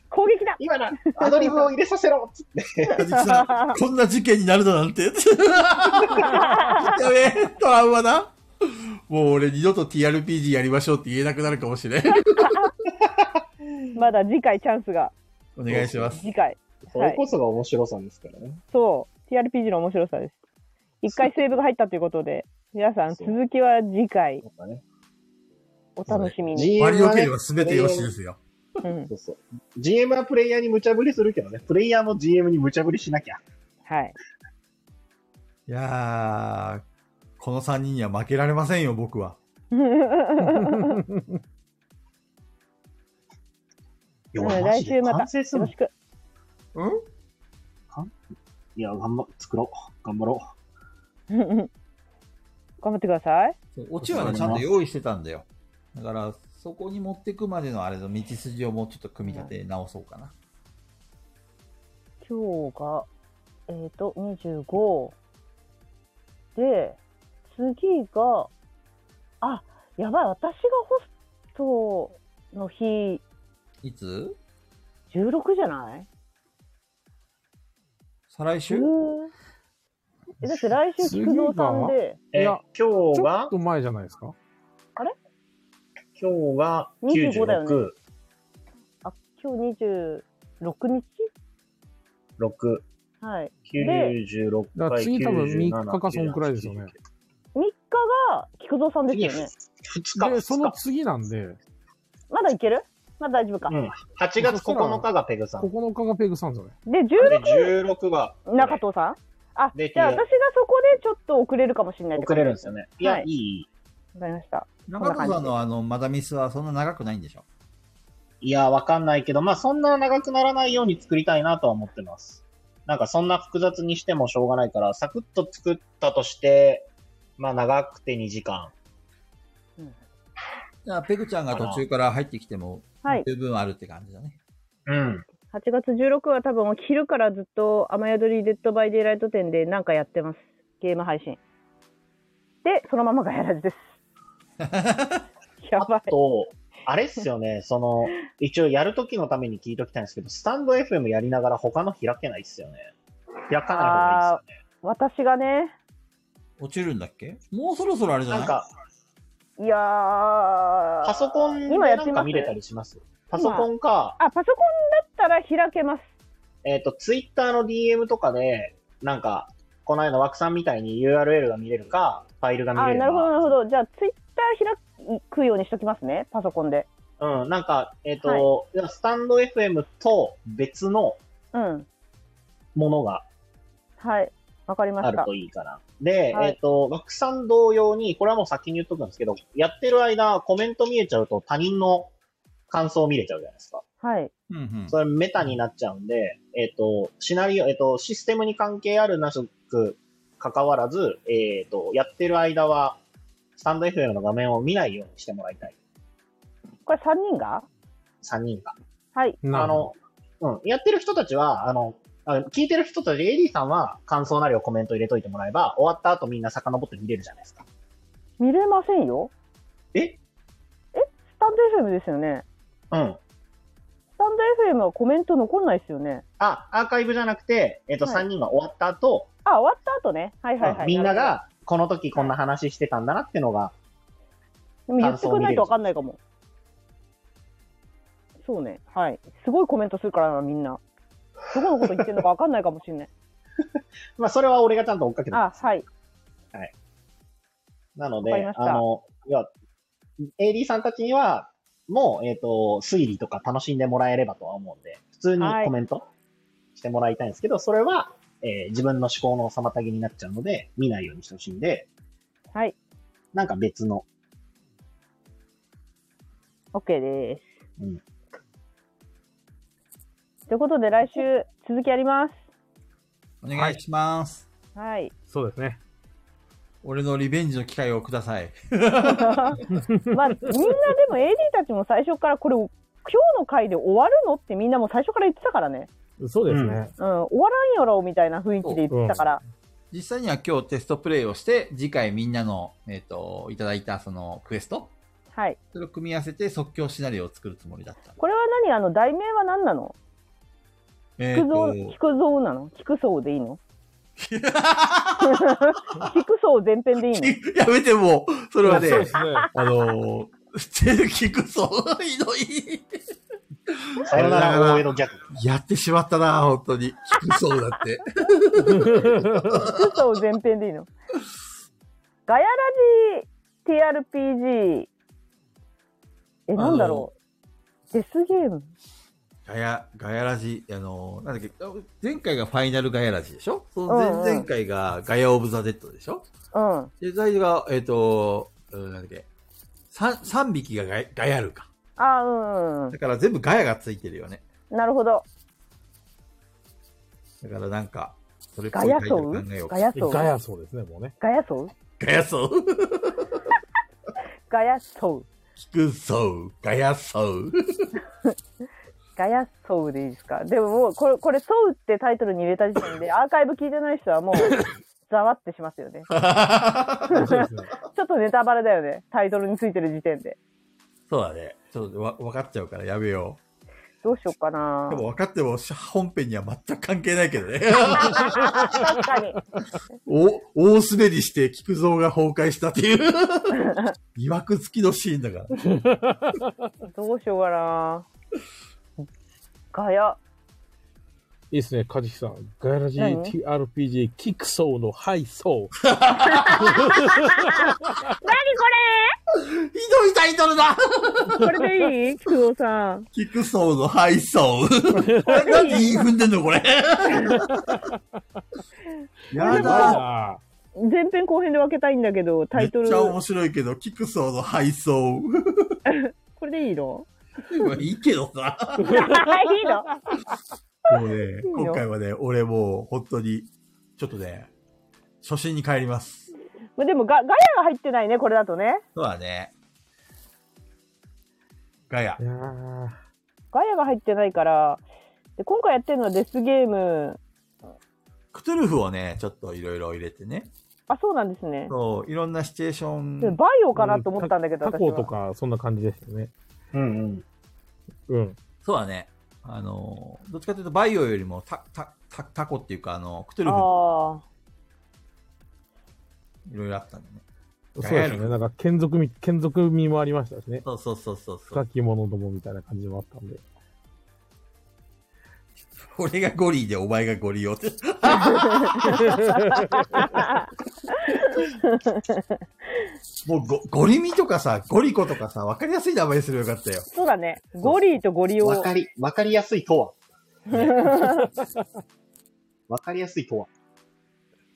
S5: 攻撃だ
S3: 今だ、アドリブを入れさせろっつって、
S1: 梶木さん、こんな事件になるだなんて。や べえ、トラウマだ。もう俺二度と TRPG やりましょうって言えなくなるかもしれん。
S5: まだ次回チャンスが。
S1: お願いします。
S5: 次回。
S3: それこそが面白さですからね。
S5: そう。TRPG の面白さです。一回セーブが入ったということで、皆さん続きは次回
S3: やっぱね、
S5: お楽しみに。
S1: マリ
S3: GM
S1: オ
S3: は
S1: 系
S3: ね、
S1: は全てよしですよ。
S5: うん。
S3: そうそう。GM はプレイヤーに無茶ぶりするけどね、プレイヤーも GM に無茶ぶりしなきゃ。
S5: はい。
S1: いやー、この3人には負けられませんよ、僕は。
S3: いや、
S5: うん
S3: 俺マ
S5: 来
S3: ジ
S5: 週
S3: で
S5: また
S3: 完成す
S5: よろ
S3: る
S5: し。く。
S1: うん
S3: いや、頑張っ、作ろう。頑張ろ
S5: 頑張ってください。
S1: オチはね、ちゃんと用意してたんだよ。だから、そこに持ってくまでのあれの道筋をもうちょっと組み立て直そうかな。
S5: 今日が、えっ、ー、と、25。で、次が、あ、やばい、私がホストの日、
S1: いつ
S5: 16じゃない
S1: 再来週
S5: うんえだって来週、菊蔵さんで、
S3: う。
S2: い
S3: え、今
S2: や
S3: 日
S2: ちょ
S3: が
S2: っと、前じゃないですか
S3: 今日が
S5: 25だよね
S3: 96、
S5: あ、今日26日
S3: 6、
S5: はい。
S3: 96
S2: だから
S3: 回、
S2: 次多分
S3: 97
S2: 3日かそんくらいですよね。
S5: 3日が菊蔵さんですよね。
S3: 2日
S2: で、
S3: で、
S2: そ
S3: そ
S2: の
S3: の、
S2: 次なんで、
S5: まだいけるまだ大丈夫か。
S3: うん。8月9日がペグさん。
S2: 9日がペグさんですよね。
S5: で、
S3: で、
S5: 16
S3: 16が、
S5: 中藤さんあ、
S3: で
S5: じゃあ
S3: 違う
S5: 私がそこでちょっと遅れるかもしれないって
S3: 遅
S5: こと
S3: れるんですよね。いや、
S5: はい
S3: い、い
S5: わかりました。
S1: 中野さんのあの、マダミスはそんな長くないんでしょ
S3: いや、わかんないけど、まあ、そんな長くならないように作りたいなとは思ってます。なんか、そんな複雑にしてもしょうがないから、サクッと作ったとして、まあ、長くて2時間。
S1: じゃあ、ペグちゃんが途中から入ってきても
S5: はい、
S1: 十分あるって感じだね。
S3: うん。
S5: 8月16は多分お昼からずっと雨宿りデッドバイデイライト店でなんかやってます。ゲーム配信。で、そのままガヤラ ジです。やばい。
S3: と、あれっすよね、その、一応やるときのために聞いときたいんですけど、スタンド FM やりながら他の開けないっすよね。開かない方がいいっすよね。
S5: 私がね、
S1: 落ちるんだっけもうそろそろあれじゃない
S3: なんか、
S5: いやー。
S3: パソコンで
S5: 今や
S3: な
S5: っ
S3: ん
S5: て
S3: か
S5: ます
S3: 見れたりしますパソコンか、
S5: あ、パソコンだったら開けます。
S3: えっ、と、ツイッターの DM とかで、なんか、この間の枠さんみたいに URL が見れるか、ファイルが見れ
S5: あ、
S3: るか。
S5: なるほど、なるほど。じゃあ、ツイッター開くようにしときますね、パソコンで。
S3: うん、なんか、えっ、と、スタンド FM と別の
S5: うん。
S3: ものが
S5: はい。わかりま
S3: あ
S5: し
S3: る
S5: た
S3: と。いいかな。で、
S5: は
S3: え
S5: い
S3: っ、と、枠さん同様に、これはもう先に言っとくんですけど、やってる間、コメント見えちゃうと他人の感想見れちゃうじゃないですか。
S5: はい。
S1: うんうん。
S3: それメタになっちゃうんで、えっ、と、シナリオ、えっ、と、システムに関係あるなしく関わらず、えっ、と、やってる間は、スタンド FM の画面を見ないようにしてもらいたい。
S5: これ3人が
S3: 3人が。
S5: はい。
S2: な
S3: あ
S2: るほ
S3: の、うん、やってる人たちは、あの、あ聞いてる人たち、エリーさんは感想なりをコメント入れといてもらえば、終わった後みんな遡って見れるじゃないですか。
S5: 見れませんよ。
S3: え
S5: スタンド FM ですよね。
S3: うん。
S5: スタンド FM はコメント残んないですよね。
S3: あ、アーカイブじゃなくて、えっ、と、
S5: はい
S3: 3人が終わった後、
S5: あ、終わった後ね。はいはいはい。
S3: みんなが、この時こんな話してたんだなってのが、
S5: でも言ってくんないとわかんないかも。そうね。はい。すごいコメントするからな、みんな。どこのこと言ってんのかわかんないかもしれ ない。
S3: まあ、それは俺がちゃんと追っかけて
S5: あ、はい。
S3: なの
S5: わかり
S3: で、
S5: ました
S3: あの、いや、AD さんたちには、もう、えっ、と、推理とか楽しんでもらえればとは思うんで、普通に
S5: はい
S3: コメントしてもらいたいんですけど、それは、えー自分の思考の妨げになっちゃうので、見ないようにしてほしいんで、
S5: はい。
S3: なんか別の、
S5: OK です。
S3: うん
S5: ということで、来週続きやります。
S1: お願いします。
S5: はい。
S2: ど。そうですね。
S1: 俺のリベンジの機会をください。
S5: まあ、みんなでも AD たちも最初からこれ、今日の回で終わるのってみんなもう最初から言ってたからね。
S2: そうですね。
S5: うん、終わらんやろみたいな雰囲気で言ってたから。
S1: 実際には今日テストプレイをして、次回みんなの、えっ、と、いただいたそのクエスト、
S5: はい。
S1: それを組み合わせて即興シナリオを作るつもりだった。
S5: これは何あの、題名は何なの
S1: えっ、
S5: 菊蔵、
S1: と、
S5: 菊蔵なの菊蔵でい いの菊蔵全編でいいの
S1: やめてもう、それはね、
S2: そうですね。
S1: あのー、聞くそう、ひどい。
S3: さよなら大江の逆。
S1: やってしまったな、本当に。聞くそうだって。
S5: 菊蔵全編でいいのガヤラジ TRPG え、なんだろうデスゲーム
S1: ガヤ、ガヤラジ、あのー、なんだっけ、前回がファイナルガヤラジでしょその
S5: うんうん
S1: 前々回がガヤオブザ・デッドでしょ
S5: うん。
S1: で、最後が、えっ、と、うんなんだっけ、三、三匹がガヤガヤルか。
S5: あうんうん
S1: だから全部ガヤがついてるよね。
S5: うん。なるほど。
S1: だからなんか、それっぽい
S5: ガ
S1: タ
S5: ヤ
S1: イトル
S5: ソ
S1: 考
S5: ウ
S1: えよう
S5: ガ。ヤソウ
S2: ガヤそうですね、もうね。
S5: ガヤソウ
S1: ガヤソウ
S5: ガヤソウ
S1: 聞くそう、ガヤソウ。
S5: ガヤソウでいいですかでももうこれ、これソウってタイトルに入れた時 点でアーカイブ聞いてない人はもうざわってしますよね。
S2: そうですね。
S5: ちょっとネタバレだよね。タイトルについてる時点で。
S1: そうだね。ちょっとわ分かっちゃうからやめよ
S5: どうしようかな
S1: う。で。も分かってもし本編には全く関係ないけどね。
S5: 確かに。
S1: お、大滑りして菊蔵が崩壊したって いう。疑惑付きのシーンだから。
S5: どうしようかな。ガヤ。
S2: いいですね、カジキさん。ガヤラジ
S5: 何
S2: TRPG キクソウのハイソウ。
S1: ひどいタイトルだ
S5: これでい い久保さん。
S1: 菊蔵の敗 走。これ何言い踏んでんのこれ。やだ。
S2: だ
S5: 前編後編で分けたいんだけど、タ
S1: め
S5: イ
S1: っ
S5: トル
S1: ち。ゃ面白いけど、菊蔵の敗走。
S5: これでいいの
S1: いいけどさ。
S5: いいの
S1: もうね、
S5: いいよ
S1: 今回はね、俺もう本当に、ちょっとね、初心に帰ります。
S5: まあでもガ、ガヤが入ってないね、これだとね。
S1: そうだね。ガヤ
S2: い。やー
S5: ガヤが入ってないから、で今回やってるのはデスゲーム。
S1: クトゥルフをね、ちょっといろいろ入れてね。
S5: あ、そうなんですね。
S1: そう、いろんなシチュエーショ
S5: で
S1: ン。
S5: バイオかなと思ったんだけど、
S2: タタ
S5: 私
S2: コ
S5: は。
S2: とか、そんな感じですよね。
S3: うんう
S2: う
S3: ん。
S2: ん。
S1: そうだね。あの、どっちかというとバイオよりもタ、タ、タ、タコっていうか、あの、クトゥルフ
S5: あ
S1: いろいろあったんだね。
S2: そうですね。なんか、剣族み、剣族味もありましたしね。
S1: そうそうそうそうそう。
S2: 深き者どもみたいな感じもあったんで。
S1: 俺がゴリでお前がゴリよって。
S5: あ。
S1: もうゴゴリミとかさ、ゴリコとかさ、わかりやすい名前にすればよかったよ。
S5: そうだね。ゴリーとゴリオ。
S3: わかり、わかりやすいとは。 わかりやすいとは。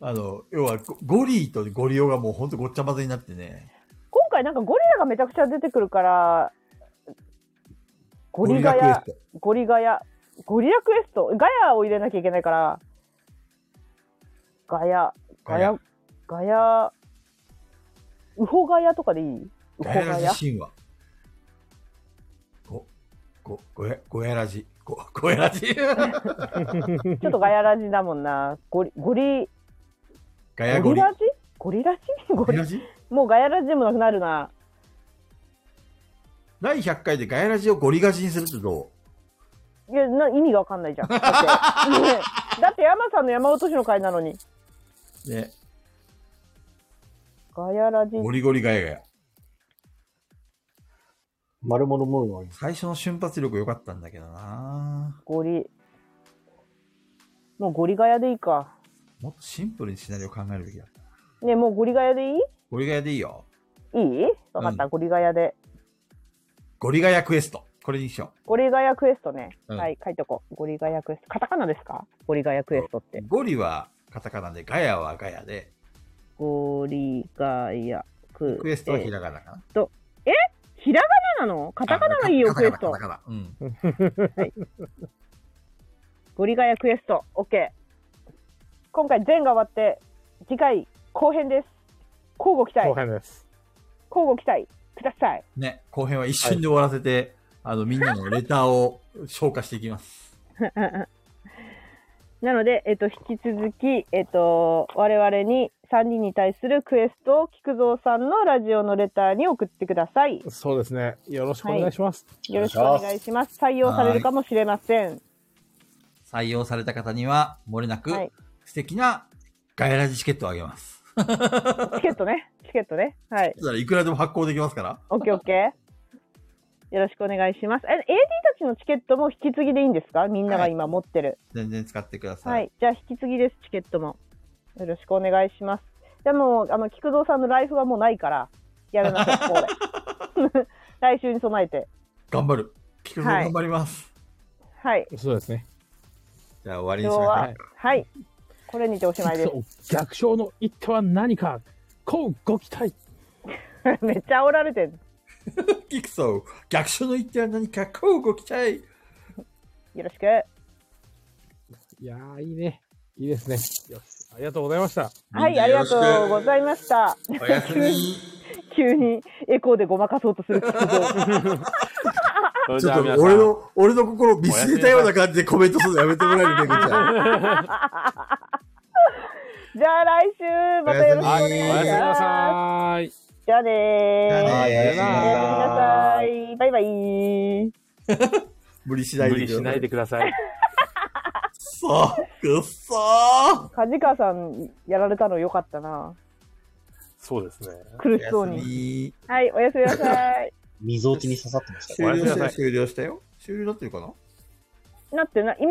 S1: あの、要はゴゴリとゴリオがもうほんとごっちゃ混ぜになってね。
S5: 今回なんかゴリラがめちゃくちゃ出てくるから、ゴリガ
S1: ゴリラ
S5: ヤ
S1: クエス、
S5: ゴリガヤ、ゴリラクエスト、ガヤを入れなきゃいけないから、ガヤ、ガヤ、ガヤ、ウホガヤとかでいいウホ
S1: ガ
S5: ガ
S1: ヤラ
S5: ヤ
S1: ジ神話。ご、ご、ごや、ごやらじ。ご、ごやら じ。
S5: ちょっとガヤラジだもんな。ゴリ、ゴリ、
S1: ガヤゴ
S5: ゴ
S1: リ。
S5: リラジゴリラジゴ
S1: ゴリ
S5: リ
S1: ラジ
S5: もうガヤラジでもなくなるな。
S1: 第100回でガヤラジをゴリガジにするとど
S5: いや、な意味がわかんな いじゃん。だって、ねだって山さんの山落としの会なのに。
S1: うね。
S5: ガヤラジ。
S1: ゴリゴリガヤガヤ。
S3: 丸物ムーンはいい。
S1: 最初の瞬発力良かったんだけどな
S5: ゴリ。もうゴリガヤでいいか。
S1: もっとシンプルにシナリオ考えるべきだった。
S5: ねえもうゴリガヤでいい
S1: ゴリガヤでいいよ。
S5: いいわかった、
S1: う
S5: ゴリガヤで。
S1: ゴリガヤクエスト。これにしよ
S5: ゴリガヤクエストね。
S1: うん
S5: はい、書いとこう。ゴリガヤクエスト。カタカナですかゴリガヤクエストっ
S1: う
S5: て。。
S1: ゴリはカタカナで、ガヤはガヤで、
S5: ゴリガヤク
S1: クエストはひらがなかな。
S5: ひらがななのカタカナがいいよ、
S1: あ
S5: クエスト
S1: カタ。カナカタカナうん。
S5: ゴリガヤクエスト。オッケー。今回全が終わって、次回後編です。交互期待
S2: 後。編です。
S5: 交互期待。ください。
S1: ね、後編は一瞬で終わらせて、あの、みんなのレターを消化していきます。
S5: なので、えっと、引き続き、えっと、我々に3人に対するクエストを菊蔵さんのラジオのレターに送ってください。
S2: そうですね。よろしくお願いします。
S5: よろしくお願いします。採用されるかもしれません。
S1: 採用された方には、もれなく
S5: はい、
S1: 素敵なガイラジチケットをあげます。
S5: チケットね。チケットね。はい。
S1: そしたらいくらでも発行できますから。
S5: オッケーオッケー。よろしくお願いします。え、AD たちのチケットも引き継ぎでいいんですかみんなが今持ってる。
S1: 全然使ってくださ。
S5: はいい、じゃあ引き継ぎです、チケットも。よろしくお願いします。でもう、あの、菊蔵さんのライフはもうないから、やるなさそうで。来週に備えて。
S1: 頑張る。菊蔵
S5: はい
S1: 頑張ります。
S5: はい。
S2: そうですね。
S1: じゃあ終わり
S5: 今
S1: に
S5: 日
S1: しましょう。
S5: は、はい。これにておしまいです。
S2: 逆勝の一手は何か、こうご期待。
S5: めっちゃ煽られてる。
S1: キクソー、逆襲の一手は何か、こうご期待。
S5: よろしく。
S2: いやー、いいね。いいですね。よしありがとうございました。
S5: は
S1: みん
S5: い、
S1: な
S5: あり
S1: よ
S5: が
S1: ろしく
S5: とうございました。
S1: おやす み。
S5: 急にエコーでごまかそうとする 菊蔵。
S2: それ
S1: ち
S2: じ
S1: ょ
S2: ゃあ
S1: っ
S2: 皆
S1: と
S2: さん
S1: 俺の、俺の心を見据えたような感じでコメントするのやめてもらえるめぐちゃん。
S5: じゃあ来週、またよろしくお
S1: は
S2: はい、
S5: 願
S2: おやすみ
S5: いし
S2: な
S5: ます。
S2: さーい。
S5: じゃあねー。
S1: じゃあねー
S3: はい、おやすみ
S5: お
S3: な
S5: やすみな
S3: さ
S5: さ
S3: い。
S5: い。バイバイ。
S1: 無理しない
S2: 無
S1: で
S2: 理しないで
S1: く
S2: くださ
S1: だ
S2: い。
S1: さい。くっそー
S5: 梶川さんやられたのよかったな
S2: そうですね。
S5: 苦
S1: お
S5: し
S1: や
S5: そう
S1: す
S5: に
S1: み。
S5: はいおやすみなさい
S3: 溝落ちに刺さってました。
S1: 終了
S2: おや
S1: し
S2: すみ
S1: た
S2: な
S1: よ、
S2: さい
S1: 終了したよ。終了になってるかな
S5: なってな今